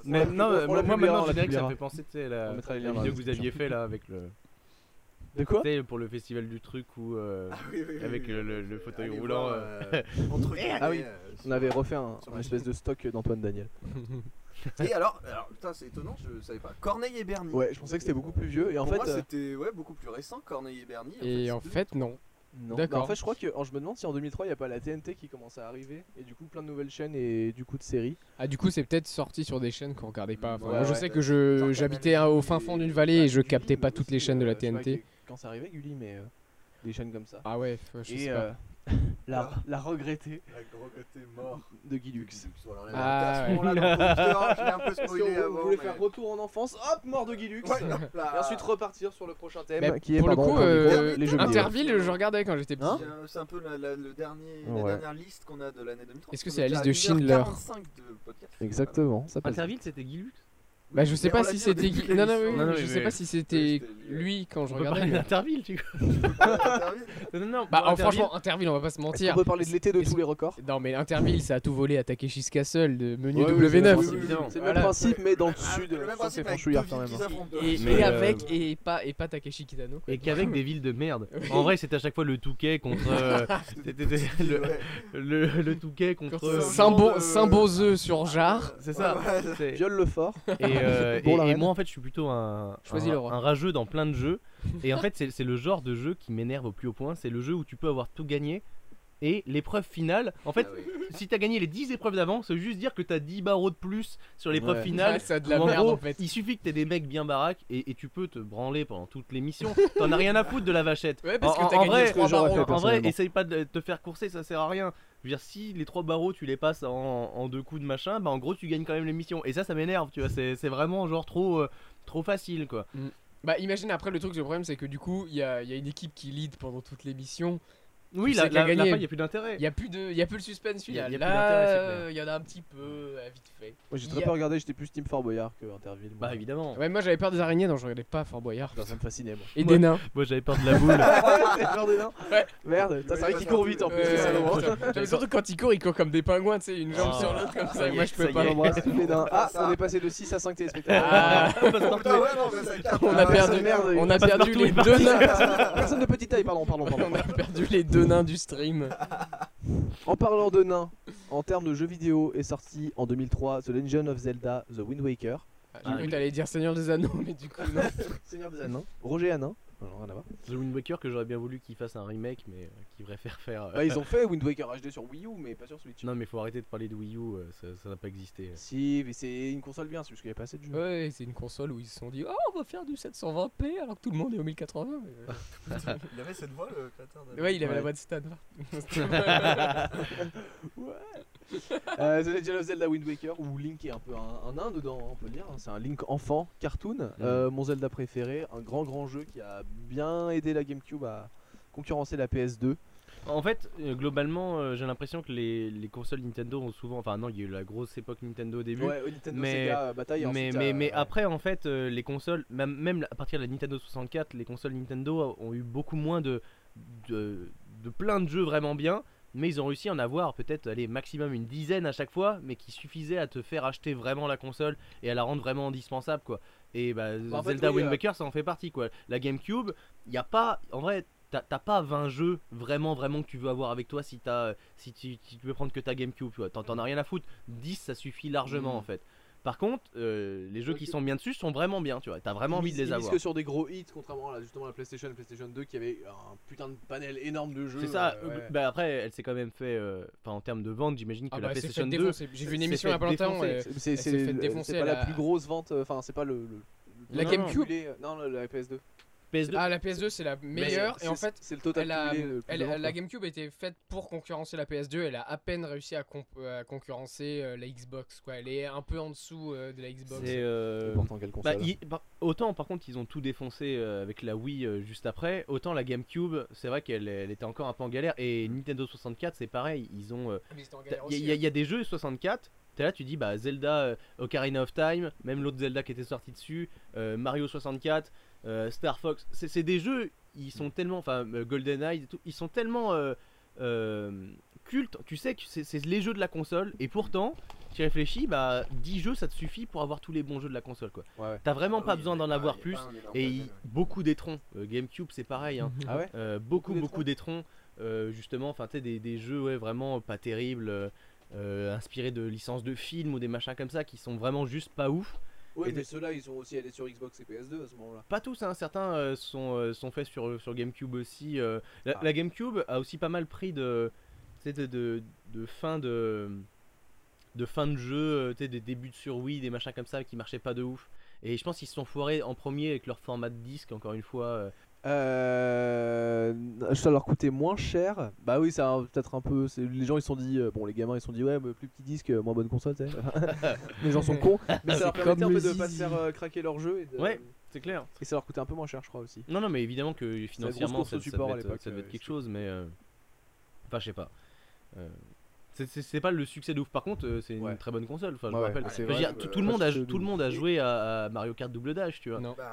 F: Mais
C: l'a-
F: non,
C: on
F: mais
C: l'a
F: moi, moi,
C: publiera, on
F: maintenant, le
C: l'a
F: générique, ça me
C: publiera.
F: fait penser, tu sais,
C: On
F: la,
C: mettra les
F: la
C: liens dans la
F: vidéo que vous
C: description.
F: aviez fait là avec le.
B: *laughs*
C: De quoi
F: Tu sais, pour le festival du truc où. euh,
B: Ah oui, oui, oui,
F: Avec
B: oui,
F: le-
B: oui,
F: le-
B: oui,
F: le
B: oui.
F: fauteuil
B: Allez
F: roulant,
B: voir, euh,
C: *laughs*
B: entre guillemets,
C: Ah oui.
B: euh,
C: On avait
B: sur-
C: refait un,
B: sur
C: un
B: ma
C: espèce de stock d'Antoine Daniel.
B: Et alors, alors, putain, c'est étonnant, je savais pas. Corneille et Bernie.
C: Ouais, je pensais que c'était beaucoup plus vieux et en
B: Mm. Pour
C: fait.
B: moi,
C: euh,
B: c'était ouais, beaucoup plus récent, Corneille et Bernie.
E: Et en
B: c'est-
E: fait, non.
C: non.
E: D'accord.
C: Bah, en fait, je crois que oh, je me demande si en 2003 il n'y a pas la TNT qui commence à arriver et du coup plein de nouvelles chaînes et du coup de séries.
E: Ah, du coup, c'est peut-être sorti sur des chaînes qu'on regardait pas. Enfin,
C: Ouais,
E: moi, je
C: ouais.
E: sais que
B: Genre
E: je
B: Canal
E: j'habitais au fin fond d'une vallée et je
C: Gulli,
E: captais pas
C: mais
E: toutes les
C: aussi,
E: chaînes de
C: euh,
E: la
C: je sais pas
E: TNT.
C: que- Quand ça arrivait, Gulli, mais euh, des chaînes comme ça.
E: Ah ouais, f- je
C: et
E: sais pas.
C: euh, *laughs* la, la regrettée
B: Le gros côté mort.
C: de Guy
B: Du
C: Lux.
B: Guilux, voilà, on l'a
E: Ah,
B: noté à ce
E: ouais.
B: moment-là dans le conducteur, je l'ai un
C: *laughs*
B: peu
C: Parce qu'on
B: spoilé
C: vou-
B: avant.
C: voulait
B: mais-
C: faire retour en enfance, hop, mort de Guy Lux.
B: Ouais,
C: et
B: hop là.
C: ensuite repartir sur le prochain thème
E: Mais
C: qui est
E: pour le
C: pardon,
E: coup,
C: encore une fois,
E: euh,
C: les jeux vidéo.
E: Interville, je regardais quand j'étais petit.
C: Hein
B: C'est- C'est un peu la, la- le dernier, la
C: Ouais.
B: dernière liste qu'on a de l'année 2003.
E: Est-ce que
B: On
E: c'est
B: est
E: la
B: déjà
E: liste de
B: à 1h45 de podcast.
C: Exactement, ça passe.
F: Interville, c'était Guy Lux
E: Bah, je sais
B: Mais on
E: pas
B: l'a
E: si
B: dit au début
E: c'était.
B: de
E: Guy-
B: l'émission.
E: Non, non, oui,
F: Non, non,
E: je
F: mais-
E: sais pas si c'était lui quand je
F: On peut parler
E: regardais. mais-
F: d'Interville, tu
B: Ah,
F: Non, non, non.
E: Bah,
F: pour
E: en-
F: Interville-
E: franchement, Interville, on va pas se
C: Est-ce
E: mentir.
C: qu'on peut parler de l'été de
E: Est-ce-
C: tous les records
E: Non, mais Interville, ça a tout volé à Takeshi's Castle de menu
C: Ouais, oui,
E: W9.
C: oui, oui, oui,
F: évidemment.
C: C'est le
E: Voilà.
C: même principe, mais dans le
B: Ah,
C: sud,
B: le même
C: sans
B: principe
C: ces
B: avec
C: franchouillards
B: deux
C: quand
B: villes
C: même.
B: qui
C: hein.
B: s'affrontent.
E: Et,
F: Mais,
E: et
F: euh,
E: avec et pas et pas Takeshi Kitano.
F: Et qu'avec des villes de merde.
E: Oui.
F: En vrai, c'était à chaque fois le Touquet contre. euh, *laughs* c'était
E: *laughs*
F: le,
B: Ouais.
F: le, le Touquet contre.
E: Contre
B: euh,
E: Saint-Beau-
B: euh,
E: Saint-Beauzeu sur Jarre.
F: C'est ça.
B: Ouais, ouais.
F: C'est-
C: Viole le fort.
F: Et, euh,
C: Ah, Bon,
F: et-
C: la
F: et
C: reine.
F: moi, en fait, je suis plutôt un,
E: Choisis
F: un-
E: le roi.
F: un rageux dans plein de
E: *laughs*
F: jeux. Et en fait, c'est c'est le genre de jeu qui m'énerve au plus haut point. C'est le jeu où tu peux avoir tout gagné. Et l'épreuve finale, en fait,
B: Ah oui.
F: si t'as gagné les 10 épreuves d'avant, ça veut juste dire que t'as 10 barreaux de plus sur l'épreuve
C: Ouais.
F: finale.
E: Ouais, ça a de la
F: En
E: merde
F: gros,
E: en fait.
F: Il suffit que t'aies des mecs bien baraques et, et tu peux te branler pendant toute l'émission. T'en as rien à foutre de la vachette.
E: Ouais, parce
F: En-
E: que
F: en-
E: t'as
F: en
E: gagné
F: vrai,
C: ce que j'aurais
F: en-
C: fait,
F: En vrai,
C: personnellement.
F: essaye pas de te faire courser, ça sert à rien. Je veux dire, si les trois barreaux tu les passes en, en deux coups de machin, bah en gros tu gagnes quand même l'émission. Et ça, ça m'énerve, tu vois. C'est c'est vraiment genre trop, euh, trop facile quoi.
E: Bah imagine après le truc, le problème c'est que du coup, il y a, il y a une équipe qui lead pendant toute l'émission.
F: Oui,
E: Tu
F: la,
E: sais qu'à
F: la, la
E: gagner.
F: fin, il n'y a plus d'intérêt.
E: Il y a plus de il y a plus le suspense
F: Il y a-
E: final.
F: il y a plus d'intérêt, c'est
E: Là,
F: clair.
E: euh, il y en a un petit peu euh, vite fait.
C: Moi j'ai
E: Il
C: très
E: y a-
C: peu regardé, j'étais plus Team Fort Boyard que Interville. moi.
F: Bah évidemment.
E: Ouais, moi j'avais peur des araignées donc je regardais pas Fort Boyard.
C: Putain, ça me fascinait *laughs* moi.
E: Et
F: Moi-
E: des nains.
F: Moi j'avais peur de la boule.
C: J'ai peur des nains.
E: Ouais.
C: Merde, putain, c'est vrai qu'il court vite en plus.
E: Ouais,
C: c'est ça,
B: Ah,
E: ouais,
C: le
E: *laughs*
C: moment.
E: Mais surtout quand ils courent, ils courent comme des pingouins, tu sais, une jambe
F: Ah.
E: sur l'autre comme
F: Ça
E: ça.
F: y
E: Moi
F: est,
E: je
F: ça
E: peux
F: y
E: pas.
F: est.
C: On embrasse tous les nains. Ah, on est passé de 6 à 5 téléspectateurs.
E: Ah,
F: *laughs*
B: Putain, ouais, non, mais
E: *laughs*
B: ça capte,
E: on
F: Ah,
E: a
B: ouais.
E: perdu,
C: merde,
E: on a
F: passe
E: perdu
F: partout,
E: les
F: il
E: deux nains. *laughs*
C: Personne de petite taille, pardon, pardon, pardon.
E: On a perdu les deux nains du stream.
F: Ah,
C: En parlant de nains, en termes de jeux vidéo, est sorti en 2003 The Legend of Zelda The Wind Waker.
E: Ah, J'ai cru que t'allais dire Seigneur des Anneaux, mais du coup non.
C: *laughs* Seigneur des Anneins. Roger Hanin. Non, non, rien à voir.
F: The Wind Waker que j'aurais bien voulu qu'il fasse un remake, mais euh, qu'il préfère faire. euh,
C: Bah, ils ont fait Wind Waker HD sur Wii U, mais pas sur Switch.
F: *laughs* Non, mais faut arrêter de parler de Wii U, euh, ça ça n'a pas existé.
C: Si, mais c'est une console bien, c'est juste qu'il n'y a pas assez de jeux.
E: Ouais, c'est une console où ils se sont dit Oh, on va faire du 720p alors que tout le monde est au 1080.
B: Il avait cette voix, le créateur de.
E: Ouais, il avait
C: Ouais.
E: la voix de Stan.
C: Euh, The Legend of Zelda Wind Waker où Link est un peu un, un nain dedans, hein, on peut le dire. hein. C'est un Link enfant, cartoon.
F: Mm.
C: Euh, mon Zelda préféré, un grand grand jeu qui a bien aidé la GameCube à concurrencer la PS2.
F: En fait, euh, globalement, euh, j'ai l'impression que les, les consoles Nintendo ont souvent. Enfin, non, il y a eu la grosse époque Nintendo au début.
C: Ouais, au Nintendo
F: mais-
C: Sega euh, bataille. et
F: mais
C: ensuite,
F: mais,
C: euh,
F: mais
C: ouais.
F: après, en fait, euh, les consoles, même, même à partir de la Nintendo 64, les consoles Nintendo ont eu beaucoup moins de, de, de plein de jeux vraiment bien. Mais ils ont réussi à en avoir peut-être allez, maximum une dizaine à chaque fois, mais qui suffisait à te faire acheter vraiment la console et à la rendre vraiment indispensable. quoi. Et bah,
C: Bah, en fait,
F: Zelda
C: oui,
F: Wind
C: euh,
F: Waker, ça en fait partie. quoi. La GameCube, il n'y a pas. En vrai, t'as t'as pas 20 jeux vraiment, vraiment que tu veux avoir avec toi si, t'as euh, si, tu, si tu veux prendre que ta GameCube. tu vois. T'en t'en as rien à foutre. 10, ça suffit largement
C: Mm.
F: en fait. Par contre, euh, les jeux qui sont bien dessus sont vraiment bien, tu vois. T'as vraiment envie de
C: Ils-
F: les
C: ils
F: avoir.
C: misent que sur des gros hits, contrairement à la- justement à la PlayStation, PlayStation 2 qui avait un putain de panel énorme de jeux.
F: C'est ça.
C: euh, ouais.
F: euh, bah après, elle s'est quand même fait. euh, Enfin, en termes de vente, j'imagine
E: Ah bah,
F: que la PlayStation 2.
E: J'ai vu une
F: s'est
E: émission
F: fait
E: il y a pas longtemps.
F: défoncer.
E: euh,
C: C'est- c'est-
E: elle s'est
C: c'est-
E: fait
C: euh,
E: défoncer
C: C'est pas la
E: la-
C: plus grosse vente, euh, enfin c'est pas le. le- le-
E: La
C: le-
E: GameCube
C: cumulé- Non, la- la PS2.
F: PS2.
E: Ah, la PS2, c'est la meilleure.
C: C'est-
E: Et en fait,
C: c'est le total
E: elle a-
C: cumulé le plus
E: elle-
C: de ventes,
E: la
C: quoi.
E: GameCube a été faite pour concurrencer la PS2. Elle a à peine réussi à, comp- à concurrencer euh, la Xbox. Quoi. Elle est un peu en dessous euh, de la Xbox.
F: c'est, euh,
C: N'importe quelle
F: bah,
C: console.
F: ils- par- autant par contre ils ont tout défoncé euh, avec la Wii euh, juste après, autant la GameCube c'est vrai qu'elle elle était encore un peu en galère et Nintendo 64 c'est pareil, ils ont euh,
E: Mais c'était en
F: T'as-
E: galère
F: Il y,
E: aussi, hein.
F: a-
H: hein.
F: il y a des jeux 64, t'es là, tu dis bah Zelda euh, Ocarina of Time, même l'autre Zelda qui était sorti dessus, euh, Mario 64, euh, Star Fox, c'est c'est des jeux, ils sont tellement, enfin euh, GoldenEye et tout, ils sont tellement euh, euh, culte. Tu sais que c'est- c'est les jeux de la console, et pourtant, tu y réfléchis, bah 10 jeux ça te suffit pour avoir tous les bons jeux de la console quoi.
C: Ouais, ouais.
F: T'as vraiment
H: Ah
F: pas
H: oui,
F: besoin
H: mais
F: d'en
H: pas-
F: avoir
H: y a
F: plus.
H: pas un mélange
F: Et
H: de
F: il-
H: dingue.
F: beaucoup d'étrons. Euh, GameCube c'est pareil. Hein.
C: Ah ouais
F: Euh, beaucoup,
C: Beaucoup
F: beaucoup d'étrons. Euh, justement, enfin, tu sais, des, des jeux ouais, vraiment pas terribles, euh, euh, inspirés de licences de films ou des machins comme ça qui sont vraiment juste pas ouf.
C: Oui,
F: Et
C: mais
F: des-
C: ceux-là, ils sont aussi allés sur Xbox et PS2 à ce moment-là.
F: Pas tous, hein, certains euh, sont, euh, sont faits sur, sur GameCube aussi. euh. la,
C: Ah.
F: la GameCube a aussi pas mal pris de, tu sais, de, de, de fin de de fin de jeu, euh, tu sais, des débuts de sur Wii, des machins comme ça qui marchaient pas de ouf. Et je pense qu'ils se sont foirés en premier avec leur format de disque, encore une fois. euh.
C: Euh, ça leur coûtait moins cher. Bah oui, ça a peut-être un peu. c'est- Les gens ils se sont dit, euh, bon, les gamins ils se sont dit, ouais, mais plus petit disque, euh, moins bonne console, tu sais. *laughs* les gens sont
E: *laughs*
C: cons. Mais ça leur permettait un
F: comme
C: peu
F: le
C: de pas se
F: zizi.
C: faire euh, craquer leur jeu. Et, de-
F: Ouais, c'est clair.
C: et ça leur coûtait un peu moins cher, je crois aussi.
F: Non, non, mais évidemment que
C: grosse
F: financièrement,
C: course
F: ça,
C: au
F: ça
C: support à
F: devait être,
C: l'époque,
F: ça devait être
C: euh,
F: quelque
C: c'était-
F: chose, mais. euh, Enfin, je sais pas. Euh, c'est- C'est c'est pas le succès de ouf, par contre, euh, c'est
C: Ouais.
F: une très bonne console. Enfin, je
C: Ouais,
F: me
C: ouais,
F: rappelle.
C: bah, c'est
F: Enfin, je veux
H: vrai,
F: dire, tout,
H: euh,
F: tout le monde
C: pas
F: a,
C: de
F: tout le monde a
C: doute.
F: joué à, à Mario Kart double dash, tu vois.
E: Non.
B: Ben,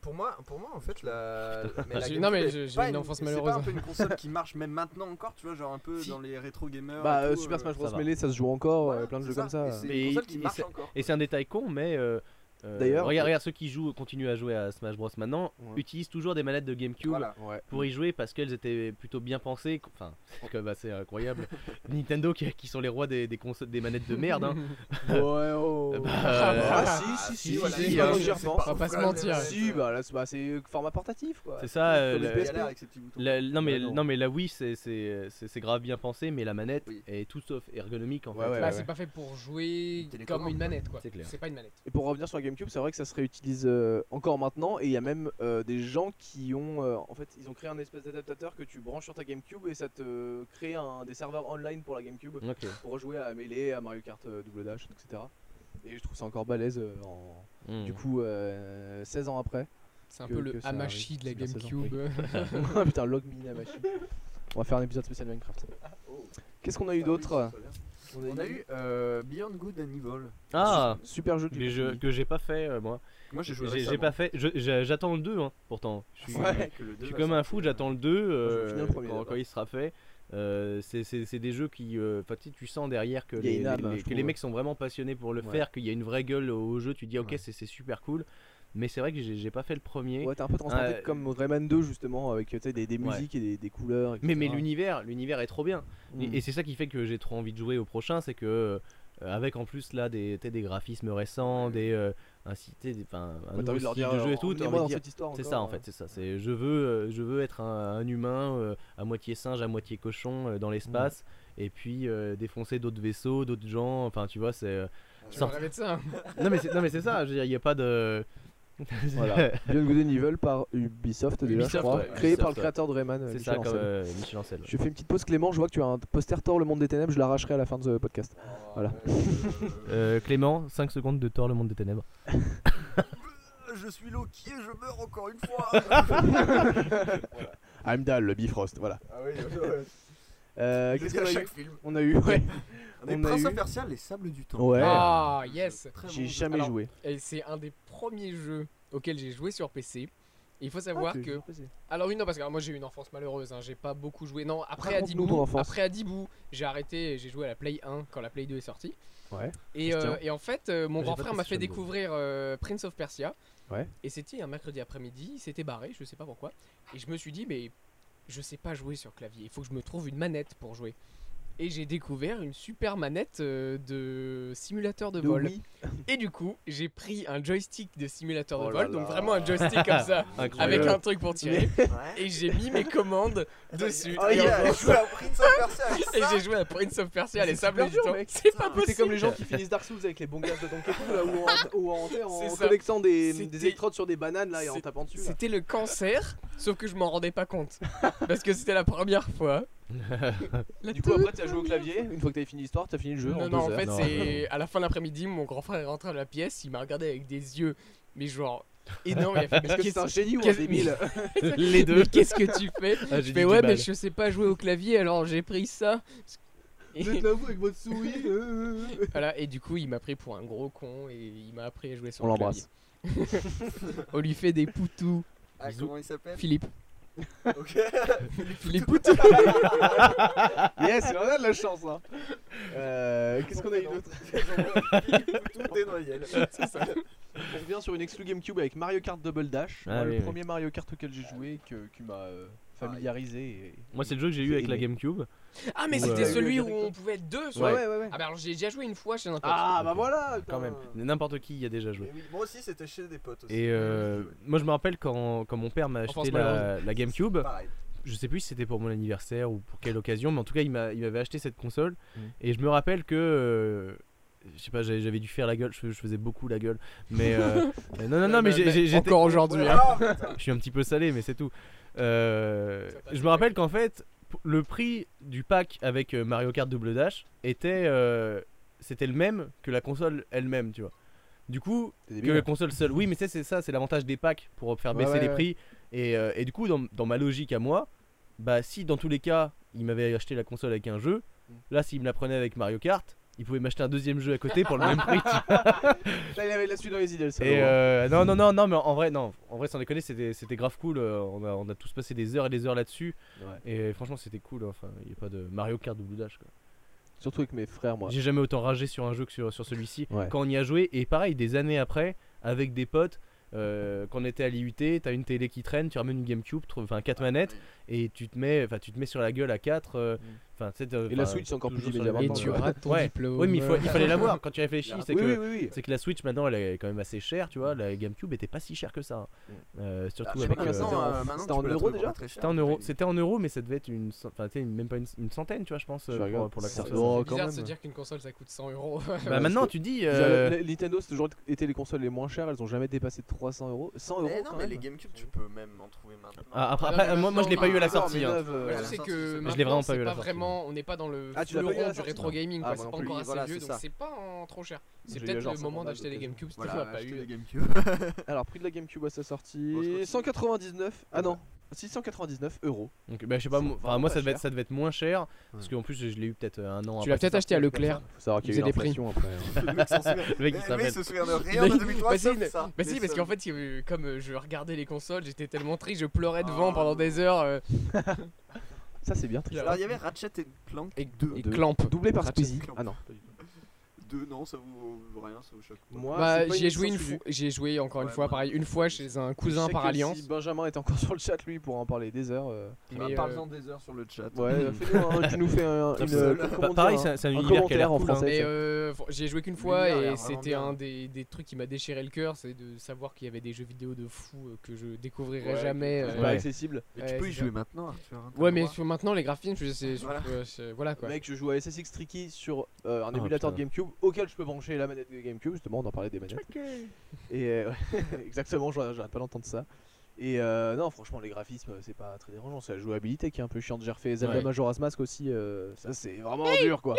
B: pour moi, pour moi, en fait, la. mais la
E: J'ai-
B: GameCube
E: non, mais
B: est
E: j'ai- j'ai
B: pas
E: une enfance
B: C'est pas un
E: malheureuse.
B: peu une console qui marche même maintenant encore, tu vois, genre un peu
F: Si.
B: dans les rétro gamers.
C: bah,
B: et
C: euh,
B: tout,
C: Super
B: euh,
C: Smash
F: ça
C: Bros.
F: va.
C: Melee, ça se joue encore,
B: voilà,
C: euh, plein de
B: c'est
C: jeux comme ça.
B: et
C: euh.
B: C'est
F: Mais
B: une console
F: il-
B: qui
F: il-
B: marche
F: c'est-
B: encore.
F: Et c'est un détail con, mais. euh, euh,
C: D'ailleurs-
F: regarde, regarde ceux qui jouent, continuent à jouer à Smash Bros maintenant,
C: Ouais.
F: utilisent toujours des manettes de GameCube
B: Voilà.
C: Ouais.
F: pour y jouer parce qu'elles étaient plutôt bien pensées. qu- Enfin, *laughs* c'est quand même
C: *laughs*
F: assez incroyable. Nintendo qui, qui sont les rois des, des, consoles- des manettes de merde. hein.
C: *laughs* Ouais, oh.
F: Euh, bah,
C: *laughs* Ah,
F: euh,
C: si, si, si,
F: si,
C: voilà,
F: si,
C: c'est pas
F: hein.
C: moi, j'y repense.
E: On va pas se
B: Ouais,
E: mentir.
B: mais-
C: Si, bah là, c'est- bah, c'est format portatif quoi.
F: c'est ça, euh,
C: Comme
B: Il y
C: les
F: le-
B: a
C: PSP.
B: l'air avec ces petits boutons.
F: La- non, mais,
C: Bah non.
F: non. mais la Wii c'est- c'est c'est- c'est grave bien pensé mais la manette
B: Oui.
F: est tout sauf ergonomique en
C: Ouais,
F: fait.
C: ouais,
E: Bah,
C: ouais.
E: c'est pas fait pour jouer comme
B: télécommande,
E: une manette, quoi.
F: C'est clair.
E: C'est pas une manette.
C: Et pour revenir sur la GameCube, c'est vrai que ça se réutilise euh, encore maintenant et il y a même euh, des gens qui ont euh, en fait ils ont créé un espèce d'adaptateur que tu branches sur ta GameCube et ça te crée un, des serveurs online pour la GameCube
F: Ok.
C: pour jouer à Melee, à Mario Kart euh, Double Dash, etc. Et je trouve ça encore balèze euh, en-
F: Mm.
C: du coup euh, 16 ans après. *laughs*
E: C'est un
C: Que-
E: peu
C: que
E: le
C: ça
E: Hamachi
C: arrive.
E: de la
C: C'est bien, c'est
E: GameCube.
C: Ah, Putain, log me in, la machine. On va faire un épisode spécial Minecraft. Qu'est-ce qu'on a eu d'autre
B: On a eu euh, Beyond Good and Evil.
F: Ah
C: Super jeu. que
F: les
C: j'ai
F: jeux
C: fini.
F: que j'ai pas fait euh, moi.
B: Moi j'ai joué
F: J'ai j'ai pas fait. je- j'ai- J'attends le 2 hein, pourtant. Je suis,
C: Ouais.
F: je suis comme un fou, j'attends le 2 euh,
C: finir le premier,
F: quand, quand
C: d'abord.
F: il sera fait. Euh, c'est- c'est c'est des jeux qui. euh, Enfin, tu sais, tu sens derrière que,
C: Il y a
F: les,
C: une âme,
F: les-
C: hein, je
F: que les
C: trouve.
F: mecs sont vraiment passionnés pour le
C: Ouais.
F: faire, qu'il y a une vraie gueule au, au jeu. Tu dis, ok,
C: Ouais.
F: c'est c'est super cool. Mais c'est vrai que j'ai j'ai pas fait le premier.
C: Ouais, t'es un peu transporté
F: Euh,
C: comme Rayman 2 justement avec tu sais, des, des
F: Ouais.
C: musiques et des, des couleurs.
F: Mais, mais
C: etc..
F: l'univers, l'univers est trop bien. Et-
C: Mm.
F: Et c'est ça qui fait que j'ai trop envie de jouer au prochain, c'est que euh, avec en plus là des, t'sais, des graphismes récents, des euh, un site- des- enfin, un
C: Ouais, t'as
F: nouveau
C: envie de leur
F: style
C: dire
F: de
C: euh,
F: jeu et tout, t'as
C: emmenez-moi
F: envie
C: dans
F: de dire-
C: cette histoire
F: c'est
C: encore,
F: ça en
C: euh.
F: fait, c'est ça. C'est je veux, euh, je veux être un, un humain euh, à moitié singe, à moitié cochon euh,
C: Hmm.
F: dans l'espace, et puis euh, défoncer d'autres vaisseaux, d'autres gens. Enfin tu vois, c'est euh,
E: *laughs* Je
F: Sorti-
E: rêvais de ça. hein.
F: non mais c'est, non mais c'est ça. Il n'y a pas de *laughs*
C: Voilà. Beyond Good and Evil par Ubisoft déjà, je
E: Ubisoft,
C: crois.
F: ouais,
C: Créé
F: Ubisoft,
C: par le
F: ouais.
C: créateur de Rayman. euh,
F: c'est
C: Michel
F: ça comme
C: Ancel.
F: euh, Michel Ancel.
C: Je fais une petite pause Clément, je vois que tu as un poster Thor le monde des ténèbres, je l'arracherai à la fin de ce podcast.
B: Oh,
C: *laughs* Voilà. *laughs*
F: Euh, Clément, 5 secondes de Thor, le monde des ténèbres.
B: Je suis Loki et je meurs encore une fois.
C: Ah Heimdall, le Bifrost, voilà.
B: ah *laughs* oui,
C: Euh,
B: qu'est-ce
C: Qu'est-ce qu'on a eu
B: chaque film.
C: On a eu ouais.
B: On est
C: On a
B: Prince
C: eu-
B: of Persia, les sables du temps.
C: Ouais.
E: Ah, yes.
B: Très bon
C: J'ai
B: jeu.
C: jamais
E: Alors,
C: joué.
E: Et c'est un des premiers jeux auxquels j'ai joué sur PC. Et il faut savoir que.
C: Bah
E: Alors, oui, non, parce que alors, moi j'ai eu une enfance malheureuse, hein, j'ai pas beaucoup joué. Non, après à
C: Raconte-nous ton
E: Dibou,
C: enfance.
E: après à Dibou, j'ai arrêté et j'ai joué à la Play 1 quand la Play 2 est sortie.
C: Ouais,
E: Et,
C: Christian.
E: euh, et en fait, euh, mon
F: J'ai
E: grand
F: pas
E: frère m'a fait
F: Christian, donc.
E: découvrir euh, Prince of Persia.
C: Ouais.
E: Et c'était un mercredi après-midi, il s'était barré, je sais pas pourquoi. Et je me suis dit, mais je sais pas jouer sur clavier, il faut que je me trouve une manette pour jouer. Et j'ai découvert une super manette euh, de simulateur de,
C: De
E: vol.
C: Wii.
E: *laughs* Et du coup, j'ai pris un joystick de simulateur de
C: Oh là
E: vol,
C: là.
E: donc vraiment un joystick comme
C: *laughs*
E: ça, avec un truc pour tirer.
B: Ouais. *laughs*
E: Et j'ai mis
C: *laughs*
E: mes commandes dessus.
C: Ah,
E: Et
C: il
B: Il
C: y
E: en-
B: a joué à Prince of Persia *laughs* avec
E: et
B: ça.
E: j'ai joué à Prince of Persia, les
C: C'est
E: sables
C: super
E: du
C: dur,
E: temps.
C: mec.
E: C'est pas
C: C'est
E: possible.
C: comme les gens qui finissent Dark Souls avec les bongas de Donkey Kong là, ou en, ou en, tu sais, en
E: C'est ça.
C: collectant des, des
E: C'était-
C: électrodes sur des bananes là et en
E: C'est-
C: tapant dessus. là.
E: C'était le cancer, sauf que je m'en rendais
C: *laughs*
E: pas compte. Parce que c'était la première fois. La
C: Du coup après
E: toute
C: t'as joué au
E: première
C: clavier, une fois que t'avais fini l'histoire, t'as fini le jeu en
E: Non,
C: deux
E: non, en
C: heures.
E: fait,
F: Non. *laughs*
E: c'est à la fin de l'après-midi, mon grand frère est rentré dans la pièce, il m'a regardé avec des yeux, mais genre énorme. Il
C: *laughs*
E: a fait, mais
C: Est-ce que
E: qu'est-ce-
C: c'est un génie ou un *laughs*
E: qu'est-ce-
C: débile
F: *laughs* Les deux.
E: *laughs* mais qu'est-ce que tu fais
F: Ah, j'ai
E: Je
F: dit
E: fais,
F: du
E: ouais, mais
F: mal.
E: je sais pas jouer au clavier, alors j'ai pris ça. Et- *laughs*
C: là vous avec votre *laughs* souris. euh, euh, euh.
E: Voilà, et du coup, il m'a pris pour un gros con et il m'a appris à jouer sur
C: On
E: le
C: l'embrasse.
E: clavier. *laughs* On lui fait des poutous,
B: Ah,
F: Bisous.
B: comment il s'appelle
E: Philippe.
B: Ok.
E: Les
C: Yes, on a de la chance. Hein. Euh, Qu'est-ce qu'on a eu d'autre
B: *laughs* Tout des noyelles.
C: On revient sur une exclu GameCube avec Mario Kart Double Dash.
F: Ah
C: Moi,
F: oui,
C: le
F: oui.
C: premier Mario Kart auquel j'ai joué et que, qui m'a euh, familiarisé. et-
F: Moi, c'est le jeu que j'ai eu avec la
C: aimé.
F: GameCube.
E: Ah, mais
F: Ouais.
E: c'était celui où
C: Ouais.
E: on pouvait être deux sur
C: Ouais,
E: la-
C: ouais, ouais.
E: Ah, bah alors j'ai déjà joué une fois chez un pote.
C: Ah, bah voilà
F: Quand même. N'importe qui y a déjà joué.
B: Mais oui, Moi aussi, c'était chez des potes aussi.
F: Et euh, moi, je me rappelle quand, quand mon père m'a
E: France,
F: acheté la, la GameCube.
B: Pareil.
F: Je sais plus si c'était pour mon anniversaire ou pour quelle occasion, mais en tout cas, il m'a- il m'avait acheté cette console.
C: Mm.
F: Et je me rappelle que. euh, je sais pas, j'avais j'avais dû faire la gueule, je, je faisais beaucoup la gueule. Mais. *laughs* euh, euh, non, non, non, mais j'ai- j'ai- j'étais.
E: bah, Encore aujourd'hui. hein.
B: Ah, putain.
F: *laughs* Je suis un petit peu salé, mais c'est tout. Euh,
E: Ça passe
F: je me rappelle qu'en fait, p- le prix du pack avec euh, Mario Kart Double Dash était. euh, c'était le même que la console elle-même, tu vois. Du coup,
C: T'es
F: que
C: débile,
F: la
C: hein.
F: console seule. Oui, mais ça, c'est ça, c'est l'avantage des packs pour faire
C: Ouais,
F: baisser
C: ouais,
F: les
C: ouais.
F: prix. Et, euh, et du coup, dans, dans ma logique à moi, bah si dans tous les cas, il m'avait acheté la console avec un jeu, là, s'il me la prenait avec Mario Kart, il pouvait m'acheter un deuxième jeu à côté pour le même prix. tu vois.
C: Là, il avait de la suite dans les idées, le salaud,
F: Et
C: hein.
F: euh, non, non, non, non, mais en vrai, non, en vrai, sans déconner, c'était, c'était grave cool. euh, On a, on a tous passé des heures et des heures là-dessus.
C: Ouais.
F: Et franchement, c'était cool. hein. Enfin, il n'y a pas de Mario Kart double dash. Quoi.
C: Surtout avec mes frères, moi.
F: J'ai jamais autant ragé sur un jeu que sur, sur celui-ci.
C: Ouais.
F: Quand on y a joué, et pareil, des années après, avec des potes, euh, quand on était à l'IUT, t'as une télé qui traîne, tu ramènes une GameCube, tu trouves- enfin 4 manettes, et tu te mets, enfin tu te mets sur la gueule à 4 Enfin, tu sais, t'as-
C: Et la
F: enfin,
C: Switch, c'est encore plus
F: toujours sur
C: immédiat
F: la-
E: Et
C: maintenant,
E: tu
C: ouais.
E: rates ton
F: Ouais.
E: diplôme.
F: Oui, mais il, faut- il fallait l'avoir. *laughs* Quand tu réfléchis, c'est
C: Oui,
F: que
C: oui, oui, oui.
F: c'est que la Switch maintenant, elle est quand même assez chère, tu vois. La GameCube était pas si chère que ça. hein. Euh,
B: Ah,
F: surtout
B: Je sais
F: avec.
B: pas
F: euh,
B: maintenant,
C: euh,
B: euh,
C: c'était
B: maintenant, tu
C: en
B: peux la
C: euros
B: trouver
C: déjà
B: pas très cher.
F: C'était en euros, c'était en euros, mais ça devait être une, cent- enfin, tu sais, même pas une, une centaine, tu vois, je pense, euh,
C: Je
F: pour,
C: regarde.
E: Bah,
F: pour la
C: Ça
F: console.
C: doit-
E: C'est
C: Oh,
E: bizarre
C: quand
E: de se
C: même.
E: dire qu'une console ça coûte 100 euros. *laughs*
F: Bah maintenant, tu dis.
C: Genre,
F: euh,
C: la- Nintendo, c'est toujours été les consoles les moins chères, elles ont jamais dépassé 300 euros. 100 euros
B: Mais Eh non,
C: quand
B: mais
C: même.
B: les Gamecube, tu peux même en trouver maintenant.
F: Ah, après,
E: Ah non,
F: après,
E: mais
F: moi, moi je l'ai pas eu à la
E: maintenant,
C: Non, mais
F: sortie. hein.
C: neuf, euh,
E: Ouais,
B: la
E: je sais
B: sortie,
E: que
B: c'est- Je l'ai
E: maintenant,
F: vraiment pas
E: c'est
F: eu à la sortie.
E: vraiment, on n'est pas dans le
C: Ah, tu l'as pas eu à la
E: fleuron du
C: sortie,
E: rétro gaming,
B: Ah,
E: quoi.
B: moi
E: c'est
B: non
E: pas
B: plus,
E: encore assez
B: voilà,
E: vieux,
B: c'est
E: donc
B: ça.
E: c'est pas en trop cher.
C: J'ai
E: C'est
C: eu
E: peut-être
C: genre
E: le moment
C: 50
E: d'acheter
C: balles
E: les
C: d'occasion.
E: GameCube, si
B: Voilà, bah,
E: tu l'as pas
B: acheter
E: eu.
B: des Gamecube. *laughs*
C: Alors, prix de la GameCube à sa
B: Bon, je
C: sortie
B: continue.
C: 199. Ah non, 699 euros.
F: Donc, bah, je sais pas,
C: C'est
F: moi, enfin,
C: vraiment
F: moi
C: pas
F: ça, devait
C: cher.
F: être, ça devait être moins cher. Parce qu'en plus, je l'ai eu peut-être euh, un an
E: Tu l'as
F: après
E: peut-être acheté à Leclerc.
C: Faut savoir qu'il y a eu
E: Ils faisaient des
C: l'inflation après. hein.
B: Le mec s'en souvient.
F: Le mec, il
B: Mais- mais
F: s'appelle.
B: il se souvient de rien de 2003
E: Bah si,
B: sauf
E: mais-
B: ça.
E: Bah si,
B: Les
E: parce qu'en
B: seuls.
E: fait, euh, comme euh, je regardais les consoles, j'étais tellement triste, je pleurais devant pendant des heures. euh,
C: Ça, c'est bien triste.
B: Alors il y avait Ratchet et Clank
E: Et-
B: deux.
E: et
C: Deux.
E: Clamp.
C: Doublé par
E: Ratchet
C: Squeezie.
B: Clank.
C: Ah non.
B: Deux, non, ça vous rien, ça vous choque. pas.
C: Moi,
E: Bah,
C: c'est pas
E: j'y ai joué une
C: licence que
E: fois, j'y ai joué encore une
B: Ouais,
E: fois,
B: moi,
E: pareil, une fois chez un
C: j'ai-
E: cousin
C: Je sais
E: par
C: que
E: alliance.
C: Si Benjamin est encore *laughs* sur le chat, lui, il pourra en parler des heures. euh,
E: Mais,
B: Bah, Parle-en
E: euh,
B: des heures sur le chat.
C: Ouais, fais-nous un- tu nous fais un, une. euh,
F: seul.
C: comment
F: Pa-
C: dire,
F: Bah, pareil,
C: un-
F: c'est un- c'est un,
C: un
F: univers qui a
C: commentaire
F: l'air
C: en
F: cool. hein.
C: français.
E: mais
C: ça.
E: euh, fr- j'y ai joué qu'une fois
B: Lumière a
E: et
B: l'air
E: c'était
B: vraiment
E: un
B: bien.
E: des, des trucs qui m'a déchiré le cœur, c'est de savoir qu'il y avait des jeux vidéo de fou euh, que je découvrirais
C: Ouais,
E: jamais.
C: c'est
E: euh,
C: pas
F: ouais.
C: accessible.
B: Mais
E: ouais,
B: tu peux
E: c'est
B: y
E: ça.
B: jouer maintenant, Arthur. hein, t'as
E: Ouais,
B: le
E: mais
B: droit.
E: sur maintenant les graphismes, je sais, c'est-
B: Voilà.
E: euh, c'est- voilà quoi.
C: Mec, je joue à SSX Tricky sur euh, un
F: Ah,
C: émulateur de
F: putain.
C: GameCube auquel je peux brancher la manette de GameCube. Justement, on en parlait des manettes. Et euh, ouais, *laughs* exactement, j'arrête j'arrête pas d'entendre ça. Et euh, non, franchement, les graphismes, euh, c'est pas très dérangeant. C'est la jouabilité qui est un peu chiante. J'ai refait Zelda
F: Ouais.
C: Majora's Mask aussi. euh, ça, c'est vraiment dur quoi.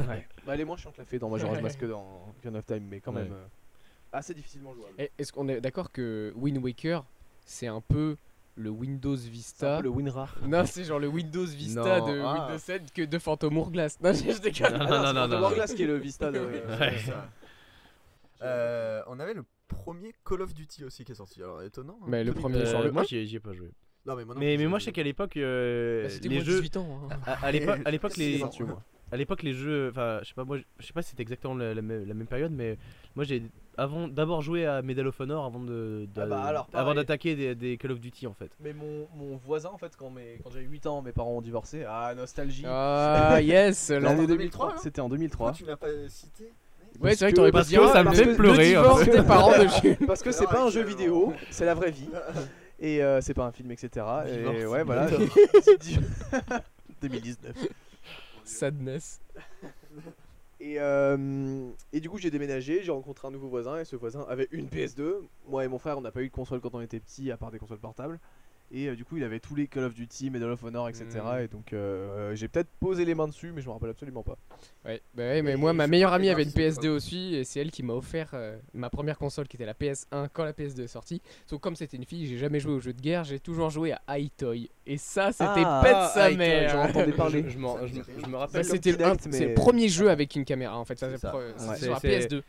C: Ouais. Bah, elle est moins chiante la fée dans Majora's Mask que dans Ocarina of Time, mais quand même.
F: Ouais.
C: euh, assez difficilement jouable.
E: Et Est-ce qu'on est d'accord que Wind Waker, c'est un peu le Windows
C: C'est un
E: Vista
C: peu le WinRAR.
E: Non, c'est genre le Windows Vista
F: Non,
E: de
F: ah.
E: Windows 7 que de Phantom Hourglass. Non, je déconne.
F: Non,
C: Ah,
F: non, non, non, non.
C: Hourglass qui est le Vista *laughs* de.
B: C'est ça. Euh, on avait le premier Call of Duty aussi qui est sorti. Alors étonnant. hein.
E: Mais le
B: Tous les-
E: premier
F: Euh,
E: sur le
F: moi, j'y ai, j'y ai pas joué.
B: Non mais moi, non
F: Mais,
B: plus,
F: mais moi,
B: j'ai-
F: je sais qu'à l'époque, euh,
E: Bah, C'était
F: les
E: moins de
F: jeux.
E: 18 ans. hein.
F: À, à l'époque, à l'époque, les,
B: C'était
F: à l'époque, les jeux. Enfin, je sais pas, moi, je- je sais pas si c'était exactement la, la même la même période, mais moi, j'ai avant d'abord joué à Medal of Honor avant de, de-
C: Ah bah, alors,
F: avant
C: pareil.
F: d'attaquer des, des Call of Duty en fait.
C: Mais mon, mon voisin, en fait, quand, mes- quand j'avais 8 ans, mes parents ont divorcé. Ah, nostalgie.
E: Ah, yes, l'an-
B: en
C: L'année
B: 2003,
C: 2003,
B: hein.
C: c'était en 2003.
B: Pourquoi tu l'as pas cité
E: Ouais, c'est
C: Parce
E: vrai que t'aurais pas
F: parce
E: dit
F: que
E: ah,
F: ça me
E: parce
F: faisait
E: que
F: pleurer,
E: le
F: un
E: divorce
F: peu.
E: des
F: *laughs*
E: parents de Jules.
C: Parce que c'est
B: Alors,
C: pas un jeu
B: actuellement.
C: vidéo, c'est la vraie *laughs* vie. Et euh, c'est pas un film, etc. Et
F: Divorce.
C: ouais, voilà. *laughs* 2019.
E: Sadness.
C: Et, euh, et du coup, j'ai déménagé, j'ai rencontré un nouveau voisin, et ce voisin avait une PS2. Moi et mon frère, on n'a pas eu de console quand on était petit, à part des consoles portables. Et euh, du coup, il avait tous les Call of Duty, Medal of Honor, etc.
E: Mm.
F: Mmh.
C: Et donc, euh, j'ai peut-être posé les mains dessus, mais je me rappelle absolument pas.
E: Ouais, bah ouais, mais
B: Et
E: moi, ma
B: je
E: meilleure
B: crois que
E: amie
B: les
E: avait une
B: graphismes,
E: PS2 aussi, et c'est elle qui m'a offert euh, ma première console qui était la PS1 quand la PS2 est sortie. Sauf comme c'était une fille, j'ai jamais joué aux jeux de guerre, j'ai toujours joué à iToy. Et ça, c'était
C: Ah,
E: pas de sa
C: ah, iToy,
E: mère.
C: j'en entendais parler.
F: Je, je m'en-
B: Ça me
F: je-
B: dit rien.
F: je me
E: Bah,
F: rappelle.
C: comme
E: c'était le,
C: Kinect,
E: un- c'est le
C: mais-
E: premier jeu avec une caméra en fait, ça,
F: C'est
E: c'est
F: ça.
E: pro- c'est
F: Ouais.
E: sur la
F: C'est-
E: PS2.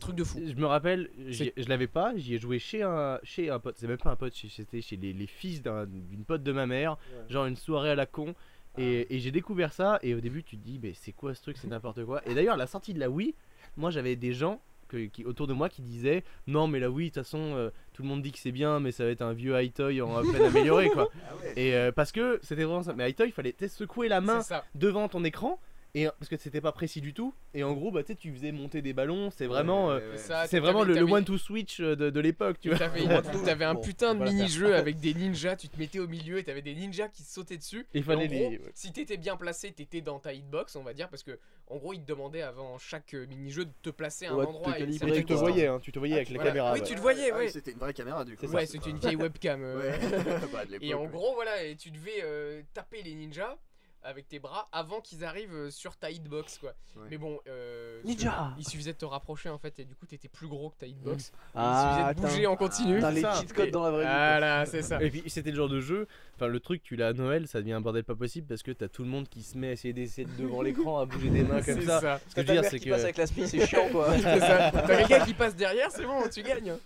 E: Truc de fou.
F: Je me rappelle, j'y- je l'avais pas, j'y ai joué chez un, chez un pote, c'est même pas un pote, chez- c'était chez les, les fils d'un- d'une pote de ma mère, genre une soirée à la con.
E: Ah.
F: Et, et j'ai découvert ça, et au début tu te dis, mais c'est quoi ce truc, c'est n'importe quoi. Et d'ailleurs, à la sortie de la Wii, moi j'avais des gens que- qui, autour de moi qui disaient, non mais la Wii, de toute façon, euh, tout le monde dit que c'est bien, mais ça va être un vieux High-Toy en à peine amélioré
E: *laughs*
F: quoi.
E: Ah
F: Et euh, parce que c'était vraiment ça, mais High-Toy, il fallait tu sais, secouer la main
E: C'est ça.
F: devant ton écran. Et, euh, parce que c'était pas précis du tout, et en gros, bah, tu sais, tu faisais monter des ballons, c'est vraiment. euh,
E: C'est ça,
F: c'est
E: t'avais-
F: vraiment le,
E: t'avais-
F: one-two switch euh, de, de l'époque, tu vois.
E: T'avais
C: Bon,
E: t'avais un
C: bon,
E: putain de
C: voilà.
E: mini-jeu avec des ninjas, tu te mettais au milieu et t'avais des ninjas qui sautaient dessus.
F: Il
E: Et en
F: fallait
E: gros,
F: les.
E: Si t'étais bien placé, t'étais dans ta hitbox, on va dire, parce que en gros, ils te demandaient avant chaque euh, mini-jeu de te placer à un
C: Ouais, de te
E: endroit. et
C: calibrer,
E: ça
F: Et
E: fait
F: tu te
E: tout.
C: quoi.
F: voyais, hein, tu te voyais avec la
E: Voilà.
F: caméra.
E: Eh Oui,
F: ouais.
E: tu le voyais,
C: Ah,
E: ouais.
B: Ah C'était une vraie caméra du coup.
E: Ouais, c'était une vieille webcam. euh.
B: Ouais, *laughs* bah, de
E: Et
B: l'époque,
E: en
B: ouais.
E: gros, voilà, et tu devais euh, taper les ninjas avec tes bras avant qu'ils arrivent euh, sur ta hitbox, quoi.
B: Ouais.
E: Mais bon, euh,
C: Ninja
E: il suffisait de te rapprocher en fait, et du coup, t'étais plus gros que ta hitbox.
C: Ah,
E: il suffisait de bouger en continu.
C: Putain, les
F: ça.
C: cheat codes dans la vraie vie. quoi.
E: Voilà, c'est ça.
F: Et puis c'était le genre de jeu, enfin le truc, tu l'as à Noël, ça devient un bordel pas possible parce que t'as tout le monde qui se met à essayer d'essayer de *laughs* devant l'écran à bouger des mains comme
E: C'est
F: ça.
E: ça.
F: Ce que
C: Quand
F: je veux
C: ta
F: dire,
C: mère
F: c'est
C: qui
F: que.
C: passe avec la spie,
F: *laughs*
C: c'est chiant quoi.
E: C'est ça. T'as quelqu'un qui passe derrière, c'est bon, tu gagnes.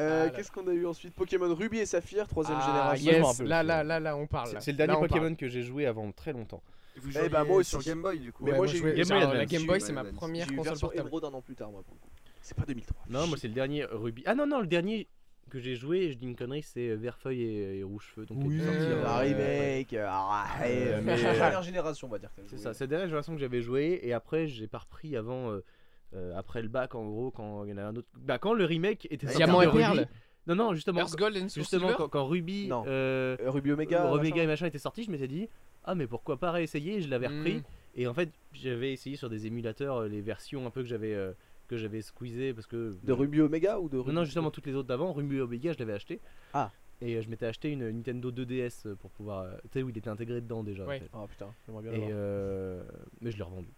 C: Euh,
E: Ah, là.
C: Qu'est-ce qu'on a eu ensuite Pokémon Ruby et Saphir, troisième
E: Ah,
C: génération.
E: yes,
F: je m'en rappelle.
E: là, là, là, là, on parle. là.
F: C'est c'est le dernier
E: Là, on
F: Pokémon
E: parle.
F: que j'ai joué avant très longtemps.
B: Vous
C: Eh
B: jouez
C: bah, moi aussi.
B: sur Game Boy du coup.
E: Ouais,
C: Mais
E: moi, j'ai eu Game Boy La
C: Advance.
E: Game Boy,
B: J'ai eu
E: c'est ma
B: Advance.
E: première
C: J'ai eu
E: console
C: version
E: portable.
C: émeraude un an plus tard, moi pour le coup. C'est pas 2003.
F: Non, moi c'est le dernier Ruby. Ah non, non, le dernier que j'ai joué, je dis une connerie, c'est euh, Verfeuille et, et Rougefeu. Donc
E: Oui,
F: les deux sorties,
E: euh,
F: euh,
C: Arrête,
F: ouais.
C: mec, arrête.
F: Euh, mais-
C: Dernière génération, on va dire. que t'as
F: C'est
C: joué.
F: ça, c'est la dernière génération que j'avais joué et après j'ai pas repris avant euh, euh, après le bac en gros quand il y en a un autre. Bah quand le remake était sorti
E: Ah, Diamant
F: de
E: et
F: Ruby-
E: Perle.
F: Non non justement
E: Earth Gold and Soul
F: justement
E: Silver.
F: quand, quand Ruby
C: Non.
F: euh,
C: Euh, Ruby Omega.
F: Omega
C: machin.
F: et machin était sorti je m'étais dit ah mais pourquoi pas réessayer je l'avais repris
E: Mm.
F: et en fait j'avais essayé sur des émulateurs euh, les versions un peu que j'avais euh, que j'avais squeezé parce que euh,
C: De Ruby Omega ou de
F: non,
C: Ruby
F: non, justement toutes les autres d'avant Ruby Omega je l'avais acheté
C: Ah.
F: et euh, je m'étais acheté une Nintendo 2DS euh, pour pouvoir euh, tu sais où il était intégré dedans déjà en
E: Ouais.
F: fait.
C: Ah putain, j'aimerais bien
F: et
C: l'avoir.
F: euh, mais je
C: *laughs*
F: l'ai revendu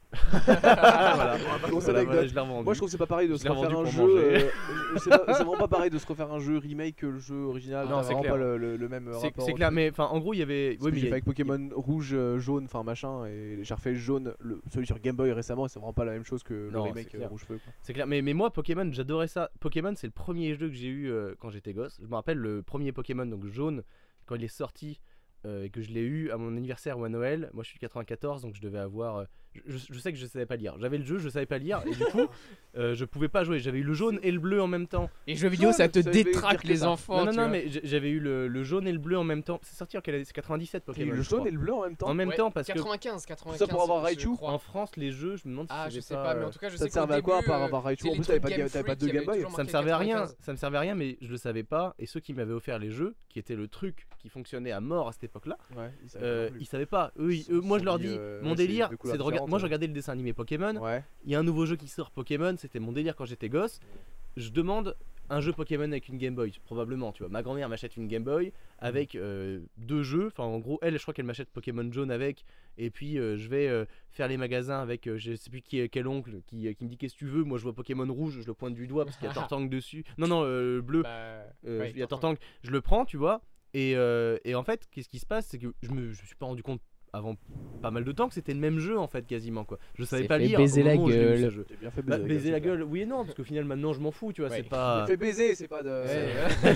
C: Voilà. Grosse
F: Voilà,
C: anecdote.
F: voilà, je l'ai revendu.
C: Moi je trouve que c'est pas pareil de
F: euh, Je
C: se
F: l'ai
C: refaire un
F: vendu
C: jeu.
F: pour manger.
C: euh, *laughs* je- c'est pas- c'est vraiment pas pareil de se refaire un jeu remake que le jeu original.
F: Ah, Non,
C: t'as
F: c'est
C: vraiment
F: clair.
C: pas le, le- le même euh,
F: C'est-
C: rapport.
F: C'est
C: au
F: clair,
C: truc.
F: mais enfin, en gros, il y avait.
C: Parce que
F: mais
C: j'ai
F: il y
C: fait
F: a-
C: avec Pokémon rouge, euh, jaune, enfin machin, et j'ai refait le jaune, le, celui sur Game Boy récemment, et c'est vraiment pas la même chose que le
F: Non,
C: remake
F: c'est
C: euh,
F: clair.
C: rouge feu. quoi.
F: C'est clair, mais, mais moi, Pokémon, j'adorais ça. Pokémon, c'est le premier jeu que j'ai eu euh, quand j'étais gosse. Je me rappelle le premier Pokémon, donc jaune, quand il est sorti euh, et que je l'ai eu à mon anniversaire ou à Noël. Moi, je suis de 94, donc je devais avoir. euh, je, je- je sais que je savais pas lire. J'avais le jeu, je savais pas lire, et du
C: *laughs*
F: coup, euh, je pouvais pas jouer. J'avais eu le jaune et le bleu en même temps.
E: Les jeux vidéo, ça te
C: Ça veut dire
E: détraque
C: que
E: les
C: ça-
E: enfants.
F: non,
E: tu
F: non, non,
E: vois.
F: mais j'- j'avais eu le, le jaune et le bleu en même temps. C'est sorti en quelle année C'est 97
C: T'as eu
F: Pokémon.
C: le
F: je
C: jaune
F: crois. Hein
C: et le bleu en même temps
F: En même
E: Ouais,
F: temps, parce que
E: 95, 95.
C: pour avoir
E: je
C: Raichu
E: crois.
F: en France, les jeux, je me demande si
E: Ah,
F: c'était
E: je sais pas, mais en
F: euh,
E: tout cas, je
C: Ça
E: sais
C: te servait à
E: qu'au
C: quoi à
E: début,
C: part
E: euh,
C: avoir Raichu
E: c'est
C: En
E: les
C: plus, t'avais
E: trucs
C: pas,
E: Game
C: t'avais pas
E: Freak,
C: deux
E: il y avait
C: Game Boy.
E: toujours
F: ça me
E: marqué
F: servait à rien,
E: 95.
F: ça me servait à rien, mais je le savais pas. Et ceux qui m'avaient offert les jeux, qui étaient le truc qui fonctionnait à mort à cette époque-là,
C: Ouais, ils savaient
F: euh,
C: pas non
F: ils
C: plus.
F: savaient pas. Eux,
C: Ils
F: ils-
C: se
F: eux, moi
C: sont
F: je leur
C: dit,
F: dis,
C: euh,
F: mon
C: ouais,
F: délire,
C: c'est deux couleurs
F: c'est de regarder.
C: différentes,
F: Moi
C: ouais.
F: je regardais le dessin animé Pokémon.
C: hein. Ouais.
F: Il y a un nouveau jeu qui sort Pokémon, c'était mon délire quand j'étais gosse. Je demande un jeu Pokémon avec une Game Boy, probablement. Tu vois, ma grand-mère m'achète une Game Boy
C: Mm.
F: avec euh, deux jeux. Enfin, en gros, elle, je crois qu'elle m'achète Pokémon jaune avec. Et puis euh, je vais euh, faire les magasins avec, euh, je sais plus qui, est- quel oncle qui, qui me dit qu'est-ce que tu veux. Moi, je vois Pokémon rouge, je le pointe du doigt parce
C: *laughs*
F: qu'il y a Tortank dessus. Non, non, euh, bleu.
E: Bah,
F: Euh,
E: ouais,
F: il y a
E: t'entends.
F: Tortank, je le prends, tu vois. Et, euh, et en fait, qu'est-ce qui se passe C'est que je me, je me suis pas rendu compte avant pas mal de temps que c'était le même jeu en fait, quasiment quoi. Je savais
E: C'est
F: pas
E: fait
F: lire.
E: baiser
F: au
E: la
F: moment où j'ai eu ce
E: gueule.
F: jeu.
C: T'es bien fait
F: Bah,
C: baiser.
F: baiser la gueule, oui et non, parce qu'au final maintenant je m'en fous, tu vois,
E: Ouais.
F: c'est
E: *laughs*
F: pas.
C: Fait baiser, c'est pas de.
E: Ouais.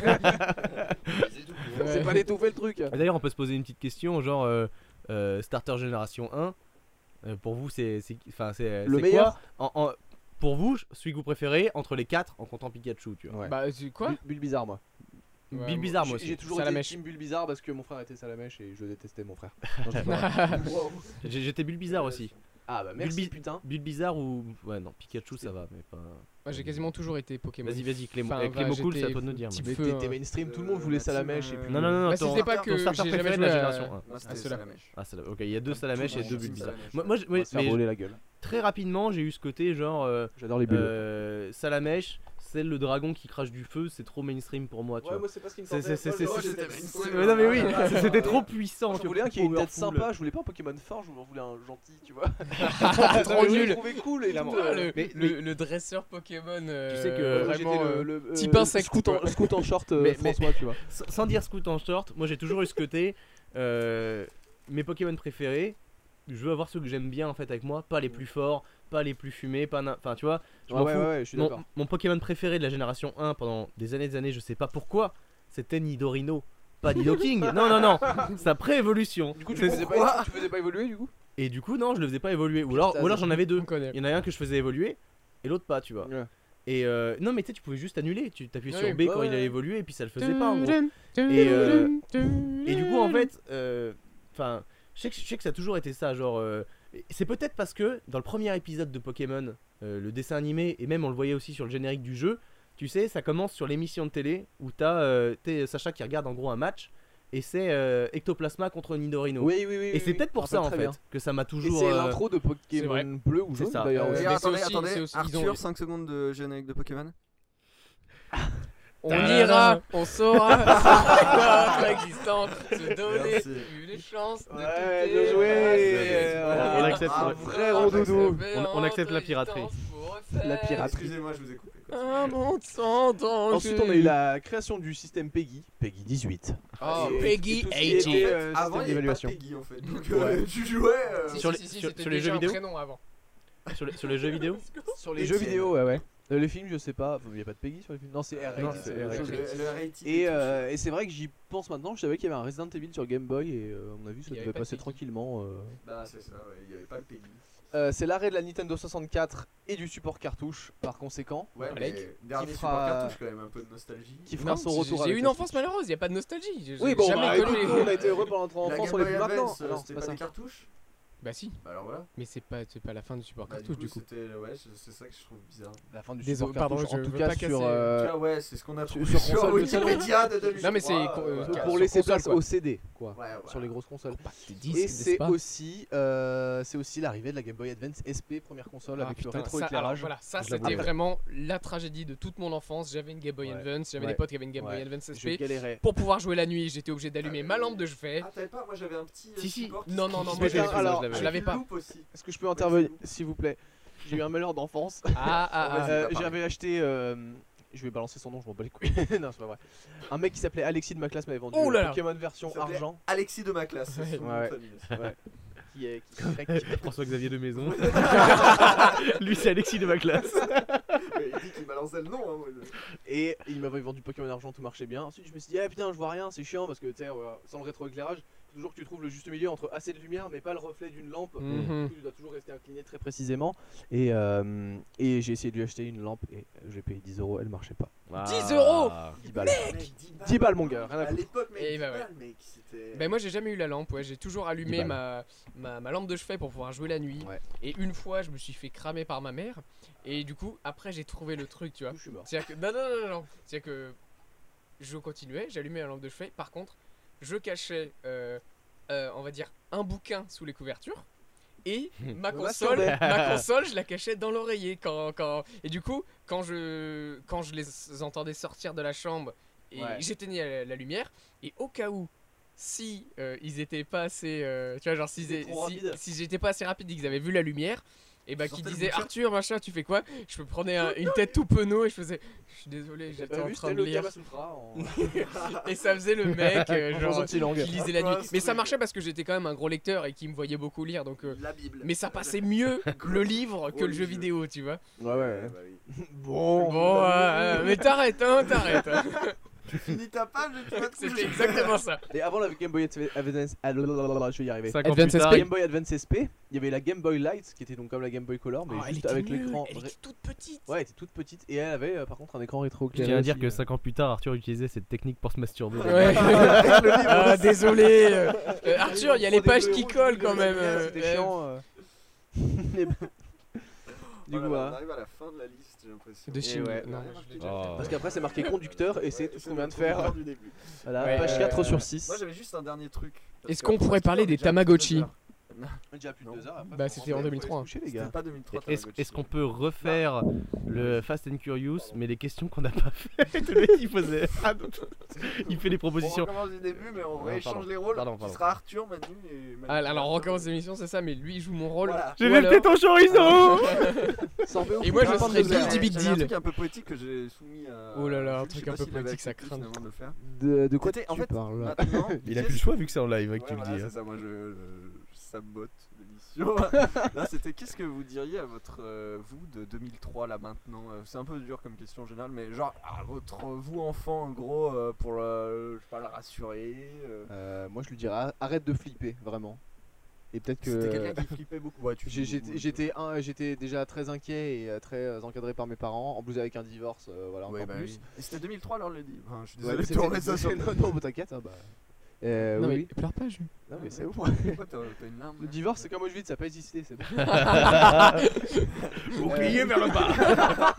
C: C'est pas d'étouffer le truc.
F: Et D'ailleurs, on peut se poser une petite question, genre euh, euh, Starter Génération 1, euh, pour vous c'est c'est- enfin c'est
C: Le
F: c'est
C: meilleur.
F: quoi En- en- Pour vous, celui que vous préférez entre les 4 en comptant Pikachu, tu vois.
C: Ouais.
E: Bah, c'est quoi
C: Bulle- Bulle bizarre, moi.
E: Ouais,
F: Bill
E: moi,
F: bizarre moi
C: J'ai j'ai
F: aussi.
C: toujours été
E: Salamèche.
C: team bulle bizarre parce que mon frère était salamèche et je détestais mon frère. Non, je dis pas.
F: J'ai- J'étais Bulle bizarre aussi.
C: ah bah merci
F: Bulbi-
C: putain.
F: Bulle bizarre ou ouais non Pikachu ça va, mais pas.
E: Moi, j'ai quasiment toujours été Pokémon.
F: Vas-y, vas-y, Clément.
E: Enfin,
F: Eh, Clément
E: bah,
F: Cool, c'est à
E: j'étais
F: toi de nous dire.
E: petit
F: maintenant.
C: Mais
E: Feu,
C: t'es-
E: hein.
C: t'es mainstream, tout le monde voulait
B: Euh,
C: salamèche et
B: Maxime,
C: puis.
B: euh,
F: Non, non, non, non,
E: Bah,
F: ton,
E: c'était pas
F: ton
E: que
F: starter
E: j'ai jamais
F: préféré de
E: joué
F: la
E: à-
F: génération 1.
B: Moi,
E: Ah,
B: c'était
E: c'est la
B: Salamèche.
F: Ah, c'est la- ok, il y a deux Salamèche et deux
B: Team
F: bulles bizarres.
B: Salamèche,
F: Moi,
B: ouais.
F: moi, je-
C: On
F: moi,
C: va se faire
F: mais
C: brûler la gueule.
F: très rapidement, j'ai eu ce côté genre euh,
C: J'adore les bulles.
F: euh, Salamèche, c'est le dragon qui crache du feu, c'est trop mainstream pour moi, tu vois.
C: c'est pas ce qui
F: C'est- c'est- c'est- c'est-
B: moi,
F: c'est-
B: j'étais
F: c'est-
B: mainstream.
F: mais Non, mais oui,
C: Ah,
F: c'est- *laughs* c'était
C: ouais.
F: trop puissant.
C: Je
F: tu vois,
C: voulais un qui ait une tête
F: powerful.
C: sympa, je voulais pas un Pokémon fort, je voulais un gentil, tu vois.
E: Trop
C: Je
E: nul.
C: trouvais cool et tout.
E: Ah,
C: euh,
E: le,
F: mais-
E: le- le dresseur Pokémon. euh,
F: sais que-
C: euh,
F: Moi,
E: vraiment.
C: j'étais le-
E: euh,
C: le,
E: type
C: euh,
E: insecte,
C: scout en,
E: quoi.
C: scout en short euh,
F: Mais- mais-
C: François, tu vois.
F: S- Sans dire scout en short, moi j'ai toujours eu ce côté. euh, mes Pokémon préférés, je veux avoir ceux que j'aime bien en fait avec moi, pas les plus forts, pas les plus fumés, pas na- enfin tu vois. Je
C: Ouais,
F: m'en
C: ouais,
F: fous.
C: ouais, je suis d'accord.
F: Mon, mon Pokémon préféré de la génération 1 pendant des années et des années, je sais pas pourquoi, c'était Nidorino. Pas
C: *laughs*
F: Nidoking, non, non, non, sa pré-évolution.
C: Du coup, tu
F: C'est-
C: faisais, pas, tu faisais pas évoluer du coup
F: Et du coup, non, je le faisais pas évoluer. Ou alors, ou alors j'en avais deux.
E: On connaît.
F: Il y en a un que je faisais évoluer et l'autre pas, tu vois.
C: Ouais.
F: Et euh, non, mais tu sais, tu pouvais juste annuler. Tu t'appuyais
E: Ouais,
F: sur B
C: bah
F: quand il
C: ouais.
F: allait évoluer et puis ça le faisait pas en gros. Et, euh, Et du
E: Mmh.
F: coup, en fait, euh, enfin, je sais que- je sais que ça a toujours été ça. Genre, euh, et c'est peut-être parce que dans le premier épisode de Pokémon, euh, le dessin animé, et même on le voyait aussi sur le générique du jeu, tu sais, ça commence sur l'émission de télé où t'as euh, t'es Sacha qui regarde en gros un match et c'est euh, Ectoplasma contre Nidorino.
C: Oui, oui, oui.
F: Et c'est peut-être pour ça en fait que ça m'a
C: Et
F: toujours.
C: c'est
F: euh,
C: l'intro de
E: c'est vrai.
C: Pokémon bleu ou
F: C'est
C: jaune
F: ça.
C: d'ailleurs.
E: Euh,
C: aussi.
E: mais c'est
B: attendez,
E: aussi-
B: attendez,
E: c'est aussi- ils ont-
B: Arthur, 5 secondes de générique de Pokémon.
E: On
F: Tadadam.
E: ira, on saura si notre existence, se donner
B: Merci.
E: une chance de
C: Ouais,
E: quitter.
C: bien joué.
E: Voilà,
C: Ouais,
E: c'est-
C: voilà.
E: voilà.
F: On accepte,
B: Ah,
F: ouais.
C: Vrai
E: On
C: rondoudou.
E: accepte la
F: On- on accepte la
E: pérempte
F: piraterie.
E: pour refaire
C: La piraterie.
B: Excusez-moi, je vous ai coupé. quoi.
E: Un monde sans danger.
C: Ensuite, on a eu la Ah, création du système Peggy. Peggy 18.
E: Oh,
C: Et- et
E: Peggy
C: tout ce qui
E: 18.
C: était, euh,
B: Avant,
C: système
B: il y avait pas
C: d'évaluation.
B: Peggy en fait. Donc, euh, tu jouais. euh,
E: Si,
F: Sur
E: si,
F: les-
E: si,
F: sur-
E: c'était
F: sur les
E: déjà
F: jeux
E: un
F: vidéo
E: prénom avant.
F: sur, les, sur les jeux *laughs* vidéo
C: Sur les
B: Étienne.
C: jeux vidéo, ouais, ouais. Euh, les films, je sais pas. Il n'y a pas de Peggy sur les films Non, c'est R.
F: Non,
C: rated,
F: c'est
C: euh,
F: R
B: le-
C: autre chose.
F: rated.
B: le- le rating et
C: Et,
B: tout,
C: euh, et c'est vrai que j'y pense maintenant. Je savais qu'il y avait un Resident Evil sur Game Boy et euh, à mon avis,
E: Il
C: ça
E: y avait
C: devait
E: pas de
C: passer
E: Peggy.
C: tranquillement. euh.
B: Bah, c'est ça, ouais, il y avait pas Peggy.
C: Euh, c'est l'arrêt de la Nintendo 64 et du support cartouche par conséquent.
B: Ouais,
E: Alec,
B: mais dernier
C: qui
B: support
C: fera-
B: cartouche quand même, un peu de nostalgie.
C: Qui fera son retour
E: J'ai
C: avec
E: eu une
C: la
E: enfance malheureuse, il n'y a pas de nostalgie. J'ai
C: Oui, bon,
E: jamais
C: bah,
E: connu
C: écoute,
E: les-
C: nous, on a été heureux pendant notre
B: La
C: enfance,
B: Game
C: on est
B: Boy
C: plus maintenant.
B: Advance,
C: Ah
B: euh,
C: non,
B: c'était
C: c'est
B: pas,
C: pas ça.
B: des cartouches
E: Bah si,
B: Bah alors voilà.
E: mais c'est pas, c'est pas la fin du support
B: Bah,
E: cartouche du coup.
B: c'était ouais, c'est c'est ça que je trouve bizarre.
C: La fin du
E: Désolé,
C: support cartouche,
E: pardon, je
C: en tout
E: veux
C: cas
E: pas
C: sur,
E: casser.
C: euh,
B: Tu vois, ouais, c'est ce qu'on a
C: sur-
B: trouvé
C: sur
B: sur
C: console de salon.
B: Wikipédia de 2003.
E: Non, mais c'est con- euh,
B: voilà.
C: pour
E: sur
C: laisser
E: console,
C: place
E: quoi.
C: au CD, quoi,
B: Ouais, ouais.
C: sur les grosses consoles.
E: Des
C: Et
E: disques, n'est-ce
C: c'est
E: pas
C: aussi, euh, c'est aussi l'arrivée de la Game Boy Advance SP, première console
E: Ah,
C: avec
E: putain,
C: le
E: ça, alors,
C: rétroéclairage.
E: voilà, ça
C: Je l'avoue.
E: c'était vraiment la tragédie de toute mon enfance. J'avais une Game Boy
C: Ouais.
E: Advance, j'avais
C: Ouais.
E: des potes qui avaient une Game Boy
C: Ouais.
E: Advance
C: Je
E: SP.
C: galérais.
E: Pour pouvoir jouer la nuit, j'étais obligé d'allumer
B: Ah,
E: ma
B: mais-
E: lampe de chevet.
B: Ah, t'avais pas Moi j'avais un petit. euh,
E: Si, si.
B: support qui
E: Non,
B: se
E: non, non,
B: clipsait
E: moi je l'avais,
C: Putain, alors,
E: je l'avais, je
B: avec
E: l'avais
B: une
E: pas.
B: loupe aussi.
C: Est-ce que je peux intervenir,
B: c'est bon.
C: s'il vous plaît J'ai eu un malheur d'enfance.
E: Ah ah ah.
C: Euh,
B: vas-y, va
C: J'avais acheté. euh, je vais balancer son nom, je m'en bats les couilles. *laughs* non, c'est pas vrai. Un mec qui s'appelait Alexis de ma classe m'avait vendu
E: Oh là
C: le
E: là
C: Pokémon version
B: Il s'appelait-
C: argent.
B: Alexis de ma classe. c'est son nom
C: Ouais,
B: de
C: ouais.
B: famille.
C: Qui est, qui
E: *laughs*
F: François-Xavier de *laughs* Maison. Lui, c'est Alexis de ma classe.
B: Ouais, Il dit qu'il balançait le nom. hein, moi, je-
C: Et il m'avait vendu Pokémon Argent, tout marchait bien. Ensuite, je me suis dit, ah putain, je vois rien, c'est chiant parce que tu sais, voilà, sans le rétroéclairage, faut toujours que tu trouves le juste milieu entre assez de lumière, mais pas le reflet d'une lampe.
E: Mhm.
C: Du coup, Tu dois toujours rester incliné très précisément. Et, euh, et j'ai essayé de lui acheter une lampe et j'ai payé 10 euros, elle marchait pas.
E: 10 euros
C: 10 balles.
B: Mec, 10 balles.
C: 10 balles, mon gars, rien à
B: À
C: foutre.
B: l'époque, mec,
E: Et
B: 10
E: bah ouais.
B: balles, mec, c'était.
E: Ben moi j'ai jamais eu la lampe, ouais, j'ai toujours allumé
C: balles.
E: ma, ma, ma lampe de chevet pour pouvoir jouer la nuit.
C: Ouais.
E: Et une fois je me suis fait cramer par ma mère et du coup après j'ai trouvé le truc, tu vois.
C: Je suis mort.
E: C'est-à-dire que non non non non, non. c'est-à-dire que je continuais, j'allumais la lampe de chevet. Par contre, je cachais, euh, euh, on va dire, un bouquin sous les couvertures. Et ma
C: Me
E: console,
C: masturbais.
E: ma console, je la cachais dans l'oreiller quand, quand et du coup quand je quand je les entendais sortir de la chambre et
C: Ouais.
E: j'éteignais la, la lumière et au cas où si euh, ils étaient pas assez euh, tu vois genre s'ils
C: C'était
E: é-
C: trop
E: si,
C: rapide.
E: si j'étais pas assez rapide et qu'ils avaient vu la lumière et bah
B: Sortez
E: qui
B: le
E: disaient
B: bouquin.
E: Arthur machin tu fais quoi je me prenais un- une tête tout penaud et je faisais je suis désolé j'étais
C: T'as
E: en
C: vu,
E: train
C: c'était
E: de
C: le
E: lire
C: Kamasutra en
E: *laughs* et ça
C: *laughs*
E: faisait le mec euh,
C: en
E: genre
C: gentil langue.
E: qui lisait la
B: Ah,
E: nuit
B: ce
E: mais ça
B: truc.
E: marchait parce que j'étais quand même un gros lecteur et qui me voyait beaucoup lire donc euh,
B: La Bible.
E: mais ça passait
C: *laughs*
E: mieux le livre que
B: Gros
E: le jeu
B: jeu.
E: vidéo tu vois
C: Ouais, ouais.
B: bah oui.
C: Bon. bah,
E: Bon, euh, mais t'arrêtes, hein,
C: *laughs*
E: t'arrêtes. hein.
B: Tu finis ta page et tu vas te
E: C'était
B: coucher.
E: exactement ça.
C: Et avant la Game Boy Adv- Advance, ah, blablabla, je vais y arriver.
F: Cinq ans
E: Advance
F: plus tard,
E: SP.
C: Game Boy Advance SP, il y avait la Game Boy Light qui était donc comme la Game Boy Color mais
E: Oh, elle
C: juste
E: était
C: avec
E: nulle,
C: l'écran.
E: Elle
C: ré-
E: était toute petite.
C: Ouais, elle était toute petite et elle avait euh, par contre un écran rétro.
F: Je tiens à dire que 5 ans plus tard, Arthur utilisait cette technique pour se masturber.
E: Ouais. *laughs* Ah, désolé. euh, euh, Arthur, il y a les pages qui collent quand même. euh,
C: C'était
E: euh,
C: chiant. euh. *laughs* Mais bon.
B: Oh
C: Du
B: là là,
C: coup,
B: On
C: voilà.
B: arrive à la fin de la liste, j'ai l'impression.
E: De Chine.
C: ouais.
E: non.
B: Ouais, moi, je l'ai
F: Oh.
B: déjà fait.
C: Parce qu'après, c'est marqué conducteur et c'est
B: Ouais,
C: tout ce
B: c'est
C: qu'on
B: le
C: vient de faire.
B: conducteur du début.
C: Voilà,
E: Ouais,
C: page
E: euh,
C: 4
E: euh,
C: sur 6.
B: Moi j'avais juste un dernier truc. parce
E: Est-ce
B: que-
E: qu'on pourrait parler des
B: on est déjà à plus de
E: Tamagotchi
B: deux heures.
C: déjà plus
B: de deux
C: heures.
E: Bah, c'était en 2003.
C: les
B: C'était
C: gars.
B: pas 2003.
F: Est-ce
B: Tamagotchi.
F: est-ce qu'on peut refaire le Fast and Curious, mais les questions qu'on n'a pas *laughs* faites Le mec, il, faisait-
C: *laughs*
F: il fait des
B: On
F: propositions.
B: recommence du début, mais on
F: Ah,
B: rééchange
F: pardon.
B: les rôles.
F: Pardon,
B: Ce
F: pardon.
B: sera Arthur, Manu et Manu.
E: Ah, alors on recommence l'émission, c'est ça, mais lui il joue mon rôle.
B: Voilà.
E: Ou alors-
F: ton
C: Euh,
F: chorizo
E: *laughs* Et moi, je
B: J'avais
E: serais
B: un truc-
E: Guilty Big
B: j'avais un
E: Deal.
B: truc un peu poétique que j'ai soumis à.
E: Oh là là, un
B: Jules, je
E: truc
B: sais
E: un
B: pas
E: peu
B: s'il avait
E: poétique, ça
B: accepté
E: craint.
B: finalement de le faire.
C: De, de quoi
B: C'était- en
C: tu
B: fait,
C: parles
B: Maintenant,
F: Il
C: *laughs*
F: a
B: qu'est-ce-
F: plus le choix vu que c'est en live hein, que
B: Ouais,
F: tu le
B: voilà,
F: dis. hein.
B: c'est ça, moi je. le- sabote l'émission. *laughs* Là, c'était qu'est-ce que vous diriez à votre euh, vous de 2003 là maintenant Euh, C'est un peu dur comme question générale, mais genre à votre vous enfant en gros euh, pour le, je sais pas, le rassurer. euh.
C: Euh, moi, je lui dirais arrête de flipper, vraiment. Et peut-être que.
B: C'était quelqu'un qui flippait beaucoup. Ouais, tu
C: J'ai-
B: flippes
C: J'étais
B: beaucoup.
C: j'étais un- j'étais déjà très inquiet et euh, très euh, encadré par mes parents, en plus avec un divorce, euh, voilà, encore
B: Ouais, bah
C: plus.
B: oui. Et c'était 2003 alors le dit. Enfin, je suis
C: Ouais,
B: désolé de
C: c'était-
B: tourner ça
C: *laughs*
B: sur.
C: non, non, mais t'inquiète, hein, bah. Euh,
E: non,
C: oui,
E: mais
C: oui.
E: pleure pas, je.
C: Non, mais c'est bon.
B: Pourquoi t'as t'as une larme
C: Le
B: là
C: *laughs* divorce, c'est comme au juif, ça n'a pas existé, c'est bon.
F: Bouclier vers le bas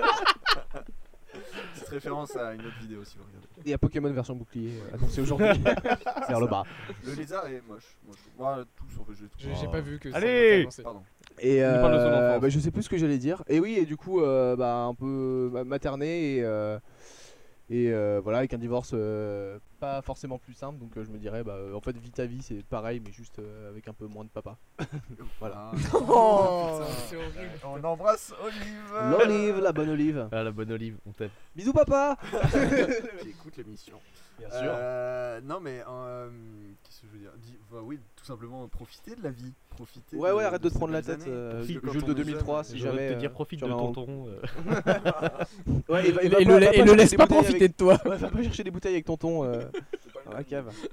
B: Petite référence à une autre vidéo si vous regardez.
C: Et à Pokémon version bouclier, euh, annoncé *laughs* aujourd'hui. Vers le bas.
B: Le lézard est moche. moche. Moi, tous en fait, je les trouve.
E: J'ai j'ai
D: Oh.
E: pas vu que. ça
F: Allez
E: m'était annoncé.
B: Pardon.
C: Et
F: nous parle de son
C: euh,
F: enfance.
C: bah, je sais plus ce que j'allais dire. Et oui, et du coup, euh, bah, un peu ma- materné et, euh, et euh, voilà, avec un divorce euh, pas forcément plus simple. Donc euh, je me dirais, bah, euh, en fait, vis ta vie, c'est pareil, mais juste euh, avec un peu moins de papa. Voilà.
B: Oh,
E: C'est horrible.
B: Ah, On embrasse Olive.
C: L'olive, la bonne olive.
F: *laughs* Ah, la bonne olive, on t'aime.
C: Bisous, papa
B: Qui écoute l'émission.
C: Bien
B: Euh, non mais euh, qu'est-ce que je veux dire Dis- bah oui, tout simplement profiter de la vie, profiter.
C: Ouais, ouais, arrête de te
B: ces
C: prendre la
B: belles
C: tête.
B: années.
C: euh,
B: Parce que
C: ju-
B: quand
C: juste
B: on
C: de
B: est jeune,
C: 2003,
B: euh,
C: si
F: J'ai envie de
C: jamais.
F: te dire,
C: euh,
F: profite
C: tu
F: de
C: en as
F: ton
C: honte.
F: tonton. euh.
C: Ouais, va-
E: Et
C: va
E: le-
C: va
E: et ne
C: chercher
E: laisse
C: des
E: pas
C: bouteilles
E: profiter
C: avec-
E: de toi.
C: Ouais, va pas chercher des bouteilles avec tonton euh,
B: c'est pas une
C: dans la
B: bonne
C: cave.
B: idée.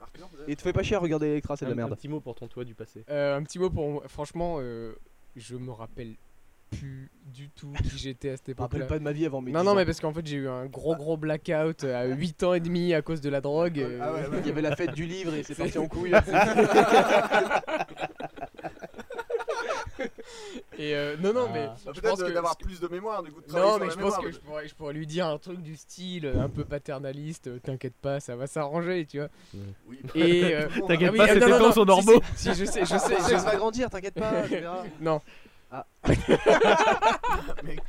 B: Arthur, peut-être
C: Et te fais pas chier à regarder Electra, c'est de la
F: Un- Un
C: merde.
F: petit mot pour ton toit du passé.
E: Euh, un petit mot pour moi. Franchement, euh, je me rappelle plus du tout qui j'étais à cette
C: Je me rappelle
E: époque-là.
C: pas de ma vie avant mes
E: Non,
C: 10
E: non,
C: ans.
E: mais parce qu'en fait, j'ai eu un gros, gros blackout euh, à 8 ans et demi à cause de la drogue. euh,
B: Ah
E: *laughs*
B: ouais, ouais.
C: Il y avait la fête du livre et c'est
E: C'est-
C: parti en couille.
E: *laughs* Et euh, non, non, mais
B: Bah,
E: je
B: peut-être
E: pense
B: de-
E: que.
B: d'avoir plus de mémoire du coup. De travailler
E: Non,
B: sur
E: mais
B: la
E: je pense
B: mémoire,
E: que je pourrais, je pourrais lui dire un truc du style euh, un peu paternaliste. euh, T'inquiète pas, ça va s'arranger, tu vois.
B: Oui.
E: Et. euh,
B: Tout le monde
F: T'inquiète
E: ah oui,
F: pas,
E: ah,
F: c'était
E: non, non,
F: dans
E: non,
F: son
E: si,
F: ormeau.
E: Si, si, je sais, je sais,
C: Ça
E: je sais.
C: va grandir, t'inquiète pas, tu verras.
E: Non,
B: a- Mec,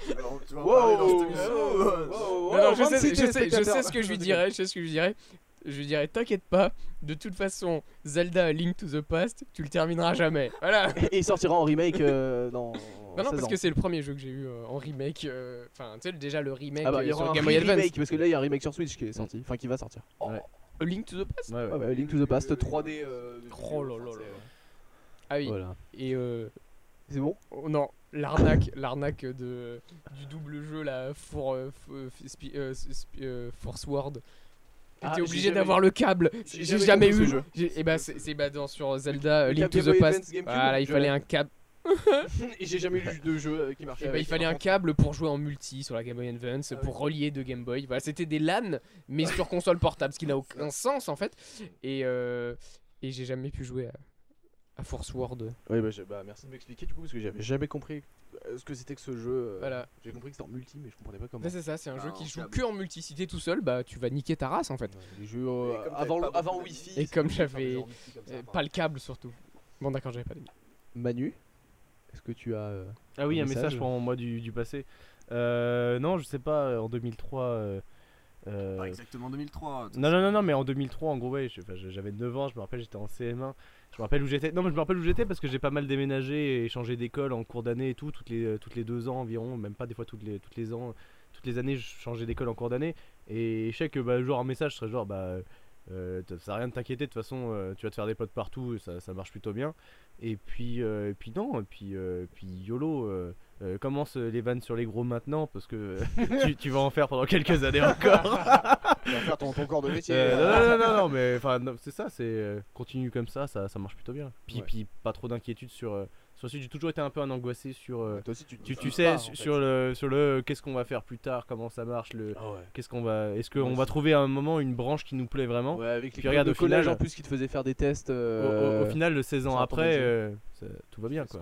B: tu vas en- tu vas en parler dans cette émission.
E: non,
C: Oh,
E: non, je sais, je sais, je sais ce que je lui dirais, je sais ce que je lui dirais. Je lui dirais, t'inquiète pas, de toute façon, Zelda A Link to the Past, tu le termineras jamais. Voilà.
C: Et il sortira en remake euh, dans.
E: Non, non,
C: 16
E: parce
C: ans.
E: que c'est le premier jeu que j'ai eu euh, en remake. euh, Enfin, tu sais, déjà le remake
C: Ah bah, il y
E: euh,
C: aura
E: sur
C: un
E: Game Boy Advance.
C: remake parce que là il y a un remake sur Switch qui est sorti, enfin qui va sortir.
E: A Link to the Past
F: Ouais, ouais.
C: Ouais, bah, Link to the
E: Euh,
C: Past euh, 3D.
E: Oh là là là. Ah oui,
C: Voilà.
E: et euh,
C: C'est
E: *laughs*
C: bon
E: oh, non, l'arnaque, l'arnaque de, du double jeu là, for, euh, f- euh, f- spi- euh, s- spi- euh, Force Word.
C: Ah,
E: T'es
C: j'ai
E: obligé
C: jamais-
E: d'avoir le câble.
C: j'ai
E: J'ai
C: jamais
E: jamais
C: compris ce
E: eu.
C: jeu.
E: Et bah c'est c'est bah dans sur Zelda
C: Le
E: euh, Link to
C: câble Game
E: the
C: Boy Advance,
E: Past.
C: GameCube,
E: Voilà, il
C: je
E: fallait
C: l'ai.
E: un câble.
C: Et j'ai jamais lu de jeu euh, qui marchait.
E: Et bah,
C: avec,
E: il fallait un
C: par contre.
E: câble pour jouer en multi sur la Game Boy Advance,
C: Ah
E: pour relier deux Game Boy. Voilà, c'était des LAN, mais sur console portable, ce qui n'a aucun sens en fait. Et, euh, et j'ai jamais pu jouer à, à Force World.
C: Oui, bah, j'ai- bah, merci de m'expliquer du coup parce que j'avais jamais compris euh, ce que c'était que ce jeu. euh,
E: Voilà.
C: J'ai compris que c'était en multi mais je comprenais pas comment.
E: Là, c'est ça, c'est un
C: Bah,
B: Ah,
E: jeu qui
B: en
E: joue
B: câble.
E: que en multi. Si t'es tout seul, bah tu vas niquer ta race en fait.
C: Ouais, Les jeux euh,
B: Et comme t'avais
C: avant,
B: pas beaucoup
C: avant
B: d'amis.
C: Wi-Fi.
E: Et
C: c'est
E: comme
C: pour faire des
E: j'avais-
C: jeux en multi comme ça,
E: Euh,
C: enfin.
E: pas le câble surtout. Bon d'accord, j'avais pas d'amis.
C: Manu, est-ce que tu as. euh,
F: Ah oui,
C: Un
F: un message,
C: message.
F: pour moi du, du passé. Euh, non, je sais pas, euh, en 2003. euh, euh,
B: Pas exactement 2003.
F: non, non, non, non, mais en 2003, en gros, ouais, je- enfin, je- j'avais 9 ans, je me rappelle, j'étais en CM1. Je me rappelle où j'étais. Non, mais je me rappelle où j'étais parce que j'ai pas mal déménagé et changé d'école en cours d'année et tout, toutes les, toutes les deux ans environ, même pas des fois toutes les, toutes les ans. Toutes les années, je changeais d'école en cours d'année. Et je sais que, bah, genre, un message serait genre, bah, euh, t- ça sert à rien de t'inquiéter, de toute façon, euh, tu vas te faire des potes partout, et ça, ça marche plutôt bien. Et puis, euh, et puis non, et puis, euh, et puis YOLO. euh, euh, commence euh, les vannes sur les gros maintenant parce que *laughs* tu, tu vas en faire pendant quelques années encore.
C: Tu vas faire ton, ton corps de métier.
F: Euh, non, non, non, non,
C: *laughs*
F: non, mais enfin, non, c'est ça, c'est euh, continue comme ça, ça, ça marche plutôt bien. Puis,
C: Ouais.
F: puis pas trop d'inquiétude sur. euh, sur la suite, j'ai toujours été un peu un angoissé sur. euh,
C: Toi aussi, tu, tu
F: tu, tu
C: te
F: sais,
C: barres, en
F: sur
C: fait.
F: sur le, sur le euh, qu'est-ce qu'on va faire plus tard, comment ça marche, le
C: Ah ouais.
F: qu'est-ce qu'on va, est-ce qu'on
C: Ouais,
F: va
C: c'est-
F: trouver à un moment une branche qui nous plaît vraiment.
C: Ouais, avec les
F: Puis
C: clubs
F: regarde,
C: de
F: au final-
C: collège en plus qui te faisaient faire des tests. euh,
F: Au- Au, au final, le 16 ans
C: ça
F: après,
C: tombe
F: euh, ça- tout va bien quoi.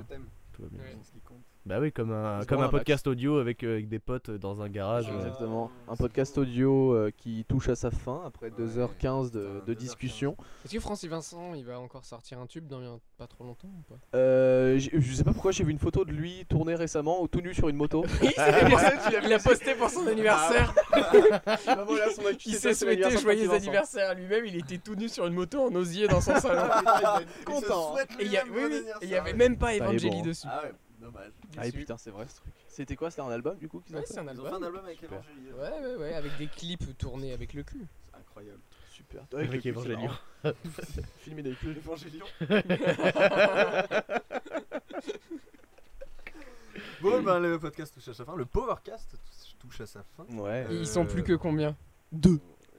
F: Tout va bien.
E: Ouais.
B: Ce qui compte.
F: Bah oui, comme un,
C: C'est
F: comme
C: vraiment
F: un
C: un max.
F: podcast audio avec, euh, avec des potes euh, dans un garage. euh.
C: Exactement. Un podcast audio euh, qui touche à sa fin après
B: Ouais.
C: 2h15 de,
B: Putain,
C: de
B: 2h15.
C: discussion.
E: Est-ce que Francis Vincent, il va encore sortir un tube dans un- pas trop longtemps ou *laughs* pas
C: Euh, j'ai- je sais pas pourquoi j'ai vu une photo de lui tourner récemment au tout nu sur une *laughs* moto.
E: Il a posté pour son anniversaire.
C: Ah bah
E: Il s'est souhaité joyeux anniversaire à lui-même, il était tout nu sur une moto en osier dans son salon.
C: Content.
E: Et il y, a- oui, oui, et il y avait même pas
C: Ça, il est bon.
E: Evangeli dessus.
B: Ah ouais, dommage.
C: Ah et
E: Déçu.
C: putain, c'est vrai ce truc. C'était quoi C'était un album du coup qu'ils ont
E: Ouais,
C: fait
E: c'est un
B: Ils ont fait
E: album.
B: un album avec
C: Super.
B: Evangélie.
E: Ouais, ouais, ouais, avec des clips tournés avec le cul.
B: C'est incroyable.
C: super. Avec
F: Avec
C: le cul, c'est
F: Evangelion.
C: marrant. *laughs* Filmé avec le
E: *laughs*
C: Evangelion.
B: Bon, ben le podcast touche à sa fin. Le Powercast touche à sa fin.
C: Ouais.
E: Ils sont plus que combien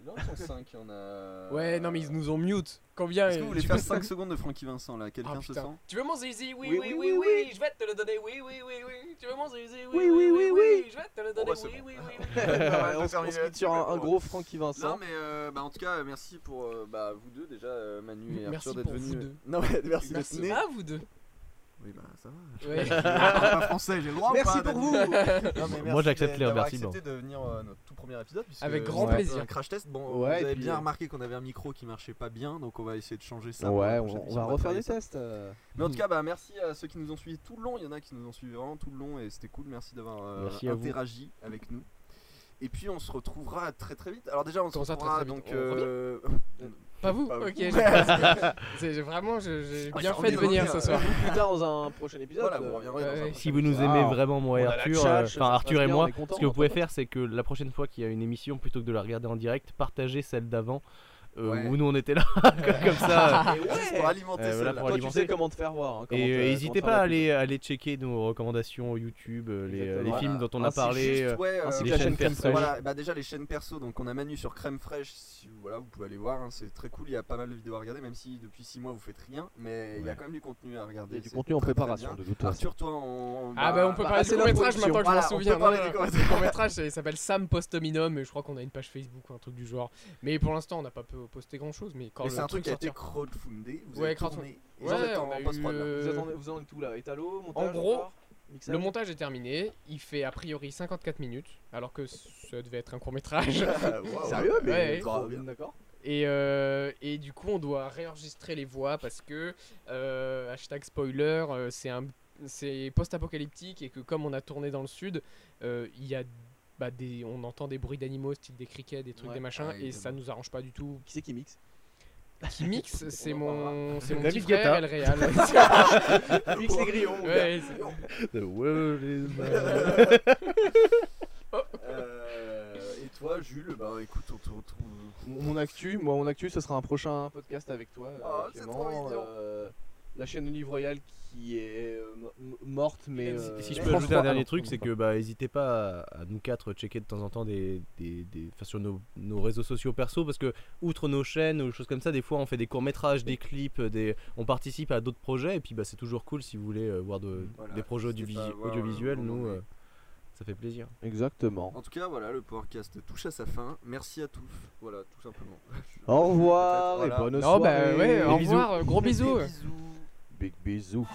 I: Là, ils sont 5, il y en a.
E: Ouais, non, mais ils nous ont mute. Combien
B: Est-ce que vous
E: euh,
B: voulez
E: tu
B: faire
E: veux-
B: 5 secondes de Francky Vincent là Quelqu'un
E: Ah,
B: se
E: putain.
B: sent
E: Tu veux mon zizi oui
C: Oui,
E: oui
C: oui,
E: oui,
C: oui,
E: oui,
C: oui.
E: je vais te le donner, oui, oui, oui, oui. Tu veux mon zizi oui,
C: Oui,
E: oui,
C: oui,
E: oui,
C: oui, oui.
E: je vais te le
B: bah,
E: donner,
B: c'est
E: oui,
B: bon.
E: oui, *laughs*
C: Ouais,
B: va
C: on se on se
B: terminer
C: quitte sur un, un gros Francky
B: Non
C: Vincent.
B: mais euh, bah, en tout cas euh, merci pour euh, bah, vous deux déjà euh, Manu et
E: Merci
B: Arthur d'être
E: pour
B: venus. euh,
E: vous deux.
B: Non mais
E: oui.
B: merci, d'être
E: Merci Ah.
B: venus.
E: à vous deux.
B: Oui bah ça va.
E: Ouais.
B: Je parle pas français, j'ai le droit
C: Merci
B: ou pas
C: pour
B: Dani Non,
C: vous.
B: mais
F: Moi,
B: merci
F: j'accepte,
B: d'a-
F: Léo,
B: d'avoir
F: merci,
B: accepté de venir euh, à notre tout premier épisode puisque
E: Avec grand
B: c'était un peu
E: plaisir.
B: Un crash test. Bon,
C: Ouais, et
B: vous avez
C: puis,
B: bien
C: euh,
B: remarqué qu'on avait un micro qui marchait pas bien donc on va essayer de changer ça. pour la
C: Ouais,
B: prochaine
C: on, on
B: émission,
C: va refaire
B: travailler
C: des
B: ça.
C: tests. euh.
B: Mais en tout cas, bah, merci à ceux qui nous ont suivis tout le long. Il y en a qui nous ont suivis vraiment tout le long et c'était cool. Merci d'avoir euh,
F: Merci à vous.
B: interagi avec nous. Et puis on se retrouvera très très vite. Alors déjà on se
E: Comment ça, très,
B: retrouvera donc
E: très vite On revient
B: euh,
E: Pas vous
B: Pas vous. *laughs* Oh,
E: Ok, j'ai pas- c'est- j'ai vraiment, je- j'ai
B: Ouais,
E: bien
B: j'ai
E: fait
B: envie de
E: de venir
B: revenir. *laughs*
E: ce soir.
C: *laughs* Plus tard dans un prochain épisode.
B: voilà, vous
C: euh,
B: reviendrez dans un
E: ouais.
B: prochain
F: Si vous nous
C: Ah.
F: aimez vraiment, moi et
C: On a la
F: Arthur,
C: tchatche,
F: euh,
C: ça se passe
F: enfin Arthur et
C: bien, on
F: moi,
C: est content,
F: ce que vous
C: on
F: pouvez
C: est
F: faire, c'est que la prochaine fois qu'il y a une émission, plutôt que de la regarder en direct, partagez celle d'avant euh,
B: Ouais.
F: où nous on était là, *laughs*
C: *laughs*
F: comme, comme ça.
E: Ah,
C: Et ouais,
B: Juste pour alimenter
F: Euh, voilà,
B: celle-là.
F: Ah,
C: Toi,
F: pour
C: tu
F: alimenter.
C: sais comment te faire voir. hein, comment
F: Et
C: te-
F: euh,
C: comment
F: n'hésitez
C: te
F: pas
C: faire
F: à
C: la pub.
F: aller, aller checker nos recommandations YouTube, euh, les, euh, les
C: Exactement. Ah,
F: films dont on a
C: Ainsi,
F: parlé, euh,
B: Juste, ouais,
C: ainsi
B: euh,
F: les
C: la
F: chaînes
C: chaîne Crème
F: perso.
B: Voilà, bah déjà les chaînes perso, donc on a Manu sur Crème Fraîche, si vous, voilà, vous pouvez aller voir, hein, c'est très cool, il y a pas mal de vidéos à regarder, même si depuis 6 mois vous faites rien, mais il y a
F: Ouais.
B: quand même du contenu à regarder.
C: Il y a du
B: c'est
C: contenu en
B: très, très
C: préparation
B: bien.
C: de toute façon.
B: Arthur, toi, on...
E: Ah bah on peut
C: bah,
E: parler
C: c'est
E: du
C: la
E: court-métrage
C: production.
E: maintenant que
B: Voilà,
E: je
B: on
E: m'en
B: peut
E: souviens.
B: parler du
E: le
B: court-métrage.
E: court-métrage ça s'appelle Sam Postominum et je crois qu'on a une page Facebook ou un truc du genre. Mais pour l'instant on n'a pas peu- posté grand chose mais quand
B: Mais
E: le
B: c'est un truc qui a été
E: sortira-
B: crowdfundé, vous
E: Ouais,
B: avez
E: crowdfundé.
B: tourné, et
E: Ouais,
B: vous êtes
E: on a
B: en
E: eu,
B: post-prod là.
E: euh,
C: Vous attendez, vous en êtes tout là Étalo, montage,
E: gros,
C: encore Mixage
E: Le montage est terminé, il fait a priori 54 minutes alors que ça devait être un court-métrage.
B: Ah, *laughs* waouh.
C: Sérieux mais
E: Ouais,
C: trop
B: ouais.
C: bien, d'accord.
E: Et, euh, et du coup, on doit réenregistrer les voix parce que euh, hashtag spoiler, euh, c'est un c'est post-apocalyptique et que comme on a tourné dans le sud, euh, il y a bah, des on entend des bruits d'animaux, style des criquets, des trucs,
C: Ouais.
E: des machins,
B: Ah,
E: et
B: évidemment.
E: ça nous arrange pas du
C: *laughs*
E: tout.
C: Qui c'est qui mixe
E: Qui mixe, c'est
C: On en
E: mon c'est mon petit
F: David
E: frère, El
C: *laughs*
E: Real.
C: Mixe les grillons.
E: Ouais, c'est-
F: The world is
C: *laughs*
F: mine.
B: Euh, Et toi, Jules, bah écoute, on te retrouve.
C: Mon, mon actu, moi mon actu, ce sera un prochain podcast avec toi. euh,
B: Oh, c'est
C: Clément,
B: trop mignon.
C: euh, la chaîne Olive Royale qui est euh, m- morte, mais.
E: Et si-
C: euh,
F: Si je
C: je
F: peux
C: pense
F: ajouter
C: pas-
F: un
C: ah
F: dernier
C: non,
F: truc,
C: non,
F: c'est
C: non.
F: que bah n'hésitez pas à, à nous quatre checker de temps en temps des, des, des- enfin, sur nos, nos réseaux sociaux perso parce que outre nos chaînes ou choses comme ça, des fois on fait des courts métrages, des clips, des, on participe à d'autres projets et puis bah c'est toujours cool si vous voulez euh, voir de,
B: Voilà,
F: des projets
B: n'hésitez pas à
F: audiovis-
B: voir, euh,
F: audiovisuels,
B: on en
F: nous
B: est.
F: euh, ça fait plaisir.
C: Exactement.
B: En tout cas, voilà, le podcast touche à sa fin. Merci à tous. Voilà, tout simplement.
C: Au revoir et
B: Voilà.
C: bonne
E: Non,
C: soirée.
E: bah ouais,
C: Et
E: au
C: bisous. *laughs*
E: revoir, gros bisous.
B: Des bisous.
C: Big bisous.